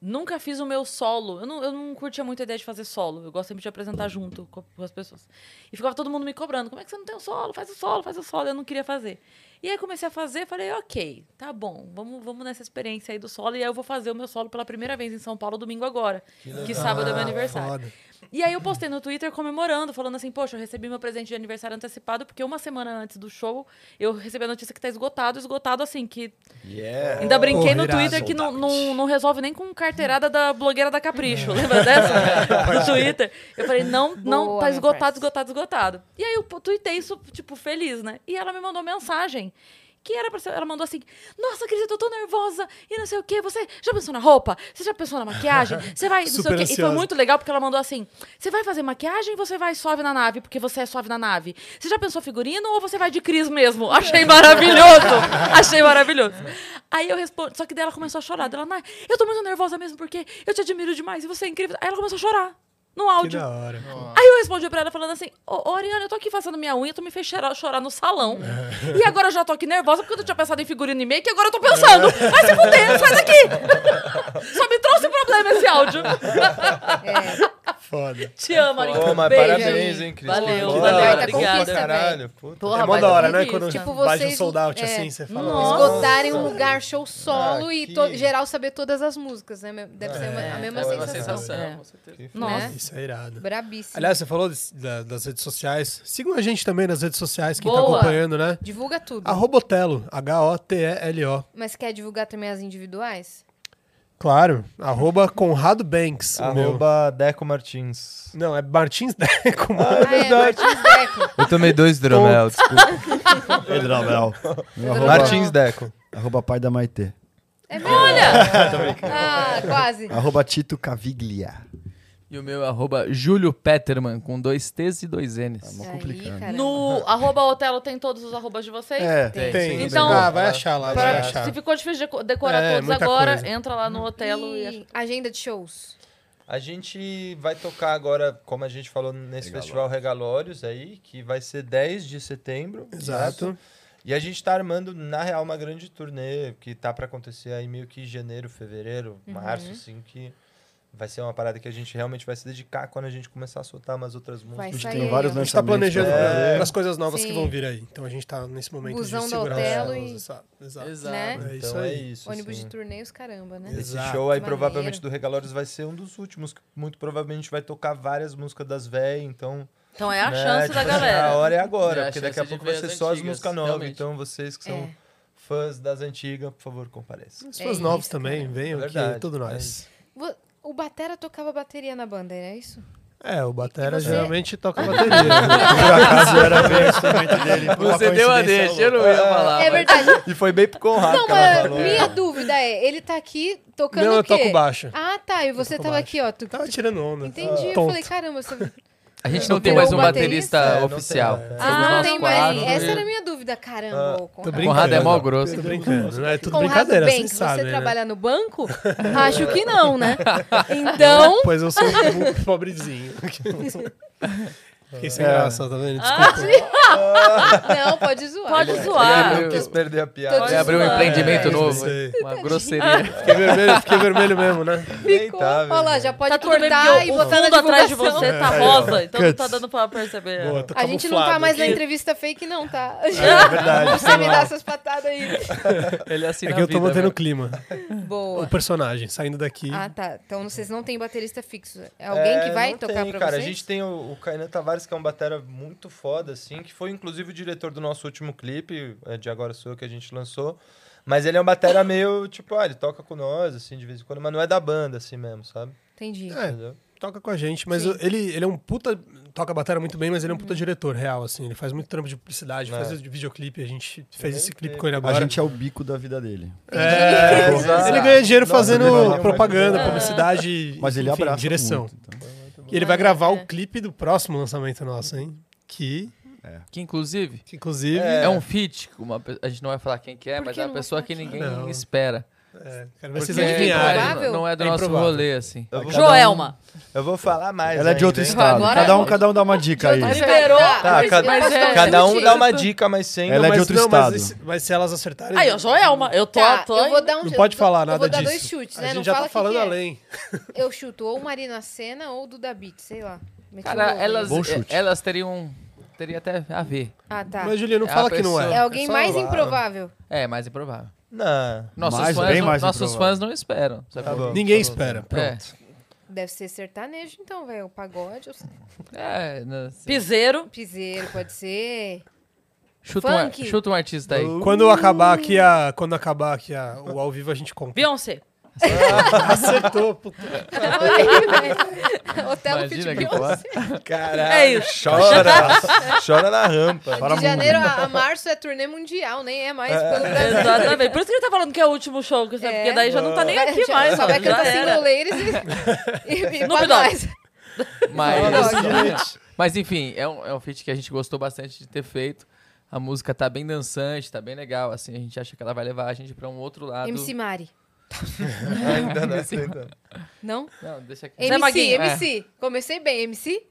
Speaker 1: nunca fiz o meu solo. Eu não, eu não curtia muito a ideia de fazer solo. Eu gosto sempre de apresentar junto co- com as pessoas. E ficava todo mundo me cobrando: como é que você não tem o solo? Faz o solo, faz o solo. Eu não queria fazer. E aí comecei a fazer, falei, ok, tá bom, vamos, vamos nessa experiência aí do solo. E aí eu vou fazer o meu solo pela primeira vez em São Paulo domingo agora. Que, sábado é meu
Speaker 5: Ah,
Speaker 1: aniversário.
Speaker 5: foda.
Speaker 1: E aí eu postei no Twitter comemorando, falando assim, poxa, eu recebi meu presente de aniversário antecipado, porque uma semana antes do show eu recebi a notícia que tá esgotado, esgotado assim, que
Speaker 6: Yeah.
Speaker 1: ainda brinquei no
Speaker 5: irado.
Speaker 1: Twitter que não, não, não resolve nem com carteirada da blogueira da Capricho, lembra dessa? no Twitter. Eu falei, não, não,
Speaker 2: Boa,
Speaker 1: tá
Speaker 5: né,
Speaker 2: meu
Speaker 1: esgotado,
Speaker 2: parça.
Speaker 1: esgotado, esgotado. E aí eu pu- tuitei isso, tipo, feliz, né? E ela me mandou mensagem. Que era pra ser, ela mandou assim, nossa, Cris, eu tô tão nervosa e não sei o quê. Você já pensou na roupa? Você já pensou na maquiagem? Você vai, não sei
Speaker 5: Super
Speaker 1: o quê. E foi
Speaker 5: ansiosa.
Speaker 1: muito muito legal porque ela mandou assim: você vai fazer maquiagem ou você vai suave na nave? Porque você é suave na nave. Você já pensou figurino ou você vai de Cris mesmo? Achei maravilhoso! Achei maravilhoso. Aí eu respondo, só que daí ela começou a chorar. Daí Ela, mas eu tô muito nervosa mesmo porque eu te admiro demais e você é incrível. Aí ela começou a chorar no
Speaker 5: Que
Speaker 1: áudio.
Speaker 5: da hora.
Speaker 1: Aí eu respondi pra ela falando assim: Ô, ô, Ariana, eu tô aqui fazendo minha unha, tu me fez chorar, chorar no salão. E agora eu já tô aqui nervosa porque eu não tinha pensado em figurino e make, e agora eu tô pensando.
Speaker 5: É.
Speaker 1: Vai se fuder, sai daqui! Só me trouxe problema esse áudio.
Speaker 2: É.
Speaker 5: Foda.
Speaker 1: Te amo, Ariana.
Speaker 3: Pô, mas
Speaker 1: Beijo.
Speaker 3: parabéns, hein, Cris?
Speaker 1: Valeu,
Speaker 3: Pô,
Speaker 1: valeu,
Speaker 3: cara,
Speaker 1: obrigada.
Speaker 3: pô, Caralho, puta.
Speaker 2: Porra,
Speaker 5: é mó
Speaker 2: baita
Speaker 5: da hora, né?
Speaker 1: conquista.
Speaker 5: Quando
Speaker 2: Tipo,
Speaker 5: bate um
Speaker 2: vocês-
Speaker 5: sold out
Speaker 2: é.
Speaker 5: assim, você fala.
Speaker 1: Nossa.
Speaker 2: Esgotarem um lugar show solo
Speaker 3: Ah,
Speaker 2: e
Speaker 3: que-
Speaker 2: to- geral saber todas as músicas, né? Deve ser uma- a mesma
Speaker 4: É uma
Speaker 2: sensação.
Speaker 4: sensação,
Speaker 1: É.
Speaker 4: com certeza.
Speaker 1: Nossa.
Speaker 2: Né?
Speaker 5: Isso é irado.
Speaker 2: Brabíssimo.
Speaker 5: Aliás, você falou des- da- das redes sociais. Sigam a gente também nas redes sociais, quem tá
Speaker 1: Boa.
Speaker 5: acompanhando, né?
Speaker 2: Divulga tudo.
Speaker 5: Arroba Otelo, H-O-T-E-L-O.
Speaker 2: Mas quer divulgar também as individuais?
Speaker 5: Claro. Arroba Conrado Banks, o meu.
Speaker 3: Arroba Deco Martins.
Speaker 5: Não, é Martins Deco, mano.
Speaker 2: Ah, é, Martins Deco.
Speaker 3: Eu tomei dois Dromel, desculpa.
Speaker 6: Pedro Abel. arroba,
Speaker 3: Martins Deco.
Speaker 6: arroba pai da Maitê.
Speaker 2: É mesmo? Olha! ah, quase.
Speaker 6: Arroba Tito Caviglia.
Speaker 4: E o meu é arroba Júlio Peterman, com dois T's e dois N's.
Speaker 6: Mó
Speaker 2: Aí,
Speaker 6: complicado.
Speaker 2: caramba.
Speaker 1: No arroba Otelo tem todos os arrobas de vocês?
Speaker 6: É,
Speaker 4: Tem.
Speaker 5: Tem.
Speaker 1: Então-
Speaker 5: ah, vai achar lá, vai
Speaker 1: Pra-
Speaker 5: achar.
Speaker 1: se ficou difícil de decorar
Speaker 5: É,
Speaker 1: todos
Speaker 5: muita
Speaker 1: agora,
Speaker 5: coisa.
Speaker 1: entra lá no Otelo e...
Speaker 2: E agenda de shows.
Speaker 3: A gente vai tocar agora, como a gente falou nesse festival Regalórios aí, que vai ser 10 de setembro.
Speaker 5: Exato.
Speaker 3: E a gente tá armando, na real, uma
Speaker 2: Uhum.
Speaker 3: grande turnê que tá pra acontecer aí meio que janeiro, fevereiro, março, assim, que Vai ser uma parada que a gente realmente vai se dedicar quando a gente começar a soltar umas outras
Speaker 2: Vai
Speaker 3: músicas.
Speaker 6: gente
Speaker 2: sair
Speaker 6: tem
Speaker 2: aí,
Speaker 6: vários
Speaker 2: ó.
Speaker 5: A gente tá planejando
Speaker 3: É.
Speaker 5: para as coisas novas que
Speaker 2: Sim.
Speaker 5: vão vir aí. Então a gente tá nesse momento
Speaker 2: Busão
Speaker 5: de
Speaker 2: da
Speaker 5: segurar
Speaker 2: Otelo
Speaker 5: os
Speaker 2: e-
Speaker 5: Exato. exato.
Speaker 4: Exato.
Speaker 2: Né?
Speaker 5: É isso
Speaker 3: Então é
Speaker 5: aí.
Speaker 3: isso.
Speaker 2: Ônibus
Speaker 3: assim.
Speaker 2: de turnê e os caramba, né?
Speaker 3: Esse
Speaker 5: Exato.
Speaker 3: show aí,
Speaker 2: Maneiro.
Speaker 3: provavelmente, do Regalórios vai ser um dos últimos. que Muito provavelmente a gente vai tocar várias músicas das véi, então...
Speaker 1: Então é a
Speaker 3: né,
Speaker 1: chance
Speaker 3: tipo
Speaker 1: da
Speaker 3: assim,
Speaker 1: galera.
Speaker 3: A hora é agora,
Speaker 4: É, a
Speaker 3: porque daqui a
Speaker 4: chance de
Speaker 3: pouco
Speaker 4: ver
Speaker 3: vai ser
Speaker 4: as
Speaker 3: só as
Speaker 4: antigas,
Speaker 3: músicas novas.
Speaker 4: realmente.
Speaker 3: Então vocês que são
Speaker 2: É.
Speaker 3: fãs das antigas, por favor, compareçam.
Speaker 5: Os
Speaker 2: É
Speaker 5: fãs
Speaker 2: isso,
Speaker 5: novos
Speaker 2: cara.
Speaker 5: também, venham aqui,
Speaker 3: Verdade,
Speaker 5: é tudo
Speaker 3: é
Speaker 5: nós.
Speaker 3: isso.
Speaker 2: Vo- O Batera tocava bateria na banda, era isso?
Speaker 5: É, o Batera
Speaker 2: E você- Ah, tá
Speaker 5: geralmente toca bateria. né?
Speaker 6: Por acaso era bem o instrumento dele. por uma
Speaker 4: Você deu a
Speaker 6: coincidência
Speaker 4: deixa, eu
Speaker 6: louca.
Speaker 4: não ia falar.
Speaker 2: é
Speaker 4: Ah, mas-
Speaker 2: verdade.
Speaker 3: E foi bem pro Conrad
Speaker 2: Não,
Speaker 3: que ela
Speaker 2: mas
Speaker 3: falou.
Speaker 2: minha dúvida é, ele tá aqui tocando
Speaker 5: Não,
Speaker 2: o
Speaker 5: eu
Speaker 2: quê?
Speaker 5: toco baixo.
Speaker 2: Ah, tá. E você
Speaker 5: toco
Speaker 2: tava
Speaker 5: baixo.
Speaker 2: aqui, ó. Tu...
Speaker 5: Tava tirando onda. Ah,
Speaker 2: Entendi. Eu
Speaker 5: Tonto.
Speaker 2: falei, caramba, você...
Speaker 4: A gente não tem mais um
Speaker 2: Ou baterista.
Speaker 4: baterista
Speaker 3: É, não tem,
Speaker 4: oficial.
Speaker 3: é.
Speaker 4: Somos
Speaker 2: Ah, não
Speaker 4: nós
Speaker 2: tem mais.
Speaker 4: quatro.
Speaker 2: Essa era a minha dúvida, caramba. ô, Conrado.
Speaker 5: Tô
Speaker 4: O Conrado é mó grosso.
Speaker 5: Tô brincando, né? É tudo
Speaker 2: Conrado
Speaker 5: brincadeira,
Speaker 2: Banks,
Speaker 5: vocês
Speaker 2: você
Speaker 5: sabem. né?
Speaker 2: trabalha no banco? Acho que não, né? Então,
Speaker 5: Pois eu sou um pobrezinho. Fiquei sem graça, tá vendo?
Speaker 2: Ah,
Speaker 5: Desculpa.
Speaker 2: não, pode zoar.
Speaker 1: Pode
Speaker 3: é.
Speaker 4: Ele
Speaker 1: zoar.
Speaker 4: abriu-
Speaker 3: Quis perder a
Speaker 2: Tô
Speaker 4: Ele
Speaker 3: piada.
Speaker 1: des-
Speaker 4: abriu um
Speaker 1: zoando.
Speaker 4: empreendimento
Speaker 5: É,
Speaker 4: novo.
Speaker 5: sei.
Speaker 4: Uma grosseria.
Speaker 5: Fiquei vermelho, fiquei vermelho mesmo, né?
Speaker 2: Ficou.
Speaker 3: Tá,
Speaker 2: Olha lá,
Speaker 3: velho.
Speaker 2: já pode
Speaker 1: Tá tudo bem,
Speaker 2: cortar
Speaker 1: porque
Speaker 2: e
Speaker 1: o
Speaker 2: botar na
Speaker 1: fundo atrás de
Speaker 2: divulgação.
Speaker 1: você tá
Speaker 5: É,
Speaker 1: rosa, então não tá
Speaker 6: Cuts.
Speaker 1: dando pra perceber.
Speaker 5: Boa, tô
Speaker 2: A gente não tá
Speaker 5: camuflado
Speaker 2: mais na
Speaker 5: aqui.
Speaker 2: entrevista fake, não, tá?
Speaker 6: É verdade.
Speaker 2: Não precisa me dar assim, essas patadas aí.
Speaker 4: Ele assina
Speaker 5: É que eu
Speaker 4: a vida, né?
Speaker 5: tô mantendo
Speaker 4: velho.
Speaker 5: o clima. O
Speaker 2: tá Boa.
Speaker 5: personagem, saindo daqui.
Speaker 2: Ah, tá. Então vocês não têm baterista fixo. É alguém que
Speaker 3: É,
Speaker 2: vai
Speaker 3: não
Speaker 2: tocar
Speaker 3: tem,
Speaker 2: pra
Speaker 3: cara.
Speaker 2: vocês?
Speaker 3: A gente tem o, o Kainan Tavares, que é um batera muito foda, assim, que foi inclusive o diretor do nosso último clipe, é, de Agora Sou, Eu, que a gente lançou. Mas ele é um batera meio, tipo, ah, ele toca com nós, assim, de vez em quando, mas não é da banda, assim mesmo, sabe?
Speaker 2: Entendi.
Speaker 5: É,
Speaker 3: Entendeu?
Speaker 5: toca com a gente, mas eu- ele, ele é um puta. Toca a bateria muito bem, mas ele é um puta
Speaker 2: Uhum.
Speaker 5: diretor real, assim. Ele faz muito trampo de publicidade,
Speaker 3: É.
Speaker 5: faz de videoclipe. A gente fez
Speaker 3: nem
Speaker 5: esse
Speaker 3: sei.
Speaker 5: clipe com ele
Speaker 6: A
Speaker 5: agora.
Speaker 6: gente é o bico da vida dele.
Speaker 5: É,
Speaker 3: exato.
Speaker 5: ele ganha dinheiro
Speaker 3: Nossa,
Speaker 5: fazendo
Speaker 3: ele vai ganhar um
Speaker 5: propaganda,
Speaker 3: monte de-
Speaker 5: publicidade e
Speaker 6: É. Mas ele
Speaker 5: enfim,
Speaker 6: abraça
Speaker 5: direção.
Speaker 6: muito, então.
Speaker 5: E ele vai gravar o
Speaker 2: É.
Speaker 5: clipe do próximo lançamento nosso, hein? Que,
Speaker 4: Que, inclusive,
Speaker 5: que inclusive...
Speaker 3: É.
Speaker 4: é, um feat. com Uma, pe- a gente não vai falar quem que é,
Speaker 2: Por
Speaker 4: mas
Speaker 2: que
Speaker 4: é uma
Speaker 2: não vai
Speaker 4: pessoa
Speaker 2: falar
Speaker 4: que
Speaker 2: quem
Speaker 4: ninguém
Speaker 5: Não.
Speaker 4: espera.
Speaker 5: é, quero ver vocês
Speaker 4: Porque
Speaker 5: adivinharem.
Speaker 2: improvável?
Speaker 4: não é do
Speaker 5: É
Speaker 4: nosso
Speaker 5: improvável.
Speaker 4: rolê, assim.
Speaker 3: Eu vou dar um-
Speaker 1: Joelma.
Speaker 3: eu vou falar mais.
Speaker 6: Ela é de
Speaker 3: ainda,
Speaker 6: outro
Speaker 3: hein?
Speaker 6: estado.
Speaker 1: Agora-
Speaker 6: Cada um, cada um dá uma dica aí.
Speaker 1: Mas- Liberou.
Speaker 3: Tá,
Speaker 2: Mas-
Speaker 3: cada,
Speaker 2: mas é-
Speaker 3: cada um
Speaker 2: Entendi.
Speaker 3: dá uma dica, mas sem.
Speaker 6: Ela é de
Speaker 5: mas-
Speaker 6: outro
Speaker 5: não,
Speaker 6: estado.
Speaker 5: Mas, esse- mas se elas acertarem...
Speaker 1: Aí, ó, Joelma. Eu tô.
Speaker 2: Tá,
Speaker 1: tô
Speaker 2: eu vou dar um
Speaker 5: Não pode falar nada
Speaker 2: Eu vou dar
Speaker 5: disso.
Speaker 2: dois chutes,
Speaker 5: a
Speaker 2: né?
Speaker 5: gente
Speaker 2: não
Speaker 5: já
Speaker 2: fala
Speaker 5: tá falando
Speaker 2: que que é.
Speaker 5: além.
Speaker 2: Eu chuto ou Marina Senna ou Duda Beat, sei lá. Meti o
Speaker 4: Cara,
Speaker 2: louco.
Speaker 4: elas,
Speaker 6: Bom chute.
Speaker 4: elas teriam... Teria até a ver.
Speaker 2: Ah, tá.
Speaker 5: Mas, Juliano, não
Speaker 4: É a
Speaker 5: fala que não
Speaker 4: pessoa-
Speaker 5: é.
Speaker 2: É alguém
Speaker 5: só
Speaker 2: mais
Speaker 5: lá.
Speaker 2: improvável.
Speaker 4: É, mais improvável.
Speaker 3: Não.
Speaker 4: Nossos,
Speaker 6: Mais-
Speaker 4: fãs,
Speaker 6: bem
Speaker 4: não,
Speaker 6: mais
Speaker 4: nossos
Speaker 6: improvável.
Speaker 4: fãs não esperam. Sabe?
Speaker 3: Tá bom.
Speaker 5: Ninguém
Speaker 3: Tá bom.
Speaker 5: espera. Pronto.
Speaker 2: Deve ser sertanejo, então, velho. O pagode, o
Speaker 4: É, né, assim.
Speaker 1: Piseiro.
Speaker 2: piseiro, pode ser.
Speaker 4: chuta, um, ar-
Speaker 2: Funk.
Speaker 4: chuta um artista aí.
Speaker 5: Quando acabar aqui a... Quando acabar aqui a, o ao vivo, a gente conta.
Speaker 1: Beyoncé.
Speaker 5: Acertou, puta.
Speaker 2: Hotel
Speaker 4: Imagina que
Speaker 2: Pitbull.
Speaker 4: porra.
Speaker 3: Caralho.
Speaker 1: É isso.
Speaker 3: Chora. Chora na rampa.
Speaker 6: Para
Speaker 2: De
Speaker 6: muito.
Speaker 2: janeiro a, a março é turnê mundial, nem é mais pelo Brasil.
Speaker 1: Exatamente. Por isso que ele tá falando que é o último show, que-
Speaker 2: É.
Speaker 1: porque daí já não tá nem aqui
Speaker 2: Já-
Speaker 1: mais.
Speaker 2: Só vai
Speaker 1: mano, já
Speaker 2: cantar
Speaker 1: era.
Speaker 2: single ladies e, e, e pra
Speaker 1: Snoop Dogg.
Speaker 2: nós.
Speaker 4: Mas,
Speaker 2: Snoop Dogg.
Speaker 4: mas enfim, é um, é um feat que a gente gostou bastante de ter feito. A música tá bem dançante, tá bem legal. Assim, a gente acha que ela vai levar a gente pra um outro lado.
Speaker 2: MC Mari.
Speaker 3: Ainda né? Então, não aceita.
Speaker 2: Não?
Speaker 4: Não, deixa aqui.
Speaker 1: Zé
Speaker 2: MC,
Speaker 1: Maguinho, É.
Speaker 2: MC. Comecei bem, MC?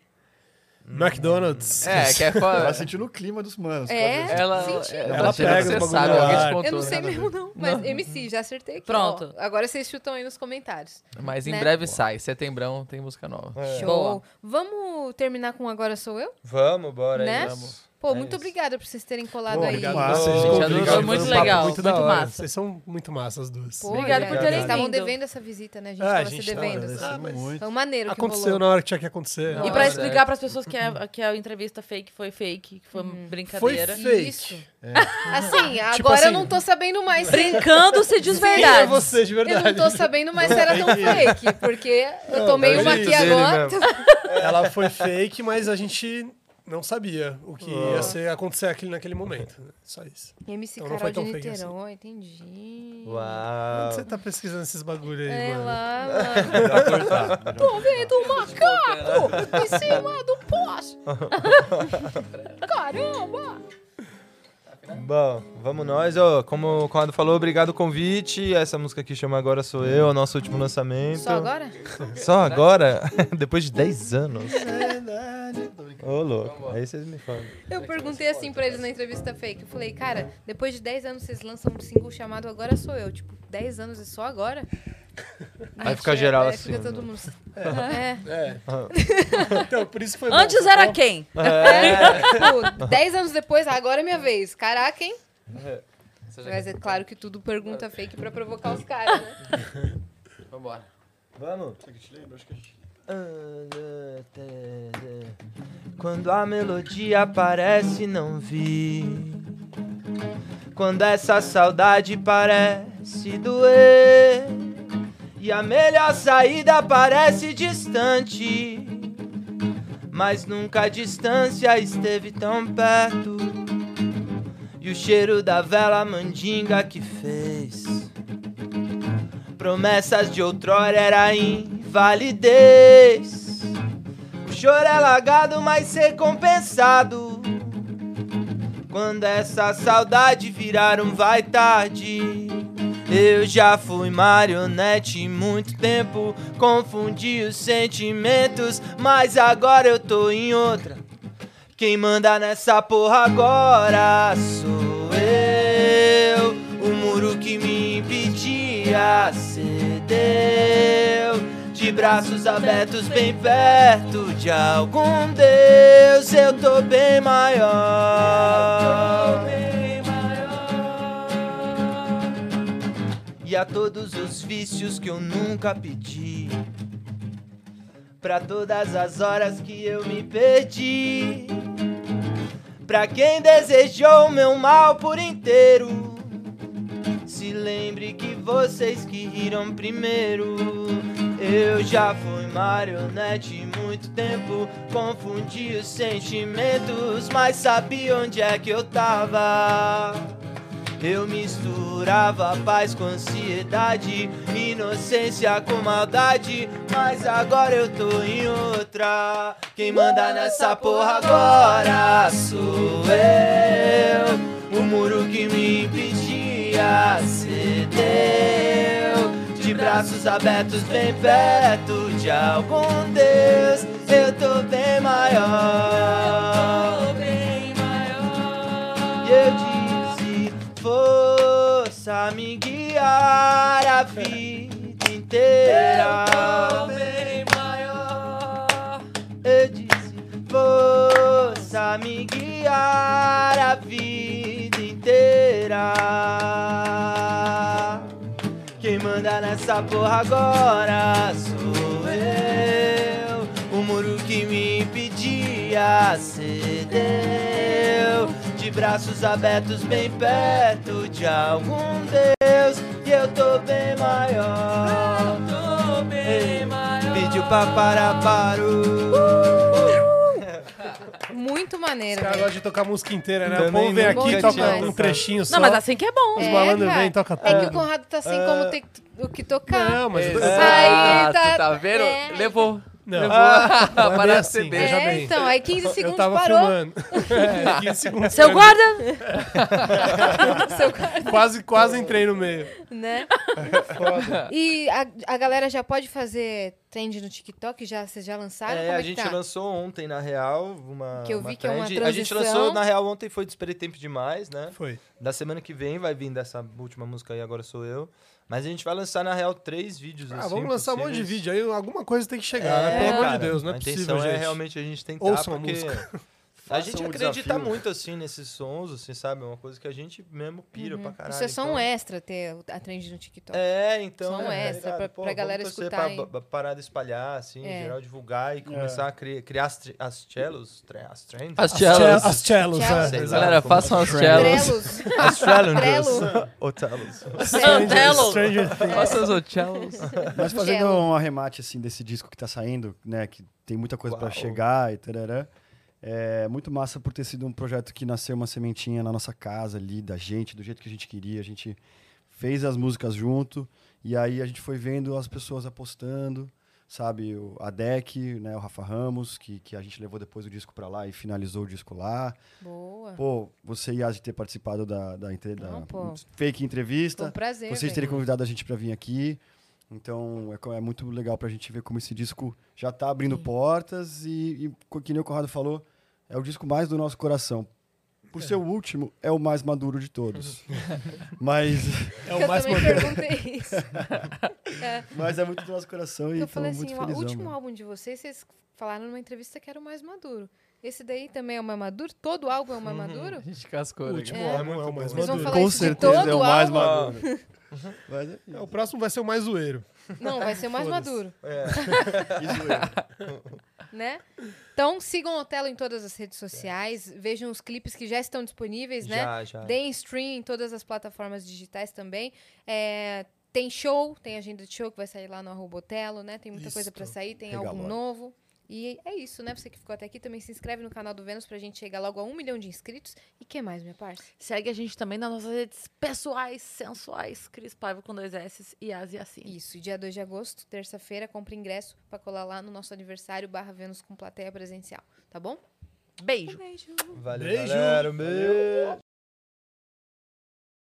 Speaker 5: McDonald's.
Speaker 4: É, que é foda.
Speaker 6: Ela sentiu no clima dos manos.
Speaker 2: É?
Speaker 6: cadê?
Speaker 4: Ela,
Speaker 2: Senti.
Speaker 4: ela,
Speaker 5: Ela
Speaker 4: cheira,
Speaker 5: pega
Speaker 4: você
Speaker 5: os bagulho
Speaker 4: sabe,
Speaker 5: no
Speaker 4: alguém né?
Speaker 5: ar.
Speaker 4: despontou.
Speaker 2: Eu não sei mesmo, não. Mas MC, já acertei aqui.
Speaker 1: né, Pronto.
Speaker 2: ó. agora vocês chutam aí nos comentários.
Speaker 4: Mas em
Speaker 2: né?
Speaker 4: breve sai. Setembrão tem música nova.
Speaker 3: é.
Speaker 1: Show.
Speaker 2: Show. Vamos terminar com Agora Sou Eu?
Speaker 3: Vamos, bora
Speaker 2: Né?
Speaker 3: aí.
Speaker 2: Pô,
Speaker 3: É
Speaker 2: muito
Speaker 3: isso.
Speaker 2: obrigada por vocês terem colado
Speaker 6: Pô,
Speaker 2: aí.
Speaker 6: obrigado.
Speaker 5: Massa,
Speaker 3: Gente,
Speaker 5: gente.
Speaker 3: adorou,
Speaker 5: Obrigado,
Speaker 1: muito
Speaker 5: foi um papo
Speaker 1: legal,
Speaker 5: Muito, da
Speaker 1: muito
Speaker 5: hora.
Speaker 1: massa.
Speaker 5: Vocês são muito massa as duas.
Speaker 2: Pô,
Speaker 1: Obrigado
Speaker 3: por
Speaker 2: obrigada.
Speaker 3: terem
Speaker 2: Vocês estavam
Speaker 1: vindo.
Speaker 2: devendo essa visita, né? A gente
Speaker 5: Ah,
Speaker 2: tava
Speaker 5: a gente
Speaker 2: se
Speaker 5: tava
Speaker 2: devendo.
Speaker 5: devendo,
Speaker 2: assim.
Speaker 5: Ah, mas
Speaker 6: tá Muito.
Speaker 2: Foi maneiro que
Speaker 5: Aconteceu
Speaker 2: rolou.
Speaker 5: na hora que tinha que acontecer.
Speaker 1: E
Speaker 4: Não,
Speaker 1: pra
Speaker 4: é
Speaker 1: explicar
Speaker 4: certo.
Speaker 1: pras pessoas que a, que a entrevista fake foi fake, que foi
Speaker 5: Foi
Speaker 1: brincadeira.
Speaker 5: fake.
Speaker 2: Isso.
Speaker 3: É.
Speaker 2: Assim, agora
Speaker 5: né? assim,
Speaker 2: eu não tô sabendo mais. se-
Speaker 1: Brincando se diz
Speaker 5: Quem
Speaker 1: verdade.
Speaker 5: é você, de
Speaker 2: Eu não
Speaker 5: verdade?
Speaker 2: tô sabendo mais se era tão fake, porque eu tomei
Speaker 3: é o
Speaker 2: uma
Speaker 3: jeito
Speaker 2: aqui
Speaker 3: dele
Speaker 2: agora.
Speaker 5: Ela foi fake, mas a gente não sabia o que ia ser- acontecer aquele, naquele momento. né? Só isso.
Speaker 2: MC
Speaker 5: Então não
Speaker 2: Carol
Speaker 5: foi
Speaker 2: de
Speaker 5: tão fake assim.
Speaker 2: Niterói, entendi.
Speaker 3: Uau.
Speaker 5: Onde você tá pesquisando esses bagulho aí,
Speaker 2: É
Speaker 5: mano?
Speaker 2: lá, mano. Tô vendo um macaco em cima do poste. Caramba! tá?
Speaker 3: Bom, vamos nós. Ó, como o Conrado falou, obrigado o convite. Essa música que chama Agora Sou Eu, o nosso último lançamento.
Speaker 2: Só agora?
Speaker 3: Só agora? Depois de 10 anos.
Speaker 2: É
Speaker 3: Ô, louco. Aí vocês me falam.
Speaker 2: Eu perguntei assim pra eles na entrevista fake. Eu falei, cara, depois de 10 anos vocês lançam um single chamado Agora Sou Eu. Tipo, 10 anos e é só agora?
Speaker 10: Vai ficar geral
Speaker 2: É, fica
Speaker 10: assim,
Speaker 2: todo
Speaker 10: né?
Speaker 2: mundo... É.
Speaker 5: É. então, por isso foi bom,
Speaker 1: Antes
Speaker 5: foi
Speaker 1: era
Speaker 5: bom.
Speaker 1: quem?
Speaker 2: É. Tipo, 10 anos depois, ah, agora é minha vez. Caraca, hein?
Speaker 4: Seja
Speaker 2: Mas é claro que tudo pergunta fake pra provocar os caras, né?
Speaker 4: que- Vambora.
Speaker 3: Vamos? Quando a melodia aparece, não vi. Quando essa saudade parece doer. E a melhor saída parece distante. Mas nunca a distância esteve tão perto. E o cheiro da vela mandinga que fez. Promessas de outrora era invalidez. O choro é lagado, mas ser compensado. Quando essa saudade virar um vai tarde. Eu já fui marionete muito tempo, confundi os sentimentos, mas agora eu tô em outra. Quem manda nessa porra agora sou eu. O muro que me impedia cedeu. De braços abertos, bem perto de algum Deus. Eu tô bem maior. E a todos os vícios que eu nunca pedi. Pra todas as horas que eu me perdi. Pra quem desejou meu mal por inteiro. Se lembre que vocês que riram primeiro. Eu já fui marionete muito tempo. Confundi os sentimentos, mas sabia onde é que eu tava. Eu misturava paz com ansiedade, inocência com maldade, mas agora eu tô em outra. Quem manda nessa porra agora sou eu. O muro que me impedia cedeu. De braços abertos, bem perto de algum Deus, eu tô bem maior. E eu disse, força me guiar a vida inteira. Eu bem maior. Eu disse, força me guiar a vida inteira. Quem manda nessa porra agora sou eu. O muro que me impedia cedeu. De braços abertos, bem perto de algum Deus. E eu tô bem maior. tô bem maior. Pediu pra parar, parou.
Speaker 2: Muito
Speaker 5: Os
Speaker 2: maneiro, né?
Speaker 5: caras
Speaker 2: velho.
Speaker 5: gostam de tocar música inteira, né? O
Speaker 10: Também
Speaker 5: povo vem
Speaker 2: não
Speaker 5: aqui,
Speaker 2: gosto
Speaker 5: toca
Speaker 2: demais.
Speaker 5: um trechinho só.
Speaker 1: Não, mas assim que é bom.
Speaker 5: Os malandros
Speaker 2: cara.
Speaker 5: vêm e tocam
Speaker 2: É que o
Speaker 5: tudo.
Speaker 2: Conrado tá sem
Speaker 10: É.
Speaker 2: como ter o que tocar.
Speaker 5: Não,
Speaker 4: É.
Speaker 5: mas...
Speaker 1: É.
Speaker 2: Aí
Speaker 4: Exato,
Speaker 2: tá-
Speaker 4: tá... vendo?
Speaker 2: é.
Speaker 4: Levou.
Speaker 5: Não,
Speaker 4: Levou a
Speaker 5: é
Speaker 4: parada
Speaker 5: assim,
Speaker 4: CD.
Speaker 5: veja
Speaker 2: é,
Speaker 5: bem.
Speaker 2: então, aí 15 segundos
Speaker 5: eu tava
Speaker 2: parou.
Speaker 5: filmando. É, 15 segundos.
Speaker 1: Seu guarda!
Speaker 2: Seu guarda,
Speaker 5: Quase, quase entrei no meio.
Speaker 2: né? E a, a galera já pode fazer trend no TikTok? Já, vocês já lançaram?
Speaker 10: É,
Speaker 2: como é
Speaker 10: a
Speaker 2: que
Speaker 10: gente
Speaker 2: tá?
Speaker 10: lançou ontem, na real, uma.
Speaker 2: Que eu vi que é uma
Speaker 10: A gente lançou,
Speaker 2: transição.
Speaker 10: na real, ontem foi Desperei Tempo Demais, né?
Speaker 5: Foi.
Speaker 10: Da semana que vem vai vir dessa última música aí, Agora Sou Eu. Mas a gente vai lançar, na real, três vídeos.
Speaker 5: Ah,
Speaker 10: assim,
Speaker 5: vamos lançar um monte de
Speaker 10: possíveis.
Speaker 5: vídeo aí, alguma coisa tem que chegar,
Speaker 10: É,
Speaker 5: né? Pelo amor
Speaker 10: cara,
Speaker 5: de Deus, não é
Speaker 10: a
Speaker 5: possível,
Speaker 10: intenção
Speaker 5: gente.
Speaker 10: é realmente a gente tentar,
Speaker 5: Ouçam a
Speaker 10: porque
Speaker 5: música. um
Speaker 10: a gente
Speaker 6: Façam o
Speaker 10: acredita
Speaker 6: desafio.
Speaker 10: muito, assim, nesses sons, assim, sabe? É uma coisa que a gente mesmo pira pra caralho.
Speaker 2: Isso é só
Speaker 10: então-
Speaker 2: um extra ter a trend no TikTok.
Speaker 10: É, então.
Speaker 2: Som
Speaker 10: é,
Speaker 2: extra
Speaker 10: ligado?
Speaker 2: pra- pra
Speaker 10: vamos
Speaker 2: galera
Speaker 10: torcer
Speaker 2: escutar,
Speaker 10: Pra,
Speaker 2: hein?
Speaker 10: pra parada espalhar, assim,
Speaker 2: É.
Speaker 10: em geral divulgar e começar a cri- criar as, tre- as cellos, tre- as trends.
Speaker 4: As
Speaker 5: As
Speaker 4: cellos.
Speaker 5: cellos. As cellos,
Speaker 2: Cellos.
Speaker 5: é.
Speaker 10: Sei lá.
Speaker 4: Galera, façam as cellos.
Speaker 2: Trelos.
Speaker 10: as
Speaker 2: Trello.
Speaker 10: Ou cellos.
Speaker 1: Otelo.
Speaker 5: Stranger Things.
Speaker 4: Façam os cellos.
Speaker 6: Mas fazendo
Speaker 2: Gelo.
Speaker 6: um arremate assim desse disco que tá saindo, né, que tem muita coisa pra
Speaker 10: Uau.
Speaker 6: chegar e tarará. É muito massa por ter sido um projeto que nasceu uma sementinha na nossa casa ali, da gente, do jeito que a gente queria. A gente fez as músicas junto e aí a gente foi vendo as pessoas apostando, sabe? O- A Deck, né, o Rafa Ramos, que, que a gente levou depois o disco pra lá e finalizou o disco lá.
Speaker 2: Boa.
Speaker 6: Pô, você e a de ter participado da, da, entre- da
Speaker 2: Ah. Não, pô.
Speaker 6: fake entrevista.
Speaker 2: Foi um prazer.
Speaker 6: Vocês
Speaker 2: velho.
Speaker 6: terem convidado a gente para vir aqui. Então, é, co- é muito legal pra gente ver como esse disco já tá abrindo portas e, e, co- que nem o Conrado falou, é o disco mais do nosso coração. Por ser o último, é o mais maduro de todos. mas,
Speaker 5: É o
Speaker 2: eu
Speaker 5: mais
Speaker 2: também
Speaker 5: moderno.
Speaker 2: perguntei isso.
Speaker 6: mas é muito do nosso coração e
Speaker 2: eu
Speaker 6: estamos
Speaker 2: falei assim,
Speaker 6: muito
Speaker 2: o
Speaker 6: felizão.
Speaker 2: último
Speaker 6: mano.
Speaker 2: álbum de vocês, vocês falaram numa entrevista que era o mais maduro. Esse daí também é o mais maduro? Todo álbum é o mais
Speaker 5: Uhum.
Speaker 2: maduro?
Speaker 4: A gente cascou.
Speaker 5: O
Speaker 4: né,
Speaker 5: último
Speaker 2: É.
Speaker 5: álbum é o mais
Speaker 2: Vocês vão
Speaker 5: maduro.
Speaker 2: falar
Speaker 6: Com
Speaker 2: isso de
Speaker 6: certeza
Speaker 2: todo
Speaker 6: é o mais
Speaker 2: álbum? Uhum.
Speaker 6: maduro. Mas é
Speaker 5: É, o próximo vai ser o mais zoeiro.
Speaker 2: Não, vai ser o mais
Speaker 5: Foda-se.
Speaker 2: maduro,
Speaker 6: isso. é.
Speaker 2: né? Então sigam o Otelo em todas as redes sociais, vejam os clipes que já estão disponíveis, né?
Speaker 9: Já, já.
Speaker 2: Deem stream em todas as plataformas digitais também. É, tem show, tem agenda de show que vai sair lá no arroba Otelo, né? Tem muita coisa pra sair, tem
Speaker 6: Legal,
Speaker 2: álbum
Speaker 6: mano.
Speaker 2: novo. E é isso, né? Você que ficou até aqui também se inscreve no canal do Vênus pra gente chegar logo a um milhão de inscritos. E que mais, minha parça?
Speaker 1: Segue a gente também nas nossas redes pessoais, sensuais, Cris Paiva com dois S e As e assim.
Speaker 2: Isso, e dia 2 de agosto, terça-feira, compra ingresso pra colar lá no nosso aniversário barra Vênus com plateia presencial, tá bom?
Speaker 1: Beijo!
Speaker 2: Beijo!
Speaker 3: Valeu,
Speaker 5: Beijo.
Speaker 10: Um
Speaker 3: galera. Beijo.